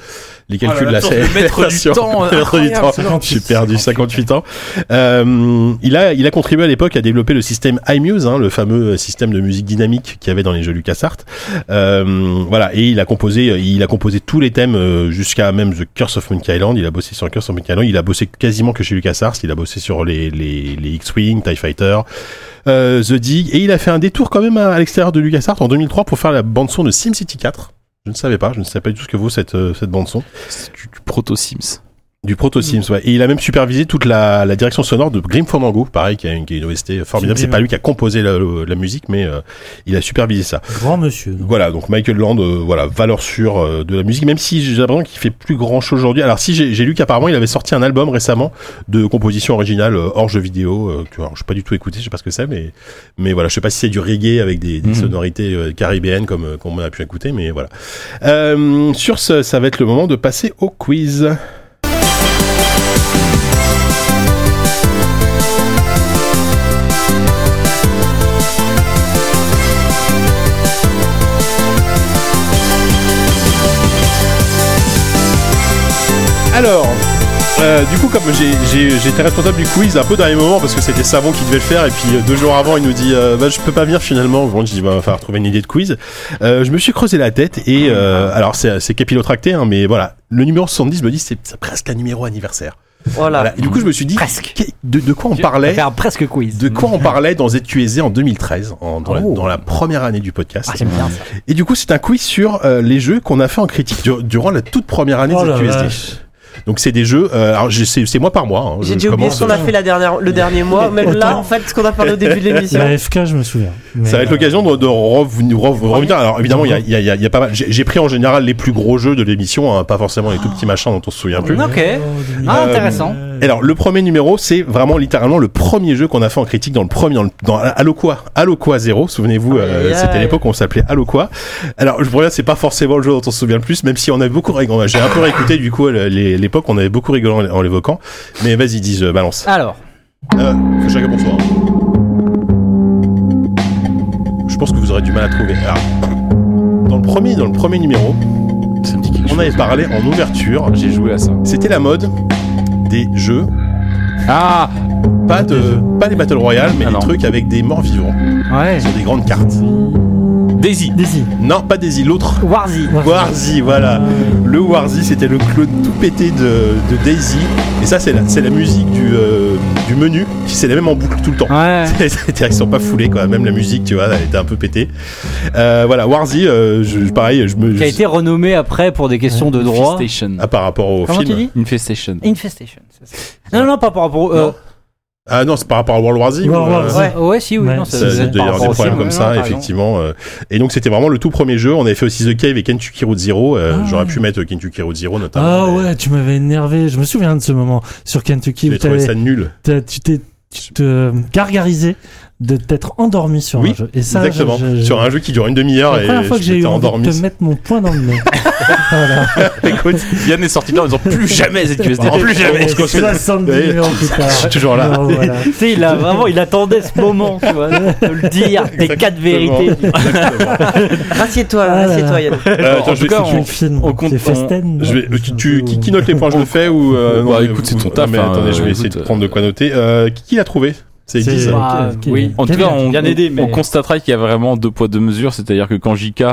B: Les calculs
I: Oh là,
B: là,
I: attends,
B: c'est.
I: le
B: [LAUGHS]
I: maître du
B: Attention,
I: temps,
B: le maître du temps. J'ai perdu 58 ans. Euh, il, a, il a contribué à l'époque à développer le système iMuse, hein, le fameux système de musique dynamique qu'il y avait dans les jeux LucasArts. Euh, voilà. Et il a composé, euh, il a composé tous les thèmes euh, jusqu'à même The Curse of Monkey Island. Il a bossé sur Curse of Monkey Island. Il a bossé quasiment que chez LucasArts. Il a bossé sur les, les, les X-Wing, TIE Fighter, euh, The Dig et il a fait un détour quand même à, à l'extérieur de LucasArts en 2003 pour faire la bande son de SimCity 4. Je ne savais pas, je ne savais pas du tout ce que vaut cette, euh, cette bande son
F: C'est du, du proto Sims.
B: du Proto Sims. Ouais. Et il a même supervisé toute la, la direction sonore de Grim Fandango, pareil, qui a une, qui a une OST formidable. C'est
C: Sublime.
B: pas lui qui a composé la, la musique, mais euh, il a supervisé ça.
C: Grand monsieur. donc.
B: Voilà, donc Michael Land, euh, voilà, valeur sûre euh, de la musique, même si j'ai l'impression qu'il fait plus grand chose aujourd'hui. Alors si j'ai j'ai lu qu'apparemment il avait sorti un album récemment de composition originale euh, hors jeu vidéo, euh, que alors, je sais pas du tout écouté, je sais pas ce que c'est, mais mais voilà, je sais pas si c'est du reggae avec des, des
F: Mhm.
B: sonorités euh, caribéennes comme euh, qu'on a pu écouter, mais voilà. Euh, sur ce, ça va être le moment de passer au quiz. Alors, euh, du coup, comme j'ai- j'ai- j'étais responsable du quiz un peu dernier moment parce que c'était Savon qui devait le faire et puis euh, deux jours avant il nous dit euh, bah, je peux pas venir finalement. Bon, je dis bah, va falloir trouver une idée de quiz. Euh, je me suis creusé la tête et euh, alors c'est c'est capillotracté hein, mais voilà le numéro 70 me dit c'est c'est presque un numéro anniversaire.
E: Voilà.
B: Voilà. Et du coup je me suis dit
D: Presque.
B: qu'est- de, de quoi on
D: On va
B: parlait
D: faire un presque quiz.
B: de quoi on parlait dans ZQSD en 2013 en- dans, la, dans la première année du podcast.
D: Ah, j'aime bien ça.
B: Et du coup, c'est un quiz sur euh, les jeux qu'on a fait en critique du- durant la toute première année
C: Oh
B: de
C: la
B: ZQSD.
C: vache.
B: Donc c'est des jeux. euh, alors j'ai- c'est c'est mois par mois. hein, je
E: J'ai déjà oublié
B: commence,
E: ce qu'on a fait la dernière, le
B: [LAUGHS]
E: dernier mois, même là, en fait, ce qu'on a parlé au début de l'émission.
C: La FK, je me souviens. Mais,
B: Ça va être
C: euh,
B: l'occasion de, de reven- rev- revenir. Alors évidemment, il y a, il y, a, il y a- il y a pas mal. J'ai j'ai pris en général les plus gros jeux de l'émission, hein, pas forcément les tout petits machins dont on se souvient plus.
D: Ok.
C: euh,
D: Ah, intéressant.
B: Et alors, le premier numéro, c'est vraiment littéralement le premier jeu qu'on a fait en critique dans le premier, dans, le- dans Aloqua, Aloqua 0. Souvenez-vous, euh,
E: Aïe, aïe.
B: c'était l'époque où on s'appelait Aloqua. Alors, je regarde, c'est pas forcément le jeu dont on se souvient le plus, même si on avait beaucoup, rigolé. j'ai un peu réécouté, du coup, le- les- l'époque, on avait beaucoup rigolé en, en l'évoquant. Mais vas-y, dis, je balance.
D: Alors,
B: Euh, faut chacun pour soi. Je pense que vous aurez du mal à trouver. Alors, dans le premier, dans le premier numéro,
F: Ça me dit quelque
B: on avait parlé en ouverture.
F: chose. J'ai joué à ça.
B: C'était la mode des jeux
F: Ah
B: pas de pas les battle royale mais
F: Ah
B: des
F: non.
B: trucs avec des morts vivants
D: ouais.
B: sur des grandes cartes.
F: Daisy
C: Daisy.
B: Non, pas Daisy, l'autre.
D: Warzy.
B: Warzy, voilà. Le Warzy, c'était le clone tout pété de, de Daisy. Et ça, c'est la, c'est la musique du, euh, du menu qui c'est la même en boucle tout le temps.
D: Ouais.
B: [LAUGHS] C'est-à-dire qu'ils sont pas foulés, quoi. Même la musique, tu vois, elle était un peu pétée. Euh, voilà, Warzy, euh, je, pareil, je me.
D: Qui a été renommé après pour des questions de droit.
F: Infestation.
B: Ah, par rapport au
D: Comment tu
B: film.
D: dis
F: Infestation.
D: Infestation. c'est ça. Non, non, non, pas par rapport. euh,
B: Ah non, c'est par rapport à World Warzy.
C: World
B: ou,
C: Warzy.
D: ouais. ouais, si, oui.
C: Ouais.
D: Non, ça,
B: Ça,
D: doit
B: il
D: être
B: doit y
D: par
B: avoir des
D: rapport au film.
B: problèmes comme
D: Ouais,
B: ça,
D: non, t'as raison.
B: effectivement. euh, Et donc, c'était vraiment le tout premier jeu. On avait fait aussi The Cave et Kentucky Road Zero. euh,
C: Ah.
B: J'aurais pu mettre Kentucky Road Zero, notamment.
C: Ah
B: mais
C: ouais, tu m'avais énervé. Je me souviens de ce moment sur Kentucky où
B: J'ai trouvé
C: t'avais-
B: ça nul.
C: t'as- tu t'es tu te gargarisé de t'être endormi sur
B: Oui,
C: un jeu. Et ça, je-
B: Exactement.
C: je- je-
B: Sur un jeu qui dure une
C: c'est
B: demi-heure
C: la
B: et
C: première fois que
B: je
C: j'ai
B: m'étais
C: eu envie
B: endormi.
C: de te mettre mon poing dans
B: [LAUGHS]
C: le nez. voilà.
B: Écoute,
F: Yann est sorti de là en disant plus jamais ZQSD.
B: En plus jamais.
C: Et
B: se consulte.
C: 70
B: Ouais.
C: numéros plus tard.
B: Je suis toujours là.
C: Non, voilà.
D: Tu sais, il a vraiment, il attendait ce moment, tu vois, de le dire, les quatre vérités.
C: [LAUGHS]
B: Exactement.
E: Rassieds-toi,
C: Ah là
E: rassieds-toi,
C: là.
E: Yann.
B: Euh, attends,
F: En
B: je
F: tout
B: vais-
F: cas,
C: Tu
F: on-
C: le filmes.
F: on compte-
C: C'est Festen.
B: Je vais, tu, tu- qui, qui note les points, je [LAUGHS] le fais ou euh,
F: Bah,
B: mais
F: écoute, c'est
B: vous-
F: ton taf,
B: mais
F: hein,
B: attendez, je vais
F: écoute,
B: essayer de
F: euh,
B: prendre de quoi noter. Euh, qui, qui l'a trouvé C'est
C: C'est-
B: Diz.
D: Bah,
C: ok, ok.
D: oui.
F: En tout
C: Gabriel.
F: cas, on,
D: Bien aidé, mais-
F: on constatera qu'il y a vraiment deux poids deux mesures, c'est-à-dire que quand JK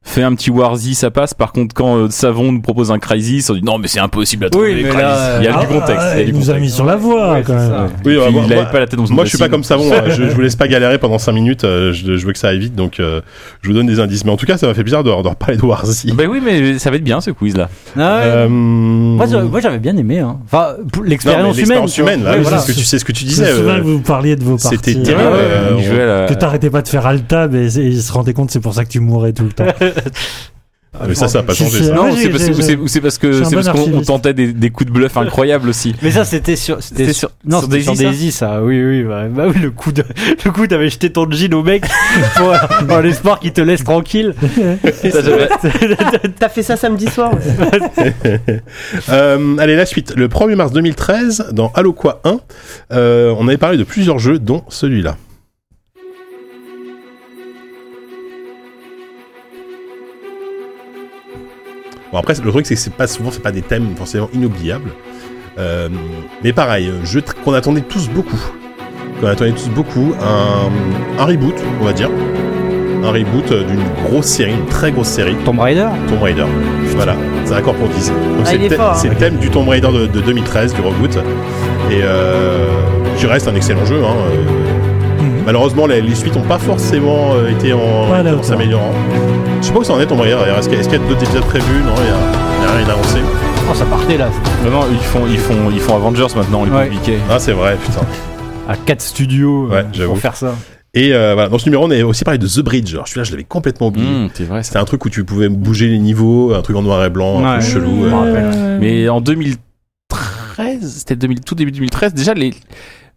F: Fais un petit Warzy, ça passe. Par contre, quand euh, Savon nous propose un Crisis, on dit non, mais c'est impossible à trouver.
D: Oui,
F: les
D: mais
F: Crysis.
D: là,
F: il y a
C: Ah,
F: du contexte. il y a
C: il
F: du
C: nous a
F: contexte.
C: mis sur la voie,
D: Ouais,
C: quand
D: c'est
C: même.
D: ça.
B: Oui,
F: Puis
B: bah, moi,
F: il avait
B: moi-
F: pas la tête dans une
B: Moi, je suis pas
F: bassine.
B: comme Savon. hein. Je, je vous laisse pas galérer pendant 5 minutes. euh, je, je veux que ça aille vite, donc euh, je vous donne des indices. Mais en tout cas, ça m'a fait bizarre de, de reparler de Warzy.
F: Ben oui, mais ça va être bien ce quiz là.
D: Ah ouais.
B: Euh,
D: Moi, je- moi, j'avais bien aimé. Hein. Enfin, pour
B: non, mais
D: l'expérience humaine.
B: l'expérience
D: quoi.
B: humaine, là,
D: Ouais,
B: oui,
D: voilà.
B: c'est ce que tu sais, ce que tu
C: Je me
B: disais.
C: souviens
B: euh,
C: que vous parliez de vos parties.
B: c'était terrible.
C: euh,
B: Euh,
F: Il
B: on-
F: jouait à la-
C: Que t'arrêtais pas de faire Altab et, et il se rendait compte, c'est pour ça que tu mourais tout
B: [LAUGHS]
C: le temps.
B: mais ça, ça a pas
C: Si,
B: changé.
C: si,
B: ça.
C: Ah
F: Non,
C: ouais,
F: c'est
C: j'ai-
F: parce,
C: j'ai-
F: ou c'est- ou c'est parce
C: je suis
F: que
C: un
F: c'est
C: bon
F: parce qu'on on
C: archiviste.
F: tentait des, des coups de bluff incroyables aussi.
D: Mais ça, c'était sur, c'était
F: C'était
D: sur,
F: sur-
D: non,
F: sur
D: c'était sur
F: Daisy, ça
D: Daisy, ça. Oui, oui, bah, bah oui, le coup de, [LAUGHS] le coup, t'avais jeté ton jean au mec [LAUGHS] pour, dans l'espoir qu'il te laisse tranquille.
F: Ça, j'avais-
E: T'as fait ça samedi soir
B: Euh, allez, la suite. Le 1er mars 2013, dans Halo Quoi 1, euh, on avait parlé de plusieurs jeux, dont celui-là. Bon, après, le truc, c'est que c'est pas souvent, c'est pas des thèmes forcément inoubliables. Euh, mais pareil, euh, jeu tr- qu'on attendait tous beaucoup. Qu'on attendait tous beaucoup. Un, un reboot, on va dire. Un reboot euh, d'une grosse série, une très grosse série.
D: Tomb Raider.
B: Tomb Raider. Voilà, c'est d'accord pour 10. Donc
E: Ah,
B: c'est
E: il
B: le
E: est
B: thème-
E: fort, hein.
B: c'est le thème du Tomb Raider de, de 2013, du reboot. Et euh, qui reste un excellent jeu. hein, euh.
C: Mhm.
B: Malheureusement, les, les suites n'ont pas forcément euh, été en,
C: Pas à
B: été
C: la
B: en
C: hauteur.
B: s'améliorant. Je sais pas où ça en est Tomb Raider. d'ailleurs. Est-ce qu'il y a- est-ce qu'il y a d'autres épisodes prévus Non, il n'y a, il y a rien d'annoncé.
D: Oh, ça partait là.
F: Non, non, ils font, ils font, ils font Avengers maintenant, les
D: Ouais.
F: publiés.
B: Ah, c'est vrai, putain.
D: À 4 studios.
B: Ouais,
D: euh,
B: j'avoue.
D: pour faire ça.
B: Et euh, voilà, dans ce numéro, on est aussi parlé de The Bridge. Alors celui-là, je l'avais complètement oublié.
F: Mm, c'est vrai.
B: C'était un truc où tu pouvais bouger les niveaux, un truc en noir et blanc, un
D: Ouais.
B: peu chelou.
D: Je
B: euh.
D: me rappelle.
F: Mais en 2013, c'était 2000 tout début 2013, déjà les,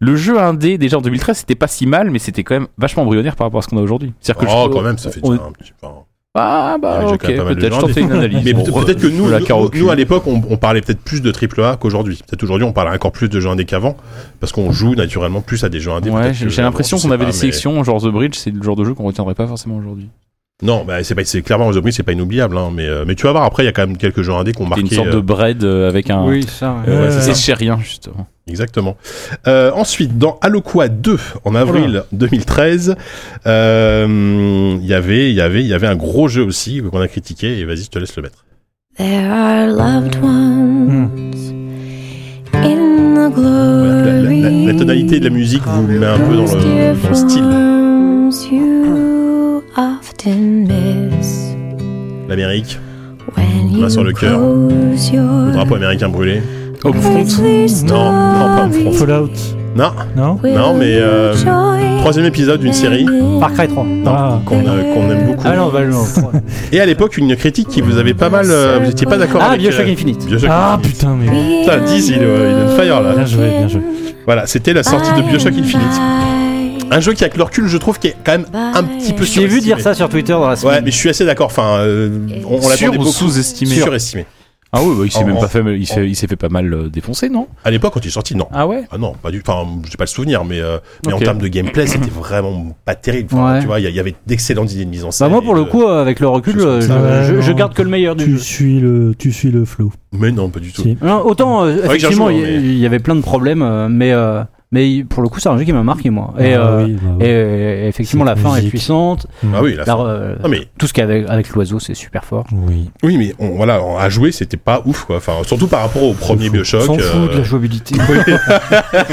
F: le jeu indé, déjà en 2013, c'était pas si mal, mais c'était quand même vachement embryonnaire par rapport à ce qu'on a aujourd'hui. C'est-à-dire que
B: Oh,
F: je-
B: quand même, ça fait
F: on-
B: déjà un petit peu.
F: Ah,
B: Il y
F: bah,
B: avait déjà
F: ok,
B: quand même pas mal de
F: peut-être,
B: gens,
F: je tentais
B: mais-
F: une analyse.
B: Mais
F: Bon,
B: peut-
F: euh,
B: peut-être que nous,
F: de la
B: nous,
F: caro-
B: nous, à l'époque, on, on parlait peut-être plus de AAA qu'aujourd'hui. Peut-être aujourd'hui, on parle encore plus de jeux indés qu'avant, parce qu'on joue naturellement plus à des jeux indés.
F: Ouais,
B: peut-être
F: j'ai
B: que-
F: j'ai l'impression
B: je sais
F: qu'on avait
B: pas,
F: des
B: mais-
F: sélections, genre The Bridge, c'est le genre de jeu qu'on retiendrait pas forcément aujourd'hui.
B: Non, bah, c'est pas, c'est clairement The Bridge, c'est pas inoubliable, hein, mais, euh, mais tu vas voir. Après, il y a quand même quelques jeux indés qu'on
F: C'était
B: marqué.
F: une sorte de
B: euh,
F: bread euh, avec un.
D: Oui, ça. ouais.
B: euh, ouais, c'est ça.
F: C'est chez rien, justement.
B: Exactement. Euh, ensuite, dans Aloqua 2, en avril 2013, euh, il y avait, il y avait, il y avait un gros jeu aussi qu'on a critiqué. Et vas-y, je te laisse le mettre.
I: There are loved
C: Hmm.
I: ones in the
B: Mm. Voilà, la, la-
I: glory.
B: la- la tonalité de la musique vous met un peu dans le, dans le style.
I: Forms you often miss
B: L'Amérique,
I: when
B: Main
I: you
B: sur le cœur.
I: close your
B: le drapeau américain brûlé.
I: lovely
B: Non, non, pas en
I: story
B: France.
C: Fallout,
B: Non,
C: non
I: will
B: Non, mais, euh,
I: join
B: troisième épisode d'une série
I: in
D: Far Cry 3.
B: non,
C: Ah.
B: qu'on euh, qu'on aime beaucoup.
D: Ah non, bah non.
B: Et à l'époque, une critique qui vous avait pas mal. euh, vous étiez pas d'accord
D: Ah,
B: avec.
D: Bioshock
B: euh,
D: Infinite.
B: Bioshock
C: Ah
B: Infinite.
C: putain, mais
B: Putain, 10, il, est, euh, il est on fire là.
C: bien joué, bien joué.
B: Voilà, c'était la sortie
I: Ah,
B: de Bioshock Infinite. Un jeu qui, avec le recul, je trouve, qui est quand même un petit peu
D: Je t'ai
B: surestimé.
D: vu dire ça sur Twitter dans la
B: Ouais,
D: semaine.
B: mais je suis assez d'accord. Enfin, euh, on, on
F: Sur
B: l'attendait
F: ou
B: beaucoup.
F: sous-estimé
B: Surestimé.
F: Ah oui, bah, il s'est
B: En-
F: même
B: en-
F: pas fait, il s'est,
B: en-
F: il s'est fait pas mal euh, défoncer, non
B: À l'époque, quand il est sorti, non.
F: Ah ouais
B: Ah non, pas du. Enfin, j'ai pas le souvenir, mais euh, mais
F: Ok.
B: en termes de gameplay, c'était vraiment pas terrible. Enfin,
D: Ouais.
B: Tu vois, il y, a- il y avait d'excellentes idées de mise en scène.
D: Bah moi, pour
B: et
D: le
B: de-
D: coup, euh, avec le recul,
B: je-
D: euh, je,
C: Ouais,
D: je- je
C: non.
D: garde que le meilleur du
C: Tu
D: jeu.
C: suis le, tu suis le flow.
B: Mais non, pas du tout.
C: Si.
D: Non, autant, euh,
B: que j'y
D: effectivement, il
B: rejoue,
D: y,
B: mais-
D: il y avait plein de problèmes, euh, mais, euh, mais pour le coup, c'est un jeu qui m'a marqué, moi. Et,
C: Ah
D: euh,
C: oui, bah
D: et,
C: oui.
D: euh, effectivement, la
C: Cette
D: fin est
C: musique.
D: puissante.
B: Ah oui, là.
D: La re- euh,
B: Non, mais
D: Tout ce qu'il y a avec, avec l'oiseau, c'est super fort.
C: Oui.
B: Oui, mais on, voilà, on- à jouer, c'était pas ouf, quoi. Enfin, surtout par rapport au premier Bioshock.
D: S'en
B: euh,
D: fout de la jouabilité.
B: bon, voilà, [LAUGHS]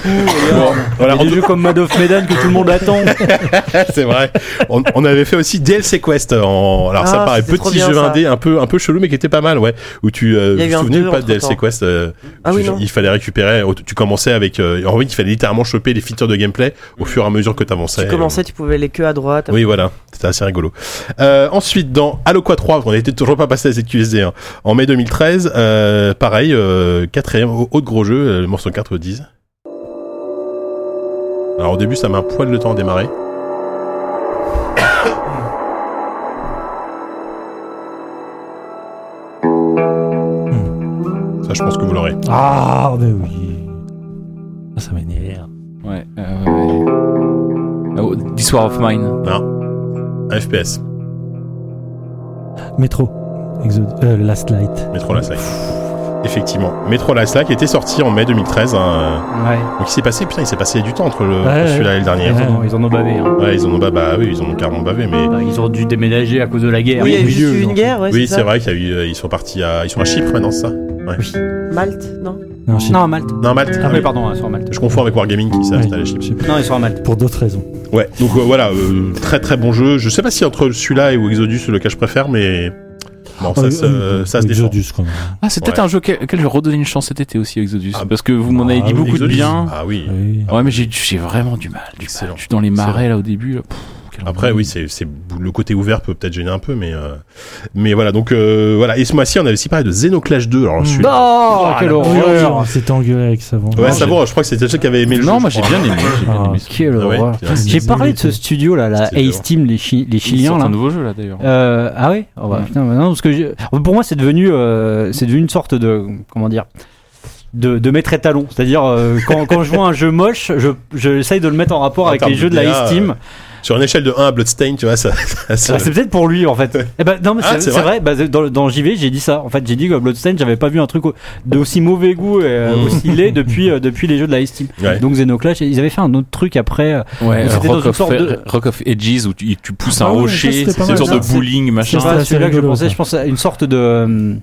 D: Il y a
B: en
D: des jeux comme Mad of Medan que tout le monde attend.
B: tout- c'est vrai. On, on avait fait aussi DLC Quest. En, alors, ça
E: Ah,
B: paraît
E: c'était trop
B: petit
E: bien,
B: jeu
E: ça.
B: indé, un peu, un peu chelou, mais qui était pas mal, ouais. Où tu, euh,
E: Il y
B: vous
E: a eu
B: vous
E: un
B: souvenez
E: deux
B: ou pas de DLC
E: entre-temps.
B: Quest euh,
E: Ah
B: tu-
E: oui, non.
B: Il fallait récupérer. Tu commençais avec. euh, en fait, il fallait littéralement choper les features de gameplay au fur et à mesure que t'avançais.
E: Tu commençais, tu pouvais les queues à droite.
B: Oui, voilà, c'était assez rigolo. Euh, ensuite, dans Halo 3, on était toujours pas passé à cette QSD, hein. en mai 2013, euh, pareil, euh, quatrième au- autre gros jeu, euh, le morceau 4 10. Alors au début, ça met un poil de temps à démarrer. Hmm. Ça, je pense que vous l'aurez.
C: Ah, mais oui. Ah, Ça m'énerve.
F: Ouais. euh, ouais, ouais. Oh, This War of Mine.
B: Un FPS,
C: Métro. Exode. euh, Last Light.
B: Metro la 5. Effectivement. Metro Last Light était sorti en mai 2013. hein.
D: Ouais.
B: Donc il s'est passé, putain, il s'est passé du temps entre le-
C: Ouais,
B: entre celui-là et le dernier.
D: Ils,
C: Ouais.
D: en ont, ils en ont bavé. hein.
B: Ouais, ils en ont bah, bah oui, ils en ont carrément bavé, mais
D: Bah, ils ont dû déménager à cause de la guerre.
E: Oui, il y a
D: Au
E: juste
D: milieu,
E: eu une
D: donc.
E: guerre, ouais,
B: oui,
E: c'est
B: c'est
E: ça.
B: vrai qu'ils euh, ils sont partis à, ils sont à Chypre maintenant, c'est ça.
E: Malte, non
C: Non, je sais
D: Non, à Malte.
B: Non, Malte.
D: Ah,
B: Ah
D: oui,
B: oui.
D: pardon, ils sont à Malte.
B: Je confonds avec Wargaming qui s'est
C: Oui.
B: installé à Chypre.
D: Non, ils sont à Malte.
C: pas, pour d'autres raisons.
B: Ouais, donc euh, voilà, euh, très très bon jeu. Je sais pas si entre celui-là et ou Exodus le cas je préfère, mais bon, ça,
C: Euh,
B: se-
C: euh,
B: ça se défend.
C: Exodus, quand même.
F: Ah, c'est peut-être
B: Ouais.
F: un jeu auquel auquel je redonnais une chance cet été aussi, Exodus.
B: Ah,
F: parce que vous m'en avez
C: ah
F: dit
C: oui,
F: beaucoup de
B: Exodus.
F: bien.
B: Ah oui.
C: Oui.
F: Ouais, mais j'ai j'ai vraiment du mal. Du mal.
B: Excellent.
F: Je suis dans les marais là au début. là. Pff, quel
B: Après,
F: ennui.
B: oui, c'est c'est- le côté ouvert peut peut-être gêner un peu, mais euh, mais voilà. Donc euh, voilà. Et ce mois-ci, on avait aussi parlé de Xenoclash 2. Alors celui-là,
D: Oh, quelle
C: Ah,
D: horreur
C: On s'était engueulé avec ça avant.
B: ouais, ça va. Je crois que c'était celle qui avait aimé le jeu.
F: Non,
B: je
F: moi j'ai
B: crois.
F: bien aimé. J'ai bien aimé. ce-
D: Quelle
B: Ah ouais,
D: horreur
B: putain.
D: J'ai parlé de ce studio là, la
B: C'était
D: Ace Team, les, Chi- les
F: Ils
D: Chiliens
F: sortent
D: là.
F: un nouveau jeu là d'ailleurs.
D: Euh, ah ouais Oh bah,
F: Mm.
D: putain, bah non, parce que j'ai- pour moi c'est devenu euh, c'est devenu une sorte de comment dire de, de maître étalon c'est-à-dire euh, quand, quand je vois un jeu moche je j'essaye de le mettre en rapport
B: En
D: avec
B: termes
D: les
B: de
D: jeux de la
B: DA,
D: Ace Team
B: euh, Sur une échelle de 1 à Bloodstain, tu vois, ça. ça- ça-
D: Ah, c'est peut-être pour lui en fait Eh ben non mais
B: Ah,
D: c'est
B: c'est
D: c'est vrai, bah, dans, dans JV j'ai dit ça en fait j'ai dit que Bloodstained j'avais pas vu un truc au- d'aussi mauvais goût et euh,
B: Mm.
D: aussi laid depuis euh, depuis les jeux de la Ace Team
B: Ouais.
D: donc Xenoclash ils avaient fait un autre truc après euh,
F: Ouais,
D: C'était dans
F: Rock
D: une
F: of,
D: sorte de-
F: Rock of Edges où tu, tu pousses un
C: Ah ouais, ça,
F: rocher,
C: c'était pas
F: c'est une
C: mal,
F: sorte
C: ça.
F: de bowling
D: Je
F: machin.
D: sais pas,
C: assez
D: celui-là que je
C: rigolo,
D: pensais,
C: ça.
D: je pense à une sorte de, euh,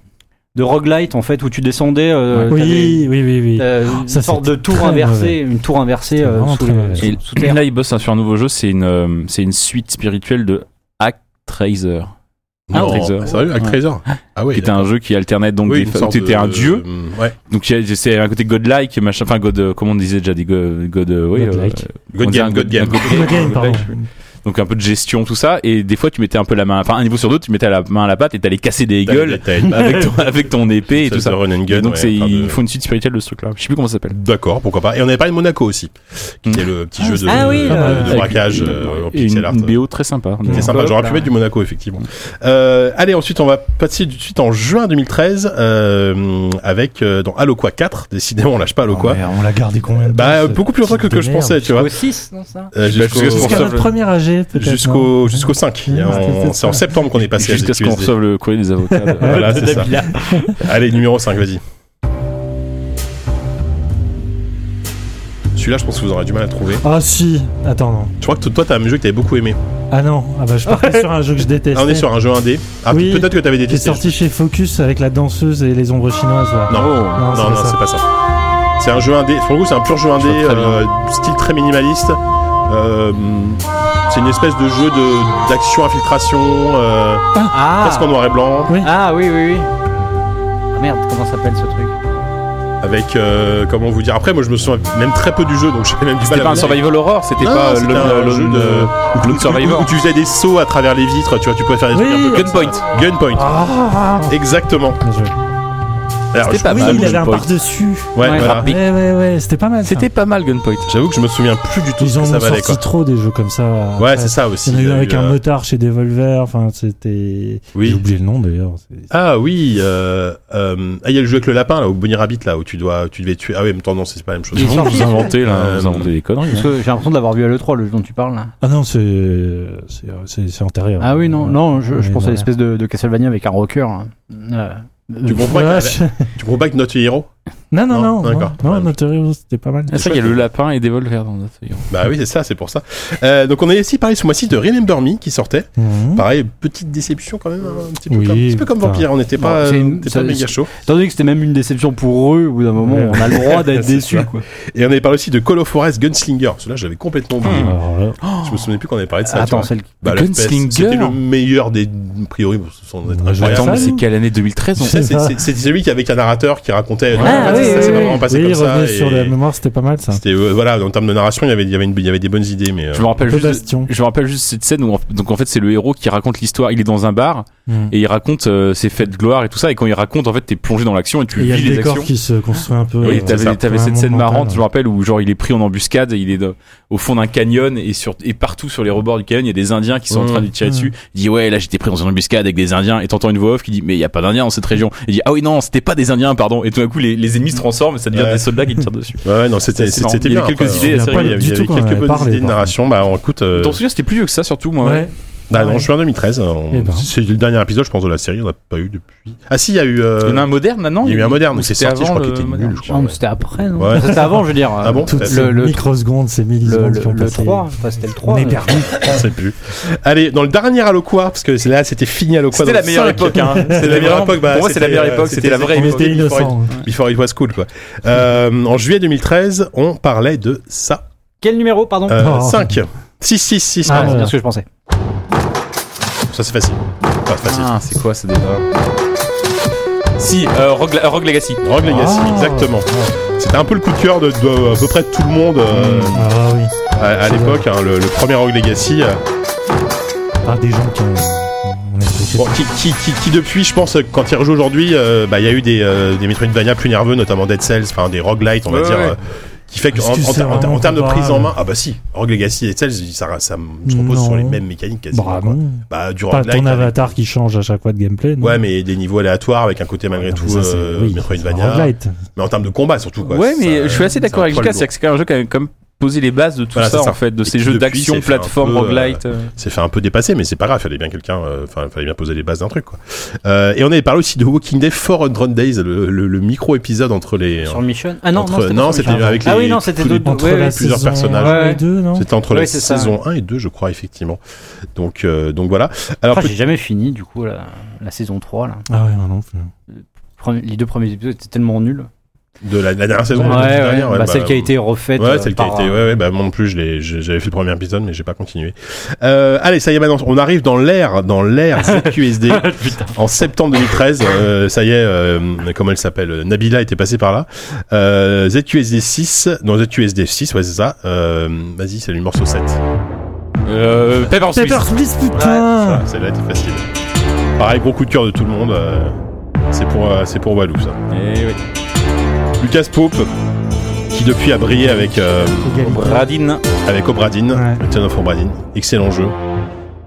D: de roguelite en fait où tu descendais. euh, t'avais-
C: Oui, oui, oui, oui.
D: euh, une
C: Ça,
D: sorte
C: c'est
D: de tour
C: très
D: inversée, une tour inversée
C: C'était
D: euh,
C: vraiment
D: sous,
C: très mauvais.
D: sous-
F: Et
D: sous terre.
F: là, ils bossent sur un nouveau jeu, c'est une, euh, c'est une suite spirituelle de Actraiser,
B: Non,
F: Actraiser.
B: ah, sérieux, Actraiser. Ah oui.
F: qui était un jeu qui alternait donc
B: Oui,
F: des
B: une
F: fa-
B: sorte
F: t'étais
B: de-
F: un dieu,
B: euh, Ouais.
F: donc il y a- c'est un côté godlike, machin, enfin god, euh, comment on disait déjà des go- god, euh, oui, euh,
C: Godlike.
F: on
B: God
F: dit
B: game,
F: un
B: God game.
C: Le game, pardon.
F: Godlike, donc un peu de gestion tout ça, et des fois tu mettais un peu la main, enfin un niveau sur deux tu mettais la main à la patte et t'allais casser des
B: [LAUGHS]
F: gueules [LAUGHS]
B: T'as une-
F: avec ton, avec ton épée et tout ça.
B: Run and
F: Et
B: gun,
F: donc
B: ouais,
F: c'est,
B: enfin,
F: il
B: de-
F: faut une suite spirituelle de ce truc-là. Je sais plus comment ça s'appelle.
B: D'accord, pourquoi pas. Et on avait parlé de Monaco aussi, qui
F: Mm.
B: est le petit jeu de,
D: Ah oui,
B: de-
D: euh,
B: de
F: Avec
B: braquage
F: une-
B: euh, en
F: et une,
B: pixel art.
F: une BO très sympa.
B: C'est sympa,
D: Encore,
B: j'aurais pu
D: là.
B: mettre du Monaco, effectivement. Euh, allez, ensuite, on va passer tout de suite en juin 2013 euh, avec euh, dans Halo Quoi 4. Décidément, on lâche pas Halo Quoi.
C: Ouais, On l'a gardé combien de temps
B: bah,
C: ce
B: beaucoup plus longtemps que,
C: type
B: que
C: de
B: je
C: merde
B: pensais, tu
F: Bah,
B: vois.
D: Au 6, non ça
B: Euh,
F: Jusqu'à ce qu'on
B: Jusqu'au
C: Jusqu'à
F: sauve
C: notre première AG, peut-être.
B: jusqu'au
C: non
B: jusqu'au 5.
C: Mmh,
B: On-
C: c'était
B: C'est en
C: ça.
B: septembre qu'on est passé à
F: Jusqu'à ce qu'on
B: ZQSD.
F: reçoive le courrier des
B: [LAUGHS]
F: avocats. de-
B: [LAUGHS] Voilà, c'est ça.
D: Davila.
B: Allez, numéro 5, vas-y. Celui-là, je pense que vous aurez du mal à le trouver.
C: Ah si, attends non.
B: Je crois que toi, t'as un jeu que t'avais beaucoup aimé.
C: Ah non, ah
B: [LAUGHS]
C: bah je partais sur un jeu que je déteste.
B: Ah, on est sur un jeu indé. Ah,
C: Oui.
B: peut-être que t'avais
C: Qui est
B: détesté.
C: sorti chez Focus avec la danseuse et les ombres chinoises là.
B: Non,
C: Non, c'est
B: non,
C: pas
B: non,
C: ça.
B: c'est pas ça. C'est un jeu indé. Pour le coup, c'est un pur jeu indé,
F: vois très
B: euh, style très minimaliste. Euh, c'est une espèce de jeu de d'action infiltration, euh, presque en
D: Ah,
B: noir et blanc,
D: ah oui, oui, oui. Ah merde, comment s'appelle ce truc
B: avec euh, comment vous dire. Après, moi, je me souviens même très peu du jeu, donc j'avais même du mal
F: C'était
B: à
F: pas un
B: vous dire.
F: survival horror, c'était
B: Non,
C: euh,
F: pas
B: c'était
F: le
B: un
F: le-
B: jeu
F: le-
B: de-
F: le- le
B: Où
F: survivor.
B: tu faisais des sauts à travers les vitres, tu vois, tu pouvais faire des
C: Oui.
B: trucs un peu comme
F: Gunpoint.
B: ça. Gunpoint,
C: Ah,
B: exactement.
C: bien joué.
B: Alors,
F: C'était
B: je-
F: pas
C: oui,
F: mal.
C: il avait un
F: Gunpoint.
C: par-dessus.
B: Ouais,
D: Ouais,
B: voilà.
F: rapide.
C: Ouais, ouais, ouais, c'était pas mal. ça.
F: C'était pas mal Gunpoint.
B: J'avoue que je me souviens plus du tout
C: Ils
B: ce
C: en
B: que
C: ont
B: ça valait,
C: sorti
B: quoi.
C: trop des jeux comme ça.
B: Ouais, c'est ça aussi.
C: Il y en a
B: Il y
C: eu
B: a
C: avec
B: eu,
C: un
B: euh,
C: motard chez Devolver, enfin c'était.
B: Oui.
C: J'ai oublié le nom d'ailleurs. c'est-
B: Ah oui, euh, euh, ah il y a le jeu avec le lapin là, au Bunny Rabbit là, où tu dois, tu devais tuer. Ah oui, en même temps non, c'est pas la même chose.
D: Il est
F: Vraiment,
D: sorti.
F: Vous inventez là, hein.
B: Euh,
F: vous inventez des conneries.
D: Parce que j'ai l'impression de l'avoir vu à l'E3, le jeu dont tu parles là.
C: Ah non, c'est c'est- c'est c'est antérieur.
D: Ah oui, non, non, je, je
C: Ouais,
D: pense à
C: ouais.
D: l'espèce de, de Castlevania avec un rocker. là. Euh,
B: Tu
D: euh,
B: comprends pas
C: Ouais,
B: que-
C: je-
B: Tu comprends pas que Not a Hero
C: Non, non,
B: bah, Non,
C: non.
B: d'accord. Bah,
C: Non,
B: Ouais.
C: non Not a Hero, c'était pas mal.
F: C'est Ah, ça qu'il y a le lapin et des volvers dans notre
B: Bah oui, c'est ça, c'est pour ça. Euh, donc on a aussi parlé ce mois-ci de Remember Me qui sortait.
C: Mhm.
B: Pareil, petite déception quand même, un petit peu,
C: Oui,
B: comme, un petit peu comme
C: enfin,
B: Vampire, on n'était
D: bon,
B: pas,
D: c'est
B: on
D: une-
B: était
D: ça-
B: pas méga
D: c'est-
B: chaud.
D: Étant donné que c'était même une déception pour eux, au bout d'un moment,
C: Ouais.
D: on a le droit d'être
B: [LAUGHS] C'est
D: déçu.
B: ça.
D: quoi.
B: Et on avait parlé aussi de Call of Forest Gunslinger. Celui-là, j'avais complètement oublié.
C: Alors là,
B: Je me souvenais plus qu'on avait parlé de ça. tu
D: Attends,
B: vois.
D: celle
B: Bah, le FPS,
F: Gunslinger
B: C'était le meilleur des, a priori, sans être
C: Ouais,
B: incroyable.
F: Attends, mais
C: ça,
F: c'est
C: nous
F: quelle année 2013 on
B: Tu sais,
F: sait
B: c'est- c'est c'est celui qui avec un narrateur qui racontait.
D: Ah,
B: ça
D: oui,
B: s'est
D: oui,
B: vraiment
D: oui.
B: passé
C: oui,
B: comme
C: il
B: ça.
C: revenait
B: et-
C: sur la mémoire, c'était pas mal ça.
B: C'était euh, voilà, en termes de narration, il y avait, il y avait, une- il y avait des bonnes idées, mais euh,
F: Je me rappelle
C: Un peu
F: juste.
C: bastion.
F: Je me rappelle juste cette scène où en- donc en fait c'est le héros qui raconte l'histoire. Il est dans un bar
C: Mhm.
F: et il raconte euh, ses fêtes de gloire et tout ça. Et quand il raconte en fait t'es plongé dans l'action et tu
C: Et Il y a
F: vis
C: le
F: les
C: décor
F: actions.
C: qui se construit un peu.
F: Oui,
C: euh,
B: c'est ça.
F: t'avais, t'avais
C: Ouais,
F: cette scène
C: monumental,
F: marrante,
C: ouais.
F: je me rappelle, où genre il est pris en embuscade, et il est de- au fond d'un canyon et sur et partout sur les rebords du canyon, il y a des Indiens qui sont en train de lui tirer
C: Mmh.
F: dessus. Il dit ouais, là j'étais pris dans une embuscade avec des Indiens et t'entends une voix off qui dit mais il y a pas d'Indiens dans cette région. Il dit ah oui non, c'était pas des Indiens pardon. Et tout d'un coup les, les ennemis se transforment et ça devient
B: Ouais.
F: des soldats qui te tirent dessus.
B: ouais, ouais, non,
F: C'est-
B: c'était
F: c'est
B: c'était-
F: marrant.
B: c'était
F: Il y
B: bien.
F: avait quelques
B: après,
F: idées,
B: on-
F: c'est vrai,
B: il y avait,
C: du
B: il y
C: tout
B: avait
C: qu'on en
B: quelques
C: avait
B: bonnes
C: parlé,
B: idées de
C: par
B: narration. Bah, on, écoute, euh,
F: T'en souviens, c'était plus vieux que ça surtout moi.
C: Ouais.
B: Bah, non, je suis en 2013. on-
C: Eh ben.
B: C'est le dernier épisode, je pense, de la série. On n'a pas eu depuis. Ah si, il y a eu. euh,
F: Il y en a un moderne maintenant
B: il y a eu un moderne,
F: Ou
B: mais c'est
F: c'était
B: sorti, je
F: avant
B: crois qu'il
F: le
B: était
F: moderne
B: nul, je
D: Non,
B: crois.
D: mais c'était après, non
B: Ouais.
D: C'était avant, je veux dire.
B: Ah bon
C: Toutes
B: Euh,
C: ces
D: le- le-
C: microsecondes, ces
D: Le,
C: millisecondes
D: le,
C: qui ont
D: le
C: passé.
D: 3, enfin, c'était le 3.
C: On est
D: mais-
C: perdu.
B: Je sais plus. Allez, dans le dernier Aloqua, parce que c'est là, c'était fini Aloqua.
F: C'était
B: dans
F: la
B: le
F: meilleure
B: cinq.
F: époque. Hein. C'était
B: la meilleure
F: vraiment-
B: époque, bah,
F: Pour moi, c'est la meilleure
B: c'était, euh,
F: époque. C'était la
B: c'était-
F: vraie
C: On
B: c'était-
F: époque.
C: était
B: Before It-
C: innocents.
B: Before It Was Cool, quoi. Euh, en juillet 2013, on parlait de ça.
D: Quel numéro, pardon
B: Euh,
C: Oh.
B: 5. 6, 6, 6.
D: Ah,
C: ouais.
D: c'est bien ce que je pensais.
B: Ça, c'est facile. Pas facile.
F: Ah, c'est quoi ce débat Si, euh, Rogue, euh, Rogue Legacy.
B: Rogue Legacy,
C: Ah.
B: exactement. C'était un peu le coup de cœur de, de- à peu près tout le monde euh,
C: Ah oui.
B: à, à l'époque, hein, le, le premier Rogue Legacy. euh,
C: Par des gens qui ont. on a expliqué
B: Bon, qui, qui, qui, qui depuis, je pense, quand il rejoue aujourd'hui, euh, bah, il y a eu des, euh, des Metroidvania plus nerveux, notamment Dead Cells, enfin des roguelites, on va
F: Ouais,
B: dire,
F: ouais.
B: euh, qui fait qu'en
C: Est-ce que c'est
B: en, en- en
C: vraiment
B: termes de prise en
C: comparable
B: main, ah bah si, Rogue Legacy et Dead Cells, ça, ça me- se repose
C: Non.
B: sur les mêmes mécaniques quasiment.
C: Bah
B: quoi.
C: non.
B: Bah, du
C: Pas
B: roguelite.
C: ton
B: avec-
C: avatar qui change à chaque fois de gameplay. non
B: Ouais, mais des niveaux aléatoires avec un côté malgré
C: Non, Ah, mais
B: tout
C: ça, c'est-
B: euh,
C: oui, c'est un
B: Metroidvania.
C: roguelite.
B: Mais en termes de combat surtout quoi.
F: ouais, mais
B: ça-
F: je suis assez
B: ça
F: d'accord avec
B: poil
F: Lucas,
B: lourd.
F: c'est que c'est quand même un jeu qui a quand même posé les bases de tout
B: Voilà,
F: ça,
B: c'est ça.
F: en fait, de
B: Et
F: ces
B: qui,
F: jeux
B: depuis,
F: d'action,
B: s'est fait un
F: plateforme,
B: peu, euh,
F: roguelite. euh,
B: C'est fait un peu dépasser, mais c'est pas grave, fallait bien quelqu'un, euh, enfin, fallait bien poser les bases d'un truc, quoi. Euh, et on avait parlé aussi de Walking Dead 400 Days, le, le, le micro-épisode entre les,
D: Sur Mission. Ah non, non,
B: entre-
D: c'était pas
B: non,
D: sur
B: c'était
D: Mission.
B: avec
D: Ah
B: les-
D: oui, non, c'était
B: tous les-
D: d'autres.
C: Entre
D: ouais,
C: la
D: ouais.
B: plusieurs
C: saison
B: personnages.
C: un et
D: Ouais.
C: deux, non
B: c'était entre
D: Ouais,
B: la
D: c'est ça.
B: saison 1 et 2, je crois, effectivement. Donc, euh, donc voilà. Alors,
D: Après, j'ai jamais fini, du coup, la, la saison 3. Là.
C: Ah ouais, non, non. non.
D: Premi- Les deux premiers épisodes étaient tellement nuls.
B: de la, la dernière saison,
D: ouais,
B: la
D: ouais.
B: dernière,
D: bah,
B: bah,
D: celle qui a été refaite.
B: Ouais,
D: euh,
B: celle qui a
D: par,
B: été. Ouais, ouais, bah moi non plus, je l'ai- je- j'avais fait le premier épisode, mais j'ai pas continué. Euh, allez, ça y est, maintenant, on arrive dans l'ère, dans
D: [LAUGHS]
B: l'ère ZQSD. en septembre 2013, euh, ça y est, euh, comment elle s'appelle euh, Nabila était passée par là. Euh, ZQSD 6, non ZQSD 6, ouais, c'est ça. Euh, Vas-y, c'est le morceau 7.
F: Euh, Pepper Smith.
C: Paper Please, putain
B: Ça, celle-là était facile. Pareil, gros coup de cœur de tout le monde. euh, c'est pour, euh, c'est pour Walou, ça.
F: Eh oui.
B: Lucas Pope, qui depuis a brillé avec. euh,
F: Radin.
B: avec Obradin,
C: Ouais.
B: le Ten of Obradin, excellent jeu.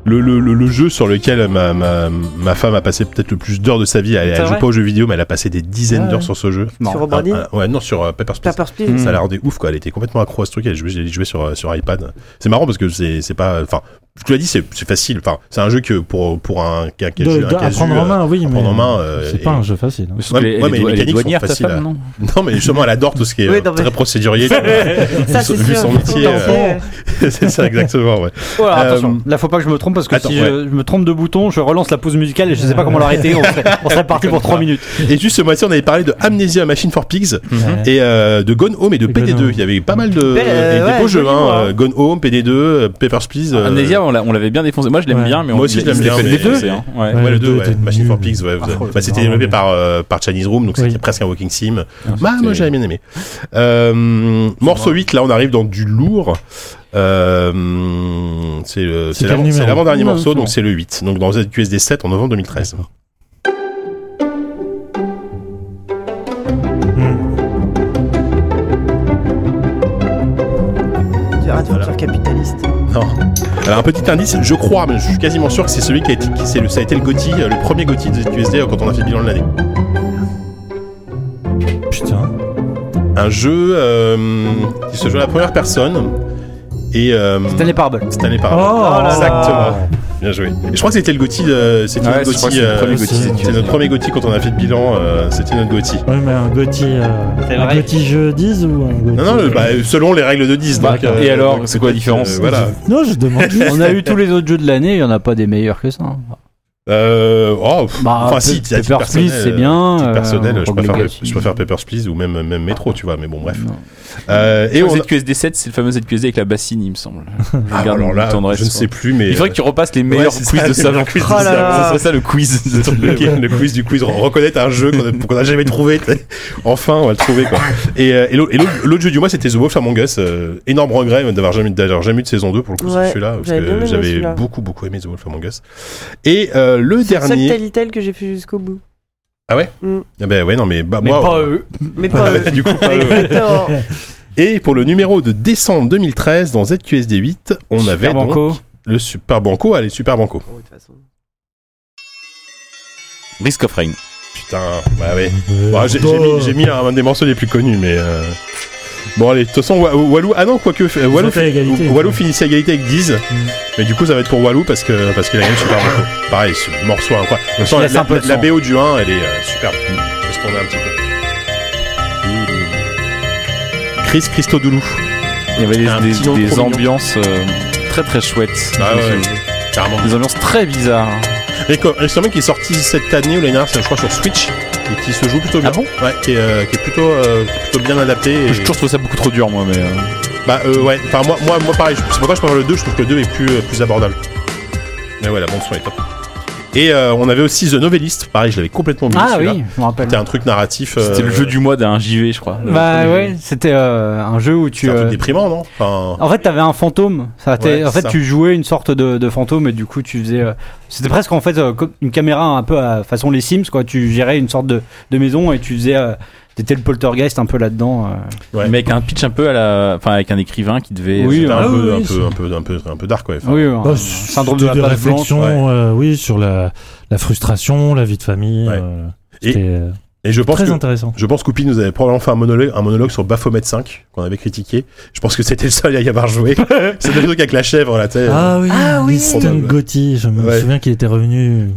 B: Le, le, le, le jeu sur lequel ma, ma, ma femme a passé peut-être le plus d'heures de sa vie, elle,
D: C'est
B: elle joue
D: vrai
B: pas aux jeux vidéo, mais elle a passé des dizaines
C: Ah ouais.
B: d'heures sur ce jeu.
D: Non.
E: Sur Obradin
B: Ah, ah, ouais, non, sur euh, Papers, Please.
E: Papers, Please.
D: Mm.
B: Ça la rendait ouf, quoi. Elle était complètement accro à ce truc. Elle jouait, elle jouait sur, euh, sur iPad. C'est marrant parce que c'est c'est pas. Enfin, je te l'ai dit, c'est c'est facile. Enfin, c'est un jeu que pour, pour un, qui a- qui a-
C: De-
B: un
C: de- à
B: casu,
C: prendre en
B: euh,
C: main, oui,
B: à
C: mais.
B: prendre en main, euh,
C: c'est
B: et-
C: pas un jeu facile. hein.
B: Ouais, ouais, mais les mécaniques sont faciles à-
F: non
B: [LAUGHS] Non, mais justement, elle adore tout ce qui est
E: Oui,
B: euh,
E: non, mais-
B: très procédurier. tu vois.
E: [LAUGHS] Ça,
B: Vu
E: c'est
B: son- vu
E: sûr.
B: son métier, euh, [LAUGHS] c'est ça, exactement, ouais.
D: Voilà,
B: Euh,
D: attention. Là, faut pas que je me trompe parce que
B: attends,
D: si je, je me trompe de bouton, je relance la pause musicale et je sais pas comment l'arrêter. On serait, on serait parti pour 3 minutes.
B: Et juste ce mois-ci, on avait parlé de Amnesia Machine for Pigs.
C: Ouais.
B: et euh, de Gone Home et de
C: Et Gone
B: PD2.
C: Home. Bah,
B: Il y avait pas mal de
E: Ben, euh,
B: des- des,
E: ouais,
B: beaux jeux,
E: joliment,
B: hein.
E: hein.
B: Gone Home, PD2, euh, Papers Please. euh,
F: Amnesia, on l'a- on l'avait bien défoncé. Moi, je l'aime
C: Ouais.
F: bien, mais
B: Moi
F: on-
B: aussi, je
F: il-
B: l'aime
F: il
B: bien,
F: fait
B: mais-
F: défoncé, hein. Ouais.
B: Ouais,
C: Ouais,
B: le
C: le
B: 2,
C: deux
B: ouais.
C: était
B: Machine for
C: nul.
B: Pigs, ouais. vous avez-
C: Oh,
B: bah, c'était
C: le
B: développé
C: drame.
B: par, euh, par Chinese Room, donc
C: Oui. Ah,
B: c'était presque un Walking Sim. Bah,
F: c'était-
B: moi, j'avais bien aimé. Euh, morceau 8, là, on arrive dans du lourd. Euh, c'est le- c'est
C: C'est quel
B: l'avant-
C: numéro
B: c'est l'avant-dernier
D: Non,
B: morceau,
D: c'est bon.
B: donc c'est le 8. Donc dans ZQSD 7 en novembre 2013.
C: Mmh.
E: Du Adventure capitaliste.
B: Non. Alors un petit indice, je crois, mais je suis quasiment sûr que c'est celui qui a été, qui- c'est le, ça a été le Gotti, euh, le premier Gotti de ZQSD euh, quand on a fait le bilan de l'année.
C: Putain.
B: un jeu euh, qui se joue à la première personne et euh,
D: Stanley Parable.
B: Stanley
C: Oh,
B: Parable. Exactement. Bien joué. Et je crois que c'était le Gotti, de- c'était
F: Ouais,
B: notre
F: je crois que c'est
B: Gotti,
F: le
B: euh,
F: premier
C: Gotti,
B: c'était
C: c'est-
B: notre premier Gotti quand on a fait le bilan, euh, c'était notre Gotti.
C: Ouais, mais un Gotti. euh,
D: C'est
C: un
D: vrai.
C: Gotti jeu 10 ou un euh, Gotti
B: Non, non, le- bah, selon les règles de 10.
F: Bah,
B: donc, euh,
F: et alors,
B: donc,
F: c'est quoi la
B: peut-être,
F: différence
B: euh, Voilà.
C: Non, je
D: [LAUGHS]
C: demande juste.
D: On a eu tous les autres jeux de l'année, il y en a pas des meilleurs que ça.
B: Euh, oh, pff,
D: Bah,
B: enfin,
D: Pe-
B: si, à titre
D: Papers, Please,
B: personnel,
D: c'est
B: euh,
D: bien,
B: à titre
D: euh,
B: personnel, je,
D: Rogue
B: préfère,
D: Legacy.
B: je préfère Papers, Please ou même, même Metro, tu vois, mais bon, bref.
D: Non.
B: Euh, et
F: Et
B: on. a-
F: ZQSD 7, c'est le fameux ZQSD avec la bassine, il me semble.
B: Ah,
F: Regarde,
B: alors là,
F: il tendrait
B: je ne
F: sur-
B: sais plus, mais. euh,
F: Il faudrait que tu repasses les meilleurs
B: c'est
F: quiz
B: ça,
F: de
B: les
F: ça.
B: meilleurs quiz de Oh
F: Ça
E: Savant.
F: ça serait ça le quiz de ton
B: le, le quiz du quiz, reconnaître un jeu qu'on a- qu'on n'a jamais trouvé. t'sais. Enfin, on va le trouver quoi. Et, euh, et l'autre- et l'autre l'autre jeu du mois, c'était The Wolf Among Us. Euh, énorme regret d'avoir jamais, d'avoir jamais eu de saison 2 pour le coup,
E: Ouais,
B: c'est celui-là, parce
E: j'avais bien
B: que
E: aimé
B: j'avais
E: celui-là.
B: beaucoup, beaucoup aimé The Wolf Among Us. Et euh, le
E: C'est le seul
B: dernier.
E: Telltale que j'ai fait jusqu'au bout.
B: Ah ben ouais, non, mais bah,
D: Mais
B: moi.
D: pas eux.
E: Mais
B: Ah
E: pas
B: [LAUGHS] ben, du coup, pas eux, ouais.
E: Exactement.
B: Et pour le numéro de décembre 2013 dans ZQSD 8, on
D: Super
B: avait donc
D: Banco.
B: le Super Banco. Allez, Super Banco.
E: Bon, Oh, de toute façon.
F: Risk of Rain.
B: bah Putain, bah ouais. Bon, j'ai- j'ai mis, j'ai mis un, un des morceaux les plus connus, mais. euh, Bon, allez, de toute façon, Wa- Walou. Ah non, quoique. euh, Walou,
C: ont fait égalité.
B: Walou finissait à égalité avec 10. Mais du coup, ça va être pour Walou parce qu'il parce qu'il a gagné Super Mario. Pareil, ce morceau incroyable. De toute façon,
D: Il
B: la,
D: laisse un peu de
B: la- la
D: son.
B: BO du 1, elle est euh, superbe. Je vais se tourner un petit peu. Chris Christodoulou.
F: Il y avait
B: Un
F: des,
B: petit
F: des-
B: nom
F: des
B: trop mignon.
F: ambiances euh, très très chouettes.
B: Ah
F: Je me
B: ouais,
F: souviens.
B: carrément.
F: Des ambiances très bizarres. hein.
B: Rico- Ristomac qui est sorti cette année ou l'année dernière, je crois, sur Switch et qui se joue plutôt bien.
F: Ah bon
B: Ouais, qui est, euh, qui est plutôt, euh, plutôt bien adapté. et-
F: J'ai toujours trouvé ça beaucoup trop dur, moi, mais. euh,
B: Bah euh, ouais, enfin moi, moi, moi pareil, c'est pourquoi je préfère le 2, je trouve que le 2 est plus, euh, plus abordable. Mais ouais, la bande son est top. Et euh, on avait aussi The Novelist, pareil, je l'avais complètement oublié
D: Ah
B: celui-là.
D: oui, je me rappelle.
B: C'était un truc narratif. euh,
F: C'était le jeu du mois d'un JV, je crois.
D: Bah ouais, c'était euh, un jeu où
B: c'est
D: tu.
B: un truc
D: euh,
B: déprimant, non enfin,
D: En fait, t'avais un fantôme. Ça t'est-
B: Ouais,
D: en fait,
B: c'est ça.
D: tu jouais une sorte de, de fantôme et du coup, tu faisais. euh, C'était presque en fait euh, comme une caméra un peu à façon les Sims, quoi. Tu gérais une sorte de, de maison et tu faisais. euh, T'étais le poltergeist un peu là-dedans. euh.
B: Ouais. hein.
F: Mais avec un pitch un peu à la. Enfin, avec un écrivain qui devait. euh,
D: Oui,
B: c'était
D: ouais.
B: un,
C: ah
B: peu,
C: oui,
B: un,
C: oui,
B: peu, un, peu, un, peu, un peu dark, ouais. Enfin,
D: oui, un-
C: Bah,
D: un
C: c'est-
D: Ah, syndrome de
C: c'était
D: la
C: des
D: page blanche.
C: réflexions,
B: blanche,
C: euh, oui, sur la, la frustration, la vie de famille.
B: Ouais.
C: euh,
B: Et-
C: c'était euh,
B: Et je pense
C: très
B: que
C: intéressant.
B: Je pense qu'Oupi nous avait probablement fait un monologue, un monologue sur Baphomet 5 qu'on avait critiqué. Je pense que c'était le seul à y avoir joué. C'était le truc avec la chèvre là, tu sais.
C: Ah oui,
E: Ah oui.
C: Easton
B: Probable.
C: Gotti, je me
B: Ouais.
C: souviens qu'il
B: [LAUGHS]
C: était revenu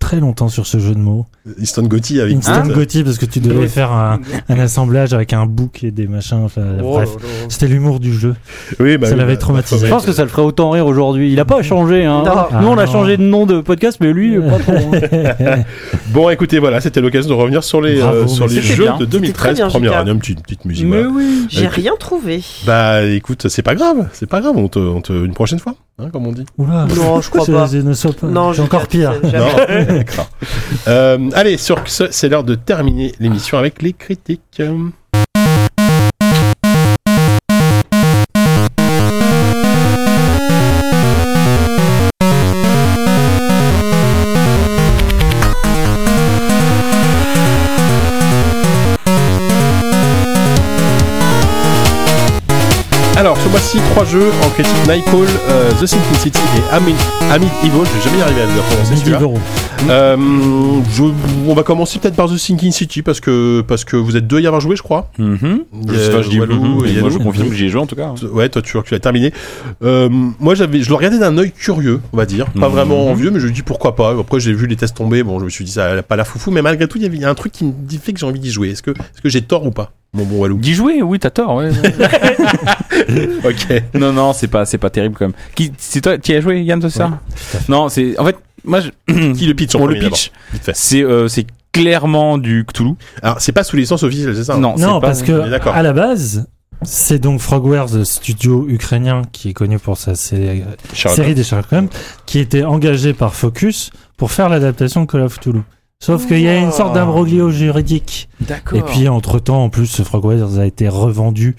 C: très longtemps sur ce jeu de mots.
B: euh, Easton Gotti avec
C: Instant Gotti parce que tu devais faire un, un assemblage avec un bouc et des machins. enfin,
B: Oh
C: bref, c'était l'humour du jeu.
B: Oui, bah,
C: Ça l'avait traumatisé.
D: Je pense que ça le ferait autant rire aujourd'hui. Il a pas changé. Hein.
E: Non.
D: Nous, on a
C: Ah, non.
D: changé de nom de podcast, mais lui, euh, pas trop. hein.
B: Bon, écoutez, voilà, c'était l'occasion de revenir sur les,
C: Bravo,
B: euh, sur
C: mais
B: les
F: c'était
B: jeux
F: bien.
B: de
F: C'était
B: 2013.
E: très bien,
B: Première
E: Jika.
B: année, une petite, petite musique.
D: mais
B: voilà.
D: oui.
E: J'ai
B: Avec-
E: rien trouvé.
B: Bah, écoute, c'est pas grave, c'est pas grave, on te, on te, une prochaine fois, hein, comme on dit.
C: Oula.
E: Non, je crois
C: C'est-
E: pas.
C: c'est- ne sois pas-
E: Non,
C: c'est
E: j'ai
C: encore pire.
E: Jamais. [LAUGHS]
B: Non, [LAUGHS] d'accord. Euh, allez, sur ce, c'est l'heure de terminer l'émission avec les critiques. Alors, ce mois-ci, trois jeux en critique Nightfall, euh, The Sinking City et Amid, Amid Evil. Je vais jamais y arriver à le prononcer
C: Midi
B: Ah, celui-là.
C: d'euros.
B: Euh, je- on va commencer peut-être par The Sinking City parce que, parce que vous êtes deux à y avoir joué, je crois.
F: Mhm.
B: Il y a
F: Je sais pas, je dis
B: Walou
F: mhm,
B: et
F: et moi,
B: Yannou.
F: je confirme que j'y ai joué en tout cas. hein.
B: Ouais, toi, tu, tu l'as terminé. Euh, moi, j'avais, je le regardais d'un œil curieux, on va dire. Pas
F: Mhm.
B: vraiment envieux, mais je me dis pourquoi pas. Après, j'ai vu les tests tomber. Bon, je me suis dit, ça a pas la foufou, mais malgré tout, il y avait il y a un truc qui me dit- fait que j'ai envie d'y jouer. Est-ce que, est-ce que j'ai tort ou pas Bon, bon, Walou.
F: D'y jouer, oui, t'as tort, ouais.
B: ok.
F: [LAUGHS] non, non, c'est pas, c'est pas terrible quand même. Qui, c'est toi, tu y as joué, Yann, de ça Non, c'est. En fait, moi, je,
B: [LAUGHS] Qui le pitch en
F: on le
B: premier, d'abord
F: pitch,
B: Vite fait.
F: c'est euh, c'est clairement du Cthulhu.
B: Alors, c'est pas sous licence officielle, c'est ça hein
F: Non, c'est
C: Non,
F: pas-
C: parce
B: est
C: que
B: d'accord.
C: à la base, c'est donc Frogwares, le studio ukrainien qui est connu pour sa sé- euh,
B: Sherlock
C: série des Sherlock Holmes, qui était engagé par Focus pour faire l'adaptation de Call of Cthulhu. Sauf qu'il y a une
E: Ah.
C: sorte d'imbroglio juridique.
F: D'accord.
C: Et puis entre-temps, en plus, Frogwares a été revendu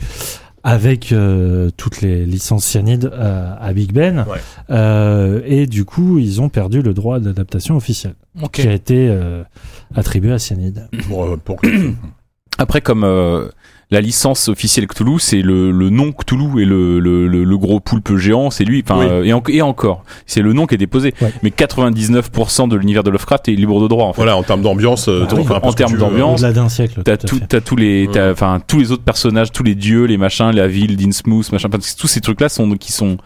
C: avec euh, toutes les licences cyanides euh, à Big Ben.
B: Ouais.
C: Euh, et du coup, ils ont perdu le droit d'adaptation officielle qui a été euh, attribué à Cyanide.
B: Pour, euh, pour que-
F: Après, comme euh, la licence officielle Cthulhu, c'est le, le nom Cthulhu et le, le, le, le gros poulpe géant, c'est lui. Enfin,
B: Oui.
F: euh, et, en- et encore, c'est le nom qui est déposé.
C: Ouais.
F: Mais 99% de l'univers de Lovecraft est libre de droit. En fait.
B: voilà, en termes d'ambiance, euh,
C: Ah
B: t'en
C: oui,
B: fais un peu
F: en
B: ce que
F: termes
B: tu veux.
F: d'ambiance,
C: Au-delà d'un siècle.
F: T'as
C: tout à
F: tout,
C: fait.
F: t'as tous les, t'as- enfin tous les autres personnages, tous les dieux, les machins, la ville, Dinsmouth, machin, enfin, tous ces trucs-là sont qui sont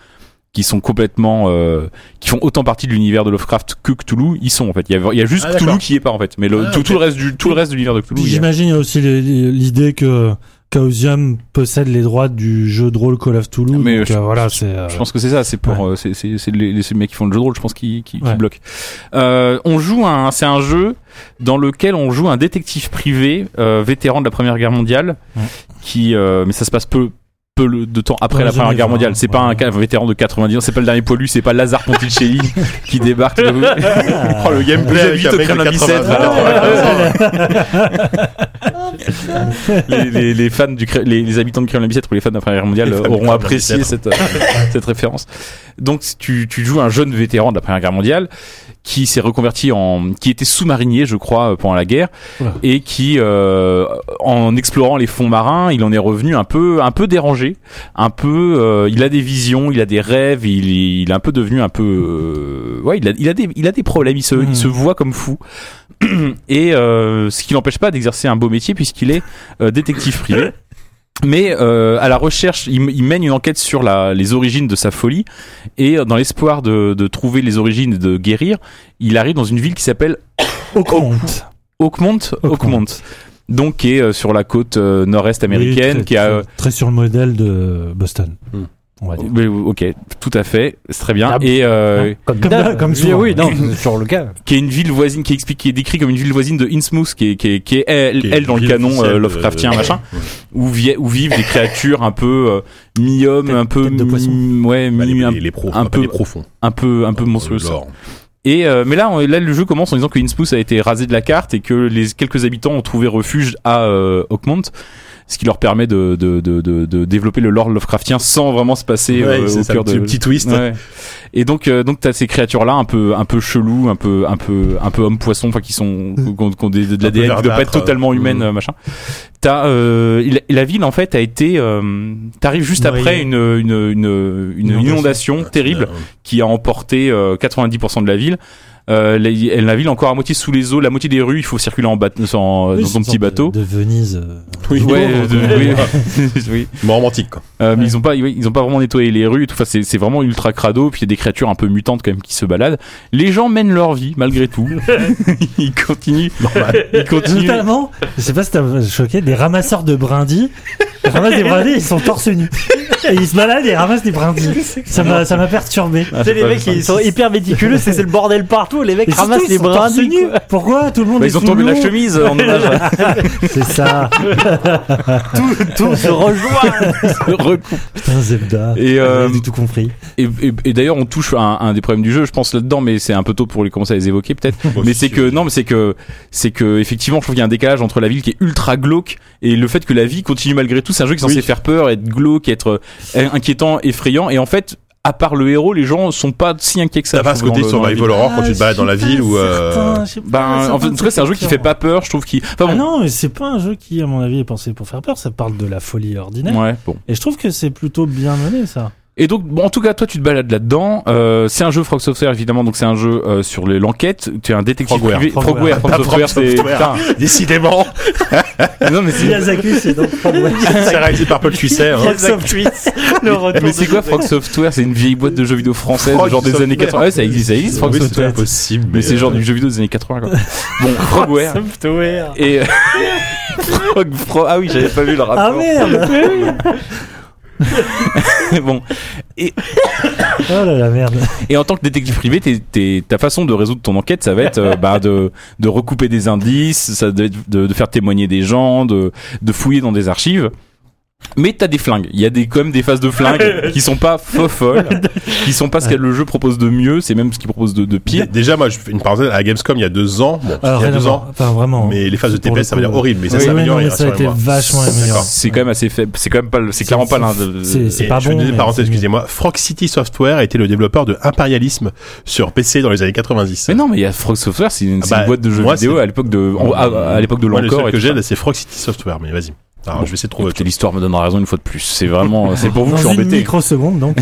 F: qui sont complètement, euh, qui font autant partie de l'univers de Lovecraft que Cthulhu, ils sont en fait. Il y a, il y a juste
B: Ah, d'accord.
F: Cthulhu qui y est pas en fait, mais le,
B: Ah,
F: tout,
B: ok.
F: tout le reste du tout le reste de l'univers de Cthulhu. il
C: Puis
F: y a-
C: j'imagine il y a aussi les- les- l'idée que Chaosium possède les droits du jeu de rôle Call of Toulouse.
F: Mais
C: donc,
F: je-
C: euh, voilà, c'est. euh,
F: Je pense que c'est ça, c'est pour euh, c'est c'est c'est les, les- ces mecs qui font le jeu de rôle, je pense qui qui, qui
C: Ouais.
F: bloquent. Euh, on joue un c'est un jeu dans lequel on joue un détective privé euh, vétéran de la Première Guerre mondiale
C: Ouais.
F: qui euh, mais ça se passe peu peu le- de temps après
C: Dans
F: la
C: les
F: Première
C: années
F: Guerre
C: 20,
F: mondiale. C'est pas
C: ouais.
F: un, ca- vétéran de 90, c'est pas le dernier poilu, c'est pas Lazare Ponticelli qui débarque. de-
B: Oh, [LAUGHS] le gameplay
F: Ah. Vous
B: avec
F: habitez
B: un
F: au
B: mec de
F: Kremlin
B: 80,
F: Bicêtre,
B: voilà.
F: les, les, les fans du Cré- les, les habitants de Kremlin Bicêtre ou les fans de la Première Guerre mondiale
B: Les fans du
F: auront
B: Kremlin
F: apprécié
B: Bicêtre.
F: cette euh, cette référence. Donc tu tu joues un jeune vétéran de la Première Guerre mondiale qui s'est reconverti en qui était sous-marinier je crois euh, pendant la guerre
C: Oula.
F: et qui euh, en explorant les fonds marins il en est revenu un peu un peu dérangé un peu euh, il a des visions il a des rêves il, il est un peu devenu un peu euh, ouais il a, il a des il a des problèmes il se,
C: Mhm.
F: il se voit comme fou [CLEARS THROAT] et euh, ce qui n'empêche pas d'exercer un beau métier puisqu'il est euh, détective privé Mais euh, à la recherche, il, m- il mène une enquête sur la, les origines de sa folie et euh, dans l'espoir de, de trouver les origines et de guérir, il arrive dans une ville qui s'appelle
C: Oakmont.
F: Oakmont, Oakmont. Donc qui est euh, sur la côte euh, nord-est américaine,
C: Oui, très-
F: qui a euh,
C: très- Très sur le modèle de Boston.
B: Hmm.
C: On va dire.
F: oui, oui, euh, ok, tout à fait, c'est très bien.
D: Ah,
F: et euh,
D: Comme,
C: d'hab,
D: d'hab.
C: comme
D: Oui,
C: souvent.
D: Oui, non, c'est toujours le cas.
F: qui est une ville voisine, qui est expliquée, qui est décrite comme une ville voisine de Innsmouth, qui est, qui est, qui est elle,
B: Qui est
F: elle dans le
B: ville
F: canon
B: officielle
F: euh,
B: de-
F: Lovecraftien,
B: de-
F: machin,
B: ouais.
F: où, vie- où vivent des créatures un peu euh, mi-homme,
C: Tête-
F: un peu
C: tête de poisson.
F: mi- ouais,
B: Bah, les,
F: mi- un,
B: les, Oh, les pros,
F: un
B: un
F: peu-
B: peu les profonds.
F: un peu un peu monstrueux.
B: Le lore.
F: Et euh, mais là, on- là, le jeu commence en disant que Innsmouth a été rasé de la carte et que les quelques habitants ont trouvé refuge à euh, Oakmont, ce qui leur permet de, de, de, de, de développer le lore Lovecraftien sans vraiment se passer
B: Ouais,
F: euh,
B: c'est
F: au
B: ça,
F: cœur
B: le petit-
F: de
B: le petit twist.
F: Ouais. Et donc, euh, donc t'as ces créatures là, un peu, un peu chelou, un peu, un peu, un peu homme poisson, enfin qui sont, qui ont, qui ont des- de
B: Mm. Un peu
F: l'ADN qui doit pas être
B: verdâtre.
F: totalement humaine,
B: Mhm.
F: euh, machin. T'as, euh, il- la ville en fait a été, euh, t'arrives juste
C: Noyée.
F: après une, une, une, une
C: Inondation.
F: inondation terrible qui a emporté euh, 90% de la ville. Euh, la, la ville est encore à moitié sous les eaux, la moitié des rues, il faut circuler en, bateau en
C: Oui,
F: dans
C: c'est
F: ton
C: une
F: petit
C: sorte
F: bateau.
C: De, de Venise. euh,
B: Oui,
F: Ouais,
B: ouais,
F: de- oui. oui.
B: Mais romantique, quoi.
F: Euh, mais ils ont pas, oui, ils ont pas vraiment nettoyé les rues. et Tout, enfin, c'est, c'est vraiment ultra crado. Puis il y a des créatures un peu mutantes quand même qui se baladent. Les gens mènent leur vie malgré tout. ils continuent,
B: Normal.
F: ils continuent.
C: Notamment, je sais pas si t'as choqué, des ramasseurs de brindis. Ils ramassent des brindis, ils sont torse nu. Et ils se baladent et ils ramassent des brindis. Ça m'a, ça m'a perturbé.
F: Ah,
D: C'est les
F: pas-
D: mecs
F: pas-
D: qui sont hyper méticuleux,
C: [LAUGHS]
D: c'est c'est le bordel partout, les mecs
C: Et surtout,
D: ramassent
C: ils
D: les
C: sont torse
D: brindilles.
C: nu. Pourquoi tout le monde
F: Bah,
C: est
F: ils ont
C: sous
F: tombé la
C: l'eau
F: chemise en hommage à
C: C'est ça.
D: Tout, tout se rejoint.
F: ce recours.
C: Putain, Zebda.
F: Et, euh,
C: J'ai du tout compris.
F: Et, et- et d'ailleurs, on touche à un, un des problèmes du jeu, je pense là-dedans, mais c'est un peu tôt pour les commencer à les évoquer
B: [LAUGHS]
F: peut-être. mais c'est que non, mais c'est que c'est que effectivement, je trouve qu'il y a un décalage entre la ville qui est ultra glauque et le fait que la vie continue malgré tout. C'est un jeu qui est censé
B: Oui.
F: faire peur, être glauque, être euh, inquiétant, effrayant, et en fait. À part le héros, les gens sont pas si inquiets que ça.
B: T'as pas
F: je
B: ce
F: trouve,
B: côté
F: dans le- dans la ville.
B: survival horror
D: Ah,
B: quand tu te balades
C: Ah,
B: dans la ville ou. euh,
F: Ben, en, fait, en tout cas, c'est un jeu qui
D: hein.
F: fait pas peur, je trouve. Qui... Enfin,
C: Ah
F: bon.
C: non, mais c'est pas un jeu qui, à mon avis, est pensé pour faire peur. Ça parle de la folie ordinaire.
F: Ouais, bon.
C: Et je trouve que c'est plutôt bien mené, ça.
F: Et donc, bon, en tout cas, toi, tu te balades là-dedans. Euh, c'est un jeu Frog Software, évidemment, donc c'est un jeu euh, sur les- l'enquête. Tu es un détective
B: Frogware.
F: privé.
C: Frogware.
F: Frogware, Frog
B: Pas Frog
F: Software, c'est.
B: Software. [LAUGHS] Décidément,
F: Putain. [LAUGHS] non, mais c'est.
C: Miyazaki, c'est donc pas
B: [LAUGHS] c'est réalisé par Paul Cuisset. hein.
F: Mais c'est quoi Frog Software C'est une vieille boîte de jeux vidéo française,
B: Frog
F: genre des
B: Software.
F: années 80. Ouais, ça existe, ça existe, Frog
B: Oui, c'est euh,
F: Software.
B: pas possible.
F: Mais c'est genre du jeu vidéo des années 80, quoi. Bon, Frogware. Et. [LAUGHS] Frog, Frog- Ah oui, j'avais pas vu le rapport.
C: Ah merde
F: bon.
C: Oh là la merde.
F: Et en tant que détective privé, t'es- t'es- ta façon de résoudre ton enquête, ça va être euh, bah, de, de recouper des indices, ça doit être de, de faire témoigner des gens, de, de fouiller dans des archives. Mais t'as des flingues. Il y a des, quand même des phases de flingues qui sont pas folles, qui sont pas ce que le jeu propose de mieux, c'est même ce qu'il propose de, de pire.
B: Dé- Déjà, moi, je fais une parenthèse à la Gamescom il y a deux ans. Bon,
C: Alors,
B: il y a
C: rien à
B: deux
C: voir.
B: ans.
C: Enfin, vraiment.
B: Mais les phases de
C: Pour le
B: TPS, ça
C: coup,
B: va dire
C: euh,
B: horrible. Mais ça
C: oui,
B: s'est
C: oui, non,
B: amélioré.
C: mais ça a été
B: rassurez-moi.
C: vachement amélioré.
F: C'est quand même assez faible, c'est quand même pas, le- c'est clairement pas l'un de-
C: c'est- c'est-
B: Et
C: pas
B: je
C: bon,
B: fais
C: mais
B: une parenthèse,
C: c'est mieux.
B: excusez-moi. Frog City Software était le développeur de Imperialism sur PC dans les années 90.
F: Mais non, mais il y a Frog Software, c'est une,
B: Ah
F: c'est une
B: bah,
F: boîte de jeux
B: moi,
F: vidéo
B: c'est-
F: à l'époque de, en- à, à l'époque de
B: Moi, le
F: l'encore.
B: seul
F: et
B: que
F: tout ça.
B: j'ai, là, c'est Frog City Software. Mais vas-y. Alors,
F: Bon.
B: je vais essayer de trouver.
F: Écoutez, l'histoire me donnera raison une fois de plus. C'est vraiment, c'est pour vous que je suis
C: Dans une
F: embêté.
C: microseconde, donc.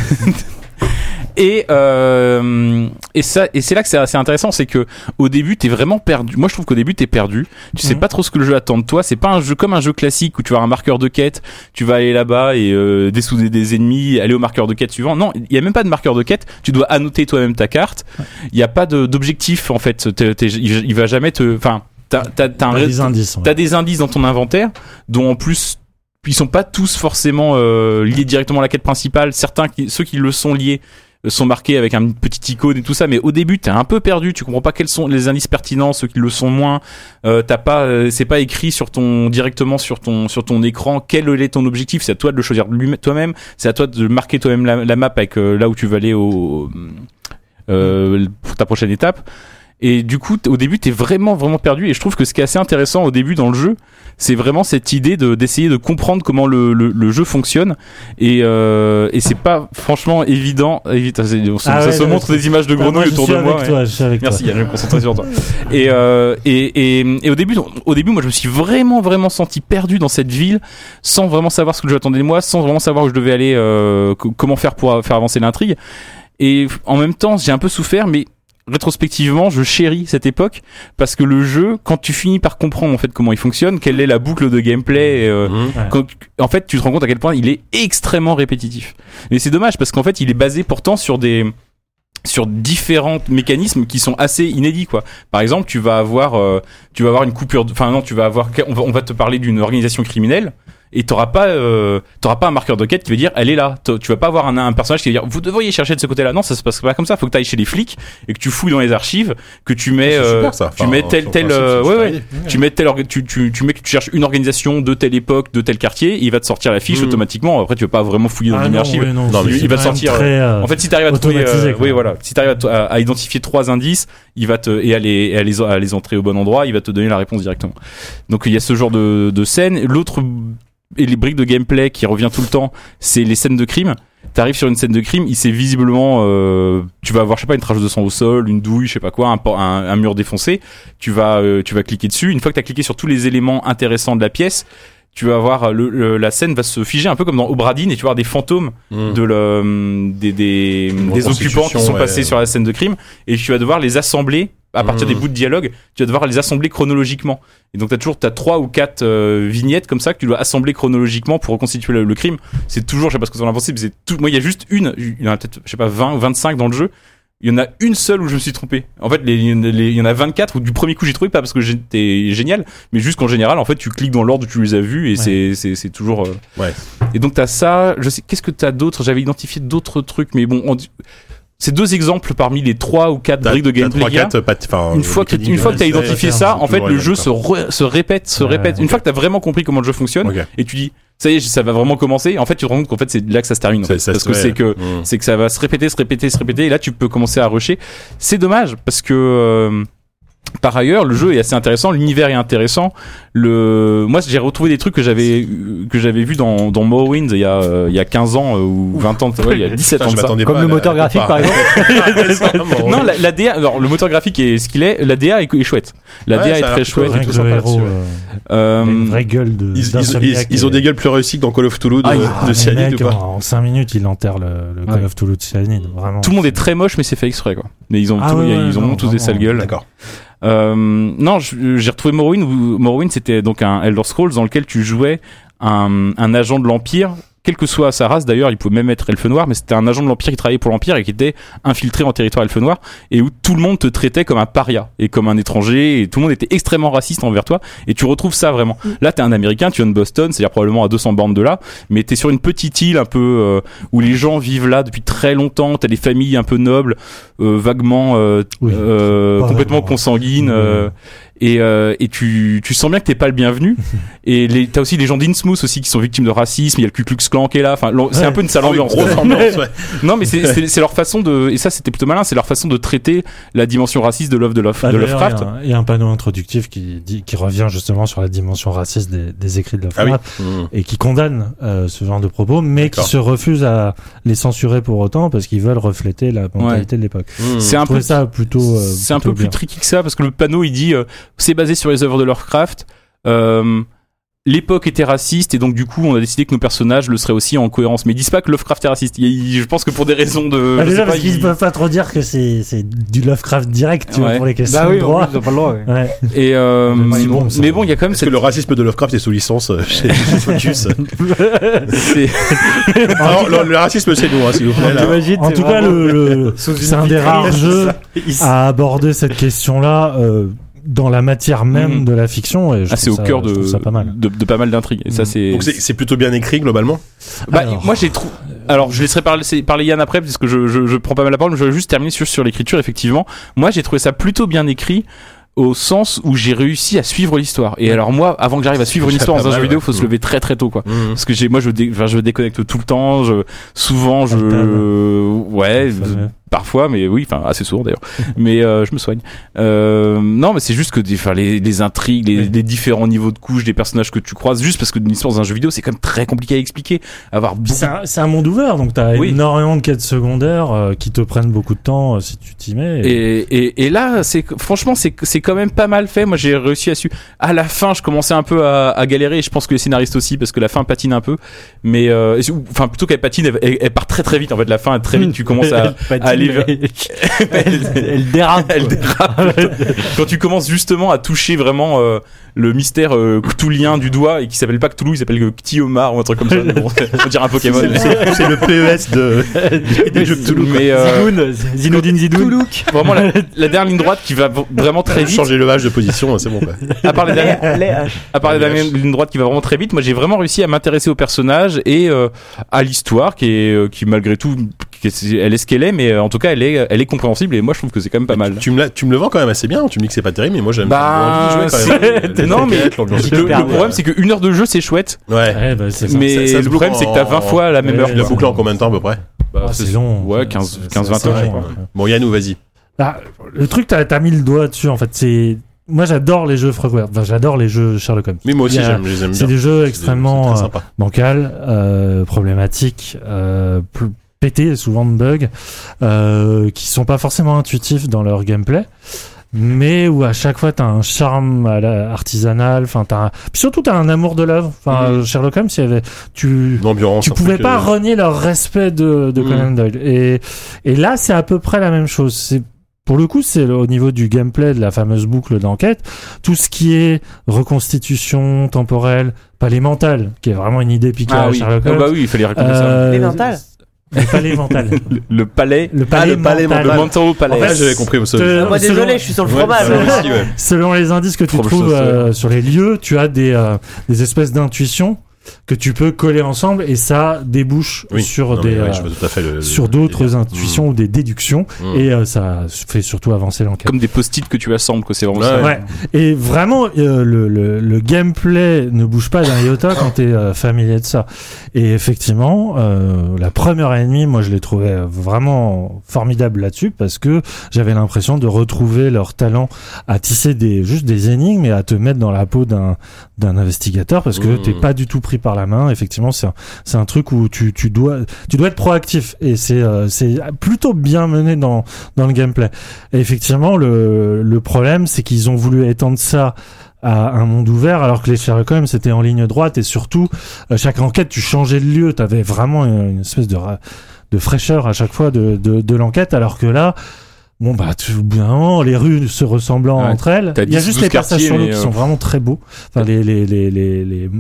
F: Et euh, et ça et c'est là que c'est assez intéressant, c'est que au début t'es vraiment perdu. Moi je trouve qu'au début t'es perdu. Tu sais
C: Mhm.
F: pas trop ce que le jeu attend de toi. C'est pas un jeu comme un jeu classique où tu as un marqueur de quête, tu vas aller là-bas et euh, dessouder des ennemis, aller au marqueur de quête suivant. Non, il y a même pas de marqueur de quête. Tu dois annoter toi-même ta carte. Il y a pas de- d'objectif en fait. T'es- t'es- il, il va jamais te. Enfin, t'as t'as t'as un,
C: T'as
F: ré-
C: des indices. ouais.
F: T'as des indices dans ton inventaire, dont en plus ils sont pas tous forcément euh, liés directement à la quête principale. Certains, qui, ceux qui le sont liés, euh, sont marqués avec un petit icône et tout ça. Mais au début, t'es un peu perdu. Tu comprends pas quels sont les indices pertinents, ceux qui le sont moins. Euh, t'as pas, euh, c'est pas écrit sur ton directement sur ton sur ton écran quel est ton objectif. C'est à toi de le choisir lui- toi-même. C'est à toi de marquer toi-même la, la map avec euh, là où tu vas aller au euh, pour ta prochaine étape. Et du coup, t- au début, t'es vraiment, vraiment perdu. Et je trouve que ce qui est assez intéressant au début dans le jeu, c'est vraiment cette idée de d'essayer de comprendre comment le, le, le jeu fonctionne. Et, euh, et c'est pas franchement évident. Évi- Ça, c'est- on se-
C: Ah
F: ça
C: ouais,
F: se
C: ouais,
F: montre
C: c'est-
F: des images de
C: Ah, moi,
F: grenouilles
C: je
F: autour
C: suis
F: de moi.
C: avec
F: ouais.
C: toi, je suis avec
F: Merci,
C: toi.
F: Yann, je vais me concentrer sur toi. Et, euh, et, et, et au début, au début, moi, je me suis vraiment, vraiment senti perdu dans cette ville, sans vraiment savoir ce que j'attendais de moi, sans vraiment savoir où je devais aller, euh, co- comment faire pour a- faire avancer l'intrigue. Et en même temps, j'ai un peu souffert, mais rétrospectivement, je chéris cette époque parce que le jeu, quand tu finis par comprendre en fait comment il fonctionne, quelle est la boucle de gameplay, euh, quand- en fait, tu te rends compte à quel point il est extrêmement répétitif. Et c'est dommage parce qu'en fait, il est basé pourtant sur des sur différents mécanismes qui sont assez inédits quoi. Par exemple, tu vas avoir euh, tu vas avoir une coupure de enfin non, tu vas avoir on va, on va te parler d'une organisation criminelle et t'auras pas euh, t'auras pas un marqueur de quête qui va dire elle est là. T'a- Tu vas pas avoir un, un personnage qui va dire vous devriez chercher de ce côté-là. Non, ça se passe pas comme ça. Faut que t'ailles chez les flics et que tu fouilles dans les archives, que tu mets
B: C'est
F: euh,
B: super, ça.
F: tu
B: Enfin,
F: mets
B: sur
F: tel
B: le
F: tel
B: principe,
F: euh,
B: c'est
F: ouais,
B: super
F: ouais.
B: idée.
F: tu mets tel orga- tu, tu, tu mets que tu cherches une organisation de telle époque, de tel quartier, et il va te sortir la fiche
B: Mm.
F: automatiquement. Après, tu vas pas vraiment fouiller dans
C: Hmm. Ah
F: les
C: non,
F: archives.
C: oui,
B: Non,
C: non, c'est-
B: mais
F: il
C: c'est
F: va
C: quand
F: sortir,
C: même très, euh,
F: En fait, si t'arrives à trouver,
C: automatisé,
F: euh,
C: quoi.
F: oui, voilà, si t'arrives à t- à, à identifier trois indices, il va te et à les et à les à les entrer au bon endroit, il va te donner la réponse directement. Donc il y a ce genre de de scène. L'autre et les briques de gameplay qui revient tout le temps, c'est les scènes de crime. T'arrives sur une scène de crime, il s'est visiblement, euh, tu vas avoir, je sais pas, une trace de sang au sol, une douille, je sais pas quoi, un, por- un, un mur défoncé. Tu vas, euh, tu vas cliquer dessus. Une fois que t'as cliqué sur tous les éléments intéressants de la pièce, tu vas avoir euh, le, le- la scène va se figer un peu comme dans Obradine et tu vas avoir des fantômes
B: Mmh. Mm.
F: de le, des, des, des occupants qui sont
B: ouais.
F: passés sur la scène de crime et tu vas devoir les assembler à partir
B: Mm.
F: des bouts de dialogue tu vas devoir les assembler chronologiquement et donc t'as toujours t'as trois ou quatre euh, vignettes comme ça que tu dois assembler chronologiquement pour reconstituer le, le crime c'est toujours je sais pas ce que vous en pensez mais c'est tout moi il y a juste une il y en a peut-être je sais pas 20 ou 25 dans le jeu il y en a une seule où je me suis trompé. En fait, les- les- il y en a 24 où du premier coup j'ai trouvé, pas parce que j'étais génial, mais juste qu'en général, en fait, tu cliques dans l'ordre où tu les as vus et c'est- c'est c'est toujours. euh,
B: Ouais.
F: Et donc t'as ça. Je sais. Qu'est-ce que t'as d'autre J'avais identifié d'autres trucs, mais bon, on dit- c'est deux exemples parmi les trois ou quatre
B: T'as-
F: briques de
B: t'as
F: gameplay.
B: trois,
F: qu'il y a.
B: quatre euh, pattes- enfin,
F: Une fois que
B: mécaniques,
F: une fois
B: ouais,
F: que t'as
B: c'est-
F: identifié
B: c'est
F: ça, en fait,
B: toujours
F: le
B: la
F: jeu
B: même
F: se re- se répète, se
C: Ouais,
F: répète. Une
C: ok.
F: fois que t'as vraiment compris comment le jeu fonctionne
B: Ok.
F: et tu dis ça y est, ça va vraiment commencer. En fait, tu te rends compte qu'en fait, c'est là que ça se termine. en
B: Ça-
F: fait.
B: ça
F: parce
B: se-
F: que
B: ouais.
F: c'est que
B: Mm.
F: c'est que ça va se répéter, se répéter, se répéter. Et là, tu peux commencer à rusher. C'est dommage parce que euh, par ailleurs, le jeu est assez intéressant, l'univers est intéressant. Le, moi, j'ai retrouvé des trucs que j'avais que j'avais vu dans dans Morrowind il y a euh, il y a 15 ans euh, ou 20 ans,
B: [LAUGHS]
F: ouais, il y a 17
B: Putain,
F: ans.
B: je
F: de ça.
B: m'attendais
D: Comme
B: pas à
D: le
B: la-
D: moteur
B: à
D: graphique, par
B: comparer.
D: exemple.
B: [LAUGHS]
F: Non, la, la DA, alors le moteur graphique est ce qu'il est, la DA est, est chouette. La
B: Ouais,
F: DA est
B: ça a
F: très
B: l'air
F: chouette. et
B: cool,
C: Rien
F: tout
C: que
F: ça.
C: le héros, euh,
F: Euh,
C: a une vraie gueule de.
B: Ils, ils-
C: d'insomniaque
B: ils- ils ont
C: et-
B: des gueules plus réussies que dans Call of Toulouse
F: Ah,
B: de,
F: ah,
B: de
C: les
B: Cyanide ou
C: mecs,
B: pas
C: en 5 minutes, il enterre le, le Call
F: Ouais.
C: of Toulouse de Cyanide, vraiment.
F: tout le monde est très moche, mais c'est fait exprès quoi. Mais ils ont,
C: Ah
F: tout-
C: ouais,
F: ils
C: ouais,
F: ont
C: non,
F: tous des
C: vraiment.
F: sales gueules.
B: D'accord.
F: Euh, non, je- j'ai retrouvé Morrowind. Où, Morrowind, c'était donc un Elder Scrolls dans lequel tu jouais un, un agent de l'Empire, quelle que soit sa race d'ailleurs, il pouvait même être elfe noir, mais c'était un agent de l'Empire qui travaillait pour l'Empire et qui était infiltré en territoire elfe noir et où tout le monde te traitait comme un paria et comme un étranger et tout le monde était extrêmement raciste envers toi et tu retrouves ça vraiment. Là, t'es un américain, tu viens de Boston, c'est-à-dire probablement à 200 bornes de là, mais t'es sur une petite île un peu euh, où les gens vivent là depuis très longtemps, t'as des familles un peu nobles, euh, vaguement, euh,
C: Oui.
F: euh,
C: Pas
F: complètement
C: vraiment.
F: consanguines.
C: Mmh.
F: euh, et, euh, et tu, tu sens bien que t'es pas le
C: [LAUGHS]
F: bienvenu. et les- t'as aussi les gens d'Innsmouth aussi qui sont victimes de racisme. Il y a le Ku Klux Klan qui est là. Enfin, l'en- c'est
C: Ouais.
F: un peu une sale
B: Ah oui,
F: ambiance.
B: grosse
F: quoi.
B: ambiance, [LAUGHS] ouais.
F: non, mais c'est-
C: [LAUGHS]
F: c'est c'est leur façon de. Et ça, c'était plutôt malin. C'est leur façon de traiter la dimension raciste de l'œuvre de, Love-
C: Bah,
F: de
C: d'ailleurs,
F: Lovecraft.
C: Il y, a un- il y a un panneau introductif qui, dit, qui revient justement sur la dimension raciste des, des écrits de
B: Ah oui.
C: Lovecraft et qui condamne euh, ce genre de propos, mais qui
B: D'accord.
C: se refuse à les censurer pour autant parce qu'ils veulent refléter la mentalité de l'époque.
F: C'est
C: Je
F: un peu
C: trouvais ça plutôt. euh,
F: c'est un peu
C: plutôt
F: plus
C: bien.
F: tricky que ça parce que le panneau il dit euh, c'est basé sur les œuvres de Lovecraft. Euh, L'époque était raciste et donc du coup on a décidé que nos personnages le seraient aussi en cohérence. Mais ils disent pas que Lovecraft est raciste. Il- il- je pense que pour des raisons de.
C: Bah,
F: je
C: déjà
F: sais pas,
C: parce qu'ils
F: il-
C: peuvent pas trop dire que c'est c'est du Lovecraft direct tu vois,
F: Ouais.
C: pour les questions
D: Bah oui,
C: de droit.
D: en plus, ils ont pas le droit, ouais.
C: Ouais.
F: Et euh,
C: Mais
F: mais
C: bon,
F: bon,
C: ça-
F: mais bon, il y a quand même
B: Est-ce que
F: cette.
B: le racisme de Lovecraft est sous licence euh, chez, [LAUGHS] chez Focus [LAUGHS]
F: c'est-
B: Ah non, le, le racisme, c'est nous, hein, s'il vous plaît. là.
D: T'imagines,
C: En
D: t'es
C: tout cas,
D: vraiment-
C: le,
F: [LAUGHS]
C: le-
D: Sous une
C: c'est un des
D: vitrine,
C: rares
D: c'est
C: jeux
D: ça. Ils-
C: à aborder cette question-là euh, dans la matière même
F: Mhm.
C: de la fiction. Et je
F: Ah, c'est
C: trouve
F: au
C: ça-
F: cœur
C: je trouve
F: de,
C: ça pas mal.
F: de, de pas mal d'intrigues. Et ça,
C: Mm.
F: c'est.
B: Donc c'est c'est plutôt bien écrit globalement.
F: Bah,
C: Alors.
F: moi, j'ai trouvé. Alors, je laisserai parler, c'est- parler Yann après, parce que je, je, je prends pas mal la parole. mais Je vais juste terminer sur, sur l'écriture, effectivement. Moi, j'ai trouvé ça plutôt bien écrit au sens où j'ai réussi à suivre l'histoire. Et alors, moi, avant que j'arrive à suivre une
B: Déjà
F: histoire
B: pas
F: dans un
B: mal,
F: jeu vidéo,
B: ouais.
F: faut se lever très très tôt, quoi.
B: Mmh.
F: Parce que j'ai, moi, je, dé- enfin, je déconnecte tout le temps. Je, souvent, je,
C: Altane.
F: hein. ouais,
C: Le fameux.
F: parfois, mais oui, enfin, assez souvent d'ailleurs. [LAUGHS] mais euh, je me soigne. Euh, non, mais c'est juste que des, enfin, les, les intrigues, les, les différents niveaux de couches des personnages que tu croises, juste parce que une histoire dans un jeu vidéo, c'est quand même très compliqué à expliquer. Avoir beaucoup
C: C'est un, c'est un monde ouvert, donc t'as
F: Oui.
C: énormément de quêtes secondaires euh, qui te prennent beaucoup de temps euh, si tu t'y mets.
F: Et, et, et là, c'est franchement, c'est c'est quand même pas mal fait. Moi, j'ai réussi à su. À la fin, je commençais un peu à, à galérer. Et je pense que les scénaristes aussi, parce que la fin patine
D: Mm. [LAUGHS]
F: un peu. Mais euh, enfin, plutôt qu'elle patine, elle, elle- elle part [LAUGHS] très très vite. En fait, la fin, très vite, tu commences à, à elle
D: Patine,
F: est-
D: elle,
F: [LAUGHS]
D: elle dérape.
F: Elle
D: quoi.
F: dérape. [LAUGHS] Quand tu commences justement à toucher vraiment euh, le mystère euh, cthulhien du doigt et qui s'appelle pas Cthulhu, il s'appelle euh, Cthulhumar ou un truc comme ça. Bon, on dirait un Pokémon.
B: C'est c'est- c'est le PES de.
F: Mais- mais euh,
D: Zigoun, Zinoudine Zidoun.
E: Toulouk.
F: vraiment la, la dernière ligne droite qui va v- vraiment très vite.
B: Changer le match de position, hein, c'est bon. quoi.
F: À part les dernières,
E: Les H.
F: à part la
B: Allez,
F: dernière
B: lâche.
F: ligne droite qui va vraiment très vite, moi j'ai vraiment réussi à m'intéresser au personnage et euh, à l'histoire qui est euh, qui malgré tout qui est- elle est ce qu'elle est, mais euh, en tout cas elle est elle est compréhensible et moi je trouve que c'est quand même pas mal.
B: Bah, Tu me, la- tu me le vends quand même assez bien. Tu me dis que c'est pas terrible, mais moi j'aime
F: Bah,
B: j'ai envie [LAUGHS] de jouer quand
F: c'est-
B: même. Les
F: non, mais-
B: plaquettes, l'ambiance
F: Le,
B: du
F: le
B: jeu.
F: problème c'est qu'une heure de jeu c'est chouette,
B: Ouais.
C: Ouais, bah, c'est ça.
F: mais
B: ça- ça se
F: le problème
B: prend
F: c'est que t'as
B: en-
F: 20 fois la même
C: Ouais,
F: heure.
B: Tu l'as
F: quoi.
B: bouclé en combien de temps à peu près
F: Bah,
C: Ah,
F: c'est-
C: c'est long.
F: Ouais, 15,
C: C'est-
F: 15,
C: c'est
F: 20 heures,
C: assez
F: je sais
C: long,
F: pas.
C: ouais.
B: Bon, Yannou, vas-y.
C: Ah, le truc, t'as, t'as mis le doigt dessus, en fait. C'est, moi, j'adore les jeux Frogware. Enfin, j'adore les jeux Sherlock Holmes.
B: Mais moi aussi,
C: Il y a-
B: j'aime, je les aime
C: C'est
B: bien.
C: des jeux
B: C'est- c'est
C: extrêmement
B: très
C: euh,
B: sympa.
C: bancals, euh, problématiques, euh, pl- pétés, souvent de bugs, euh, qui sont pas forcément intuitifs dans leur gameplay, mais où à chaque fois t'as un charme à la- artisanal, enfin t'as, un- puis surtout t'as un amour de l'œuvre. Enfin, euh, Sherlock Holmes, il y avait, tu,
B: Une ambiance.
C: tu
B: un truc,
C: pouvais pas
B: euh,
C: renier leur respect de, de
B: Mm.
C: Conan Doyle. Et, et là, c'est à peu près la même chose. C'est pour le coup, c'est le- au niveau du gameplay de la fameuse boucle d'enquête, tout ce qui est reconstitution temporelle, palais mental, qui est vraiment une idée piquée
F: Ah
C: à
F: oui.
C: Sherlock
F: Ah
C: Holmes.
F: bah oui, il fallait reconnaître ça.
C: Euh,
E: Les mentales
C: Le palais mental.
F: Le, le palais, Ah,
C: Le palais,
B: le palais
C: mental.
F: le Mentoro Palais.
C: En fait,
B: Ah, j'avais compris, mais ça-
C: Te-
E: Ah, Moi,
C: selon-
E: désolé, je suis sur le
B: Ouais,
E: fromage.
B: ça
E: [LAUGHS]
B: va aussi,
F: [LAUGHS]
B: ouais.
C: Selon les indices que tu
F: Trouble
C: trouves
F: sauce,
C: euh, sur les lieux, tu as des, euh, des espèces d'intuitions que tu peux coller ensemble et ça débouche
B: Oui.
C: sur
B: Non, mais
C: des
B: ouais,
C: euh,
B: je vois tout à fait le-
C: sur
B: le-
C: d'autres
B: le-
C: intuitions ou des déductions
B: Mm.
C: et euh, ça fait surtout avancer l'enquête.
F: Comme des post-it que tu assembles, que c'est vraiment
B: Ouais,
F: ça.
C: Ouais. Et vraiment, euh, le, le, le gameplay ne bouge pas d'un iota quand t'es euh, familier de ça. Et effectivement, euh, la première heure et demie, moi, je l'ai trouvé euh, vraiment formidable là-dessus parce que j'avais l'impression de retrouver leur talent à tisser des juste des énigmes et à te mettre dans la peau d'un d'un investigateur parce que
B: Mmh.
C: t'es pas du tout pris par la main. Effectivement, c'est un, c'est un truc où tu tu dois tu dois être proactif et c'est euh, c'est plutôt bien mené dans dans le gameplay. Et effectivement, le, le problème, c'est qu'ils ont voulu étendre ça à un monde ouvert, alors que les Sherlock Holmes c'était en ligne droite et surtout euh, chaque enquête tu changeais de lieu, t'avais vraiment une, une espèce de ra- de fraîcheur à chaque fois de de, de l'enquête, alors que là Bon bah tout au bout d'un moment, les rues se ressemblant
F: Ouais,
C: entre elles.
F: t'as
C: Il y a
F: 10,
C: juste
F: 12
C: les passages
F: quartiers,
C: sur l'eau
F: mais,
C: qui
F: euh,
C: sont vraiment très beaux. Enfin les les les les les,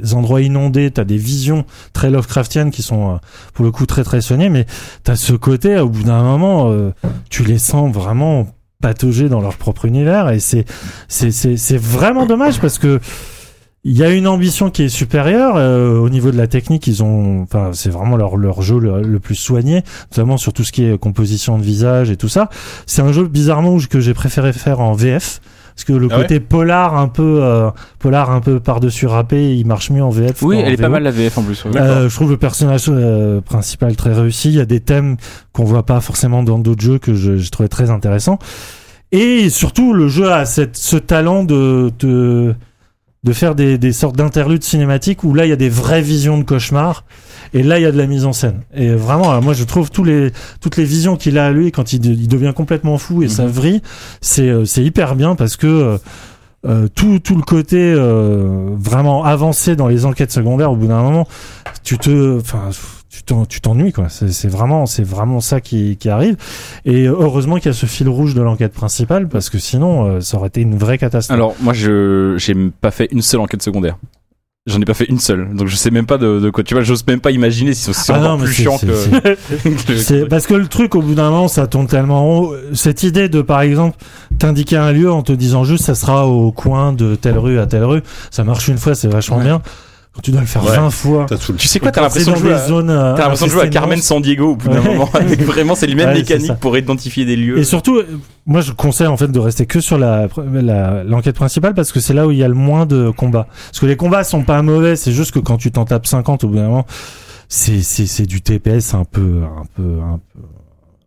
C: les endroits inondés, t'as des visions très Lovecraftiennes qui sont euh, pour le coup très très soignées, mais t'as ce côté au bout d'un moment, euh, tu les sens vraiment patauger dans leur propre univers et c'est c'est c'est c'est vraiment dommage parce que il y a une ambition qui est supérieure euh, au niveau de la technique. Ils ont, enfin, c'est vraiment leur leur jeu le, le plus soigné, notamment sur tout ce qui est composition de visage et tout ça. C'est un jeu bizarrement que j'ai préféré faire en VF parce que le
B: Ah ouais
C: côté polar un peu euh, polar un peu par dessus râpé, il marche mieux en VF.
F: Oui,
C: qu'en
F: elle est pas
C: VO.
F: mal la VF en plus. ouais.
C: Euh, je trouve le personnage euh, principal très réussi. Il y a des thèmes qu'on voit pas forcément dans d'autres jeux que je, je trouvais très intéressants. Et surtout, le jeu a cette, ce talent de, de, de faire des, des sortes d'interludes cinématiques où là, il y a des vraies visions de cauchemar. Et là, il y a de la mise en scène. Et vraiment, alors moi, je trouve tous les, toutes les visions qu'il a à lui quand il, de- il devient complètement fou et ça vrille, c'est, euh, c'est hyper bien parce que euh, euh, tout, tout le côté euh, vraiment avancé dans les enquêtes secondaires, au bout d'un moment, tu te, enfin, tu t'en- tu t'ennuies quoi. C'est c'est vraiment, c'est vraiment ça qui, qui arrive. Et heureusement qu'il y a ce fil rouge de l'enquête principale parce que sinon, euh, ça aurait été une vraie catastrophe.
F: Alors, moi, je j'ai même pas fait une seule enquête secondaire. J'en ai pas fait une seule, donc je sais même pas de, de quoi tu vois. J'ose même pas imaginer si c'est
C: Ah
F: encore
C: non, mais
F: plus
C: c'est-
F: chiant [LAUGHS]
C: c'est-
F: que.
C: c'est-
F: que-
C: C'est parce que le truc, au bout d'un moment, ça tourne tellement en haut. Cette idée de, par exemple, t'indiquer un lieu en te disant juste, ça sera au coin de telle rue à telle rue. Ça marche une fois, c'est vachement bien. Quand tu dois le faire
B: Ouais.
C: 20 fois.
B: Mm. Ça te fout le
F: Tu sais
C: et
F: quoi,
C: quand
F: t'as l'impression
C: c'est
F: de
C: dans
F: jouer
C: des
F: à,
C: zones, euh,
F: t'as l'impression de jouer à Carmen
C: infestantes.
F: San Diego au bout d'un
C: Ouais. [LAUGHS]
F: moment. [LAUGHS] avec vraiment, c'est les mêmes
C: Ouais, c'est ça.
F: mécaniques pour identifier des lieux.
C: Et surtout, euh, moi je conseille en fait de rester que sur la la- l'enquête principale parce que c'est là où il y a le moins de combats. Parce que les combats sont pas mauvais, c'est juste que quand tu t'en tapes 50 au bout d'un moment, c'est c'est c'est du TPS un peu un peu un peu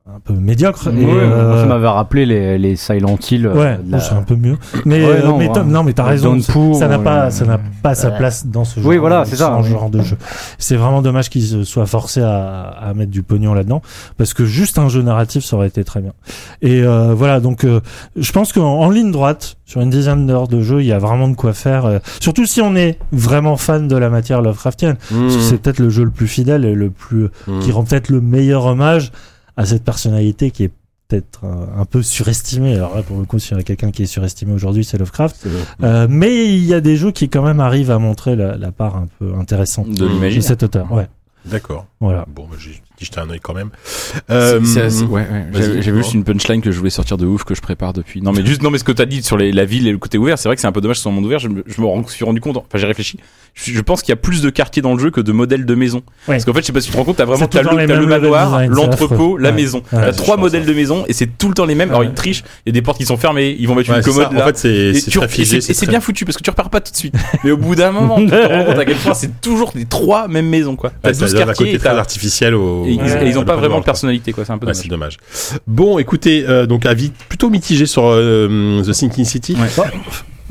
C: un peu médiocre.
D: Ouais,
C: Et,
D: moi,
C: euh,
D: Ça m'avait rappelé les, les Silent Hill. euh,
C: Ouais,
D: de
C: bon,
D: la-
C: c'est un peu mieux. Mais,
D: Ouais,
C: euh,
D: non, hein.
C: mais
D: ouais.
C: t'as- non, mais t'as raison.
D: Downpour,
C: ça n'a pas,
D: euh,
C: ça n'a pas sa place dans ce genre,
D: Oui, voilà, c'est ça,
C: dans ce
D: oui.
C: genre de jeu. C'est vraiment dommage qu'ils se soient forcés à, à mettre du pognon là-dedans, parce que juste un jeu narratif, ça aurait été très bien. Et euh, voilà, donc euh, je pense qu'en en ligne droite, sur une dizaine d'heures de jeu, il y a vraiment de quoi faire. euh, surtout si on est vraiment fan de la matière
D: Hmm.
B: Mm.
C: Lovecraftienne, parce que c'est peut-être le jeu le plus fidèle et le plus qui rend peut-être le meilleur hommage à cette personnalité qui est peut-être euh, un peu surestimée. Alors là, pour le coup, s'il y a quelqu'un qui est surestimé aujourd'hui, c'est Lovecraft. Euh, mais il y a des jeux qui quand même arrivent à montrer la, la part un peu intéressante
F: De
C: de
F: l'imaginer.
C: cet auteur. Ouais,
B: D'accord.
C: voilà.
B: Bon, bah, j'ai j'ai jeté un œil quand même.
F: C'est-
B: Euh,
F: c'est assez- ouais, ouais.
B: vas-y,
F: J'avais- J'avais
B: bon.
F: juste une punchline que je voulais sortir de ouf que je prépare depuis. Non mais juste non mais ce que t'as dit sur les- la ville et le côté ouvert, c'est vrai que c'est un peu dommage sur le monde ouvert. Je me, je me rends- suis rendu compte. Enfin j'ai réfléchi. Je, je pense qu'il y a plus de quartiers dans le jeu que de modèles de maison. Parce qu'en fait je sais pas si tu te rends compte, t'as vraiment
C: C'est tout
F: t'as
C: le
F: le,
C: temps les
F: t'as le
C: mêmes
F: manoir,
C: designs, c'est
F: l'entrepôt,
C: affreux.
F: la
C: Ouais.
F: maison.
C: Ouais,
F: t'as
C: c'est
F: trois
B: chiant,
F: modèles
B: ça.
F: de maison et c'est tout le temps les mêmes. Alors
C: Ouais.
F: ils trichent. Il y a des portes qui sont fermées. Ils vont mettre
B: Ouais,
F: une
B: c'est
F: commode
B: ça.
F: là.
B: En fait, c'est
F: Et
B: c'est
F: tu-
B: très
F: et c'est
B: figé.
F: et c'est bien foutu parce que tu repars pas tout de suite. Mais au
C: [LAUGHS]
F: bout d'un moment, tu te rends compte à quel point c'est toujours les trois mêmes maisons quoi. T'as
B: Ouais, ça
F: 12
B: donne un
F: quartiers
B: côté
F: et
B: très
F: t'as-
B: artificiel au.
F: et ils-
C: Ouais.
F: et ils ont
B: au
F: pas vraiment
B: Pandore,
F: de
B: quoi.
F: personnalité quoi. C'est un peu
B: Ouais,
F: dommage.
B: c'est dommage. Bon, écoutez, euh, donc avis plutôt mitigé sur euh, The Sinking City.
F: Ouais.
D: Ah,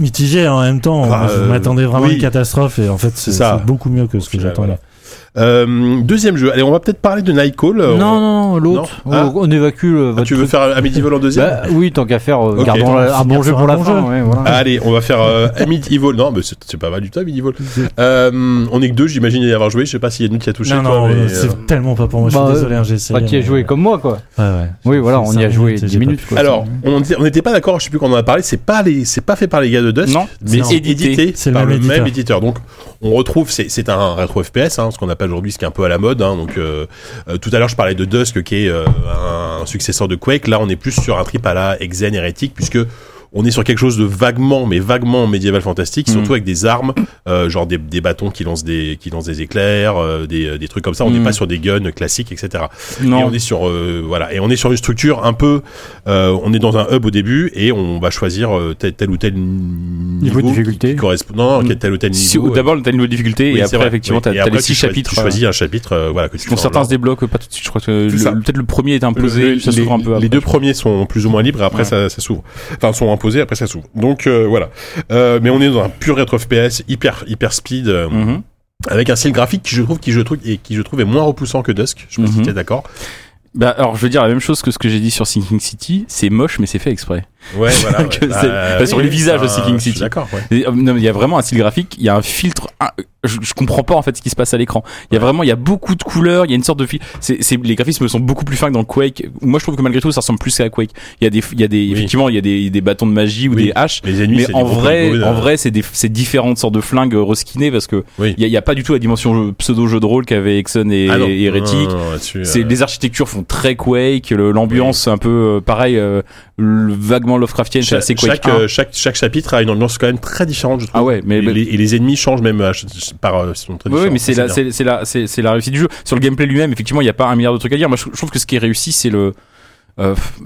C: Mitigé hein, en même temps,
B: Ah,
C: je
B: euh,
C: m'attendais vraiment à
B: oui.
C: une catastrophe et en fait
B: C'est
C: c'est
B: ça.
C: c'est beaucoup mieux que ce que
B: Voilà.
C: j'attendais.
B: Euh, deuxième jeu. Allez, on va peut-être parler de Nightcall.
F: Euh,
D: Non, non, non, l'autre.
B: Non Ah.
D: On- On évacue le.
B: Ah,
D: votre
B: tu veux
D: truc.
B: faire un Medieval en deuxième
D: Bah, Oui, tant qu'à faire, euh,
B: Ok.
D: gardons la- un bon jeu
C: sur
D: pour
C: un
D: la
C: bon
D: fin.
C: jeu.
D: ouais, voilà.
F: Ah,
B: Allez, on va faire euh, un Medieval. Non, mais c'est c'est pas mal du tout,
D: [LAUGHS]
B: un Medieval. Euh, on est que deux, j'imagine y avoir joué. Je sais pas s'il y en a une qui a touché.
C: Non,
B: toi,
C: non,
B: mais, euh,
C: c'est tellement pas pour moi, je
D: Bah,
C: suis désolé, hein, j'ai essayé.
D: Enfin, tu y as
C: mais-
D: joué comme moi, quoi.
C: Ouais, ouais.
D: Oui, voilà,
C: J'ai
D: on
C: fait
D: y a
C: cinq
D: joué
C: minutes et
D: 10
C: j'ai pas
D: minutes,
C: pu.
D: quoi.
B: Alors, on on n'était pas d'accord, je sais plus quand on en a parlé, c'est pas les, c'est pas fait par les gars de Dust,
F: Non.
B: mais
C: Non.
B: édité,
C: C'est le
B: par
C: même
B: le même
C: éditeur.
B: éditeur. Donc, on retrouve, c'est, c'est un rétro FPS, hein, ce qu'on appelle aujourd'hui, ce qui est un peu à la mode. hein. donc, euh, euh, tout à l'heure, je parlais de Dusk, qui est euh, un successeur de Quake. Là, on est plus sur un trip à la Exen hérétique, puisque on est sur quelque chose de vaguement, mais vaguement médiéval fantastique, surtout
F: Mhm.
B: avec des armes, euh, genre des, des bâtons qui lancent des, qui lancent des éclairs, euh, des, des trucs comme ça. On n'est
F: Mhm.
B: pas sur des guns classiques, etc. Et
F: Non.
B: on est sur euh, voilà et on est sur une structure un peu euh, on est dans un hub au début et on va choisir euh, tel, tel ou tel niveau,
D: de difficulté.
B: qui, qui correspond non, non
F: Mm.
B: quel- tel ou tel
F: Si-
B: niveau. euh,
F: D'abord, t'as le niveau de difficulté
B: oui,
F: et
B: c'est
F: après,
B: vrai,
F: effectivement,
B: oui.
F: t'as
B: Et
F: t'as
B: après,
F: les
B: tu
F: six
B: choisis-
F: chapitres.
B: tu choisis un chapitre euh, voilà que tu
F: dont
B: fais en
F: certains
B: ordre.
F: se débloquent pas tout de suite. Je crois que le-
B: ça.
F: le- peut-être le premier est imposé,
B: les,
F: ça s'ouvre un peu
B: les
F: après.
B: deux premiers sont plus ou moins libres et après
F: Ouais.
B: ça, ça s'ouvre enfin sont imposés après ça s'ouvre donc euh, voilà Euh, mais on est dans un pur rétro FPS hyper hyper speed euh,
F: Mhm.
B: avec un style graphique qui je trouve qui je trouve et qui je trouve est moins repoussant que Dusk je pense que
F: Mhm.
B: tu es d'accord
F: Bah, alors, je veux dire la même chose que ce que j'ai dit sur Sinking City. C'est moche, mais c'est fait exprès.
B: ouais voilà ouais.
F: [LAUGHS] Que
B: Bah,
F: c'est-
B: euh,
F: bah, sur les visages
B: enfin,
F: aussi, King
B: je suis
F: City.
B: d'accord ouais.
F: Et, euh, non, mais il y a vraiment un style graphique. Il y a un filtre. un- je, je comprends pas en fait ce qui se passe à l'écran. Il y a vraiment, il y a beaucoup de couleurs. Il y a une sorte de fil. c'est- c'est- les graphismes sont beaucoup plus fins que dans Quake. Moi, je trouve que malgré tout, ça ressemble plus à Quake. Il y a des, il y a des,
B: Oui.
F: effectivement, il y a des, des bâtons de magie ou
B: Oui.
F: des haches.
B: les ennemis c'est
F: mais
B: des
F: en
B: gros
F: vrai,
B: trucs de-
F: en vrai, c'est des, c'est différentes sortes de flingues reskinées parce que il
B: Oui.
F: y, a, y a pas du tout la dimension pseudo jeu de rôle qu'avait Exxon et,
B: Ah non.
F: et Heretic.
B: Non, non, non, là-dessus,
F: C'est
B: euh,
F: les architectures font très Quake, le- l'ambiance un peu euh, pareil, euh, le- vaguement Lovecraftienne, c'est
B: cha-
F: assez
B: chaque,
F: Quake.
B: euh,
F: 1.
B: chaque chaque chapitre a une ambiance quand même très différente, je trouve.
F: Ah ouais, mais
B: et,
F: mais-
B: les, et les ennemis changent même euh, ch- ch- par euh, sont très
F: Ouais, ouais,
B: différents.
F: mais
B: Ça,
F: c'est la,
B: bien.
F: c'est, c'est la, c'est, c'est la réussite du jeu. Sur le gameplay lui-même, effectivement, il n'y a pas un milliard de trucs à dire. Moi, je, je trouve que ce qui est réussi, c'est le, euh, f-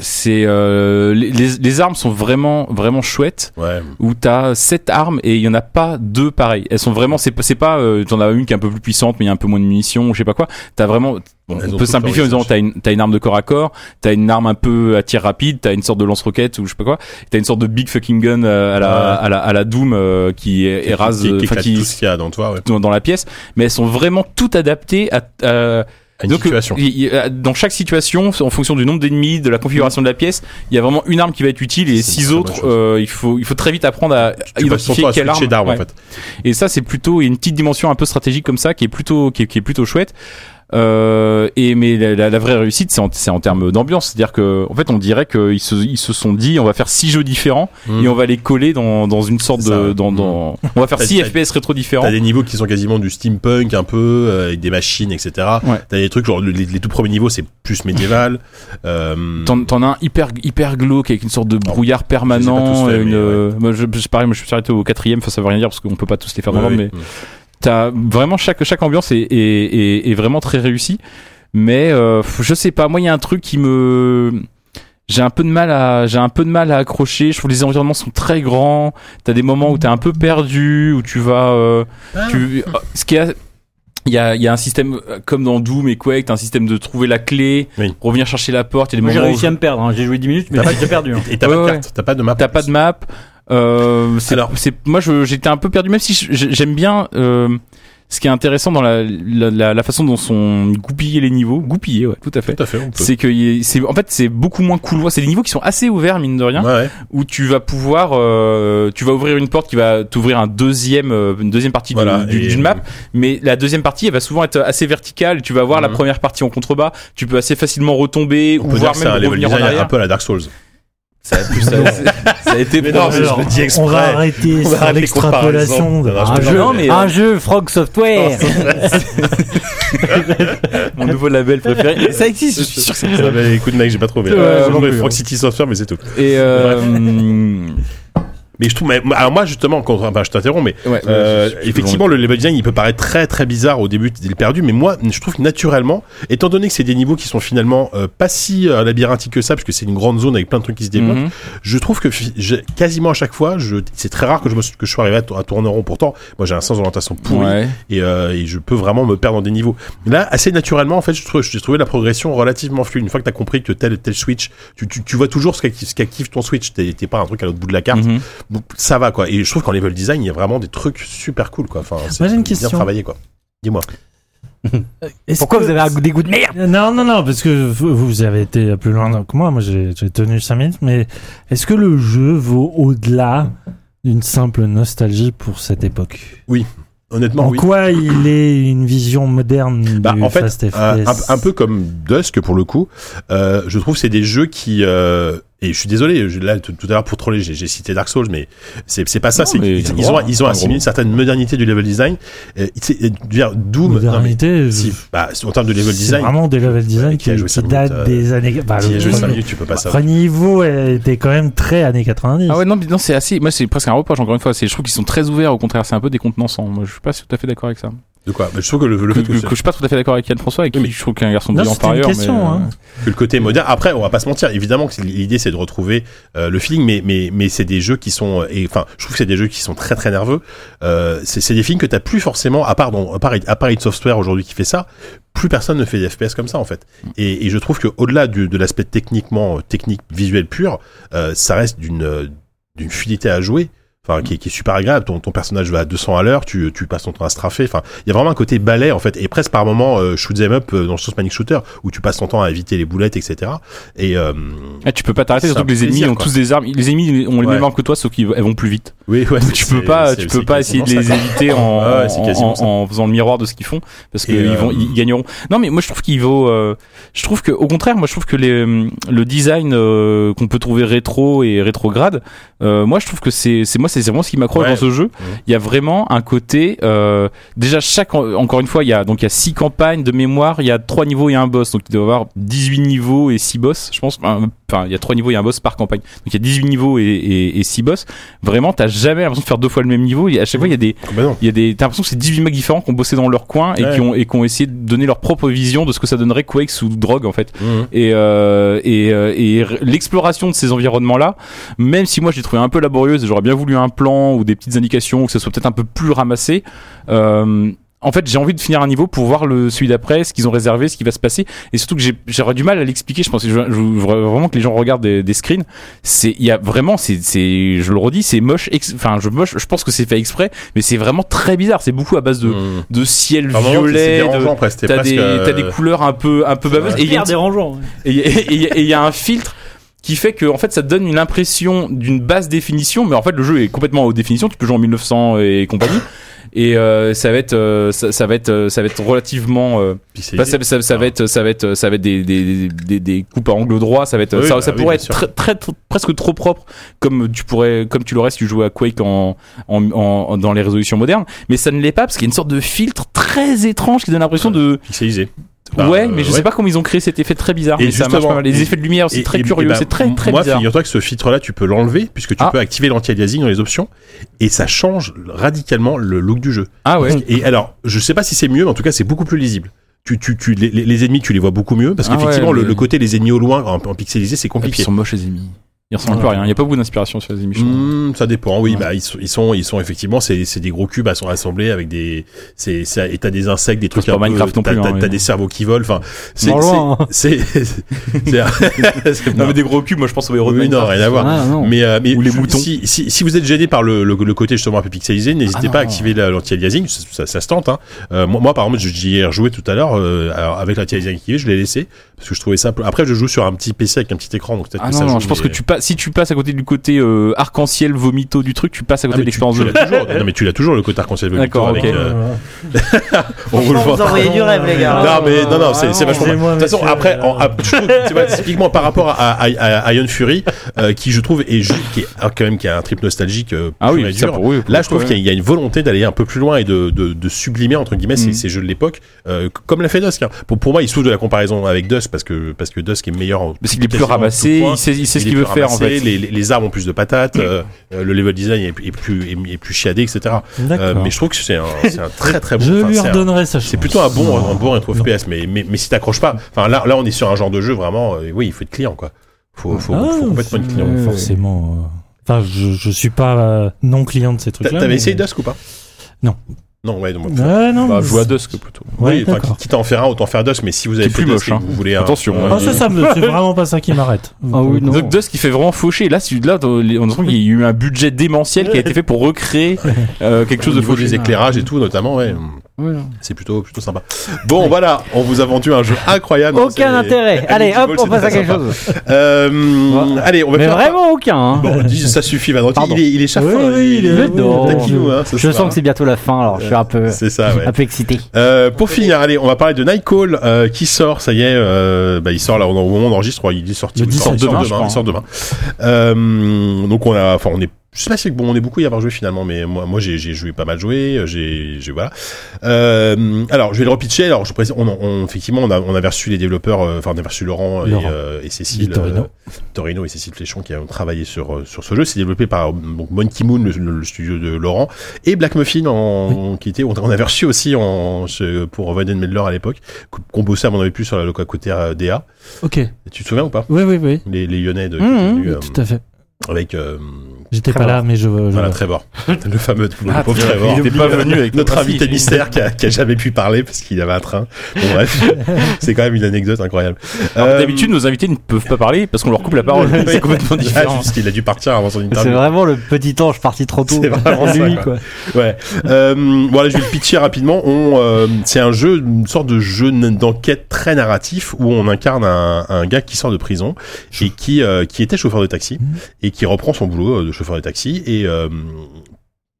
F: c'est euh, les, les- les armes sont vraiment, vraiment chouettes.
B: Ouais.
F: Où t'as sept armes et il y en a pas deux pareilles. Elles sont vraiment, c'est, pas- c'est pas, euh, t'en as une qui est un peu plus puissante, mais il y a un peu moins de munitions, ou je sais pas quoi. T'as vraiment, bon,
B: Elles
F: on
B: ont
F: peut
B: toutes
F: simplifier en disant
B: leur recherche.
F: t'as une, t'as une arme de corps à corps, t'as une arme un peu à tir rapide, t'as une sorte de lance-roquette ou je sais pas quoi, t'as une sorte de big fucking gun euh, à la, à la, à la Doom euh, qui
B: Qui-
F: érase,
B: qui, qui,
F: enfin,
B: éclate
F: qui-
B: tout ce qu'il y a dans toi, ouais.
F: dans, dans la pièce, mais elles sont vraiment toutes adaptées à, à-
B: À une
F: donc,
B: situation.
F: il- il- à- dans chaque situation, en fonction du nombre d'ennemis, de la configuration de la pièce, il y a vraiment une arme qui va être utile et
B: C'est une
F: six
B: très
F: autres,
B: bonne chose.
F: euh, il faut il faut très vite apprendre à
B: Tu passes ton
F: identifier
B: temps à
F: quelle
B: switcher
F: arme.
B: d'armes
F: ouais.
B: en fait.
F: Et ça, c'est plutôt il y a une petite dimension un peu stratégique comme ça qui est plutôt qui est, qui est plutôt chouette. Euh, et mais la, la- la vraie réussite, c'est en, c'est en termes d'ambiance, c'est-à-dire que en fait, on dirait qu'ils se ils se sont dit, on va faire six jeux différents
B: Mm.
F: et on va les coller dans dans une sorte
B: C'est ça,
F: de
B: ouais. Hmm.
F: dans, dans on va faire
B: T'as-
F: six
B: t'as-
F: FPS rétro différents.
B: T'as des niveaux qui sont quasiment du steampunk un peu euh, avec des machines, etc.
F: Ouais.
B: T'as des trucs genre les, les tout premiers niveaux c'est plus médiéval. euh,
F: Mm. T'en, t'en as un hyper hyper glauque avec une sorte
B: Ah
F: de brouillard permanent.
B: tous faits,
F: et une,
B: mais ouais.
F: euh, moi, je, je- pareil, moi, je suis arrêté au quatrième, enfin, ça veut rien dire parce qu'on peut pas tous les faire dans
B: ouais,
F: l'ordre,
B: ouais.
F: mais t'as vraiment chaque chaque ambiance est, est, est, est vraiment très réussie. Mais euh, f- je sais pas, moi il y a un truc qui me j'ai un peu de mal à j'ai un peu de mal à accrocher. Je trouve que les environnements sont très grands. T'as des moments où t'es un peu perdu, où tu vas euh,
D: Ah.
F: tu euh, ce qui est il y a, il y a un système euh, comme dans Doom et Quake, t'as un système de trouver la clé,
B: Oui.
F: revenir chercher la porte. Il y a des
D: Moi, j'ai
F: moments où
D: réussi à me perdre. hein. J'ai joué 10 minutes, mais
B: T'as
D: j'ai perdu. hein.
B: Et t'as
F: Ouais,
B: pas de
F: ouais.
B: carte, t'as pas de map.
F: T'as pas de map. Euh, c'est,
B: Alors-
F: c'est moi je- j'étais un peu perdu même si je- j'aime bien euh, ce qui est intéressant dans la, la, la- la façon dont sont goupillés les niveaux, goupillés, ouais, tout à fait,
B: Tout à fait, on peut.
F: c'est que y est- c'est en fait c'est beaucoup moins couloir. C'est des niveaux qui sont assez ouverts mine de rien,
B: Ouais, ouais.
F: où tu vas pouvoir, euh, tu vas ouvrir une porte qui va t'ouvrir un deuxième, euh, une deuxième partie du-
B: Voilà,
F: du-
B: et-
F: d'une map, mais la deuxième partie elle va souvent être assez verticale. Tu vas voir la première partie en contrebas, tu peux assez facilement retomber
B: Mm-hmm.
F: ou
B: On peut dire
F: voir
B: que c'est un
F: même
B: level
F: revenir en
B: design un
F: arrière.
B: peu à la Dark Souls.
F: Ça [LAUGHS] a, pu- ça a- ça a été
B: Mais non,
F: proposé.
B: je le dis exprès.
C: on va arrêter
B: On va
C: sur
B: arrêter
C: l'extrapolation.
B: les
C: de-
B: comparaisons.
D: Un
B: je
D: jeu,
F: non, mais,
D: un
F: euh, Oh,
D: jeu Frog Software.
F: mon nouveau label préféré. Et [LAUGHS] ça existe, je suis sûr que ça existe.
B: Ah, bah, écoute, mec, j'ai pas trouvé.
F: Ouais,
B: Euh,
F: non
B: j'ai joué
F: plus,
B: Frog
F: ouais.
B: City Software, mais c'est tout.
F: Et euh, hum,
B: Mais je trouve, mais, alors moi, justement, quand, enfin, je t'interromps, mais
F: ouais,
B: Euh,
F: je- je- je-
B: effectivement, le level design, il peut paraître très très bizarre au début d'île perdu, mais moi, je trouve que naturellement, étant donné que c'est des niveaux qui sont finalement euh, pas si euh, labyrinthiques que ça, parce que c'est une grande zone avec plein de trucs qui se débloquent,
F: Mhm.
B: je trouve que fi- j'ai- quasiment à chaque fois, je, c'est très rare que je, me, suis- que je sois arrivé à, tour- à tourner en rond. Pourtant, moi, j'ai un sens d'orientation pourri
F: Ouais.
B: et, euh, et je peux vraiment me perdre dans des niveaux. Là, assez naturellement, en fait, je trouve, j'ai trouvé la progression relativement fluide. Une fois que t'as compris que tel tel switch, tu, tu, tu vois toujours ce qu'active, ce qu'active ton switch. T'es t'es pas un truc à l'autre bout de la carte.
F: Mhm.
B: Bon, ça va quoi. Et je trouve qu'en level design, il y a vraiment des trucs super cool quoi. Enfin, c'est
C: Moi, j'ai une
B: bien
C: question.
B: travaillé quoi. Dis-moi.
C: Est-ce
D: Pourquoi
C: que-
D: vous avez un- des goûts de merde
C: Non, non, non, parce que vous, vous avez été plus loin que moi. Moi, j'ai j'ai tenu 5 minutes. Mais est-ce que le jeu vaut au-delà d'une simple nostalgie pour cette époque
B: Honnêtement,
C: En
B: Bah oui.
C: quoi il est une vision moderne
B: Bah,
C: du
B: en fait,
C: Fast FPS
B: un, un- un peu comme Dusk pour le coup, euh, je trouve que c'est des jeux qui euh, et je suis désolé, je- là tout tout à l'heure pour troller, j'ai j'ai cité Dark Souls, mais c'est c'est pas ça.
F: Non,
B: C'est
F: mais
B: qu'ils-
F: il y a
B: ils,
F: le droit,
B: ont ils ont
F: pas un
B: assimilé
F: gros
B: une certaine modernité du level design. Euh, c'est- euh, je veux dire, Doom, non, mais,
C: modernité euh,
B: si, bah, en termes de
C: c'est
B: level design,
C: vraiment des level design
B: qui
C: qui,
B: a joué
C: qui
B: cinq minutes,
C: datent
B: euh,
C: des années. Bah,
B: si
C: le
B: les jeux cinq
C: premier-
B: minutes, tu peux pas
C: le
B: savoir.
C: premier niveau était quand même très années 90.
F: Ah ouais, non, mais non, c'est assez. Moi, c'est presque un reproche, encore une fois. C'est, je trouve qu'ils sont très ouverts, au contraire. C'est un peu décontenancant. Moi, je suis pas tout à fait d'accord avec ça.
B: De quoi Bah, Je trouve que le, le
F: Que,
B: fait que,
F: que-
B: c'est-
F: que je suis pas tout à fait d'accord avec Yann François, et qui
B: Oui, mais-
F: je trouve qu'un garçon
C: Non,
F: brillant
C: c'était
F: par
C: une
F: ailleurs.
C: question.
F: mais, euh,
C: hein.
B: que le côté moderne. Après, on va pas se mentir. Évidemment que c'est- l'idée c'est de retrouver euh, le feeling, mais mais mais c'est des jeux qui sont euh, et enfin, je trouve que c'est des jeux qui sont très très nerveux. Euh, c'est c'est des films que t'as plus forcément à part dans à part à part id Software aujourd'hui qui fait ça. Plus personne ne fait des FPS comme ça en fait. Et, et je trouve que au-delà du- de l'aspect techniquement euh, technique visuel pur, euh, ça reste d'une euh, d'une fluidité à jouer. Enfin, qui, est- qui est super agréable. Ton, ton personnage va à 200 à l'heure, tu, tu passes ton temps à strafer. Enfin, il y a vraiment un côté balai en fait, et presque par moment euh, shoot 'em up euh, dans le sens panic shooter où tu passes ton temps à éviter les boulettes, etc. Et euh,
F: ah, tu peux pas t'arrêter,
B: C'est
F: surtout
B: un
F: que les ennemis
B: plaisir,
F: ont
B: quoi.
F: tous des armes. Les ennemis ont les
B: Ouais.
F: mêmes armes que toi, sauf qu'elles vont plus vite.
B: oui, [LAUGHS] ouais,
F: Donc tu peux pas, tu peux pas essayer de les éviter en,
B: Ouais, ouais, c'est
F: en-
B: quasiment
F: en-
B: ça.
F: en faisant le miroir de ce qu'ils font, parce qu'ils
B: Et, euh,
F: vont, ils gagneront. Non, mais moi je trouve qu'il vaut. euh, je trouve que, au contraire, moi je trouve que les, euh, le design euh, qu'on peut trouver rétro et rétrograde, euh, moi je trouve que c'est, c'est moi c'est vraiment ce qui m'accroche
B: Ouais.
F: dans ce jeu. Il y a vraiment un côté. euh, déjà chaque, encore une fois, il y a donc il y a six campagnes de mémoire, il y a trois niveaux et un boss, donc il doit y avoir 18 niveaux et six boss, je pense. Enfin, enfin, il y a trois niveaux et un boss par campagne, donc il y a 18 niveaux et, et, et six boss. Vraiment, t'as jamais l'impression de faire deux fois le même niveau. Et à chaque fois, il y a des,
B: non.
F: il y a des, t'as l'impression que c'est 18 mecs différents qui ont bossé dans leur coin et
B: Ouais.
F: qui ont et qui ont essayé de donner leur propre vision de ce que ça donnerait Quake sous drogue en fait.
B: Mhm.
F: Et euh, et, euh, et r- l'exploration de ces environnements là, même si moi j'ai trouvé un peu laborieuse, et j'aurais bien voulu un plan ou des petites indications ou que ça soit peut-être un peu plus ramassé. euh, en fait, j'ai envie de finir un niveau pour voir le celui d'après, ce qu'ils ont réservé, ce qui va se passer, et surtout que j'ai- j'aurais du mal à l'expliquer. Je pense que je, je voudrais vraiment que les gens regardent des, des screens. C'est, il y a vraiment, c'est, c'est, je le redis, c'est moche. ex- Enfin, je moche. Je pense que c'est fait exprès, mais c'est vraiment très bizarre. C'est beaucoup à base de
B: Mhm.
F: de ciel
B: Par moment, c'est
F: violet. de-
B: dérangeant, presque. T'es
F: T'as
B: presque,
F: des,
B: euh,
F: t'as des couleurs un peu, un peu baveuses. Et il y a une-
D: dérangeant.
F: et il y a- et il y a- et il y a un filtre qui fait que en fait ça te donne une impression d'une basse définition mais en fait le jeu est complètement à haute définition tu peux jouer en 1900 et compagnie et euh, ça va être euh, ça, ça va être euh, ça va être relativement euh,
B: pixelisé.
F: bah, ça, ça- ça va être ça va être ça va être des des, des, des coupes à angle droit ça va être
B: Oui,
F: ça,
B: bah
F: ça
B: oui,
F: pourrait être
B: bien sûr.
F: très, très, tr- presque trop propre comme tu pourrais comme tu l'aurais si tu jouais à Quake en, en, en- dans les résolutions modernes mais ça ne l'est pas parce qu'il y a une sorte de filtre très étrange qui donne l'impression de
B: pixelisé.
F: ouais
B: Bah,
F: mais je
B: euh,
F: sais
B: ouais.
F: pas comment ils ont créé cet effet très bizarre
B: Et
F: mais ça marche
B: justement,
F: pas mal. les
B: et-
F: effets de lumière c'est
B: Et-
F: très
B: et-
F: curieux
B: et ben,
F: c'est très très
B: moi,
F: bizarre
B: figure-toi que ce filtre-là, tu peux l'enlever puisque tu
F: Ah.
B: peux activer l'anti-aliasing dans les options et ça change radicalement le look du jeu.
F: ah ouais
B: Et alors, je sais pas si c'est mieux, mais en tout cas, c'est beaucoup plus lisible. Tu, tu, tu, les, les- les ennemis, tu les vois beaucoup mieux parce
F: Ah ouais,
B: qu'effectivement, le,
F: mais-
B: le côté les ennemis au loin en, en pixelisé,
F: Et
B: c'est
F: puis,
B: compliqué.
F: ils sont moches les ennemis Il ressemble plus à rien. Il n'y a pas beaucoup d'inspiration sur les émissions.
B: Hmm, ça dépend, oui.
F: Ouais.
B: Bah, ils, sont, ils sont, ils sont effectivement, c'est c'est des gros cubes à sont assemblés avec des, c'est, c'est- et t'as des insectes, des trucs
F: pas
B: un peu-
F: Minecraft non
B: t'as-
F: plus,
B: T'as
F: hein,
B: t'as
F: oui.
B: des cerveaux qui volent. Enfin, c'est,
D: Bon, loin, hein.
B: c'est, [LAUGHS] c'est, c'est-
F: [LAUGHS]
B: c'est-
F: Non, mais des gros cubes, moi je pense aux héros de
B: Oui, non,
F: Minecraft.
B: rien à voir.
D: Ah, non.
B: Mais, euh, mais
F: Ou les
B: je-
F: moutons.
B: Si, si, si vous êtes gêné par le, le, le côté justement un peu pixelisé, n'hésitez
D: Ah,
B: pas à
D: non.
B: activer la- l'anti-aliasing, ça, ça, ça se tente. Hein. Euh, moi, moi, par exemple, j'y ai rejoué tout à l'heure euh, alors, avec l'anti-aliasing activé, je l'ai laissé parce que je trouvais ça. Après, je joue sur un petit PC avec un petit écran, donc peut-être
F: Ah
B: que
F: non,
B: ça
F: non,
B: joue,
F: je pense que
B: mais-
F: tu passes, si tu passes à côté du côté euh, arc-en-ciel vomito du truc, tu passes à
B: Ah,
F: côté
B: mais
F: de
B: tu-
F: l'expérience
B: tu
F: de jeu.
B: l'as toujours. Eh, Non, mais tu l'as toujours le côté arc-en-ciel de
F: D'accord,
B: Victor
F: ok.
B: avec, euh,
C: Euh,
B: on vous le
E: Franchement, vous
B: vend.
E: envoyez du rêve, les gars.
B: Non mais non non c'est c'est vachement bien. De
C: Excusez-moi,
B: toute façon
C: monsieur,
B: après
C: euh,
B: en- ah, je trouve, tu vois, typiquement par rapport à, à, à- à Iron Fury euh, qui je trouve est juste qui est ah, quand même qui a un trip nostalgique euh,
F: Ah
B: pur
F: oui,
B: et
F: ça
B: dur.
F: pour oui, pour
B: Là,
F: le
B: je
F: coup,
B: trouve
F: ouais.
B: qu'il y a- il y a une volonté d'aller un peu plus loin et de, de, de sublimer entre guillemets ces,
F: Mm.
B: ces jeux de l'époque, euh, c- comme l'a fait Dusk. hein. Pour, pour moi, il souffre de la comparaison avec Dusk parce que parce que Dusk est meilleur. en-
F: Parce qu'il est plus
B: quasiment en tout
F: ramassé,
B: point.
F: il sait, il sait ce
B: Il est
F: qu'il veut
B: plus
F: faire en
B: ramassé,
F: fait.
B: Les, les- les armes ont plus de patates, euh, euh, le level design est, est plus est, est plus chiadé, etc. Euh,
C: D'accord.
B: mais je trouve que c'est un, c'est un très très bon.
C: je
B: enfin,
C: lui
B: c'est un-
C: redonnerai sa chance.
B: c'est plutôt un bon,
C: Non.
B: un bon rétro
C: Non.
B: FPS, mais, mais, mais si t'accroches pas, enfin là, là on est sur un genre de jeu vraiment, euh, oui, il faut être client quoi. Faut, faut,
C: Ah,
B: faut complètement être client.
C: euh, Forcément. euh, Enfin, je, je suis pas euh, non client de ces
B: T'a-
C: trucs-là.
B: T'avais
C: mais-
B: essayé Dusk ou pas
C: Non.
B: Non, ouais, donc.
C: Ouais, non.
F: Bah,
C: mais
F: joue à
C: c'est-
F: Dusk plutôt.
C: Ouais,
B: oui, enfin,
C: d'accord.
B: quitte à en faire un, autant faire Dusk, mais si vous avez
F: Qui est
B: fait
F: plus
B: Dusk
F: moche,
B: et que vous voulez un-
F: Attention,
B: un-
F: hein.
C: Ah, ça, ça
B: [LAUGHS]
C: me- c'est vraiment pas ça qui m'arrête.
D: Ah oui, non.
F: Donc Dusk il fait vraiment faucher. Là, celui- là, dans les- on sent qu'il y a eu un budget démentiel qui a été fait pour recréer euh, quelque
B: quelque
F: chose de fauché.
B: des éclairages et tout, notamment, ouais.
C: Mm.
D: Ouais, non.
B: C'est plutôt, plutôt sympa. Bon, voilà, on vous a vendu un jeu incroyable. hein, c'est-
D: Aucun intérêt. Allez,
B: Animal
D: hop, on
B: Crossing,
D: passe à
B: c'est
D: quelque
B: sympa.
D: chose.
B: Euh, Allez, on va
D: Mais
B: faire.
D: vraiment aucun. hein.
B: Bon, dis- ça suffit, Valentin.
D: Pardon.
B: Il est, il est chafouin,
C: Oui,
B: hein,
C: oui, il est-
D: Je dors.
B: taquinou, hein, ce
D: Je
B: soir,
D: sens que c'est bientôt la fin, alors je suis un peu,
B: C'est
D: [LAUGHS]
B: ça, ouais.
D: un peu excité.
B: Euh, pour finir, allez, on va parler de Nightcall euh, qui sort, ça y est, euh, bah, il sort là au moment d'enregistre, il est sorti
C: Le
B: il sort
C: 17
B: demain,
F: je crois.
B: il sort demain. Euh, donc on a, enfin on est, je sais pas si bon, on est beaucoup à y avoir joué finalement, mais moi, moi j'ai, j'ai joué pas mal joué, euh, j'ai, j'ai voilà. Euh, alors je vais le repitcher. Alors je précise, on, on- effectivement on, a, on avait reçu les développeurs, euh, enfin on avait reçu Laurent,
C: Laurent.
B: Et, euh, et Cécile
C: Vittorino.
B: euh, Vittorino et Cécile Fléchon qui ont travaillé sur euh, sur ce jeu. C'est développé par euh, donc Monkey Moon, le- le- le studio de Laurent et Black Muffin en, qui était on, on avait reçu aussi en ce- pour Vaden Medler à l'époque qu'on- qu'on bossait à mon avis plus sur la loca côté euh, DA
C: Ok.
B: tu te souviens ou pas
C: Oui, oui, oui. Hum,
B: les, les Lyonnais
C: Mmh,
B: de, qui
D: Mhm,
B: étaient venus, euh,
C: Tout à fait.
B: avec euh,
C: J'étais pas
D: Trevor.
C: là, mais je. je-
F: [LAUGHS]
B: voilà Trevor le fameux le
F: Mmh. Ah,
B: pauvre
F: tiens,
B: Trevor
F: il était pas venu avec
B: notre
F: nous.
B: invité mystère qui a, qui a jamais pu parler parce qu'il avait un train bon
F: [LAUGHS]
B: bref c'est quand même une anecdote incroyable
F: Alors,
B: Euh,
F: D'habitude, nos invités ne peuvent pas parler parce qu'on leur coupe la parole.
B: oui.
F: C'est complètement
B: ah,
F: différent.
B: juste, il a dû partir avant son
D: C'est
B: interview
D: vraiment le petit ange parti trop tôt.
B: C'est vraiment ça,
D: Lui,
B: quoi.
D: quoi.
B: Ouais. Euh, voilà, je vais le pitcher rapidement. On, euh, c'est un jeu, une sorte de jeu n- d'enquête très narratif où on incarne un, un gars qui sort de prison et qui euh, qui était chauffeur de taxi
C: Mhm.
B: et qui reprend son boulot euh, de chauffeur de taxi et euh,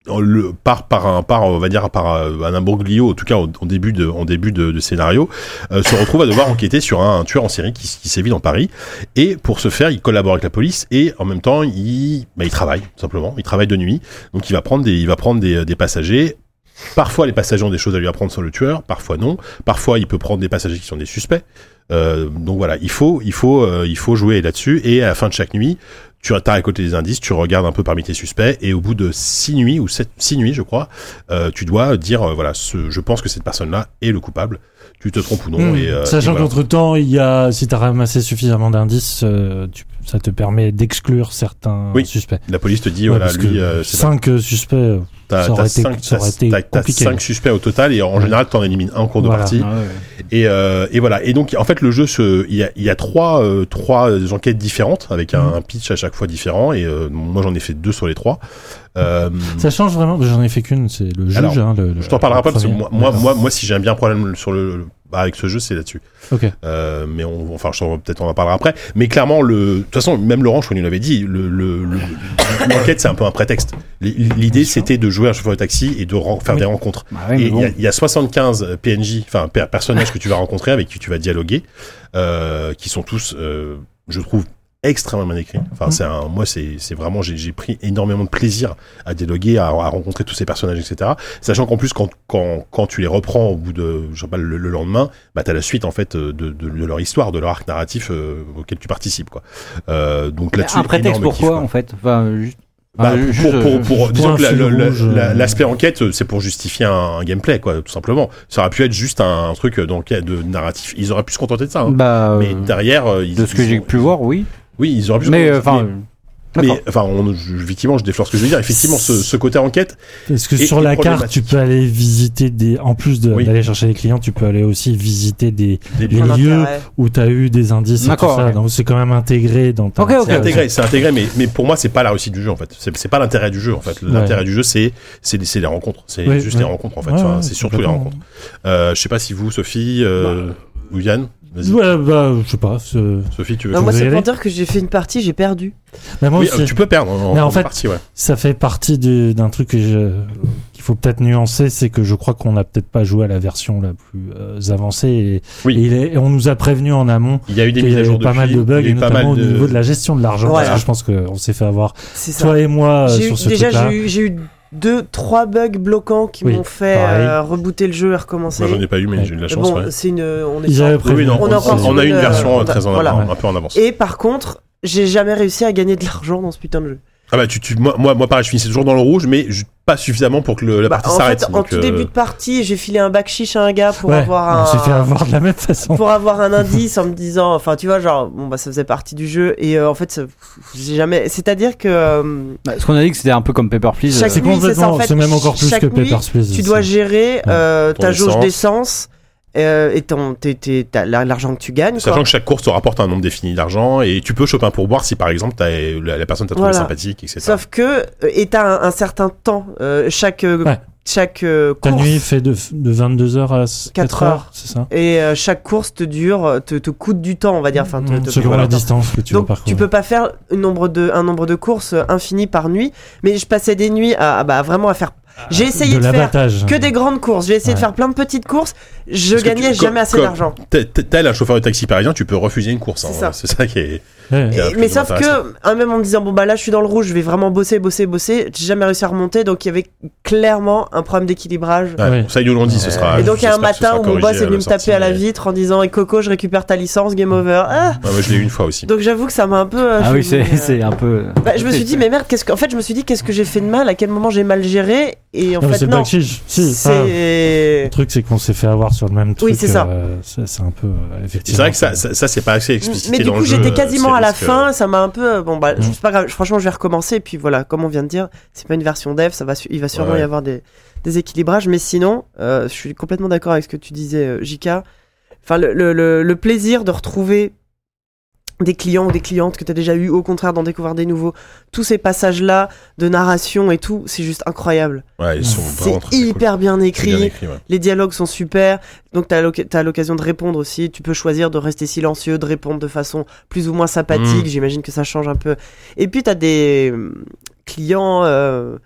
B: on le, par par un par on va dire par euh, un imbroglio en tout cas au, en début de en début de, de scénario euh, se retrouve à devoir enquêter sur un, un tueur en série qui, s- qui sévit dans Paris et pour ce faire il collabore avec la police et en même temps il bah, il travaille tout simplement il travaille de nuit donc il va prendre des, il va prendre des, des passagers. Parfois les passagers ont des choses à lui apprendre sur le tueur, parfois non. Parfois il peut prendre des passagers qui sont des suspects. Euh, donc voilà, il faut, il faut, euh, il faut jouer là-dessus. Et à la fin de chaque nuit, tu as à côté des indices, tu regardes un peu parmi tes suspects, et au bout de six nuits ou sept, six nuits, je crois, euh, tu dois dire euh, voilà, ce, je pense que cette personne-là est le coupable. Tu te trompes ou non.
C: Hmm.
B: Et, euh, et
C: Sachant
B: voilà.
C: qu'entre temps, il y a, si t'as ramassé suffisamment d'indices, euh, tu- ça te permet d'exclure certains
B: Oui.
C: suspects.
B: la police te dit
C: Ouais,
B: voilà,
C: parce
B: lui,
C: que
B: euh, c'est pas-
C: cinq euh, suspects. euh,
B: t'as
C: ça aurait
B: t'as
C: été-
B: cinq-
C: ça aurait
B: t'as-
C: été
B: t'as- t'as
C: compliqué.
B: cinq suspets au total, et en général t'en élimines un en cours de
C: Voilà.
D: Ah
B: partie. Et, euh, et voilà. Et donc, en fait, le jeu, se, il, y a, il y a trois, euh, trois enquêtes différentes avec un,
C: Mm.
B: un pitch à chaque fois différent. Et euh, moi, j'en ai fait deux sur les trois. Euh,
C: Ça change vraiment. J'en ai fait qu'une, c'est le juge.
B: Alors,
C: hein, le- le-
B: je t'en parlerai
C: le
B: pas parce que
C: premier.
B: moi, moi,
C: D'accord.
B: moi, moi, si j'ai un bien un problème sur le, bah, avec ce jeu, c'est là-dessus.
C: Ok.
B: Euh, mais on, enfin, je t'en- peut-être on en parlera après. Mais clairement, le, de toute façon, même Laurent, je crois qu'il nous l'avait dit, le, le, le- l'enquête, c'est un peu un prétexte. L- L'idée, c'était de jouer à un chauffeur de taxi et de ren- faire des rencontres.
D: Bah ouais, mais
B: Et il
D: bon.
B: y a- euh, il y, a 75 PNJ, enfin per- personnages que tu vas rencontrer avec qui tu vas dialoguer, euh, qui sont tous, euh, je trouve, extrêmement bien écrits.
D: Mm.
B: Enfin, c'est un, moi, c'est c'est vraiment, j'ai j'ai pris énormément de plaisir à dialoguer, à, à rencontrer tous ces personnages, etc. Sachant qu'en plus, quand, quand, quand tu les reprends au bout de, je sais pas, le, le lendemain, bah t'as la suite en fait euh, de, de, de leur histoire, de leur arc narratif euh, auquel tu participes, quoi. Euh, donc là-dessus,
D: un prétexte
B: énorme
D: pour
B: kiff,
D: quoi
B: quoi.
D: en fait Enfin, euh, juste-
B: Bah,
D: enfin,
B: pour-
D: juste,
B: pour, pour,
D: euh,
B: pour- disons
C: un
B: que la-
C: fil
B: le- le-
C: rouge,
B: la-
C: euh,
B: l'aspect enquête, euh, c'est pour justifier un, un gameplay, quoi, tout simplement. Ça aurait pu être juste un, un truc euh, d'enquête, de narratif. Ils auraient pu se contenter de ça. hein.
D: bah, euh,
B: Mais derrière, euh, ils,
D: de ce
B: ils
D: que
B: ont-
D: j'ai pu voir, oui.
B: oui, ils auraient pu. se
D: Mais
B: contenter-
D: euh, enfin,
B: Mais enfin, on, je- effectivement, je déflore ce que je veux dire. Effectivement, ce, ce côté enquête,
C: Parce que
B: Et-
C: sur
B: et
C: la carte, tu
B: problématique.
C: peux aller visiter des. En plus de-
B: Oui.
C: d'aller chercher les clients, tu peux aller aussi visiter des,
B: Des
C: les
E: points
C: lieux
E: d'intérêt.
C: où tu as eu des indices. et tout
D: D'accord,
C: ça.
D: ok.
C: Donc c'est quand même intégré dans ta.
D: Ok, ok,
B: c'est
D: ok.
B: intégré, c'est intégré, mais, mais pour moi, c'est pas la réussite du jeu en fait. C'est c'est pas l'intérêt du jeu en fait. L'intérêt du jeu, c'est c'est les, c'est les rencontres. C'est
C: Oui,
B: juste
C: oui.
B: les rencontres en fait.
C: Ouais,
B: Enfin,
C: ouais,
B: c'est surtout les
C: complètement.
B: rencontres. Euh, je sais pas si vous, Sophie euh, ou Yann. Vas-y.
C: Ouais, bah, je sais pas. c'est-
B: Sophie, tu veux
E: Non, moi,
C: Vous
E: c'est
C: y
E: pour
C: allez
E: dire que j'ai fait une partie, j'ai perdu.
C: Mais moi
B: Oui,
C: aussi,
B: euh, tu peux perdre en,
C: Mais en
B: en
C: fait-
B: partie, ouais.
C: ça fait partie du- d'un truc que je- qu'il faut peut-être nuancer, c'est que je crois qu'on n'a peut-être pas joué à la version la plus euh, avancée. Et,
B: Oui.
C: et il est- et on nous a prévenu en amont.
B: Il y a eu des
C: qu'il y
B: mises à
C: avait
B: jour
C: pas
B: depuis,
C: mal de bugs,
B: il y a
C: et
B: eu pas mal
C: notamment au
B: de-
C: niveau de la gestion de l'argent.
E: Ouais.
C: Parce que je pense qu'on s'est fait avoir,
E: C'est ça.
C: toi et moi, euh,
E: J'ai
C: sur
E: eu-
C: ce
E: déjà,
C: truc-là.
E: j'ai eu, j'ai eu deux, trois bugs bloquants qui
C: Oui,
E: m'ont fait
C: pareil.
E: euh, rebooter le jeu et recommencer.
B: Moi, j'en ai pas eu, mais j'ai eu de la
E: Mais
B: chance.
E: bon,
B: ouais.
E: c'est une. On est
C: Ils
E: pas-
C: avaient
B: Oui, oui,
C: prévenu.
B: non, on,
E: On en
B: on-
E: pense
B: on a
E: une,
B: une
E: euh,
B: version euh,
E: on a-
B: très en
E: voilà.
B: avant, un peu en avance.
E: Et par contre, j'ai jamais réussi à gagner de l'argent dans ce putain de jeu.
B: Ah bah tu, tu moi moi moi pareil je finissais toujours dans le rouge mais je- pas suffisamment pour que le- la
E: Bah,
B: partie
E: en
B: s'arrête.
E: fait, en
B: donc,
E: tout
B: euh,
E: début de partie, j'ai filé un bac chiche à un gars pour
C: Ouais,
E: avoir
C: on s'est fait
E: un.
C: avoir de la même façon.
E: Pour avoir un indice en me disant, enfin tu vois, genre, bon bah ça faisait partie du jeu et euh, en fait, ça- j'ai jamais. C'est-à-dire que euh,
D: Bah, ce qu'on a dit que c'était un peu comme Paper Please.
E: Chaque
D: euh,
C: C'est
E: nuit, c'est ça,
C: complètement,
E: en fait,
C: c'est même encore plus
E: chaque
C: que
E: nuit,
C: Paper Please.
E: tu dois gérer euh,
B: Ton
E: ta jauge
B: essence.
E: d'essence euh, et ton t'es- t'es- t'as la- l'argent que tu gagnes.
B: euh, Sachant
E: quoi.
B: que chaque course te rapporte un nombre défini d'argent et tu peux choper un pourboire si par exemple t'as, la, la personne t'a trouvé
E: Voilà.
B: sympathique, etc.
E: Sauf que euh, et t'as un, un certain temps euh, chaque euh,
C: Ouais.
E: chaque euh,
C: Ta
E: course
C: nuit fait de, de 22h
E: 4
C: à 4h,
E: heures.
C: c'est ça
E: et euh, chaque course te dure te, te coûte du temps on va dire enfin te- te-
C: Selon
E: voilà.
C: la distance Mm. que tu veux
E: Donc
C: parcourir.
E: tu peux pas faire un nombre de un nombre de courses euh, infini par nuit mais je passais des nuits à, à- bah vraiment à faire j'ai essayé
C: Ah, de
E: de, faire
C: l'abattage.
E: que des grandes courses j'ai essayé de
C: Ouais.
E: faire plein de petites courses je
B: Parce que tu-
E: gagnais
B: comme-
E: jamais assez
B: comme-
E: d'argent
B: Tel- tel- Tel un chauffeur de taxi parisien, tu peux refuser une course. hein.
E: C'est ça.
B: qui est.
C: Ouais.
B: qui est un peu
E: Mais sauf
B: intéressant.
E: que, hein, même en me disant, bon bah là je suis dans le rouge, je vais vraiment bosser, bosser, bosser, j'ai jamais réussi à remonter, donc il y avait clairement un problème d'équilibrage.
B: Ouais,
C: Ouais.
B: bon, Ça ils nous l'ont dit, ce sera.
E: Et donc il y a un
B: Ah, j'espère que ce
E: matin
B: sera
E: où
B: corrigé
E: mon boss est
B: la
E: venu me
B: sortie,
E: taper à la
B: mais-
E: vitre en disant, et Coco, je récupère ta licence, game over. Ah
B: Ouais, moi je l'ai eu une fois aussi.
E: donc j'avoue que ça m'a un peu. euh,
D: Ah
E: je
D: oui,
E: me
D: c'est
E: dis, euh,
D: c'est un peu.
E: Bah, je me suis dit, mais merde, qu'est-ce que. En fait, je me suis dit, qu'est-ce que j'ai fait de mal, à quel moment j'ai mal géré, et en
C: Non, mais
E: fait,
C: c'est
E: non.
C: pas chiche. Si, enfin,
E: C'est.
C: Le truc, c'est qu'on s'est fait avoir sur le même truc.
E: Oui, c'est ça.
C: euh, c'est c'est un peu. euh,
B: C'est
C: effectivement,
B: vrai que ça, ça, ça, c'est pas assez explicité
E: Mais du
B: dans
E: coup,
B: le jeu,
E: j'étais
B: euh,
E: quasiment
B: c'est
E: à la
B: parce que-
E: fin. Ça m'a un peu. euh, Bon, bah,
C: Mm.
E: c'est pas grave. Franchement, je vais recommencer. Et puis voilà, comme on vient de dire, c'est pas une version dev. Ça va, su- il va sûrement
B: Ouais, ouais.
E: y avoir des, des équilibrages. Mais sinon, euh, je suis complètement d'accord avec ce que tu disais, euh, Jika. Enfin, le, le, le, le plaisir de retrouver des clients ou des clientes que tu as déjà eu, au contraire, d'en découvrir des nouveaux. Tous ces passages-là de narration et tout, c'est juste incroyable.
B: Ouais, ils sont
E: C'est
B: vraiment très cool.
E: hyper bien
B: C'est
E: écrit.
B: bien écrit. ouais.
E: Les dialogues sont super, donc t'as l'oc- t'as l'occasion de répondre aussi. Tu peux choisir de rester silencieux, de répondre de façon plus ou moins sympathique.
B: Mm.
E: J'imagine que ça change un peu. Et puis t'as des euh, clients euh,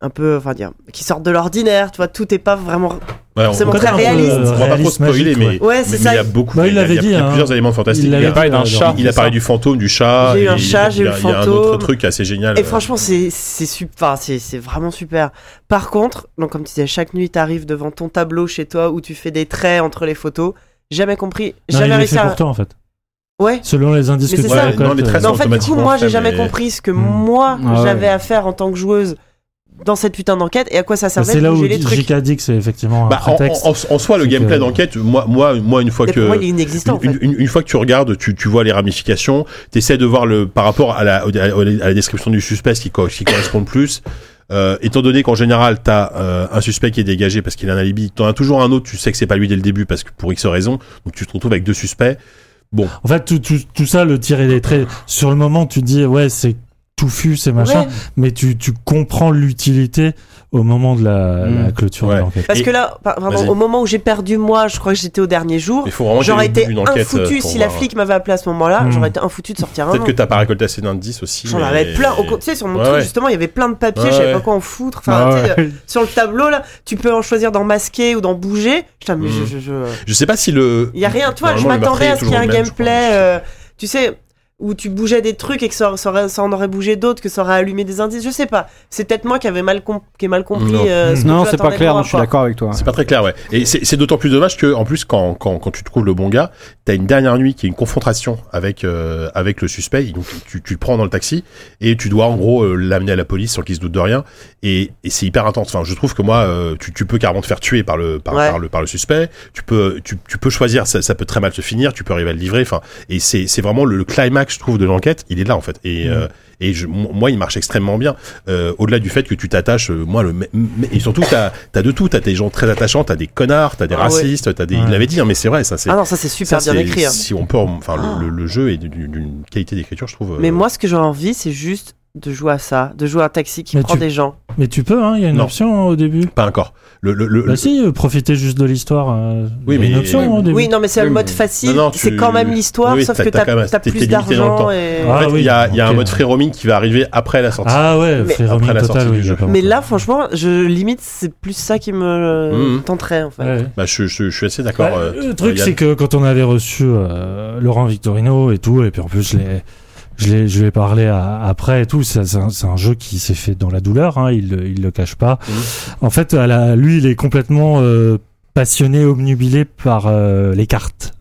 E: un peu, enfin dire, qui sortent de l'ordinaire. Tu vois, tout est pas vraiment.
B: Ouais, on-
E: C'est mon
B: on-
E: très
B: on-
E: réaliste.
B: On va pas trop
C: Réaliste
B: spoiler,
C: magique,
B: mais
E: Ouais, c'est
B: mais- mais
E: ça.
B: il y a beaucoup.
C: Bah, il
B: y a-
C: l'avait
B: y
C: dit,
B: a
C: hein.
B: plusieurs éléments fantastiques. Il
C: l'avait
B: y a-
C: dit,
F: parlé d'un
C: euh,
F: chat.
C: Laurent.
B: Il a parlé du fantôme, du chat.
E: J'ai eu un
B: et
E: chat, j'ai
B: il
E: eu
B: y
E: le
B: a- Il y a un
E: fantôme.
B: autre truc assez génial.
E: Et franchement, c'est c'est sup- enfin, c'est- c'est vraiment super. Par contre, donc comme tu disais, chaque nuit t'arrives devant ton tableau chez toi où tu fais des traits entre les photos. Jamais compris,
C: Non, il
E: jamais
C: l'a
E: réussi
C: fait
E: à.
C: pour toi, en fait.
E: Ouais.
C: Selon les indices
E: Mais
C: que
E: c'est
C: tu
E: ça.
C: récoltes,
B: Non, les
C: euh,
B: traces
E: Mais en fait, du coup,
B: automatiquement
E: moi,
B: fait,
E: j'ai jamais
B: mais- Hmm.
E: compris ce que
C: Mm.
E: moi
D: Ah ouais.
E: j'avais à faire en tant que joueuse dans cette putain d'enquête et à quoi ça servait
C: C'est
E: de
C: là où
E: bouger les trucs.
C: JK dit que c'est effectivement un
B: Bah, en,
C: prétexte.
B: en- en- en soi, le
C: C'est
B: gameplay
C: que-
B: d'enquête, moi, moi, moi, une fois
E: Mais
B: que
E: pour moi, il est inexistant. en fait.
B: une, une- une fois que tu regardes, tu, tu vois les ramifications, t'essaies de voir le par rapport à la, au- à, à la description du suspect ce qui, co- ce qui correspond le plus. Euh, étant donné qu'en général t'as euh, un suspect qui est dégagé parce qu'il a un alibi, t'en as toujours un autre, tu sais que c'est pas lui dès le début parce que pour X raison, donc tu te retrouves avec deux suspects.
E: Oh,
C: En fait, tout, tout, tout ça, le tirer des traits, sur le moment, tu te dis, ouais, c'est touffu, c'est machin,
E: Ouais,
C: mais tu, tu comprends l'utilité au moment de la,
D: Mm.
C: la clôture
B: Hmm. Ouais.
C: de l'enquête.
E: Parce
B: Et-
E: que là, par- pardon,
B: Vas-y.
E: au moment où j'ai perdu moi, je crois que j'étais au dernier jour.
B: Il faut vraiment
E: J'aurais été
B: une
E: un
B: enquête.
E: foutu
B: euh, pour
E: si la
B: voir.
E: flic m'avait appelé à ce moment-là.
C: Mm.
E: J'aurais été un foutu de sortir un
B: Peut-être
E: nom.
B: que t'as pas récolté assez d'indices aussi.
E: J'en
B: mais-
E: avais plein. au co- Tu sais, sur mon
B: Ouais,
E: truc,
B: ouais.
E: justement, il y avait plein de papiers,
B: Ouais,
E: je savais
B: ouais.
E: pas quoi en foutre. Enfin,
D: Ah
E: tu sais,
D: ouais.
E: euh, sur le tableau, là, tu peux en choisir d'en masquer ou d'en bouger. Putain, mais
B: Mm.
E: je- je- je...
B: Je sais pas si le.
E: Il y a rien, toi, je
B: Normalement, le
E: m'attendais à
B: meurtrier
E: ce qu'il y ait
B: est
E: un
B: toujours le même, je
E: gameplay,
B: crois.
E: euh, tu sais, où tu bougeais des trucs et que ça, ça aurait- ça en aurait bougé d'autres, que ça aurait allumé des indices, je sais pas. C'est peut-être moi qui avais mal, com- qui ai mal compris.
B: Non.
E: euh, ce que
D: Non,
E: je
D: c'est pas
E: m'attendais
D: clair,
E: de
D: non,
E: voir,
D: je suis
E: quoi.
D: d'accord avec toi.
B: C'est pas très clair, ouais. Et c'est c'est d'autant plus dommage que, en plus, quand, quand, quand tu trouves le bon gars, t'as une dernière nuit qui est une confrontation avec euh, avec le suspect. Donc tu, tu le prends dans le taxi et tu dois en gros euh, l'amener à la police sans qu'il se doute de rien. Et, et c'est hyper intense. Enfin, je trouve que moi, euh, tu, tu peux carrément te faire tuer par le par,
E: Ouais.
B: par le par le suspect. Tu peux tu, tu peux choisir. Ça, ça peut très mal se finir. Tu peux arriver à le livrer. Enfin, et c'est c'est vraiment le, le climax je trouve, de l'enquête, il est là en fait. Et, euh, et je, mo- moi, il marche extrêmement bien. Euh, Au-delà du fait que tu t'attaches, euh, moi, le, me- me- et surtout, t'as as de tout. T'as des gens très attachants, t'as des connards, t'as des
E: Ah ouais.
B: racistes, t'as des.
C: Ouais.
B: Il l'avait dit, hein, mais c'est vrai, ça c'est.
E: Ah non, ça c'est
B: ça,
E: super
B: c'est-
E: bien écrit. hein.
B: Si on peut, en- enfin, le- le, le jeu est d'une- d'une qualité d'écriture, je trouve. euh,
E: Mais moi, ce que j'ai envie, c'est juste de jouer à ça, de jouer à un taxi qui
C: Mais
E: prend
C: tu-
E: des gens.
C: Mais tu peux, hein, il y a une
B: Non.
C: option hein, au début.
B: pas encore. Le, le, le-
C: Bah si, euh, profiter juste de l'histoire. euh,
B: Oui,
C: il y a
B: mais-
C: une option
B: oui,
C: hein, au début.
E: Oui, non, mais c'est
F: Oui,
E: le mode
F: mais-
E: facile.
B: Non, non, tu-
E: C'est quand même l'histoire,
B: Oui,
E: sauf
B: t'as-
E: que
B: t'as
E: t'as
B: quand même-
E: t'as
B: t'es-
E: plus
B: t'es limité dans le temps.
E: d'argent. Et...
B: en
C: Ah
B: fait, il
C: oui,
B: y a, il y a un
C: ok.
B: mode free roaming qui va arriver après la sortie.
C: Ah ouais,
E: Mais-
C: free roaming
B: Après la sortie
C: total,
B: du
C: oui,
B: jeu.
C: j'ai pas
E: Mais
C: compris.
E: là, franchement, je limite, c'est plus ça qui me
B: Mhm.
E: tenterait en fait.
C: Ouais.
B: Bah, je, je- je suis assez d'accord.
C: Bah,
B: euh,
C: le truc,
B: Yann.
C: c'est que quand on avait reçu euh, Laurent Victorino et tout, et puis en plus, je l'ai. Je l'ai, je lui ai parlé à- après et tout. ça, C'est un, c'est un jeu qui s'est fait dans la douleur. Hein, il, le- il le cache pas.
B: Mmh.
C: En fait, à la- lui, il est complètement euh, passionné, obnubilé par euh, les cartes.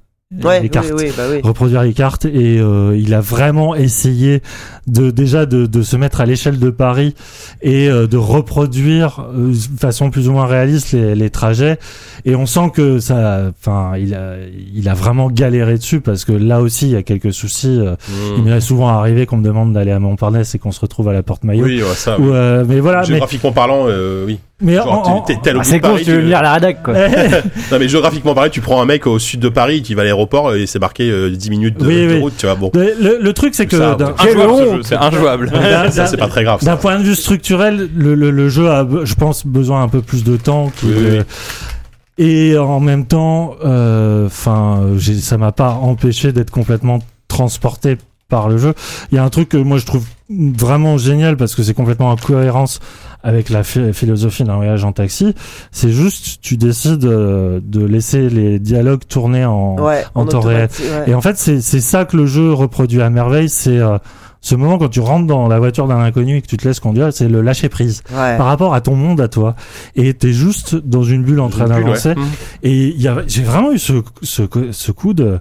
E: Ouais,
C: les cartes.
E: oui, oui, bah oui.
C: reproduire les cartes et euh, il a vraiment essayé de déjà de, de se mettre à l'échelle de Paris et euh, de reproduire euh, de façon plus ou moins réaliste les, les trajets et on sent que ça enfin il a il a vraiment galéré dessus parce que là aussi il y a quelques soucis euh,
B: Mmh. mm.
C: il m'est souvent arrivé qu'on me demande d'aller à Montparnasse et qu'on se retrouve à la porte Maillot
B: Oui, ah ouais, ça.
C: Ou, euh, mais voilà mais,
B: Géographiquement parlant, euh, oui.
C: mais
B: Genre,
C: en- Eh, en- [LAUGHS]
B: t'es- t'es à
D: Ah,
B: l'autre bout
D: c'est
B: de
D: con,
B: Paris,
D: si tu veux
B: tu-
D: venir à la radac
E: Euh,
D: quoi.
B: Non mais géographiquement pareil, tu prends un mec au sud de Paris, tu vas à l'aéroport et c'est marqué euh, 10 minutes de,
C: Oui,
B: de
C: oui.
B: route, tu vois. Bon,
C: le, le truc c'est que
B: Ça,
C: d'un-
D: Quelle
F: Injouable ce
D: honte.
F: jeu, c'est injouable.
C: d'un-
B: Ah, ça c'est pas très grave.
C: D'un
B: ça.
C: point de vue structurel, le, le- le jeu a, je pense, besoin un peu plus de temps. qu'il-
B: Oui, oui, oui.
C: Et en même temps, euh, enfin, ça m'a pas empêché d'être complètement transporté par le jeu. Il y a un truc que moi je trouve vraiment génial parce que c'est complètement en cohérence avec la phi- philosophie d'un voyage en taxi. C'est juste, tu décides euh, de laisser les dialogues tourner en,
E: Ouais,
C: en temps réel.
E: automatique, ouais.
C: et en fait, c'est c'est ça que le jeu reproduit à merveille. C'est euh, ce moment quand tu rentres dans la voiture d'un inconnu et que tu te laisses conduire, c'est le lâcher prise
E: Ouais.
C: par rapport à ton monde à toi. Et t'es juste dans une bulle en train
B: une bulle, Mmh.
C: d'avancer.
F: Mhm.
C: Et il y a- j'ai vraiment eu ce, ce, ce coup de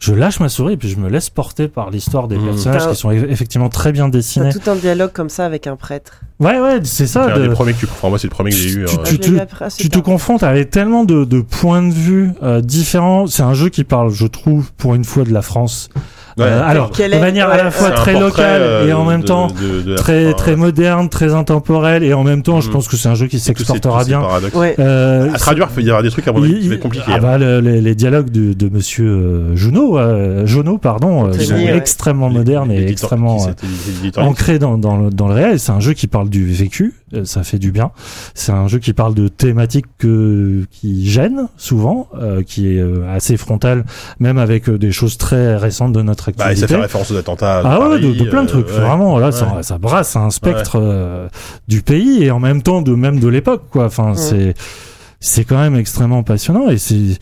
C: je lâche ma souris et puis je me laisse porter par l'histoire des
B: Mhm.
C: personnages
E: T'as-
C: qui sont eff- effectivement très bien dessinés.
E: T'as tout un dialogue comme ça avec un prêtre.
C: Ouais, ouais,
B: C'est
C: c'est ça.
B: un
C: de-
B: des premiers que tu comprends. Moi, c'est le premier que j'ai eu.
C: Tu-
B: hein.
E: Ah, je l'ai
C: tu-
E: vu après, ah,
C: tu te
E: super.
C: confrontes avec tellement de, de points de vue euh, différents. C'est un jeu qui parle, je trouve, pour une fois de la France.
B: Ouais.
C: Euh, alors,
E: Quelle
C: de
E: est-
C: manière à
E: ouais,
C: la
B: C'est
C: fois
B: un
C: très
B: portrait,
C: locale
B: euh,
C: et en même
B: de-
C: temps
B: de- de la-
C: très
B: enfin,
C: très moderne, très intemporel et en même temps, je
B: Mhm.
C: pense que c'est un jeu qui
B: tous ces- tous
C: s'exportera
B: ces
C: bien.
B: paradoxes.
E: Ouais.
C: Euh,
B: À traduire, il y aura des trucs à mon avis qui vont être compliqués. hein.
C: Ah bah, le- les, les dialogues de, de Monsieur euh, Junot, euh, Jonot, pardon, euh,
E: Très
C: sont
E: bien, ouais.
C: extrêmement modernes et extrêmement euh, ancrés dans, dans, le, dans le réel. C'est un jeu qui parle du vécu, euh, ça fait du bien. C'est un jeu qui parle de thématiques que, qui gênent souvent, euh, qui est euh, assez frontal, même avec euh, des choses très récentes de notre
B: Bah, et
C: actualité.
B: ça fait référence aux attentats.
C: Ah ouais, de,
B: Paris,
C: de plein de
B: euh,
C: trucs.
B: ouais.
C: Vraiment, là, ça,
B: Ouais.
C: ça brasse un spectre euh, du pays et en même temps de même de l'époque, quoi. Enfin, c'est c'est quand même extrêmement passionnant et c'est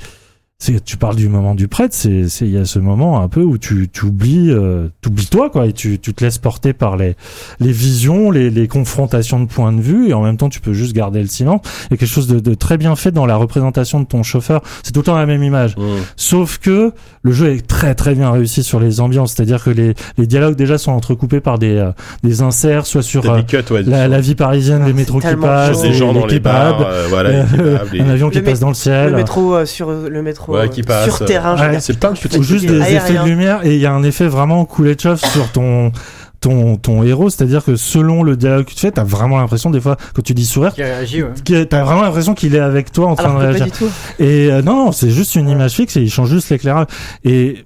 C: c'est tu parles du moment du prêtre, c'est c'est il y a ce moment un peu où tu tu oublies euh, t'oublies toi quoi et tu tu te laisses porter par les les visions, les les confrontations de points de vue et en même temps tu peux juste garder le silence. Il y a quelque chose de, de très bien fait dans la représentation de ton chauffeur. C'est tout le temps la même image.
B: Mmh.
C: Sauf que le jeu est très très bien réussi sur les ambiances, c'est-à-dire que les, les dialogues déjà sont entrecoupés par des, euh, des inserts, soit sur
B: T'as
C: euh,
B: des cuts, ouais.
C: la, la vie parisienne, les métros qui
E: Ah, tellement
C: passent,
E: chaud.
B: des gens
C: les
B: dans les
C: kebabs,
B: bars, euh, voilà,
C: euh, [LAUGHS]
B: les kebabs, les-
C: un avion qui
E: Le mé-
C: passe dans le
E: Le
C: ciel.
E: métro euh, sur le métro
B: Ouais,
E: euh,
B: qui passe,
E: sur
B: euh,
E: terrain. je
C: ouais.
E: regarde.
B: C'est plein de petits trucs.
C: ou juste des
E: aérien.
C: effets de lumière et il y a un effet vraiment Kuletchov sur ton ton ton héros, c'est-à-dire que selon le dialogue que tu fais, t'as vraiment l'impression des fois quand tu dis sourire,
D: Qui réagit, ouais.
C: que t'as vraiment l'impression qu'il est avec toi en train
E: Alors
C: de
E: que
C: réagir.
E: pas du tout.
C: Et euh, non, non, c'est juste une image fixe et il change juste l'éclairage. Et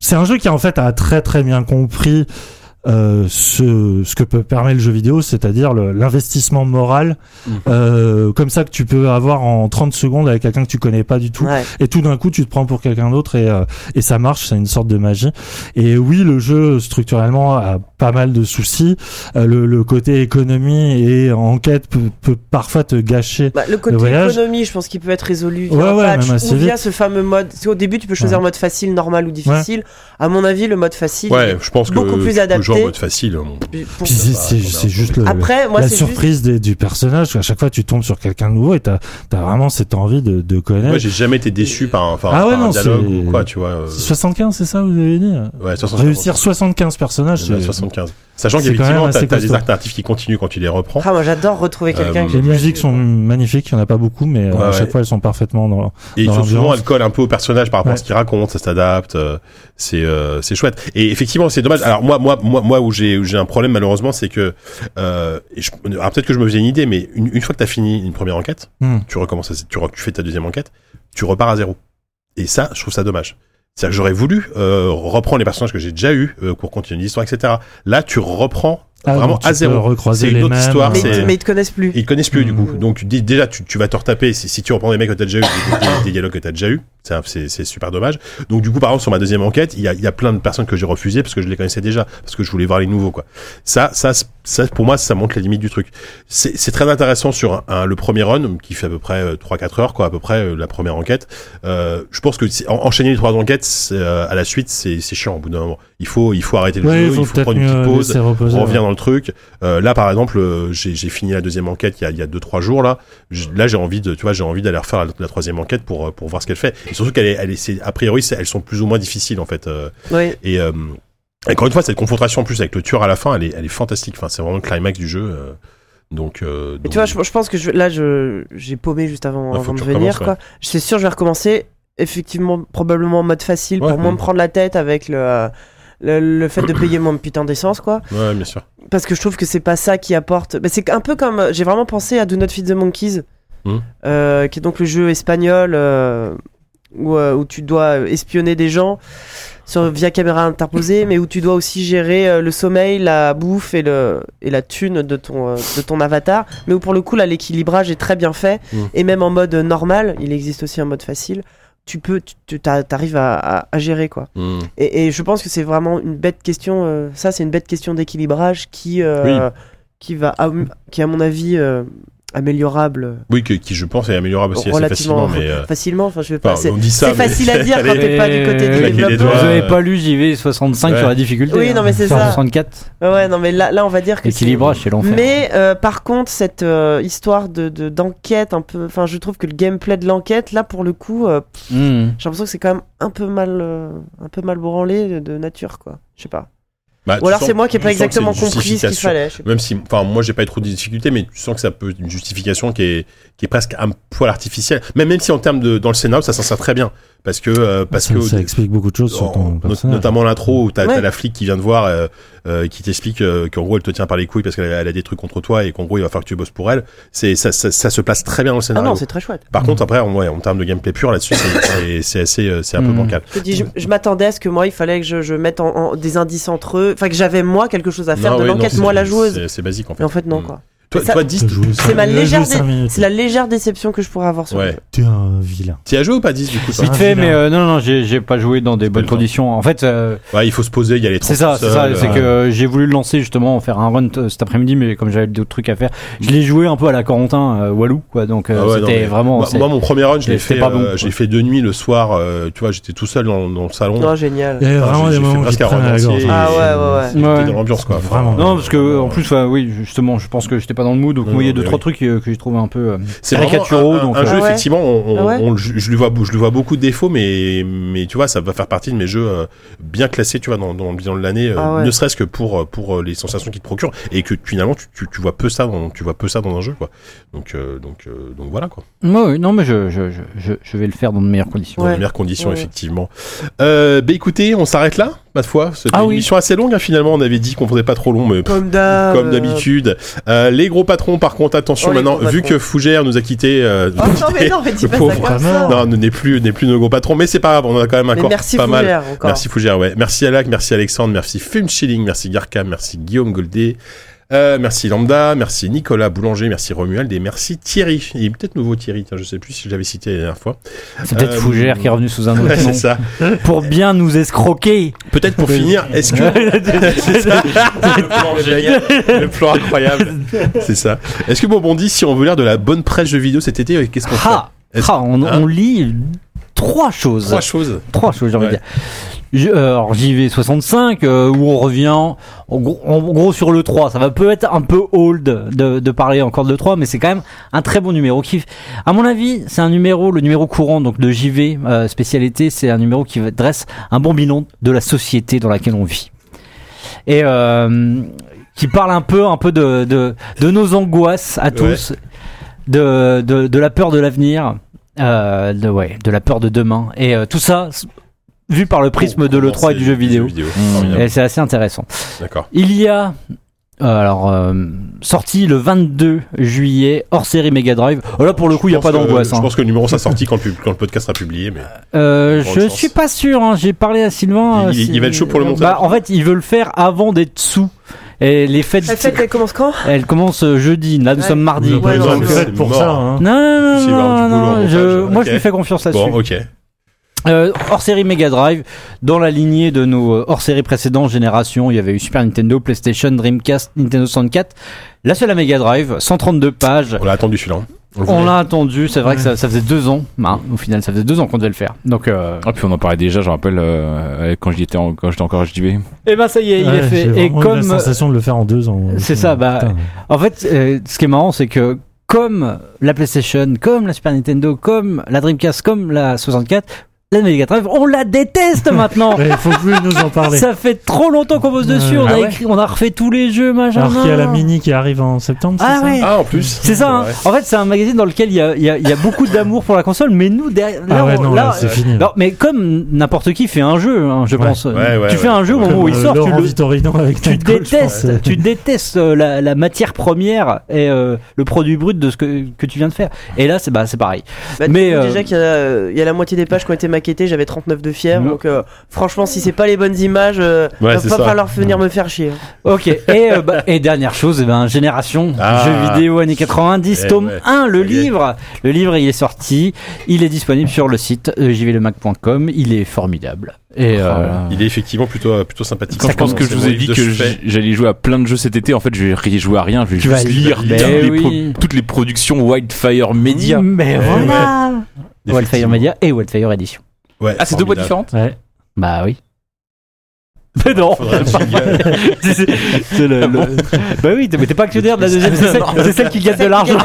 C: c'est un jeu qui en fait a très très bien compris euh, ce, ce que peut permettre le jeu vidéo, c'est-à-dire le- l'investissement moral,
F: Mhm.
C: euh, comme ça que tu peux avoir en 30 secondes avec quelqu'un que tu connais pas du tout.
E: Ouais.
C: Et tout d'un coup, tu te prends pour quelqu'un d'autre et, euh, et ça marche, c'est une sorte de magie. Et oui, le jeu structurellement a pas mal de soucis. Euh, le, le côté économie et enquête peut, peut parfois te gâcher
E: Bah, le côté
C: Le voyage-
E: économie, je pense qu'il peut être résolu via
C: Ouais,
E: un
C: ouais,
E: patch
C: même assez
E: ou via ce fameux mode. Tu sais, Au début, tu peux choisir
C: Ouais.
E: mode facile, normal ou difficile. À mon avis, le mode facile.
B: Ouais, je pense que
E: beaucoup plus
B: tu peux jouer
E: adapté.
B: en mode facile. hein, bon.
E: il- pour-
C: Puis c'est-
B: bah,
C: c'est
B: attendez,
C: c'est juste le,
E: Après, moi,
C: la
E: c'est juste.
C: surprise des- du personnage. À chaque fois, tu tombes sur quelqu'un de nouveau et t'as as vraiment cette envie de, de
B: Moi,
C: connaître.
B: j'ai jamais été déçu par un, par,
C: Ah ouais,
B: par un
C: non,
B: dialogue
C: c'est-
B: ou quoi, tu vois. euh,
C: C'est 75, c'est ça, vous avez dit
B: ouais, 75.
C: Réussir 75 personnages,
B: Il y en a
C: c'est-
B: 75, 75. Sachant
C: C'est quand
B: qu'effectivement,
C: même
B: t'as
C: assez
B: t'as des
C: costaud.
B: alternatifs qui continuent quand tu les reprends.
E: Ah, moi j'adore retrouver quelqu'un
B: Euh,
E: qui
C: Les musiques sont magnifiques, il n'y en a pas beaucoup, mais euh,
B: Ouais,
C: à chaque
B: ouais.
C: fois elles sont parfaitement dans.
B: Et
C: dans
B: surtout, souvent,
C: l'ambiance.
B: elle colle un peu au personnage par rapport à
C: Ouais.
B: ce qu'il raconte, ça s'adapte, euh, c'est euh, c'est chouette. Et effectivement, c'est dommage. Alors moi, moi, moi, moi, où j'ai où j'ai un problème malheureusement, c'est que euh, et je- alors peut-être que je me faisais une idée, mais une, une fois que t'as fini une première enquête,
C: Hmm.
B: tu recommences, à- tu, re- tu fais ta deuxième enquête, tu repars à zéro. Et ça, je trouve ça dommage. C'est-à-dire que j'aurais voulu euh, reprendre les personnages que j'ai déjà eu euh, pour continuer l'histoire, etc. Là, tu reprends
C: Ah,
B: vraiment
C: donc tu
B: à
C: peux
B: zéro.
C: recroiser
B: C'est une
C: les
B: autre
C: mêmes,
B: histoire,
C: euh,
E: Mais,
B: c'est-
E: mais ils te connaissent plus.
B: Et ils connaissent plus du coup.
C: Mm.
B: Donc tu dis déjà tu, tu vas te retaper si, si tu reprends des mecs que t'as déjà eu, des, des- des dialogues que t'as déjà eu, c'est un- c'est c'est super dommage. Donc du coup par exemple sur ma deuxième enquête, il y a, il y a plein de personnes que j'ai refusées parce que je les connaissais déjà, parce que je voulais voir les nouveaux quoi. Ça ça c'est- ça pour moi ça montre les limites du truc. C'est c'est très intéressant sur un, un- le premier run qui fait à peu près euh, 3-4 heures quoi, à peu près euh, la première enquête. Euh, je pense que c'est- en- enchaîner les trois enquêtes c'est, euh, à la suite c'est c'est chiant au bout d'un moment. Il faut il faut arrêter le
C: Ouais,
B: jeu,
C: il faut, peut-être
B: prendre une petite
C: mieux
B: pause
C: laisser reposer.
B: on revient dans le truc. Euh, là, par exemple, euh, j'ai j'ai fini la deuxième enquête il y a, il y a deux trois jours là. Je- là, j'ai envie de, tu vois, j'ai envie d'aller refaire la, la troisième enquête pour euh, pour voir ce qu'elle fait. Et surtout qu'elle est, elle est, c'est- a priori, c'est- elles sont plus ou moins difficiles en fait. euh,
E: Ouais.
B: et euh, encore une fois, cette confrontation en plus avec le tueur à la fin, elle est, elle est fantastique. Enfin, c'est vraiment le climax du jeu. euh, donc, euh,
E: Mais
B: donc-
E: tu vois, je, je pense que je, là, je, j'ai paumé juste avant,
B: Ouais, faut
E: avant
B: que
E: de
B: tu
E: venir.
B: recommences,
E: Quoi. Je suis sûr, je vais recommencer. Effectivement, probablement en mode facile
B: Ouais,
E: pour moins
B: mm.
E: me prendre la tête avec le, euh, le, le
B: [CLEARS THROAT]
E: fait de payer mon putain d'essence, quoi.
B: ouais, bien sûr.
E: Parce que je trouve que c'est pas ça qui apporte. Mais c'est un peu comme. euh, J'ai vraiment pensé à Do Not Feed the Monkeys,
B: Mm.
E: euh, qui est donc le jeu espagnol euh, où, euh, où tu dois espionner des gens sur, via caméra interposée, mais où tu dois aussi gérer euh, le sommeil, la bouffe et, le, et la thune de ton, euh, de ton avatar. Mais où pour le coup, là, l'équilibrage est très bien fait.
B: Mm.
E: Et même en mode normal, il existe aussi un mode facile. Tu peux, tu- tu t'a- t'arrives à, à- à gérer quoi.
B: Mm.
E: Et, et je pense que c'est vraiment une bête question. euh, ça, c'est une bête question d'équilibrage qui, euh, qui va, à, qui à mon avis, euh, améliorable
B: Oui, que- qui je pense est améliorable aussi assez facilement,
E: relativement
B: mais
E: [LAUGHS]
B: euh,
E: facilement. Enfin, je vais pas.
B: enfin, euh,
E: c'est-
B: on dit ça.
E: c'est
B: mais- [LAUGHS]
E: facile à dire quand
B: Allez.
E: t'es pas du côté
B: Claquer
E: du
B: Euh, les
D: Vous
E: développeur.
B: doigts.
D: avez pas lu JV65
B: Ouais.
D: sur la difficulté.
E: Oui,
D: hein.
E: non, mais c'est ça.
D: 64,
E: Ouais, non, mais là, là, on va dire que c'est-
D: équilibrage, c'est l'enfer.
E: Mais euh, par contre, cette euh, histoire de de- d'enquête un peu, enfin, je trouve que le gameplay de l'enquête, là, pour le coup, euh,
D: Hmm.
E: j'ai l'impression que c'est quand même un peu mal, euh, un peu mal branlé de, de nature, quoi. Je sais pas.
B: Bah,
E: Ou
B: tu
E: alors
B: sens-
E: c'est moi qui ai
B: tu
E: pas
B: sens que
E: exactement
B: c'est une
E: compris ce qu'il
B: justification.
E: fallait. je sais pas.
B: Même si, enfin, moi, j'ai pas eu trop de difficultés, mais tu sens que ça peut être une justification qui est, qui est presque un poil artificielle. Même, même si en termes de, dans le scénario, ça s'en sert très bien. Parce que, euh, parce
C: ça,
B: que,
C: ça explique beaucoup de choses
B: en-
C: sur ton
B: not-
C: personnage.
B: notamment l'intro où t'as
E: Ouais.
B: t'as la flic qui vient te voir, euh, euh, qui t'explique euh, qu'en gros, elle te tient par les couilles parce qu'elle elle a des trucs contre toi et qu'en gros, il va falloir que tu bosses pour elle. C'est, ça, ça, ça se place très bien dans le
E: Ah
B: scénario.
E: non, c'est très chouette.
B: par contre, après, en, ouais, en termes de gameplay pur, là-dessus, c'est- c'est c'est assez, euh, c'est un
C: Hmm.
B: peu
D: Mm.
B: bancal.
E: Je, te dis, je, je m'attendais à ce que moi, il fallait que je, je mette en, en- des indices entre eux, enfin que j'avais moi quelque chose à faire
B: Non,
E: de
B: ouais, non,
E: l'enquête,
B: c'est-
E: moi la joueuse.
B: c'est- C'est basique, en fait.
E: Mais en fait, non,
B: Mm.
E: quoi.
B: Toi,
E: Ça-
B: toi, Dis,
C: T'as joué
E: C'est ma
C: cinq-
E: légère
C: joué cinq
E: dé-
C: minutes.
E: C'est la légère déception que je pourrais avoir sur le
B: ouais.
E: jeu.
C: T'es un vilain.
B: T'y as joué ou pas, Dis, du coup, toi
C: Ah,
D: Vite fait,
C: vilain.
D: mais euh, non, non, j'ai j'ai pas joué dans des
B: pas
D: bonnes
B: le temps.
D: conditions. En fait, euh,
B: Ouais, il faut se poser, il y a les
D: C'est
B: trous
D: ça,
B: tout
D: c'est ça.
B: seuls,
D: C'est
B: euh,
D: que euh, j'ai voulu le lancer justement, faire un run euh, cet après-midi, mais comme j'avais d'autres trucs à faire, je l'ai joué un peu à la Corentin euh, Walou, quoi. Donc euh,
B: Ah ouais, non,
D: c'était
B: mais
D: vraiment.
B: Moi,
D: c'est-
B: moi, mon premier run, je l'ai
D: c'était
B: fait.
D: pas bon,
B: euh,
D: quoi.
B: j'ai fait deux nuits le soir. euh, tu vois, j'étais tout seul dans, dans le salon.
E: Non, génial.
C: Il y a
B: Enfin,
C: vraiment
B: j'ai-
C: des
B: j'ai fait
C: moments qui
B: Ah, presque
C: te
B: un
C: prennent à la
B: romancier
C: gorge.
B: et-
E: Ah ouais, ouais, ouais.
B: J'étais
D: Ouais.
B: dans l'ambiance, quoi. Enfin,
C: Vraiment.
D: non, parce que
B: euh,
D: en plus, ouais, oui, justement, je pense que j'étais pas dans le mood. Donc
B: Non,
D: moi, il y a
B: non,
D: deux
B: mais
D: trois
B: oui.
D: trucs euh, que j'ai trouvé un peu. euh,
B: c'est vraiment
D: caricaturaux,
B: un, un-
D: donc,
B: un
D: euh.
B: jeu
E: Ah ouais.
B: effectivement. On, on-
E: Ah ouais.
B: on- je, je lui vois, je lui vois beaucoup de défauts, mais mais tu vois, ça va faire partie de mes jeux euh, bien classés, tu vois, dans, dans le bilan de l'année, euh,
E: Ah ouais.
B: ne serait-ce que pour euh, pour euh, les sensations qu'il te procure et que finalement tu, tu, tu vois peu ça dans tu vois peu ça dans un jeu, quoi. Donc euh, donc euh, donc voilà, quoi.
D: ouais, ouais, non, mais je, je, je, je- je vais le faire dans de meilleures conditions.
B: Dans
E: Ouais.
B: les meilleures conditions,
E: Ouais.
B: effectivement. Euh, bah écoutez, on s'arrête là, ma foi. C'était
D: Ah
B: une
D: oui.
B: émission assez longue, hein, finalement. On avait dit qu'on faisait pas trop long, mais.
E: Comme d'hab.
B: Comme d'habitude. Euh, les gros patrons, par contre, attention
E: Oh, les
B: maintenant,
E: gros
B: vu
E: patrons.
B: que Fougère nous a quittés. euh,
E: Oh non,
B: [LAUGHS]
E: mais non, mais dis
B: Le
E: pas ça
B: pauvre.
E: comme ça.
B: non, n'est plus, n'est plus nos gros patrons, mais c'est pas grave, on en a quand même
E: Mais
B: encore
E: merci
B: pas mal.
E: Fougère encore.
B: Merci Fougère, ouais. Merci Alak, merci Alexandre, merci Film Chilling, merci Garka, merci Guillaume Goldé. Euh, merci Lambda, merci Nicolas Boulanger, merci Romuald et merci Thierry. Il est peut-être nouveau Thierry, tiens, je sais plus si je l'avais cité la dernière fois.
D: C'est peut-être
B: Euh,
D: Fougère qui est revenu sous un autre
B: c'est
D: nom
B: ça.
D: pour bien nous escroquer.
B: Peut-être pour finir, est-ce que [LAUGHS]
D: [LAUGHS]
B: le plan génial, le plan incroyable, c'est ça. Est-ce que Bondi, si on veut lire de la bonne presse jeux vidéo cet été, euh, qu'est-ce qu'on fait
D: Ah, ah, on,
B: Hein
D: on lit trois choses.
B: Trois choses.
D: trois choses, j'ai envie
B: Ouais.
D: de dire. J- euh, alors, JV65, euh, où on revient en gros, en gros sur le 3. Ça va peut-être un peu old de, de parler encore de 3, mais c'est quand même un très bon numéro. Qui, à mon avis, c'est un numéro, le numéro courant donc de JV euh, spécialité, c'est un numéro qui va- dresse un bon bilan de la société dans laquelle on vit. et euh, qui parle un peu, un peu de, de, de nos angoisses à tous, de, de, de la peur de l'avenir, euh, de, ouais, de la peur de demain. Et euh, tout ça, s- vu par le
B: Oh,
D: prisme de l'E3 et du jeu vidéo.
B: Formidable.
D: Et c'est assez intéressant.
B: Mmh. D'accord.
D: Il y a. euh, alors, euh, sorti le 22 juillet, hors série Mega Drive. Oh là, pour le coup, il n'y a
B: Je
D: pas
B: pense que-
D: d'angoisse.
B: Je
D: hein.
B: pense que le numéro sera sorti quand le, pub- quand le podcast sera publié, mais
D: Euh,
B: Grande
D: je
B: chance.
D: suis pas sûr. hein. J'ai parlé à Sylvain.
B: Il-
D: euh,
B: il-
D: si-
B: il va être chaud pour le montage.
D: Bah, en fait, il veut le faire avant d'être sous. Et les fêtes,
E: La fête, elle commence quand
D: elles commencent euh, jeudi. Là, nous
E: Ouais.
D: sommes mardi.
C: J'ai
E: Ouais,
C: pas besoin de
E: donc,
C: fête
B: euh,
C: pour
B: mort.
C: ça. hein.
D: Non, non,
B: Si, il va avoir
D: non,
B: du boulot
D: non,
B: au
D: je-
B: montage,
D: moi
B: ok.
D: je lui fais confiance là-dessus.
B: bon, ok.
D: Euh, hors série Mega Drive, dans la lignée de nos euh, hors série précédentes générations, il y avait eu Super Nintendo, PlayStation, Dreamcast, Nintendo 64. Là, c'est la Mega Drive, 132 pages.
B: On l'a attendu celui-là. le
D: On
B: voulait.
D: l'a attendu, c'est vrai que ça, ça faisait deux ans. Bah, au final, ça faisait deux ans qu'on devait le faire. Donc, euh,
F: Ah, puis on en parlait déjà, je rappelle, euh, quand j'étais en, quand j'étais encore HDB.
D: eh ben ça y est, il
C: Ouais,
D: est
C: j'ai
D: fait. Et
C: vraiment eu la
D: comme
C: sensation de le faire en deux ans.
D: C'est ça, bah,
C: Putain.
D: En fait, euh, ce qui est marrant, c'est que comme la PlayStation, comme la Super Nintendo, comme la Dreamcast, comme la 64, la Mega Drive, on la déteste
C: [LAUGHS]
D: maintenant.
C: Ouais, faut plus nous en
D: [LAUGHS]
C: parler.
D: Ça fait trop longtemps qu'on bosse dessus.
C: Ouais.
D: on,
C: Ah
D: a
C: ouais
D: écrit, on a refait tous les jeux, machin.
C: Alors qu'il y a la
D: nan.
C: mini qui arrive en septembre.
D: Ah
C: c'est ça
D: ouais.
B: Ah, en plus.
D: C'est ça. hein.
B: Ouais.
D: En fait, c'est un magazine dans lequel il y a, il y a- il y a beaucoup d'amour pour la console, mais nous derrière.
C: Ah
D: là,
C: ouais,
D: on-
C: non,
D: là,
C: là, c'est fini.
D: non, mais comme n'importe qui fait un jeu, hein, je
C: Ouais.
D: pense.
B: Ouais, ouais,
D: tu fais
B: ouais.
D: un jeu au
B: Comme,
D: moment où
C: Comme,
D: oh, il
C: euh,
D: sort, tu
C: Laurent
D: le,
C: Vitorino avec
D: tu
C: Nightcall, je pense.
D: détestes, tu détestes euh, la, la matière première et euh, le produit brut de ce que, que tu viens de faire. Et là, c'est bah, c'est pareil.
E: Bah,
D: Mais,
E: dis-nous
D: euh,
E: déjà qu'il y, a, euh, il y a la moitié des pages qui ont été maquettées, j'avais 39 de fièvre,
D: Non.
E: donc euh, franchement, si c'est pas les bonnes images, euh,
B: Ouais,
E: va
B: c'est
E: pas
B: ça.
E: falloir venir me faire chier. hein.
D: Ok. Et, euh, bah, et dernière chose, eh ben, génération
B: Ah.
D: jeux vidéo années 90,
B: Eh
D: tome
B: ouais.
D: 1, le
B: Ok.
D: livre. Le livre, il est sorti. Il est disponible sur le site euh, jvlemac.com. Il est formidable. Et euh,
C: Oh
F: Voilà.
B: Il est effectivement plutôt, euh, plutôt sympathique.
F: Quand je pense que je
B: C'est
F: vous ai dit
B: de
F: que
B: ce fait.
F: j- j'allais jouer à plein de jeux cet été, en fait, je vais jouer à rien, je vais
D: Tu
F: juste
D: vas
F: lire
B: lire.
F: toutes
D: Eh
F: les
D: oui. Mm.
F: pro- toutes les productions Wildfire Media.
D: Mais voilà. Eh Wildfire
B: Effectivement.
D: Media et Wildfire Edition.
B: Ouais,
F: Ah, c'est deux boîtes
B: formidable.
F: différentes
C: Ouais.
D: Bah
B: [LAUGHS]
D: oui. Mais non.
B: Faudrait un jingle.
D: C'est- c'est- c'est le- le- Bah oui, t'es- mais t'es pas actionnaire de la deuxième, c'est celle, c'est celle qui gagne de l'argent.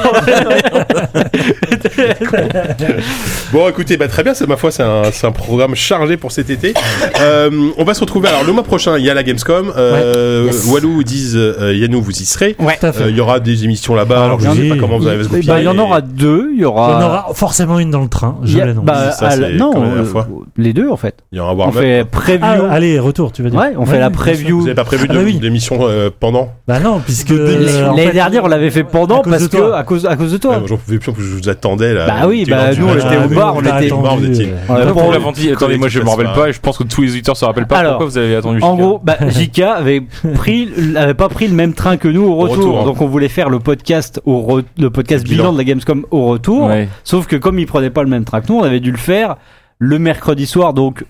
B: Bon, écoutez, bah, très bien, c'est ma foi, c'est un, c'est un programme chargé pour cet été. Euh, on va se retrouver. Alors, le mois prochain, il y a la Gamescom. Euh,
D: Ouais. Yes.
B: Walou, disent euh, Yannou, vous y serez.
D: Ouais.
C: Tout à
B: Euh, Il
C: fait.
B: y aura des émissions là-bas. Alors, je
C: oui.
B: sais pas comment vous allez se
D: Il bah, il y en aura deux, il y
C: Il y en
D: aura.
C: aura forcément une dans le train,
D: il
C: je
D: y a-
C: l'annonce.
D: bah,
B: Ça,
D: à
B: c'est
D: la- non,
B: comme la dernière
D: euh,
B: fois.
D: les deux en fait.
B: Il y aura un
D: On
B: warm-up.
D: fait preview.
C: Ah, allez, retour, tu veux dire
D: ouais, on fait la
C: bien sûr.
D: preview.
B: Vous n'avez pas prévu de,
C: Ah, bah oui.
B: de l'émission euh, pendant
C: Bah non, puisque
D: L'année
C: euh, en fait,
D: dernière, on l'avait fait
C: à
D: pendant
C: cause
D: parce
C: de
D: que
C: toi.
D: à cause à cause de toi.
B: Ah, J'en pouvais plus, en plus, je vous attendais. Là, Ah,
D: Bah oui,
B: Une heure
D: bah,
B: du
D: nous, on
B: matin.
D: était au
C: mais
D: bar,
C: on
D: on
C: t'a
D: était-
C: attendu,
B: Bar, on était-
C: euh,
D: On avait pas-
F: Vous l'avez dit, attendez, moi je me rappelle pas, je pense que tous les auditeurs se rappellent pas.
D: Alors,
F: pourquoi vous avez attendu
D: en
F: jusqu'à-
D: gros, bah, JK avait pris, avait pas pris le même train que nous au retour,
B: retour, hein.
D: donc on voulait faire le podcast au re- le podcast bilan.
B: Bilan.
D: de la Gamescom au retour.
F: Ouais.
D: Sauf que comme il prenait pas le même train que nous, on avait dû le faire le mercredi soir, donc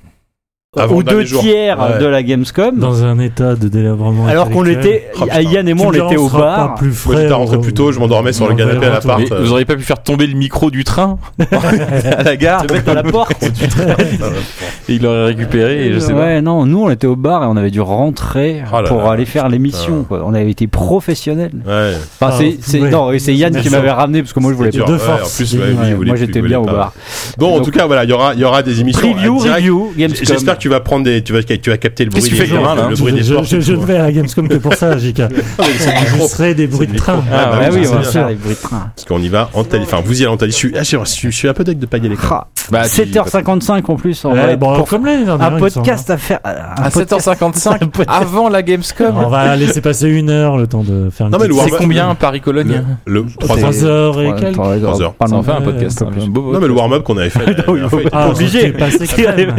B: Avant
D: aux
B: le dernier
D: deux
B: jour.
D: tiers
B: Ouais.
D: de la Gamescom.
C: dans un état de délabrement.
D: alors qu'on
C: intellectuel.
D: était,
B: Oh, putain.
D: Yann et
C: Tu
D: moi, on
C: me
D: était au
C: balanceras
D: bar.
C: pas
D: [LAUGHS]
C: plus
B: Moi,
C: frais.
B: j'étais rentré plus tôt, je m'endormais sur le
C: on va
B: canapé
C: le
B: à l'appart.
F: Mais vous auriez pas pu faire tomber le micro du train à la gare
D: Te mettre à la porte. euh.
F: et il l'aurait récupéré et je sais pas.
D: ouais, non, nous on était au bar et on avait dû rentrer
B: Oh là
D: pour
B: là,
D: aller faire l'émission. quoi. On avait été professionnels.
B: Ouais.
D: Enfin,
C: Ah,
D: c'est, c'est-
C: ouais.
D: non, et c'est Yann
C: Mais
D: qui
C: ça-
D: m'avait ramené parce que moi je voulais
C: c'est
D: pas.
C: dur. De
B: Ouais,
C: force.
B: en plus, ouais,
C: Ouais,
B: il voulait
D: moi
B: plus,
D: j'étais
B: il
D: bien au
B: voulait pas.
D: bar.
B: Bon, en
D: Donc-
B: tout cas, voilà, il y aura, il y aura des émissions.
D: Preview,
B: en direct.
D: review, Gamescom.
B: J'espère que tu vas prendre des, tu vas, tu vas capter le
F: Qu'est-ce
B: bruit
F: que tu
B: des,
F: fais, Germain, là
B: le
C: Je,
B: bruit des
C: je-
B: portes.
C: je-
B: et
C: je
B: tout.
C: ne vais à la Gamescom que
B: [LAUGHS]
C: pour ça, JK. Je serai des bruits de train.
B: Ah,
D: Ah, bah
B: bah
D: oui,
B: oui,
D: on va
B: c'est
D: faire
B: bien.
D: les bruits de train.
B: Parce qu'on y va en télé. Enfin, vous y allez en télé. Je suis, ah, c'est vrai, je suis, je suis un peu deg de pas y aller. quoi.
D: Ah,
F: Bah, tu-
D: 7h55 bah, en plus. on
C: Ouais,
D: va-
C: bon,
D: pour
C: comme l'année dernière,
D: un
C: il me semble.
D: podcast à faire. un
F: à
D: podcast-
F: 7h55 avant la
C: Ah, On
F: Gamescom.
C: va laisser passer une heure le temps de faire une
B: Non, mais
C: petite-
B: le
F: C'est
B: warm-up-
F: combien Paris-Cologne
B: Le, le 3
C: Trois heures et quelques.
B: Trois heures.
D: Pardon.
F: Ça en fait un
C: Ouais,
F: podcast.
C: un peu
F: hein,
C: plus.
F: un beau
B: Non, mais le warm-up qu'on avait fait. la
D: Non,
B: dernière fois, il
D: t'es
B: était-
C: [LAUGHS] Ah,
D: pas
C: on
D: obligé.
C: s'est passé
D: T'es
C: quand même.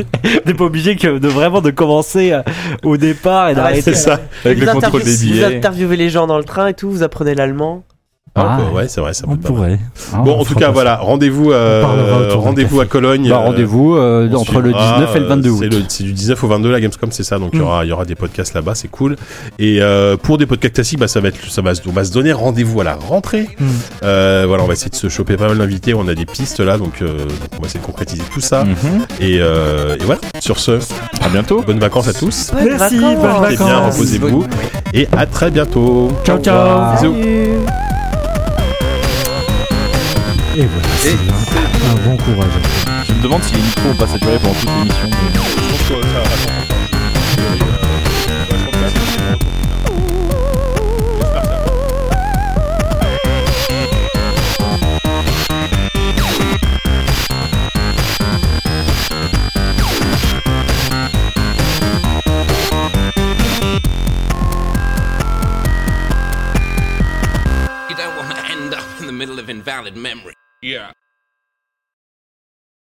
D: t'es pas obligé que de vraiment de commencer euh, au départ et d'arrêter.
B: [LAUGHS] C'est ça.
F: Avec le
E: vous,
F: contrôle des
E: intervie- vous
F: billets.
E: interviewez les gens dans le train et tout, vous apprenez l'allemand.
D: Ah,
B: Ah, ouais, c'est vrai, ça peut
C: On
B: pas mal.
C: pourrait.
B: Bon, en tout cas,
C: On
B: voilà, rendez-vous, euh,
C: On parlera autour d'un
B: rendez-vous à
C: café.
B: Cologne.
D: Bah,
B: euh,
D: rendez-vous euh,
B: on
D: entre le
B: suivra,
D: 19 et le
B: euh,
D: 22 août.
B: c'est le- C'est du 19 au 22 la Gamescom, c'est ça. Donc il y aura, il y aura des podcasts là-bas, c'est cool. Et euh, pour des podcasts classiques, bah ça va être, ça va, se- on va se donner rendez-vous à la rentrée.
C: Mm.
B: Euh, voilà, on va essayer de se choper pas mal d'invités. On a des pistes là, donc, euh, donc on va essayer de concrétiser tout ça.
F: Mhm.
B: Et, euh, et voilà. Sur ce,
F: À bientôt.
B: bonnes vacances à tous.
E: Bonnes
C: Merci,
E: vacances.
C: bonnes
B: Et bien,
C: vacances.
B: reposez-vous. Et à très bientôt.
C: Ciao, ciao.
B: Bisous.
C: Et voilà, c'est bien. Un bon courage.
F: Je me demande si les micros vont pas saturer pendant toute l'émission. mais-
B: Je pense que ça va pas. Euh, je pense que-
I: You don't want to end up in the middle of invalid memory. Yeah.